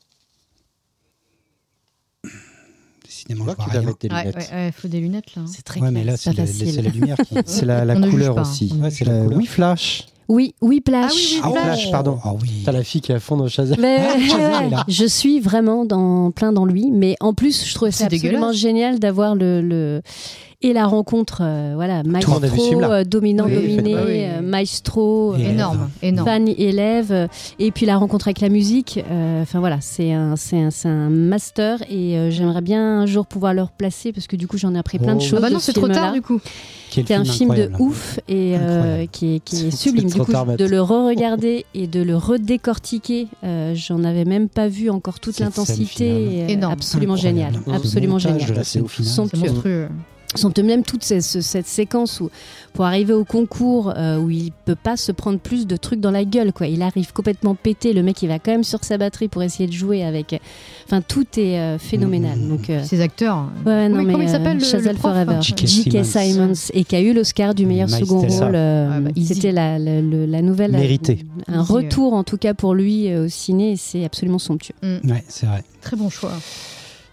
Speaker 1: Décidément, je vois rien.
Speaker 3: des
Speaker 2: ouais, ouais, ouais, faut des lunettes là. hein.
Speaker 4: C'est très
Speaker 1: Ouais,
Speaker 4: clair,
Speaker 1: mais là, c'est
Speaker 4: c'est pas
Speaker 1: la, c'est la
Speaker 4: facile.
Speaker 1: lumière qui.
Speaker 3: C'est la, la
Speaker 2: On ne juge
Speaker 3: couleur
Speaker 2: pas.
Speaker 3: aussi.
Speaker 1: Ouais, c'est la
Speaker 3: Euh,
Speaker 1: couleur.
Speaker 3: oui, Flash.
Speaker 4: Oui, oui, Plash.
Speaker 2: Ah oui,
Speaker 1: Ah,
Speaker 2: oui,
Speaker 1: Flash.
Speaker 3: Flash, pardon.
Speaker 1: Ah oui.
Speaker 3: T'as la fille qui est à fond dans Shazam.
Speaker 4: Mais-
Speaker 1: Ah, Shazam est là.
Speaker 4: je suis vraiment dans, plein dans lui, mais en plus, je trouvais ça
Speaker 2: C'est
Speaker 4: absolument
Speaker 2: dégueulasse.
Speaker 4: génial d'avoir le, le- et la rencontre, euh, voilà,
Speaker 3: le monde a vu ce
Speaker 4: maestro,
Speaker 3: film-là.
Speaker 4: euh, dominant,
Speaker 2: Oui,
Speaker 4: dominé,
Speaker 2: bah oui.
Speaker 4: euh, maestro,
Speaker 1: Et
Speaker 4: euh,
Speaker 2: Énorme, énorme.
Speaker 4: fan et élève euh, et puis la rencontre avec la musique euh, enfin voilà c'est un c'est un, c'est un master et euh, j'aimerais bien un jour pouvoir le replacer parce que du coup j'en ai appris plein de
Speaker 1: Oh.
Speaker 4: choses
Speaker 2: Ah bah non,
Speaker 4: de ce
Speaker 2: c'est trop
Speaker 4: film-là,
Speaker 2: tard du coup.
Speaker 1: Quel
Speaker 4: qui est un film de
Speaker 1: incroyable.
Speaker 4: ouf et euh,
Speaker 1: Incroyable.
Speaker 4: qui est, qui est
Speaker 3: C'est
Speaker 4: sublime. Du
Speaker 3: trop
Speaker 4: coup,
Speaker 3: tard, Matt.
Speaker 4: de le re-regarder et de le redécortiquer, euh, j'en avais même pas vu encore toute
Speaker 1: Cette
Speaker 4: l'intensité.
Speaker 1: scène finale.
Speaker 4: et, euh,
Speaker 2: Énorme.
Speaker 4: Absolument
Speaker 1: Incroyable.
Speaker 4: génial.
Speaker 1: Ce
Speaker 4: Absolument
Speaker 1: montage
Speaker 4: génial.
Speaker 1: de la
Speaker 3: C'est
Speaker 1: scène
Speaker 3: ouf.
Speaker 1: finale.
Speaker 4: Somptueux.
Speaker 2: C'est monstrueux.
Speaker 4: Sont même toute ces- ce- cette séquence où, pour arriver au concours euh, où il peut pas se prendre plus de trucs dans la gueule, quoi. Il arrive complètement pété. Le mec, il va quand même sur sa batterie pour essayer de jouer avec. euh, Enfin, tout est euh, phénoménal.
Speaker 1: Mmh.
Speaker 4: Donc, euh,
Speaker 2: Ces acteurs.
Speaker 4: ouais, ouais, non,
Speaker 2: mais
Speaker 4: mais,
Speaker 2: comment il
Speaker 4: euh,
Speaker 2: s'appelle, le-
Speaker 4: Chazelle
Speaker 2: le prof, hein
Speaker 4: Forever.
Speaker 2: là
Speaker 1: J.K.
Speaker 4: J.K. Simons et qui a eu l'Oscar du meilleur
Speaker 1: Miles
Speaker 4: second
Speaker 1: Teller.
Speaker 4: rôle. euh,
Speaker 2: Ah bah, easy.
Speaker 4: C'était la, la- le- la nouvelle. euh,
Speaker 3: Mérité.
Speaker 4: Un
Speaker 2: Easy, ouais.
Speaker 4: retour en tout cas pour lui euh, au ciné, et c'est absolument somptueux.
Speaker 1: Ouais, c'est vrai.
Speaker 2: Très bon choix.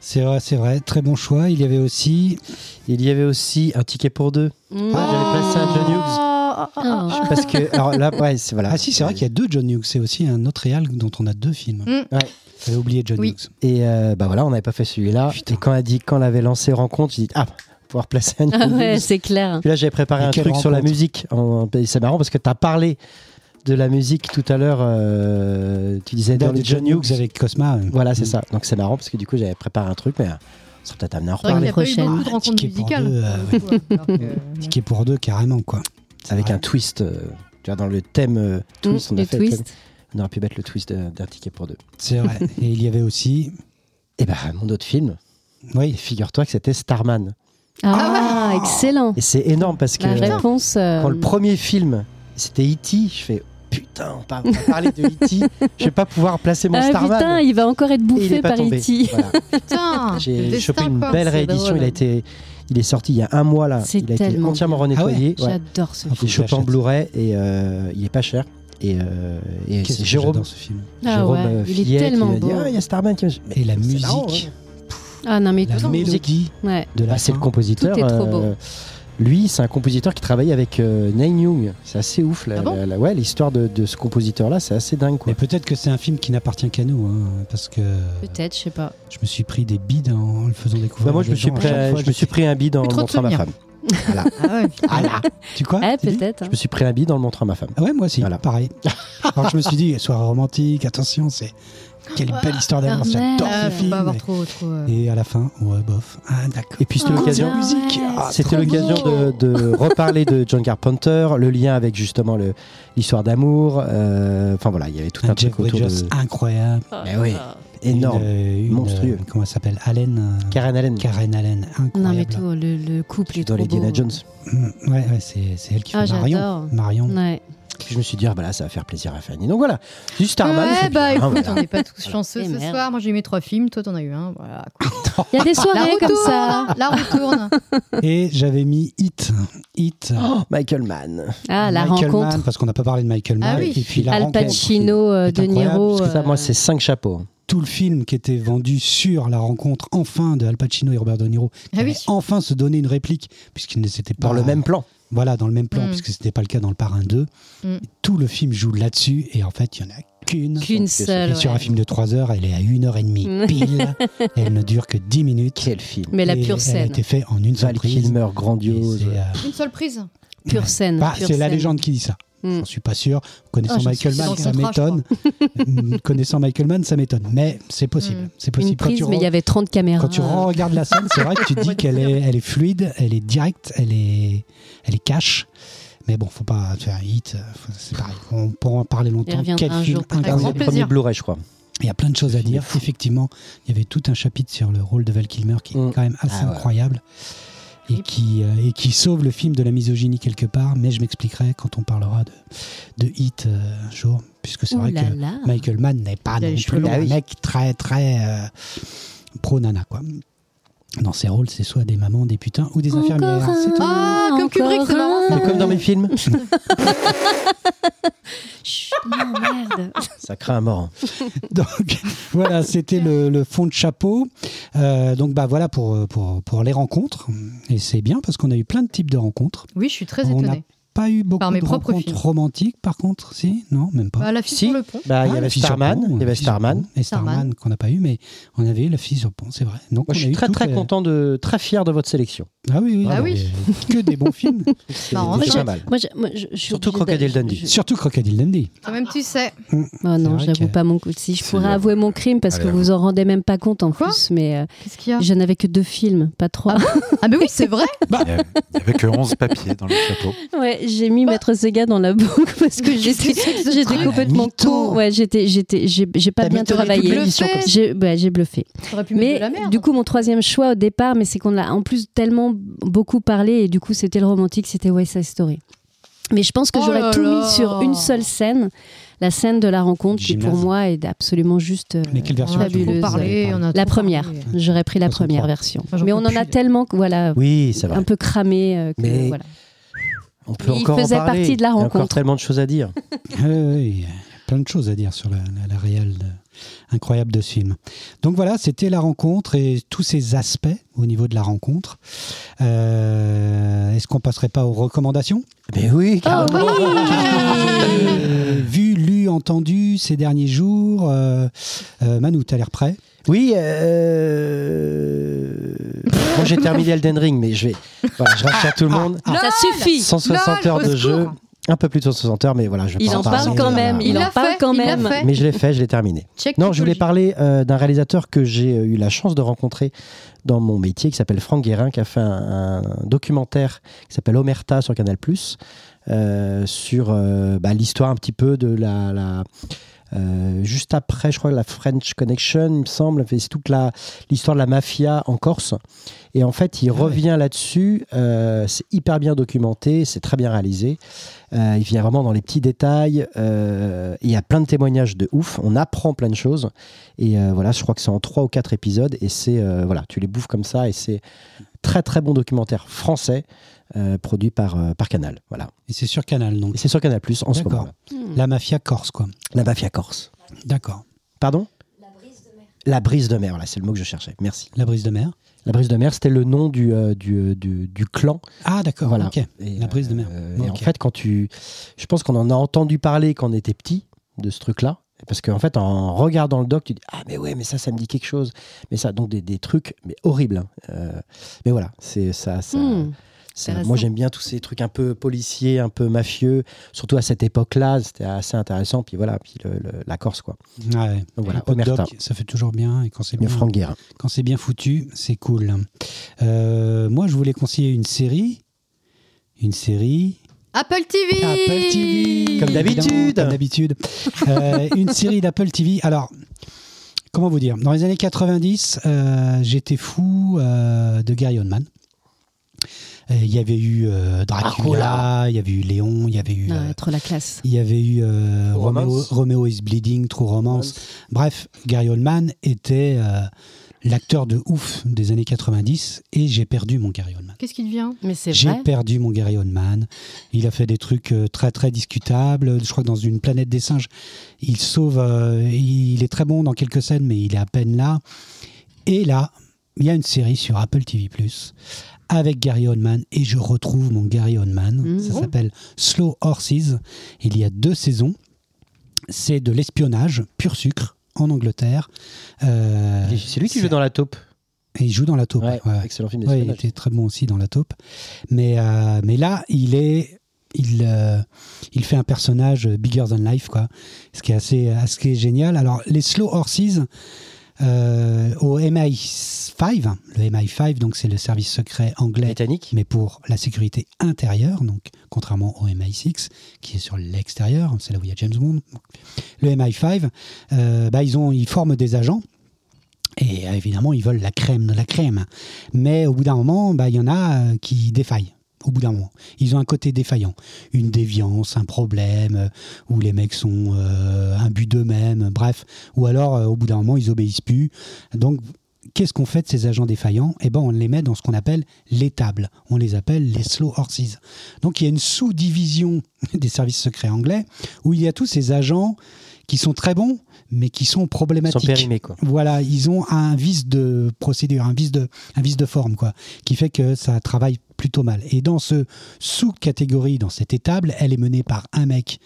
Speaker 1: C'est vrai, c'est vrai. Très bon choix. Il y avait aussi.
Speaker 3: Il y avait aussi un ticket pour deux. Ah, J'avais placé un John Hughes.
Speaker 2: Ah, ah, ah, ah.
Speaker 3: Parce que, alors là, ouais, c'est voilà.
Speaker 1: Ah si, c'est vrai qu'il y a deux John Hughes. C'est aussi un autre réal dont on a deux films.
Speaker 2: Mm.
Speaker 3: Ouais.
Speaker 1: J'avais oublié John
Speaker 2: Oui.
Speaker 1: Hughes.
Speaker 3: Et euh, bah voilà, on n'avait pas fait celui-là.
Speaker 1: Putain.
Speaker 3: Et quand elle a dit, quand elle avait lancé rencontre, j'ai dit ah, pouvoir placer un.
Speaker 4: Ah ouais,
Speaker 3: Hughes.
Speaker 4: c'est clair.
Speaker 3: Puis là, j'avais préparé
Speaker 1: Et
Speaker 3: un
Speaker 1: quelle
Speaker 3: truc sur la
Speaker 1: rencontre.
Speaker 3: musique. En- et C'est marrant parce que tu as parlé de la musique tout à l'heure. euh, tu disais dans
Speaker 1: Dans
Speaker 3: les John Hughes.
Speaker 1: avec Cosma.
Speaker 3: Voilà, c'est
Speaker 1: Mm.
Speaker 3: ça. Donc c'est marrant parce que du coup, j'avais préparé un truc, mais euh, on serait peut-être amené à en
Speaker 2: C'est vrai qu'il
Speaker 3: reparler.
Speaker 2: n'y a pas eu beaucoup
Speaker 4: prochaine.
Speaker 2: de rencontres
Speaker 1: Ticket pour
Speaker 2: musicales.
Speaker 1: deux, euh,
Speaker 2: pour le coup, alors que, euh,
Speaker 1: Ticket pour deux, carrément quoi.
Speaker 3: Avec
Speaker 1: Ouais.
Speaker 3: un twist. euh, tu vois, dans le thème euh, twist,
Speaker 4: Mm,
Speaker 3: on, a
Speaker 4: le
Speaker 3: fait,
Speaker 4: twist.
Speaker 3: on aurait pu mettre le twist de- d'un ticket pour deux.
Speaker 1: C'est vrai. Et il y avait aussi.
Speaker 3: Et bah, mon autre film,
Speaker 1: Oui.
Speaker 3: et figure-toi que c'était Starman.
Speaker 4: Ah, excellent. Bah,
Speaker 3: Et c'est énorme parce que
Speaker 4: La réponse. euh,
Speaker 3: quand le premier film, c'était E.T., E je fais putain, on par- on va parler de E.T. Je vais pas pouvoir placer mon
Speaker 4: Ah
Speaker 3: Starman.
Speaker 4: putain, il va encore être
Speaker 3: Et il est
Speaker 4: bouffé
Speaker 3: pas
Speaker 4: par E Ah,
Speaker 3: tombé.
Speaker 4: E.T.
Speaker 3: Voilà.
Speaker 2: Putain le
Speaker 3: J'ai
Speaker 2: destin,
Speaker 3: chopé une
Speaker 2: quoi.
Speaker 3: belle
Speaker 2: C'est
Speaker 3: réédition.
Speaker 2: drôle.
Speaker 3: Il a été, il est sorti il y a un mois là.
Speaker 4: C'est
Speaker 3: Il a été
Speaker 4: tellement
Speaker 3: entièrement
Speaker 4: bien.
Speaker 3: renettoyé. Ouais.
Speaker 4: J'adore ce
Speaker 1: Ah, faut
Speaker 4: film.
Speaker 3: J'ai
Speaker 1: que
Speaker 3: chopé en
Speaker 1: j'achète.
Speaker 3: Blu-ray et euh, il est pas cher. Et, euh, et
Speaker 1: Qu'est-ce
Speaker 3: c'est
Speaker 1: que
Speaker 3: Jérôme,
Speaker 1: j'adore ce film.
Speaker 4: Ah
Speaker 3: Jérôme
Speaker 4: ouais,
Speaker 3: euh,
Speaker 4: il est
Speaker 3: Filliet qui
Speaker 4: tellement
Speaker 3: m'a dit,
Speaker 4: beau.
Speaker 3: Ah, il y a Starman qui m'a-
Speaker 1: Et la
Speaker 3: C'est
Speaker 1: musique
Speaker 3: marrant, ouais.
Speaker 4: Ah non, mais
Speaker 1: La
Speaker 4: tout.
Speaker 1: mélodie
Speaker 4: Ouais.
Speaker 1: de la
Speaker 3: Bah, c'est le
Speaker 1: fin.
Speaker 3: compositeur. euh,
Speaker 4: Tout est trop beau.
Speaker 3: lui, c'est un compositeur qui travaille avec euh, Neil Young. C'est assez ouf. La,
Speaker 2: Ah bon
Speaker 3: la- la- ouais, l'histoire de, de ce compositeur-là, c'est assez dingue. Quoi.
Speaker 1: Mais peut-être que c'est un film qui n'appartient qu'à nous, hein, parce que
Speaker 4: Peut-être, je sais pas.
Speaker 1: je me suis pris des bides en le faisant découvrir.
Speaker 3: Bah, moi, je
Speaker 1: à
Speaker 3: me,
Speaker 1: des
Speaker 3: suis
Speaker 1: gens.
Speaker 3: pris,
Speaker 1: À chaque fois,
Speaker 3: je me suis pris un bide en
Speaker 2: Plus
Speaker 3: le
Speaker 2: trop de
Speaker 3: montrant à ma
Speaker 2: souvenirs.
Speaker 3: femme.
Speaker 2: Ah ouais, putain.
Speaker 1: Ah là Tu quoi
Speaker 2: Eh,
Speaker 4: Ah,
Speaker 1: Tu dis
Speaker 4: peut-être. hein.
Speaker 3: Je me suis pris un bide en le montrant à ma femme.
Speaker 1: Ah ouais, moi aussi,
Speaker 3: Voilà.
Speaker 1: pareil. Alors je me suis dit, soirée romantique, attention, c'est quelle belle histoire d'amour,
Speaker 4: Ah,
Speaker 1: j'adore
Speaker 4: merde.
Speaker 1: ce
Speaker 2: Ah, faut pas
Speaker 1: film.
Speaker 2: avoir trop, trop. euh,
Speaker 1: Et à la fin, ouais, bof. Ah d'accord.
Speaker 3: Et puis, c'était
Speaker 4: Ah,
Speaker 3: l'occasion.
Speaker 4: ouais,
Speaker 1: musique.
Speaker 4: c'est
Speaker 1: Ah,
Speaker 3: C'était
Speaker 4: trop
Speaker 3: l'occasion
Speaker 4: beau.
Speaker 3: de, de reparler de John Carpenter, le lien avec justement le- l'histoire d'amour. euh, Enfin voilà, il y avait tout un,
Speaker 1: Un Jeff
Speaker 3: truc autour
Speaker 1: Bridges
Speaker 3: de.
Speaker 1: incroyable,
Speaker 3: Mais oui, énorme.
Speaker 1: Une, euh, une,
Speaker 3: Monstrueux.
Speaker 1: euh, comment elle s'appelle Allen. euh,
Speaker 3: Karen Allen.
Speaker 1: Karen Allen, incroyable.
Speaker 4: Non, mais tout, le, le couple est
Speaker 3: dans
Speaker 4: trop
Speaker 3: les Diana
Speaker 4: beau.
Speaker 3: Jones.
Speaker 1: Mm, Ouais, ouais, c'est c'est elle qui fait
Speaker 4: Ah,
Speaker 1: Marion.
Speaker 4: j'adore.
Speaker 1: Marion.
Speaker 4: Ouais.
Speaker 3: Puis je me suis dit, ah, bah là, ça va faire plaisir à Fanny. Donc voilà, du Starman.
Speaker 2: Ouais,
Speaker 3: c'est
Speaker 2: bah
Speaker 3: bien, Ah,
Speaker 2: écoute,
Speaker 3: voilà.
Speaker 2: on n'est pas tous chanceux
Speaker 4: Et
Speaker 2: ce
Speaker 4: merde.
Speaker 2: soir. Moi j'ai aimé trois films, toi t'en as eu un. Voilà. quoi.
Speaker 4: Il y a des
Speaker 2: La
Speaker 4: soirées
Speaker 2: roue
Speaker 4: comme
Speaker 2: tourne,
Speaker 4: ça.
Speaker 3: Ah.
Speaker 2: hein, La roue tourne.
Speaker 1: Et j'avais mis Hit. Hit.
Speaker 3: Oh, Michael Mann.
Speaker 4: Ah, la
Speaker 1: Michael
Speaker 4: rencontre.
Speaker 1: Mann, parce qu'on n'a pas parlé de Michael
Speaker 2: Ah
Speaker 1: Mann.
Speaker 2: oui.
Speaker 1: Et puis la
Speaker 4: Al
Speaker 1: rencontre.
Speaker 4: Pacino, euh,
Speaker 1: est
Speaker 4: De
Speaker 1: incroyable,
Speaker 4: Niro.
Speaker 3: Parce que ça,
Speaker 4: euh,
Speaker 3: moi, c'est cinq chapeaux. hein.
Speaker 1: Tout le film qui était vendu sur la rencontre enfin de Al Pacino et Robert De Niro. qui
Speaker 2: Ah oui.
Speaker 1: allait Enfin se donner une réplique, puisqu'ils ne s'étaient pas.
Speaker 3: Dans le même plan.
Speaker 1: Voilà, dans le même
Speaker 4: Hmm.
Speaker 1: plan,
Speaker 2: Mm.
Speaker 1: puisque ce n'était pas le cas dans le Parrain 2.
Speaker 2: Mm.
Speaker 1: Tout le film joue là-dessus, et en fait, il n'y en a qu'une.
Speaker 4: Qu'une
Speaker 1: Et
Speaker 4: seule.
Speaker 1: sur
Speaker 4: ouais. Hmm.
Speaker 1: un film de 3 heures, elle est à 1h30 pile. et elle ne dure que 10 minutes.
Speaker 3: Quel film.
Speaker 4: Mais la
Speaker 1: Et Elle
Speaker 4: pure
Speaker 1: a
Speaker 4: scène.
Speaker 1: été faite en une seule
Speaker 3: Val
Speaker 1: prise.
Speaker 3: Kilmer,
Speaker 1: Et
Speaker 3: grandiose.
Speaker 1: c'est, euh,
Speaker 2: Une seule prise.
Speaker 4: Pure scène.
Speaker 1: bah,
Speaker 4: Hmm, pure
Speaker 1: c'est la
Speaker 4: scène. Oh,
Speaker 1: légende qui dit ça.
Speaker 4: Mm.
Speaker 1: J'en suis pas sûr. Connaissant
Speaker 2: Ah, j'en
Speaker 1: Michael
Speaker 2: suis
Speaker 1: Mann,
Speaker 2: dans le
Speaker 1: ça
Speaker 2: contrat, je crois.
Speaker 1: m'étonne. Mm, Connaissant Michael Mann, ça m'étonne. Mais c'est possible.
Speaker 2: Mm.
Speaker 1: C'est
Speaker 4: Hmm. Une
Speaker 1: possible. Quand
Speaker 4: prise,
Speaker 1: tu
Speaker 4: mais il y avait 30 caméras.
Speaker 1: Quand tu regardes la scène, c'est vrai que tu te dis qu'elle est, elle est fluide, elle est directe, elle est, elle est cash. Mais bon, faut pas faire un hit. faut- C'est pareil. On peut en parler
Speaker 4: Il
Speaker 1: longtemps.
Speaker 4: reviendra
Speaker 1: Quel
Speaker 4: un
Speaker 1: film
Speaker 4: jour, peut-être.
Speaker 1: incroyable.
Speaker 2: Avec grand
Speaker 3: Premier
Speaker 2: plaisir.
Speaker 3: Blu-ray, je crois.
Speaker 1: Il y a plein de choses à dire. Effectivement, il y avait tout un chapitre sur le rôle de Val Kilmer qui est
Speaker 3: Mm.
Speaker 1: quand même assez
Speaker 3: Ah ouais.
Speaker 1: incroyable. Et qui, euh, et qui sauve le film de la misogynie quelque part, mais je m'expliquerai quand on parlera de, de Hit euh, un jour, puisque c'est
Speaker 4: Ouh
Speaker 1: vrai
Speaker 4: là
Speaker 1: que
Speaker 4: là.
Speaker 1: Michael Mann n'est pas
Speaker 2: Il a
Speaker 1: non
Speaker 2: les cheveux
Speaker 1: plus
Speaker 2: longs.
Speaker 1: un
Speaker 3: Ah oui.
Speaker 1: mec très très euh, pro nana quoi. Dans ses rôles, c'est soit des mamans, des putains ou des infirmières.
Speaker 4: Encore
Speaker 1: C'est tout.
Speaker 2: Ah, comme
Speaker 4: encore
Speaker 2: Kubrick, c'est marrant,
Speaker 4: un.
Speaker 3: Mais comme dans mes films.
Speaker 4: Chut, non, merde.
Speaker 3: ça craint un mort.
Speaker 1: Donc voilà, c'était le, le fond de chapeau. Euh, donc bah voilà pour, euh, pour, pour les rencontres. Et c'est bien parce qu'on a eu plein de types de rencontres.
Speaker 2: Oui, je suis très
Speaker 1: On a-
Speaker 2: étonnée.
Speaker 1: Pas eu beaucoup
Speaker 2: Par mes
Speaker 1: de
Speaker 2: propres
Speaker 1: rencontres
Speaker 2: films.
Speaker 1: romantiques par contre, si Non, même pas.
Speaker 2: Bah, la fille
Speaker 3: Si.
Speaker 2: sur le pont.
Speaker 3: Bah,
Speaker 1: Ah,
Speaker 3: il y
Speaker 1: la
Speaker 3: avait
Speaker 1: fille sur
Speaker 3: Starman.
Speaker 1: pont,
Speaker 3: Il y
Speaker 1: la
Speaker 3: avait
Speaker 1: fille sur
Speaker 3: Starman.
Speaker 1: pont. Et Starman,
Speaker 2: Starman.
Speaker 1: qu'on n'a pas eu, mais on avait eu la fille sur pont, c'est vrai. Donc on
Speaker 3: Moi, je
Speaker 1: a
Speaker 3: suis
Speaker 1: eu
Speaker 3: très,
Speaker 1: toutes
Speaker 3: très
Speaker 1: les-
Speaker 3: content de, très fier de votre sélection.
Speaker 1: Ah oui, oui,
Speaker 2: Ah
Speaker 1: non,
Speaker 2: oui.
Speaker 1: mais que des bons films.
Speaker 3: C'est
Speaker 2: Marrant.
Speaker 3: déjà pas
Speaker 4: Moi, j'ai-
Speaker 3: mal.
Speaker 4: Moi, je- moi, je- je suis
Speaker 3: Surtout
Speaker 4: obligée de-
Speaker 3: Crocodile Dundee.
Speaker 4: je-
Speaker 1: Surtout Crocodile Dundee.
Speaker 2: Toi-même, tu sais.
Speaker 4: Oh
Speaker 1: C'est
Speaker 4: non,
Speaker 1: vrai
Speaker 4: j'avoue
Speaker 1: que-
Speaker 4: pas mon coup. Si je
Speaker 5: Si,
Speaker 4: pourrais
Speaker 5: euh,
Speaker 4: avouer mon crime parce
Speaker 5: allez,
Speaker 4: que vous vous en rendez même pas compte en
Speaker 2: Quoi Ah.
Speaker 4: plus, mais euh,
Speaker 2: Qu'est-ce qu'il y a
Speaker 4: je n'avais que deux films, pas trois.
Speaker 2: Ah, mais oui, c'est vrai.
Speaker 5: Il y avait- il y avait que 11 papiers dans le chapeau.
Speaker 2: Ah.
Speaker 4: Ouais, j'ai mis Maître Sega dans la boucle parce que j'étais j'étais
Speaker 1: truc
Speaker 4: complètement
Speaker 1: Mytho.
Speaker 4: con. Ouais, j'étais j'étais j'ai j'ai pas
Speaker 3: T'as
Speaker 4: bien
Speaker 3: mythoné toute
Speaker 4: travaillé.
Speaker 2: l'émission, comme ça.
Speaker 4: J'ai ouais, j'ai bluffé.
Speaker 2: T'aurais pu mettre de
Speaker 4: Mais
Speaker 2: la merde.
Speaker 4: du coup, mon troisième choix au départ, mais c'est qu'on a en plus tellement beaucoup parlé et du coup, c'était le romantique, c'était West Side Story. Mais je pense que
Speaker 2: Oh là
Speaker 4: j'aurais tout
Speaker 2: là.
Speaker 4: mis sur une seule scène, la scène de la rencontre qui pour
Speaker 1: Gymnase.
Speaker 4: moi est absolument juste euh,
Speaker 1: Mais quelle version
Speaker 2: on a trop
Speaker 4: fabuleuse.
Speaker 2: parlé. On a
Speaker 4: La
Speaker 2: trop
Speaker 4: première.
Speaker 2: parlé.
Speaker 4: J'aurais pris la
Speaker 1: 63.
Speaker 4: première version.
Speaker 2: Ah, j'en
Speaker 4: Mais on
Speaker 2: peux
Speaker 4: en a
Speaker 2: plus.
Speaker 4: tellement que voilà,
Speaker 3: Oui, ça va.
Speaker 4: un peu cramé euh, que
Speaker 3: Mais-
Speaker 4: voilà.
Speaker 3: On peut
Speaker 4: Il
Speaker 3: encore
Speaker 4: faisait
Speaker 3: en parler.
Speaker 4: partie de la
Speaker 3: Il y a encore
Speaker 4: rencontre.
Speaker 3: tellement de choses à dire.
Speaker 1: Ah oui, oui, il y a plein de choses à dire sur la, la, la réelle de- incroyable de ce film. Donc voilà, c'était la rencontre et tous ces aspects au niveau de la rencontre. Euh, Est-ce qu'on passerait pas aux recommandations
Speaker 3: Mais oui,
Speaker 4: Oh
Speaker 3: carrément.
Speaker 4: oui
Speaker 1: Euh, Vu, lu, entendu ces derniers jours, euh, euh, Manu, t'as l'air prêt
Speaker 3: Oui, euh... bon, j'ai terminé Elden Ring, mais je vais, voilà, je rassure tout le monde.
Speaker 4: Ça suffit
Speaker 3: 160
Speaker 2: Lol,
Speaker 3: heures
Speaker 2: au
Speaker 3: de
Speaker 2: secours.
Speaker 3: jeu, un peu plus de 160 heures, mais voilà, je vais
Speaker 4: Il
Speaker 3: pas
Speaker 4: en parle
Speaker 3: parler,
Speaker 4: quand
Speaker 3: voilà.
Speaker 4: même, il
Speaker 2: Il
Speaker 4: en
Speaker 2: l'a
Speaker 4: parle
Speaker 2: fait,
Speaker 4: quand
Speaker 2: il l'a
Speaker 4: même.
Speaker 2: fait.
Speaker 3: Mais je l'ai fait, je l'ai terminé.
Speaker 2: Check
Speaker 3: Non, je voulais
Speaker 2: Psychologie.
Speaker 3: parler euh, d'un réalisateur que j'ai euh, eu la chance de rencontrer dans mon métier, qui s'appelle Franck Guérin, qui a fait un, un documentaire qui s'appelle Omerta sur Canal+, euh, sur euh, bah, l'histoire un petit peu de la... la, Euh, juste après, je crois, la French Connection, il me semble. C'est toute la- l'histoire de la mafia en Corse. Et en fait, il
Speaker 1: Ah ouais.
Speaker 3: revient là-dessus. Euh, c'est hyper bien documenté, c'est très bien réalisé. Euh, il vient vraiment dans les petits détails. euh, il y a plein de témoignages de ouf. On apprend plein de choses. Et euh, voilà, je crois que c'est en trois ou quatre épisodes. Et c'est euh, voilà, tu les bouffes comme ça. Et c'est très très bon documentaire français euh, produit par euh, par Canal. Voilà.
Speaker 1: Et c'est sur Canal, donc.
Speaker 3: Et c'est sur Canal Plus en ce
Speaker 1: D'accord.
Speaker 3: moment.
Speaker 1: La mafia corse, quoi.
Speaker 3: Hmm. La mafia corse.
Speaker 1: D'accord.
Speaker 3: Pardon. La brise de mer, voilà, c'est le mot que je cherchais. Merci.
Speaker 1: La brise de mer.
Speaker 3: La brise de mer, c'était le nom du, euh, du, du, du clan
Speaker 1: Ah, d'accord.
Speaker 3: Voilà.
Speaker 1: ok.
Speaker 3: Et,
Speaker 1: La brise de mer.
Speaker 3: euh, et en
Speaker 1: Ok.
Speaker 3: fait, quand tu, je pense qu'on en a entendu parler quand on était petit de ce truc-là, parce qu'en fait, en regardant le doc, tu dis ah mais ouais, mais ça, ça me dit quelque chose, mais ça, donc des, des trucs, mais horribles. hein. Euh, mais voilà, c'est ça, ça.
Speaker 4: Hmm.
Speaker 3: ça-
Speaker 4: intéressant.
Speaker 3: moi, j'aime bien tous ces trucs un peu policiers, un peu mafieux, surtout à cette époque-là, c'était assez intéressant. Puis voilà, puis le- le- la Corse quoi.
Speaker 1: Ouais.
Speaker 3: Donc voilà,
Speaker 1: Le pop
Speaker 3: Omerta.
Speaker 1: doc, ça fait toujours bien. Et quand c'est
Speaker 3: Le
Speaker 1: bien,
Speaker 3: Franck Guérin.
Speaker 1: quand c'est bien foutu, c'est cool. Euh, moi, je voulais conseiller une série. Une série.
Speaker 2: Apple TV
Speaker 1: Apple TV
Speaker 3: Comme d'habitude.
Speaker 1: Évidemment, Comme d'habitude. Euh, une série d'Apple TV. Alors, comment vous dire Dans les années 90, euh, j'étais fou euh, de Gary Oldman. Euh, Il y avait eu euh, Dracula, il y avait eu Léon, il y avait eu...
Speaker 4: Ah,
Speaker 1: euh,
Speaker 4: être la classe.
Speaker 1: il y avait eu euh,
Speaker 3: True
Speaker 1: Romeo,
Speaker 3: Romance.
Speaker 1: Romeo is Bleeding, True Romance. Bref, Gary Oldman était euh, l'acteur de ouf des années 90 et j'ai perdu mon Gary Oldman.
Speaker 2: Qu'est-ce qui devient
Speaker 4: Mais c'est
Speaker 1: J'ai
Speaker 4: vrai.
Speaker 1: perdu mon Gary Oldman. Il a fait des trucs euh, très très discutables. Je crois que dans une planète des singes, il sauve. euh, il est très bon dans quelques scènes, mais il est à peine là. Et là, il y a une série sur Apple TV avec Gary Oldman et je retrouve mon Gary Oldman.
Speaker 4: Mhm.
Speaker 1: Ça s'appelle Slow Horses. Il y a deux saisons. C'est de l'espionnage pur sucre en Angleterre. Euh,
Speaker 3: C'est lui qui joue dans la taupe.
Speaker 1: et il joue dans la taupe.
Speaker 3: Ouais,
Speaker 1: ouais, ouais.
Speaker 3: Excellent film.
Speaker 1: Ouais,
Speaker 3: d'espionnage.
Speaker 1: il était très bon aussi dans la taupe. Mais, euh, mais là, il est. Il, euh, il fait un personnage euh, bigger than life, quoi. Ce qui est assez, euh, ce qui est génial. Alors, les Slow Horses euh, au MI5, le MI5, donc c'est le service secret anglais,
Speaker 3: Britannique.
Speaker 1: mais pour la sécurité intérieure, donc contrairement au MI6, qui est sur l'extérieur, c'est là où il y a James Bond. Le MI5, euh, bah, ils, ont, ils forment des agents. Et euh, évidemment, ils veulent la crème de la crème. Mais au bout d'un moment, bah, il y en a euh, qui défaillent. Au bout d'un moment, ils ont un côté défaillant, une déviance, un problème, euh, où les mecs sont euh, imbus d'eux-mêmes, bref. Ou alors, euh, au bout d'un moment, ils obéissent plus. Donc, qu'est-ce qu'on fait de ces agents défaillants Eh ben, on les met dans ce qu'on appelle les tables. On les appelle les slow horses. Donc, il y a une sous-division des services secrets anglais où il y a tous ces agents qui sont très bons, mais qui sont
Speaker 3: Ils sont
Speaker 1: problématiques.
Speaker 3: périmés quoi.
Speaker 1: Voilà, ils ont un vice de procédure, un vice de, un vice de forme, quoi, qui fait que ça travaille plutôt mal. Et dans ce sous-catégorie, dans cette étable, elle est menée par un mec,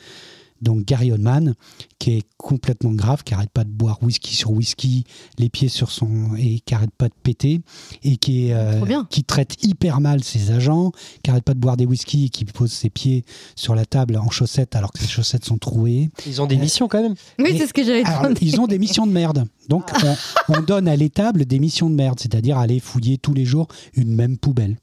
Speaker 1: donc Gary Oldman, qui est complètement grave, qui arrête pas de boire whisky sur whisky, les pieds sur son. et qui arrête pas de péter, et qui, est, euh,
Speaker 2: Trop bien.
Speaker 1: qui traite hyper mal ses agents, qui arrête pas de boire des whisky et qui pose ses pieds sur la table en chaussettes alors que ses chaussettes sont trouées.
Speaker 3: Ils ont des missions quand même.
Speaker 2: Oui,
Speaker 1: Mais-
Speaker 2: c'est ce que j'allais
Speaker 1: Alors,
Speaker 2: demander.
Speaker 1: ils ont des missions de merde. Donc, on, on donne à l'étable des missions de merde, c'est-à-dire aller fouiller tous les jours une même poubelle.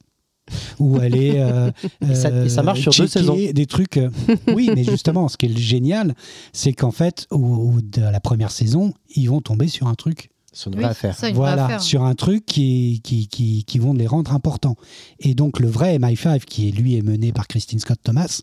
Speaker 1: Ou aller. euh,
Speaker 3: Et ça- et ça marche sur deux
Speaker 1: checker
Speaker 3: saisons.
Speaker 1: Des trucs. euh, oui, mais justement, ce qui est génial, c'est qu'en fait, au, au- de la première saison, ils vont tomber sur un truc.
Speaker 3: Ça
Speaker 2: Oui,
Speaker 3: va à faire.
Speaker 2: ça, une vraie
Speaker 1: Voilà,
Speaker 2: affaire.
Speaker 1: sur un truc qui, qui, qui, qui vont les rendre importants. Et donc, le vrai MI5, qui est, lui est mené par Christine Scott Thomas,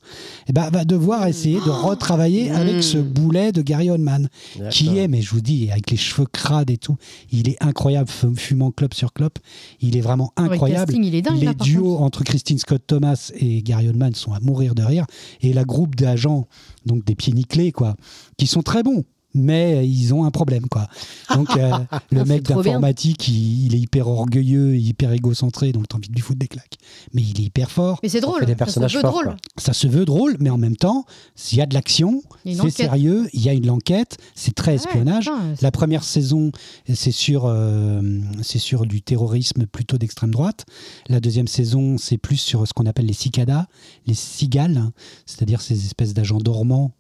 Speaker 1: eh ben, va devoir essayer de retravailler
Speaker 3: Hmm.
Speaker 1: avec ce boulet de Gary Oldman qui est, mais je vous dis, avec les cheveux crades et tout, il est incroyable, f- fumant clope sur clope. Il est vraiment
Speaker 2: Ah Ouais, le
Speaker 1: incroyable.
Speaker 2: casting, il est dingue,
Speaker 1: les
Speaker 2: là, par
Speaker 1: duos
Speaker 2: contre.
Speaker 1: entre Christine Scott Thomas et Gary Oldman sont à mourir de rire. Et la groupe d'agents, donc des pieds nickelés, quoi, qui sont très bons. Mais ils ont un problème, quoi. Donc, euh, le
Speaker 4: Ah,
Speaker 1: mec
Speaker 4: c'est trop bien.
Speaker 1: d'informatique, il, il est hyper orgueilleux, hyper égocentré, donc le temps de lui foutre des claques. Mais il est hyper fort.
Speaker 2: Mais c'est
Speaker 3: fait
Speaker 2: drôle.
Speaker 3: des
Speaker 2: ça se
Speaker 3: personnages
Speaker 2: veut
Speaker 3: forts,
Speaker 2: drôle.
Speaker 3: quoi.
Speaker 1: Ça se veut drôle, mais en même temps, s'il y a de l'action,
Speaker 2: Il y a une
Speaker 1: c'est
Speaker 2: enquête. Ah
Speaker 1: sérieux, il y a une enquête, c'est très
Speaker 2: Ouais,
Speaker 1: espionnage.
Speaker 2: putain, c'est-
Speaker 1: La première saison, c'est sur, euh, c'est sur du terrorisme plutôt d'extrême droite. La deuxième saison, c'est plus sur ce qu'on appelle les cicadas, les cigales, hein, c'est-à-dire ces espèces d'agents dormants.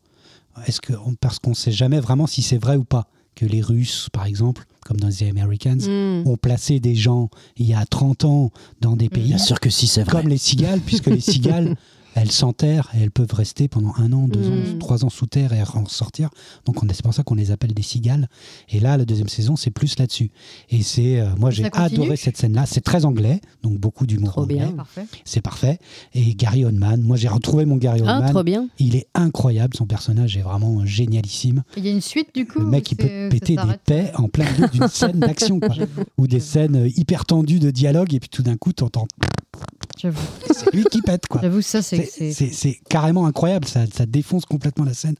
Speaker 1: Est-ce que, parce qu'on ne sait jamais vraiment si c'est vrai ou pas que les Russes, par exemple, comme dans The Americans,
Speaker 4: Hmm.
Speaker 1: ont placé des gens il y a 30 ans dans des pays
Speaker 3: Bien sûr que si, c'est vrai.
Speaker 1: comme les cigales, puisque les cigales elles s'enterrent et elles peuvent rester pendant un an, deux
Speaker 4: Mm.
Speaker 1: ans, trois ans sous terre et en sortir. Donc on- c'est pour ça qu'on les appelle des cigales. Et là, la deuxième saison, c'est plus là-dessus. Et c'est, euh, moi, j'ai
Speaker 2: continue
Speaker 1: adoré cette scène-là. C'est très anglais, donc beaucoup d'humour
Speaker 4: Trop bien.
Speaker 1: anglais.
Speaker 2: Parfait.
Speaker 1: C'est parfait. Et Gary Oldman, moi, j'ai retrouvé mon Gary
Speaker 4: Ah,
Speaker 1: Oldman.
Speaker 4: trop bien.
Speaker 1: il est incroyable, son personnage est vraiment génialissime.
Speaker 2: Il y a une suite du coup.
Speaker 1: Le mec,
Speaker 2: ou
Speaker 1: il peut te
Speaker 2: c'est-
Speaker 1: péter
Speaker 2: ça
Speaker 1: des
Speaker 2: s'arrête
Speaker 1: paix en plein milieu d'une scène d'action, quoi.
Speaker 2: J'avoue,
Speaker 1: ou des scènes euh, hyper tendues de dialogue, et puis tout d'un coup, t'entends
Speaker 2: J'avoue,
Speaker 1: c'est lui qui pète, quoi.
Speaker 2: j'avoue, ça c'est.
Speaker 1: C'est-
Speaker 2: c'est-
Speaker 1: C'est c'est carrément incroyable, ça, ça défonce complètement la scène.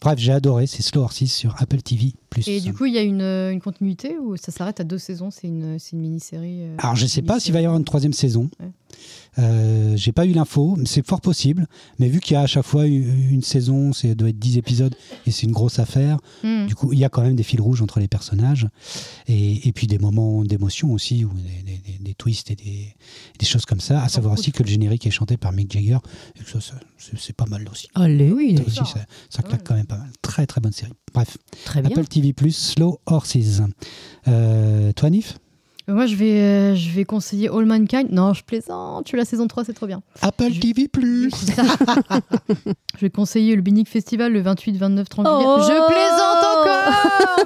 Speaker 1: Bref, j'ai adoré, c'est Slow Horses sur Apple TV+.
Speaker 2: Et du coup, il y a une, euh, une continuité ou ça s'arrête à deux saisons C'est une, c'est une mini-série euh,
Speaker 1: Alors, je sais pas s'il va y avoir une troisième saison.
Speaker 2: Ouais.
Speaker 1: Euh, j'ai pas eu l'info, mais c'est fort possible. Mais vu qu'il y a à chaque fois une, une saison, c'est doit être 10 épisodes et c'est une grosse affaire.
Speaker 2: Hmm.
Speaker 1: Du coup, il y a quand même des fils rouges entre les personnages et, et puis des moments d'émotion aussi, ou des, des- des- des twists et des, des choses comme ça. À savoir aussi que le générique est chanté par Mick Jagger et que ça, ça- c'est c'est pas mal aussi.
Speaker 4: Allez, Oh, oui.
Speaker 1: Ça aussi,
Speaker 2: D'accord.
Speaker 1: ça, ça claque
Speaker 2: Ouais.
Speaker 1: quand même pas mal. Très très bonne série. Bref,
Speaker 4: Très bien.
Speaker 1: Apple TV Slow Horses. Euh, toi, Nif
Speaker 2: Euh, Moi, je vais, euh, je vais conseiller All Mankind. Non, je plaisante. Tu la saison 3, c'est trop bien.
Speaker 1: Apple
Speaker 2: Je-
Speaker 1: TV
Speaker 2: je vais conseiller le Binic Festival le 28, 29, 30 juillet.
Speaker 4: Oh
Speaker 2: je plaisante encore,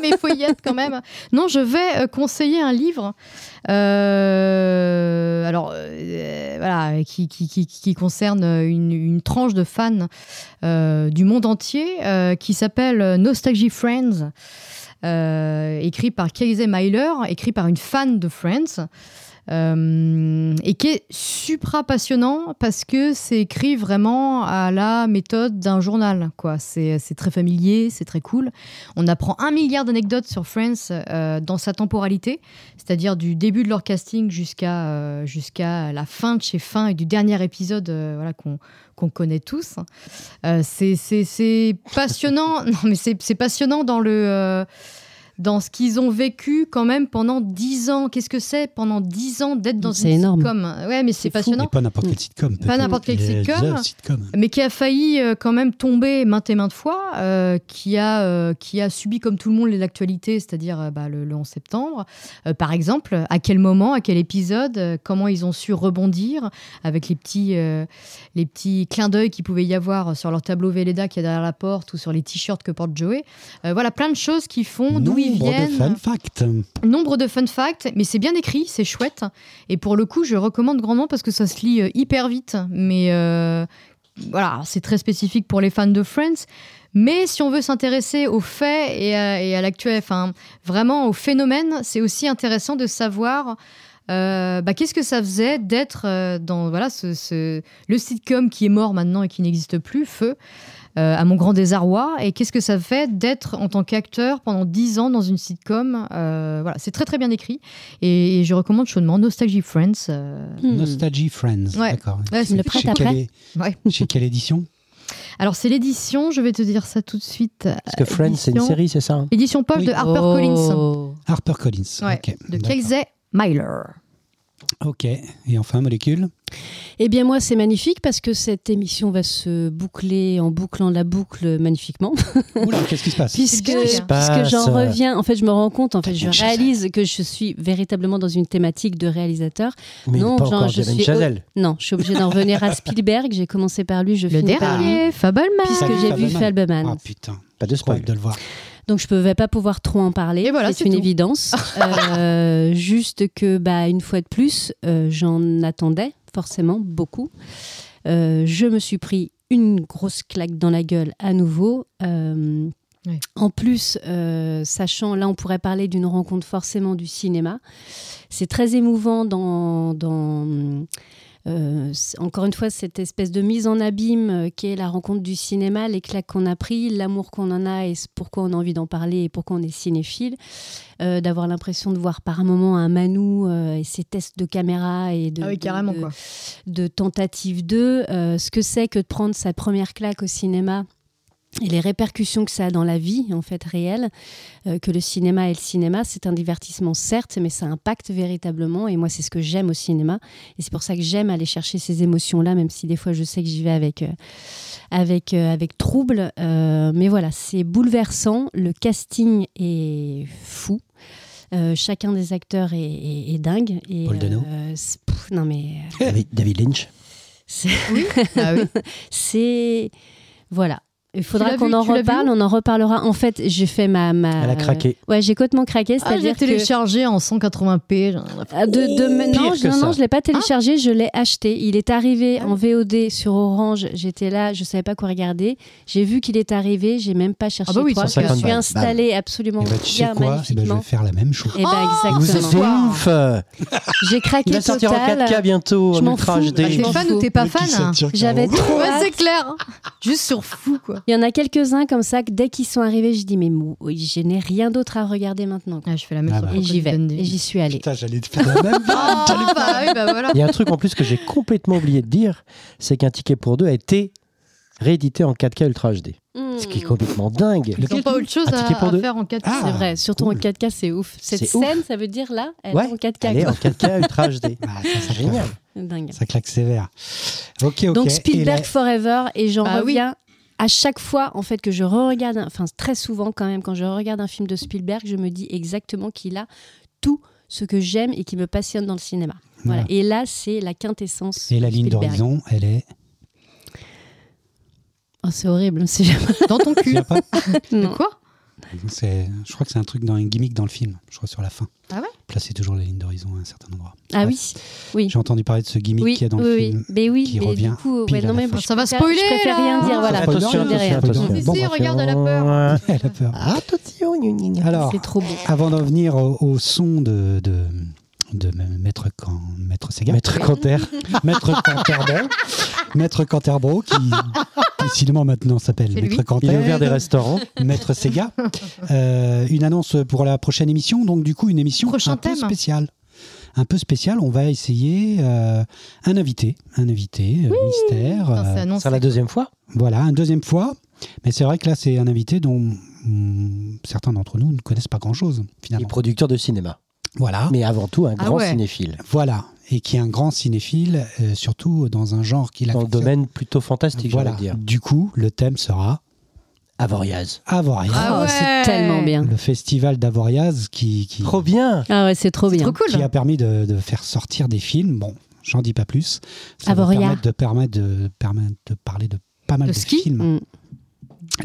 Speaker 2: mais il faut y être quand même. Non, je vais euh, conseiller un livre. euh, alors, euh, voilà, qui, qui, qui, qui concerne une, une tranche de fans euh, du monde entier euh, qui s'appelle Nostalgie Friends, euh, écrit par Casey Myler, écrit par une fan de Friends. euh, et qui est supra passionnant parce que c'est écrit vraiment à la méthode d'un journal. quoi. C'est c'est très familier, c'est très cool. On apprend un milliard d'anecdotes sur Friends euh, dans sa temporalité, c'est-à-dire du début de leur casting jusqu'à euh, jusqu'à la fin de chez Fin et du dernier épisode euh, voilà, qu'on qu'on connaît tous. Euh, c'est- c'est c'est passionnant. Non, mais c'est c'est passionnant dans le. euh, dans ce qu'ils ont vécu quand même pendant 10 ans. Qu'est-ce que c'est pendant 10 ans d'être dans une
Speaker 4: C'est énorme.
Speaker 2: sitcom Ouais, mais c'est
Speaker 4: C'est fou.
Speaker 2: passionnant.
Speaker 1: Et pas n'importe
Speaker 4: Mm.
Speaker 1: quelle sitcom. peut-être.
Speaker 2: n'importe quelle
Speaker 1: Les
Speaker 2: sitcom.
Speaker 1: The sitcom.
Speaker 2: mais qui a failli euh, quand même tomber maintes et maintes fois, euh, qui, a, euh, qui a subi comme tout le monde l'actualité, c'est-à-dire euh, bah, le, le 11 septembre, Euh, par exemple, à quel moment, à quel épisode, euh, comment ils ont su rebondir avec les petits, euh, les petits clins d'œil qu'il pouvait y avoir sur leur tableau Velleda qui est derrière la porte ou sur les t-shirts que porte Joey. Euh, voilà, plein de choses qui font, d'où ils
Speaker 1: Nombre de
Speaker 2: viennent Mm.
Speaker 1: fun facts.
Speaker 2: nombre de fun facts, mais c'est bien écrit, c'est chouette. Et pour le coup, je recommande grandement parce que ça se lit euh, hyper vite. Mais euh, voilà, c'est très spécifique pour les fans de Friends. Mais si on veut s'intéresser aux faits et à, et à l'actuel, enfin, vraiment au phénomène, c'est aussi intéressant de savoir. euh, bah, qu'est-ce que ça faisait d'être euh, dans voilà ce, ce- le sitcom qui est mort maintenant et qui n'existe plus, Feu, euh, à mon grand désarroi. Et qu'est-ce que ça fait d'être en tant qu'acteur pendant 10 ans dans une sitcom euh, Voilà, c'est très très bien écrit et, et je recommande chaudement Nostalgie Friends. euh.
Speaker 4: Hmm.
Speaker 1: Nostalgie Friends.
Speaker 2: Ouais.
Speaker 1: D'accord.
Speaker 2: Ouais,
Speaker 4: tu me le prêtes
Speaker 1: chez,
Speaker 4: après
Speaker 1: quelle-
Speaker 2: Ouais.
Speaker 1: chez quelle édition
Speaker 2: Alors c'est l'édition, je vais te dire ça tout de suite. euh,
Speaker 3: Parce que Friends, c'est une
Speaker 2: Édition.
Speaker 3: série, c'est ça hein
Speaker 2: Édition poche
Speaker 1: Oui.
Speaker 2: de Harper Collins,
Speaker 1: Harper Collins.
Speaker 2: Ouais, de Casey Myler.
Speaker 1: Ok. Et enfin, Molécule.
Speaker 4: Eh bien moi c'est magnifique parce que cette émission va se boucler en bouclant la boucle magnifiquement
Speaker 1: Oula, qu'est-ce qui se passe euh,
Speaker 4: puisque,
Speaker 2: bien.
Speaker 4: puisque
Speaker 3: Passe.
Speaker 4: j'en reviens en fait je me rends compte en fait je
Speaker 3: Damien Chazelle.
Speaker 4: réalise que je suis véritablement dans une thématique de réalisateur
Speaker 3: Mais
Speaker 4: Non,
Speaker 3: pas
Speaker 4: genre,
Speaker 3: encore
Speaker 4: je
Speaker 3: Damien
Speaker 4: suis-
Speaker 3: Chazelle.
Speaker 4: non je suis obligée d'en revenir à Spielberg j'ai commencé par lui je
Speaker 2: Le
Speaker 4: finis par lui
Speaker 2: dernier, Fableman.
Speaker 4: puisque
Speaker 1: Salut,
Speaker 4: j'ai vu
Speaker 1: Fableman.
Speaker 4: Fableman
Speaker 1: Ah putain,
Speaker 3: Pas de
Speaker 1: trop hâte
Speaker 3: spoil.
Speaker 1: de le voir.
Speaker 4: Donc je ne vais pas pouvoir trop en parler.
Speaker 2: Et voilà, c'est
Speaker 4: c'est une
Speaker 2: tout.
Speaker 4: évidence. Euh, juste que, bah, une fois de plus, euh, j'en attendais forcément beaucoup. Euh, je me suis pris une grosse claque dans la gueule à nouveau. Euh,
Speaker 2: Ouais.
Speaker 4: En plus, euh, sachant, là, on pourrait parler d'une rencontre forcément du cinéma. C'est très émouvant dans, dans, euh, c'est- encore une fois, cette espèce de mise en abîme euh, qui est la rencontre du cinéma, les claques qu'on a pris, l'amour qu'on en a et c- pourquoi on a envie d'en parler et pourquoi on est cinéphile, Euh, d'avoir l'impression de voir par moment un Manou euh, et ses tests de caméra et de,
Speaker 2: Ah oui, carrément
Speaker 4: de-
Speaker 2: quoi.
Speaker 4: de tentative 2, euh, ce que c'est que de prendre sa première claque au cinéma et les répercussions que ça a dans la vie en fait réelle, euh, que le cinéma est le cinéma, c'est un divertissement certes, mais ça impacte véritablement et moi c'est ce que j'aime au cinéma et c'est pour ça que j'aime aller chercher ces émotions là, même si des fois je sais que j'y vais avec euh, avec euh, avec trouble, Euh, mais voilà c'est bouleversant, le casting est fou. Euh, chacun des acteurs est, est- est dingue. Et,
Speaker 1: Paul Dano.
Speaker 4: euh, c'est- pff, non mais
Speaker 3: David, David Lynch.
Speaker 4: C'est-
Speaker 2: Oui, ah oui.
Speaker 4: C'est. Voilà. Il
Speaker 2: l'as
Speaker 4: faudra qu'on
Speaker 2: vu,
Speaker 4: en
Speaker 2: tu l'as vu
Speaker 4: reparle, on en reparlera. En fait, j'ai fait ma, ma.
Speaker 3: Elle a craqué.
Speaker 4: Ah, Ouais, j'ai complètement craqué.
Speaker 2: Ah, j'ai
Speaker 4: C'est-à-dire que.
Speaker 2: téléchargé en 180p. genre, la-
Speaker 4: Ah, De, de,
Speaker 3: Pire
Speaker 4: non,
Speaker 3: que
Speaker 4: je, non,
Speaker 3: ça.
Speaker 4: non, je l'ai pas téléchargé, je l'ai acheté. Il est arrivé
Speaker 2: Ah
Speaker 4: en VOD sur Orange. J'étais là, je savais pas quoi regarder. J'ai vu qu'il est arrivé, j'ai même pas cherché.
Speaker 2: Ah bah oui,
Speaker 4: trois.
Speaker 3: 150
Speaker 4: je suis
Speaker 3: balles.
Speaker 4: installée absolument
Speaker 3: Eh
Speaker 1: Et bah, tu sais
Speaker 4: bien,
Speaker 1: quoi Eh ben, Je vais
Speaker 4: magnifiquement.
Speaker 1: faire la même chose.
Speaker 4: Et bah,
Speaker 2: Oh
Speaker 3: Vous êtes
Speaker 4: exactement.
Speaker 3: des
Speaker 2: Bonsoir.
Speaker 3: ouf euh.
Speaker 4: J'ai craqué
Speaker 3: Il va sortir en
Speaker 4: total.
Speaker 3: 4K bientôt,
Speaker 4: Je
Speaker 3: en
Speaker 4: m'en
Speaker 3: Ultra
Speaker 4: fous.
Speaker 3: HD.
Speaker 4: Bah, je
Speaker 2: T'es
Speaker 4: m'en
Speaker 2: fan
Speaker 4: fous.
Speaker 2: ou t'es pas fan hein
Speaker 4: J'avais
Speaker 3: Oh.
Speaker 4: trop
Speaker 2: Ouais,
Speaker 4: hâte.
Speaker 2: c'est clair. Juste sur fou, quoi.
Speaker 4: Il y en a quelques-uns comme ça que dès qu'ils sont arrivés, je dis mais mou- oui, je n'ai rien d'autre à regarder maintenant. quoi.
Speaker 2: Ah, je fais la même
Speaker 1: Ah
Speaker 2: chose.
Speaker 1: bah.
Speaker 4: Et j'y vais. Et j'y suis allée.
Speaker 1: Putain, j'allais te faire la même.
Speaker 2: Ah, bah oui, bah voilà.
Speaker 3: Il y a un truc en plus que j'ai complètement oublié de dire, c'est qu'un ticket pour deux a été réédité en 4K Ultra HD. Ce
Speaker 4: Hmm.
Speaker 3: qui est complètement dingue.
Speaker 2: Ils n'ont pas autre chose
Speaker 3: Un ticket
Speaker 2: à,
Speaker 3: pour
Speaker 2: à
Speaker 3: deux.
Speaker 2: faire en 4
Speaker 1: Ah.
Speaker 4: C'est vrai, Euh, surtout
Speaker 1: cool.
Speaker 4: en 4K, c'est ouf. Cette
Speaker 3: C'est ouf.
Speaker 4: scène, ça veut dire là, elle
Speaker 3: Ouais,
Speaker 4: est en 4K.
Speaker 3: Elle est
Speaker 4: quoi.
Speaker 3: en 4K Ultra HD.
Speaker 1: Ah, ça, ça
Speaker 3: C'est génial.
Speaker 1: claque.
Speaker 4: Dingue.
Speaker 1: Ça claque sévère. Ok, ok.
Speaker 4: Donc
Speaker 1: Et
Speaker 4: Spielberg
Speaker 1: la-
Speaker 4: Forever et j'en
Speaker 2: Bah oui.
Speaker 4: reviens à chaque fois en fait que je regarde enfin très souvent quand même quand je regarde un film de Spielberg, je me dis exactement qu'il a tout ce que j'aime et qui me passionne dans le cinéma. Voilà.
Speaker 1: Ouais.
Speaker 4: Et là, c'est la quintessence.
Speaker 1: Et la
Speaker 4: de
Speaker 1: ligne
Speaker 4: Spielberg.
Speaker 1: d'horizon, elle est.
Speaker 4: Oh, c'est horrible. c'est jamais-
Speaker 2: Dans ton
Speaker 1: Tu
Speaker 2: cul.
Speaker 1: l'as pas
Speaker 2: De
Speaker 4: Non.
Speaker 2: quoi
Speaker 1: C'est- Je crois que c'est un truc dans une gimmick dans le film, je crois sur la fin.
Speaker 2: Ah ouais
Speaker 1: Placer toujours la ligne d'horizon à un certain endroit.
Speaker 4: Ah
Speaker 1: Ouais.
Speaker 4: oui. Oui.
Speaker 1: J'ai entendu parler de ce gimmick
Speaker 4: Oui,
Speaker 1: qu'il y a dans
Speaker 4: oui,
Speaker 1: le
Speaker 4: oui.
Speaker 1: film.
Speaker 4: Mais oui,
Speaker 1: qui
Speaker 4: mais
Speaker 1: revient
Speaker 4: du coup,
Speaker 1: pile
Speaker 4: ouais,
Speaker 1: à
Speaker 4: non,
Speaker 1: la
Speaker 4: mais
Speaker 1: fin.
Speaker 4: je
Speaker 2: Ça va
Speaker 4: préfère-
Speaker 2: spoiler,
Speaker 4: Je préfère
Speaker 2: là.
Speaker 4: rien dire, voilà.
Speaker 1: Spoiler,
Speaker 4: Je suis derrière.
Speaker 1: attention.
Speaker 2: Si, si, regarde, elle a
Speaker 3: peur.
Speaker 1: Elle a peur.
Speaker 3: bah, Attention, gna, gna, gna.
Speaker 1: Alors,
Speaker 4: Ah, C'est trop beau.
Speaker 1: avant d'en venir au, au son de, de, de M- Maître, Can, Maître Sega,
Speaker 3: Maître Canter.
Speaker 1: Maître Canterbro, Maître Canterbro, qui décidément maintenant s'appelle
Speaker 2: C'est lui.
Speaker 1: Maître Canter,
Speaker 3: Il a ouvert des restaurants.
Speaker 1: Maître Sega. Euh, une annonce pour la prochaine émission, donc du coup une émission
Speaker 2: Prochain
Speaker 1: un peu
Speaker 2: thème.
Speaker 1: spéciale. Un peu spéciale, on va essayer euh, un invité, un invité euh, mystère.
Speaker 2: Putain,
Speaker 1: euh,
Speaker 2: C'est annoncé.
Speaker 3: C'est la deuxième fois.
Speaker 1: voilà, un deuxième fois. Mais c'est vrai que là, c'est un invité dont hum, certains d'entre nous ne connaissent pas grand-chose,
Speaker 3: Il est
Speaker 1: finalement.
Speaker 3: producteur de cinéma.
Speaker 1: Voilà,
Speaker 3: Mais avant tout, un
Speaker 2: Ah
Speaker 3: grand
Speaker 2: ouais.
Speaker 3: cinéphile.
Speaker 1: voilà. Et qui est un grand cinéphile, euh, surtout dans un genre qu'il a
Speaker 3: Dans le domaine plutôt fantastique,
Speaker 1: Voilà.
Speaker 3: j'allais dire.
Speaker 1: Du coup, le thème sera
Speaker 3: Avoriaz.
Speaker 1: Avoriaz.
Speaker 2: Ah
Speaker 4: Oh,
Speaker 2: ouais.
Speaker 4: C'est tellement bien.
Speaker 1: Le festival d'Avoriaz qui, qui,
Speaker 3: Trop bien
Speaker 4: Ah ouais, c'est trop
Speaker 2: C'est
Speaker 4: bien.
Speaker 2: trop cool.
Speaker 1: qui a permis de, de faire sortir des films. Bon, j'en dis pas plus. Ça va
Speaker 4: Avoriaz.
Speaker 1: permettre de, permettre de, permettre de parler de pas mal
Speaker 2: De
Speaker 1: de,
Speaker 2: ski
Speaker 1: films.
Speaker 4: Mm.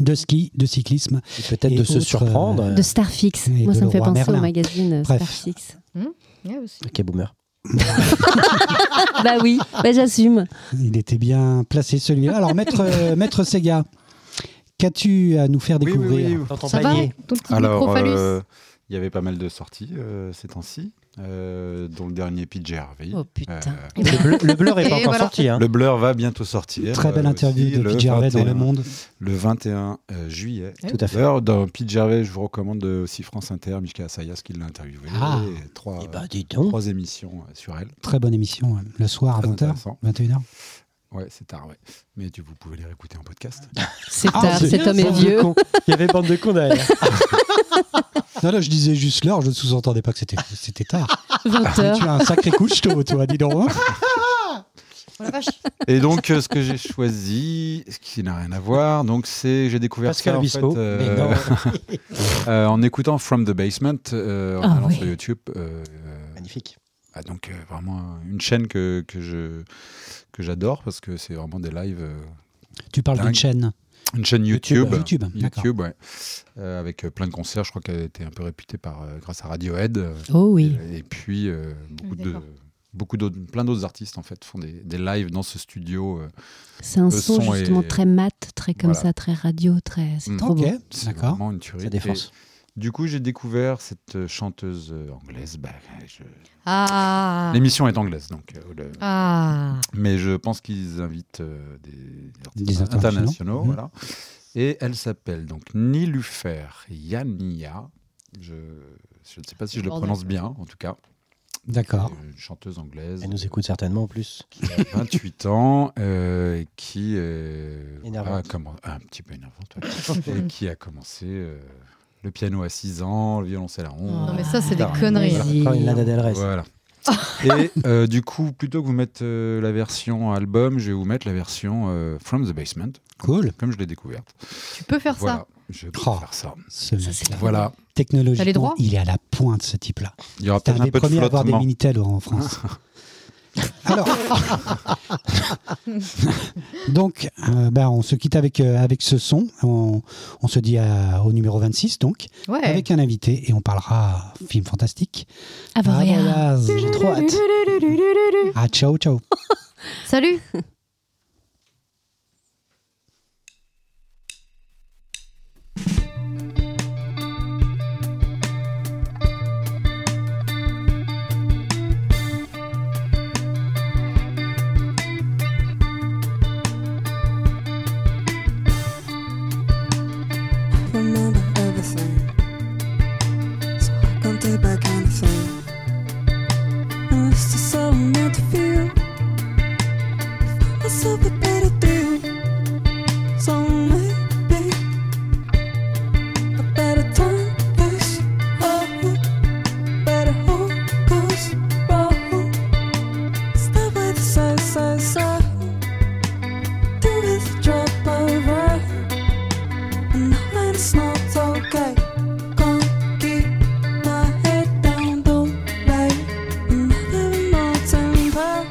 Speaker 1: De ski, de cyclisme.
Speaker 3: Et euh, Peut-être
Speaker 1: Et
Speaker 3: de se
Speaker 1: autre,
Speaker 3: surprendre.
Speaker 4: De Starfix.
Speaker 1: Et
Speaker 4: Moi,
Speaker 1: Euh, de
Speaker 4: ça me fait
Speaker 1: Leroy
Speaker 4: penser
Speaker 1: Merlin.
Speaker 4: au magazine euh,
Speaker 1: Bref.
Speaker 4: Starfix.
Speaker 2: Ouais, aussi.
Speaker 3: Ok, boomer.
Speaker 4: bah oui, bah j'assume.
Speaker 1: Il était bien placé celui-là. Alors, maître, euh, maître Sega, qu'as-tu à nous faire
Speaker 5: Oui, oui,
Speaker 1: découvrir
Speaker 5: oui, oui.
Speaker 3: Dans ton
Speaker 2: Ça va
Speaker 3: panier.
Speaker 2: Ton petit
Speaker 5: Alors,
Speaker 2: microphallus
Speaker 5: euh, il y avait pas mal de sorties euh, ces temps-ci, euh, dont le dernier PJ Harvey.
Speaker 1: bah.
Speaker 4: Oh putain.
Speaker 5: Euh,
Speaker 3: Le bleu- Le bleu n'est
Speaker 2: Et
Speaker 3: pas encore
Speaker 2: voilà.
Speaker 3: sorti. hein.
Speaker 5: le Blur va bientôt sortir.
Speaker 1: Très belle
Speaker 5: euh,
Speaker 1: interview
Speaker 5: aussi,
Speaker 1: de
Speaker 5: le
Speaker 1: PJ Harvey dans Le
Speaker 5: 21
Speaker 1: Monde.
Speaker 5: Le 21 euh, juillet.
Speaker 4: Eh
Speaker 3: Tout à fait.
Speaker 5: D'ailleurs, dans PJ Harvey, je vous recommande euh, aussi France Inter, Mishka Asayas qui l'a interviewé.
Speaker 1: Ah.
Speaker 5: Et trois,
Speaker 3: Eh ben, dis donc.
Speaker 5: trois émissions euh, sur elle.
Speaker 1: Très bonne émission, ouais. le soir à
Speaker 5: Très
Speaker 1: 20h,
Speaker 5: intéressant.
Speaker 1: 21h.
Speaker 5: Ouais, c'est tard, ouais. Mais tu, vous pouvez les réécouter en podcast.
Speaker 4: C'est
Speaker 1: Ah,
Speaker 4: tard,
Speaker 1: c'est
Speaker 4: cet
Speaker 1: bien,
Speaker 4: homme est
Speaker 1: ça.
Speaker 4: vieux.
Speaker 3: Il y avait bande de cons derrière.
Speaker 1: Non, là, je disais juste l'heure, je ne sous-entendais pas que c'était- c'était tard. Ah,
Speaker 4: 20h.
Speaker 1: tu as un sacré coup de ch'to, toi, dis donc. hein.
Speaker 2: Oh la vache.
Speaker 5: Et donc, euh, ce que j'ai choisi, ce qui n'a rien à voir, donc c'est j'ai découvert
Speaker 3: Pascal
Speaker 5: ça en,
Speaker 3: Obispo.
Speaker 5: fait, euh,
Speaker 3: Mais non.
Speaker 5: euh, en écoutant From the Basement euh, en
Speaker 4: Ah
Speaker 5: allant
Speaker 4: ouais.
Speaker 5: sur YouTube. euh, euh,
Speaker 3: Magnifique.
Speaker 5: ah, donc euh, vraiment une chaîne que, que je que j'adore parce que c'est vraiment des lives, euh,
Speaker 1: Tu parles d'une
Speaker 5: Dingue.
Speaker 1: chaîne
Speaker 5: une chaîne YouTube.
Speaker 1: YouTube, d'accord.
Speaker 5: YouTube, ouais. Euh, avec euh, plein de concerts. Je crois qu'elle a été un peu réputée par, euh, grâce à Radiohead. euh,
Speaker 4: Oh oui.
Speaker 5: Et puis, euh, beaucoup de,
Speaker 2: D'accord.
Speaker 5: beaucoup d'autres, plein d'autres artistes, en fait, font des, des lives dans ce studio. euh,
Speaker 4: C'est un
Speaker 5: Le
Speaker 4: son,
Speaker 5: son
Speaker 4: justement
Speaker 5: est-
Speaker 4: très mat, très comme
Speaker 5: Voilà.
Speaker 4: ça, très radio, très. C'est
Speaker 5: Mm.
Speaker 4: trop
Speaker 1: Ok,
Speaker 4: beau.
Speaker 5: c'est
Speaker 1: d'accord.
Speaker 5: vraiment une tuerie.
Speaker 3: Ça défonce.
Speaker 5: Et du coup, j'ai découvert cette euh, chanteuse euh, anglaise. Bah, je-
Speaker 2: Ah.
Speaker 5: L'émission est anglaise, donc. euh, le-
Speaker 2: Ah.
Speaker 5: Mais je pense qu'ils invitent euh, des artistes
Speaker 1: Des internationaux.
Speaker 5: internationaux.
Speaker 1: Mhm.
Speaker 5: voilà. Et elle s'appelle donc Nilufer Yania. Je, je ne sais pas si je le
Speaker 2: Bordel.
Speaker 5: prononce bien, en tout cas. Euh,
Speaker 1: D'accord.
Speaker 5: Une chanteuse anglaise.
Speaker 3: Elle nous écoute certainement en plus.
Speaker 5: qui a 28 ans euh, et qui euh,
Speaker 3: Énervante.
Speaker 5: a commen- un petit peu énervante ouais. et qui a commencé euh, le piano à 6 ans, le violoncelle à 11
Speaker 2: Non, mais ça, c'est des
Speaker 5: Putain,
Speaker 2: conneries.
Speaker 5: voilà.
Speaker 3: Encore une Lana Del Rey.
Speaker 5: Voilà. Et euh, du coup, plutôt que vous mettre euh, la version album, je vais vous mettre la version euh, From the Basement,
Speaker 1: Cool.
Speaker 5: comme je l'ai découverte.
Speaker 2: Tu peux faire
Speaker 5: voilà,
Speaker 2: ça.
Speaker 5: je vais
Speaker 1: Oh.
Speaker 5: faire ça.
Speaker 1: Ce
Speaker 4: Ça,
Speaker 1: mec-là.
Speaker 4: c'est trop
Speaker 5: Voilà,
Speaker 1: Technologiquement,
Speaker 2: T'as les droits
Speaker 1: il est à la pointe, ce type-là.
Speaker 5: il y aura
Speaker 1: T'es
Speaker 5: peut-être
Speaker 1: un
Speaker 5: un
Speaker 1: des
Speaker 5: peu de
Speaker 1: premiers à avoir des
Speaker 5: flottement.
Speaker 1: Minitel en France. Alors, donc, euh, ben, on se quitte avec, euh, avec ce son. On, on se dit à- au numéro 26, donc,
Speaker 2: Ouais.
Speaker 1: avec un invité et on parlera film fantastique.
Speaker 4: Avoria.
Speaker 1: Ah, voilà.
Speaker 3: J'ai trop hâte.
Speaker 1: Ah, ciao, ciao.
Speaker 2: Salut
Speaker 6: remember everything. So I can't take back anything. And it's just so not to feel. Find myself a better deal. So maybe a better time is over. Better hope goes wrong. Stop by the side, side, side. Do it, drop over. And when it's not okay, can't keep my head down, don't play another more temper.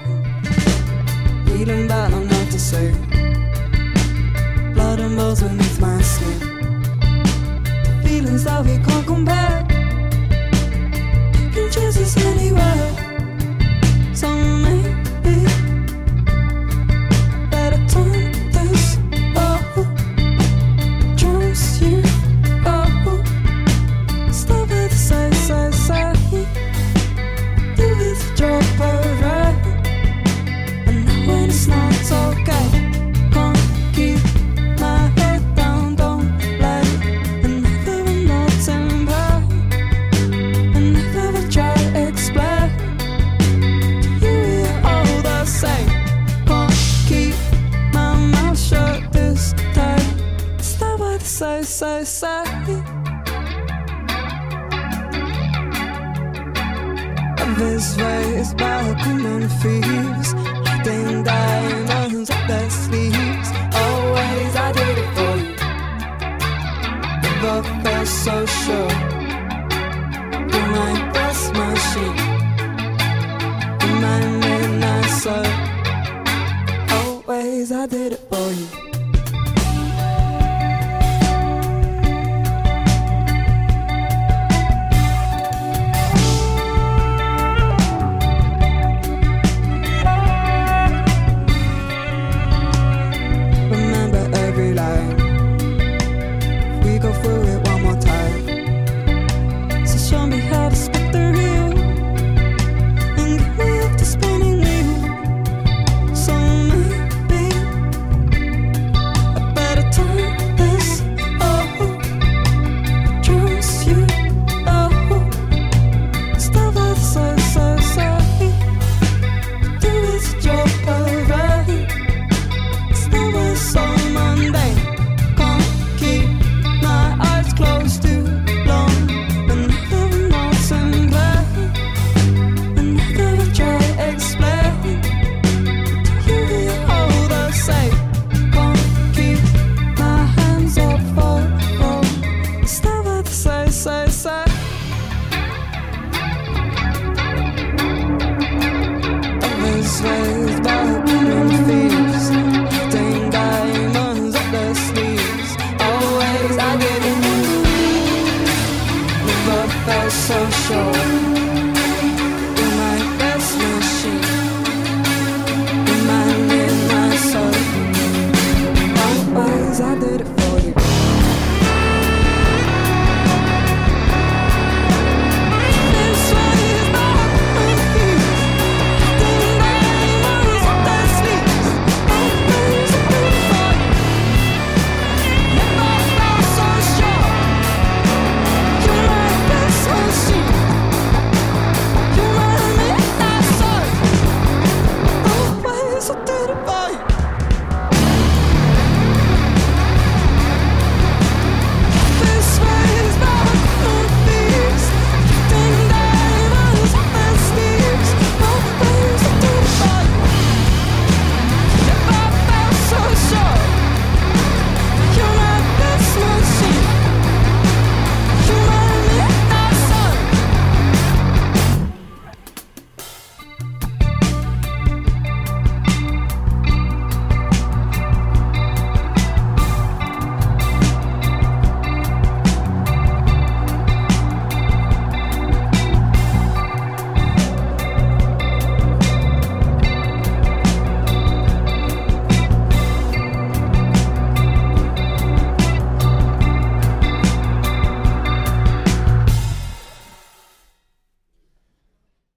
Speaker 6: Feeling bad, I'm not to say. Blood and bones beneath my skin. Feelings that we can't compare. Taking chances anywhere. So maybe better turn this off. Trust you, oh. Stop at the side, side, side. Do it, drop over. And now when it's not okay, can't keep my head down, don't lie. And never will not temper. And never will try to explain. To you, we're all the same. Can't keep my mouth shut this time. Stop by the side, side, side. This way is back among the thieves. Then diamonds up their sleeves. Always I did it for you. But felt so sure. You're my best machine. You're my midnight sun. Always I did it for you.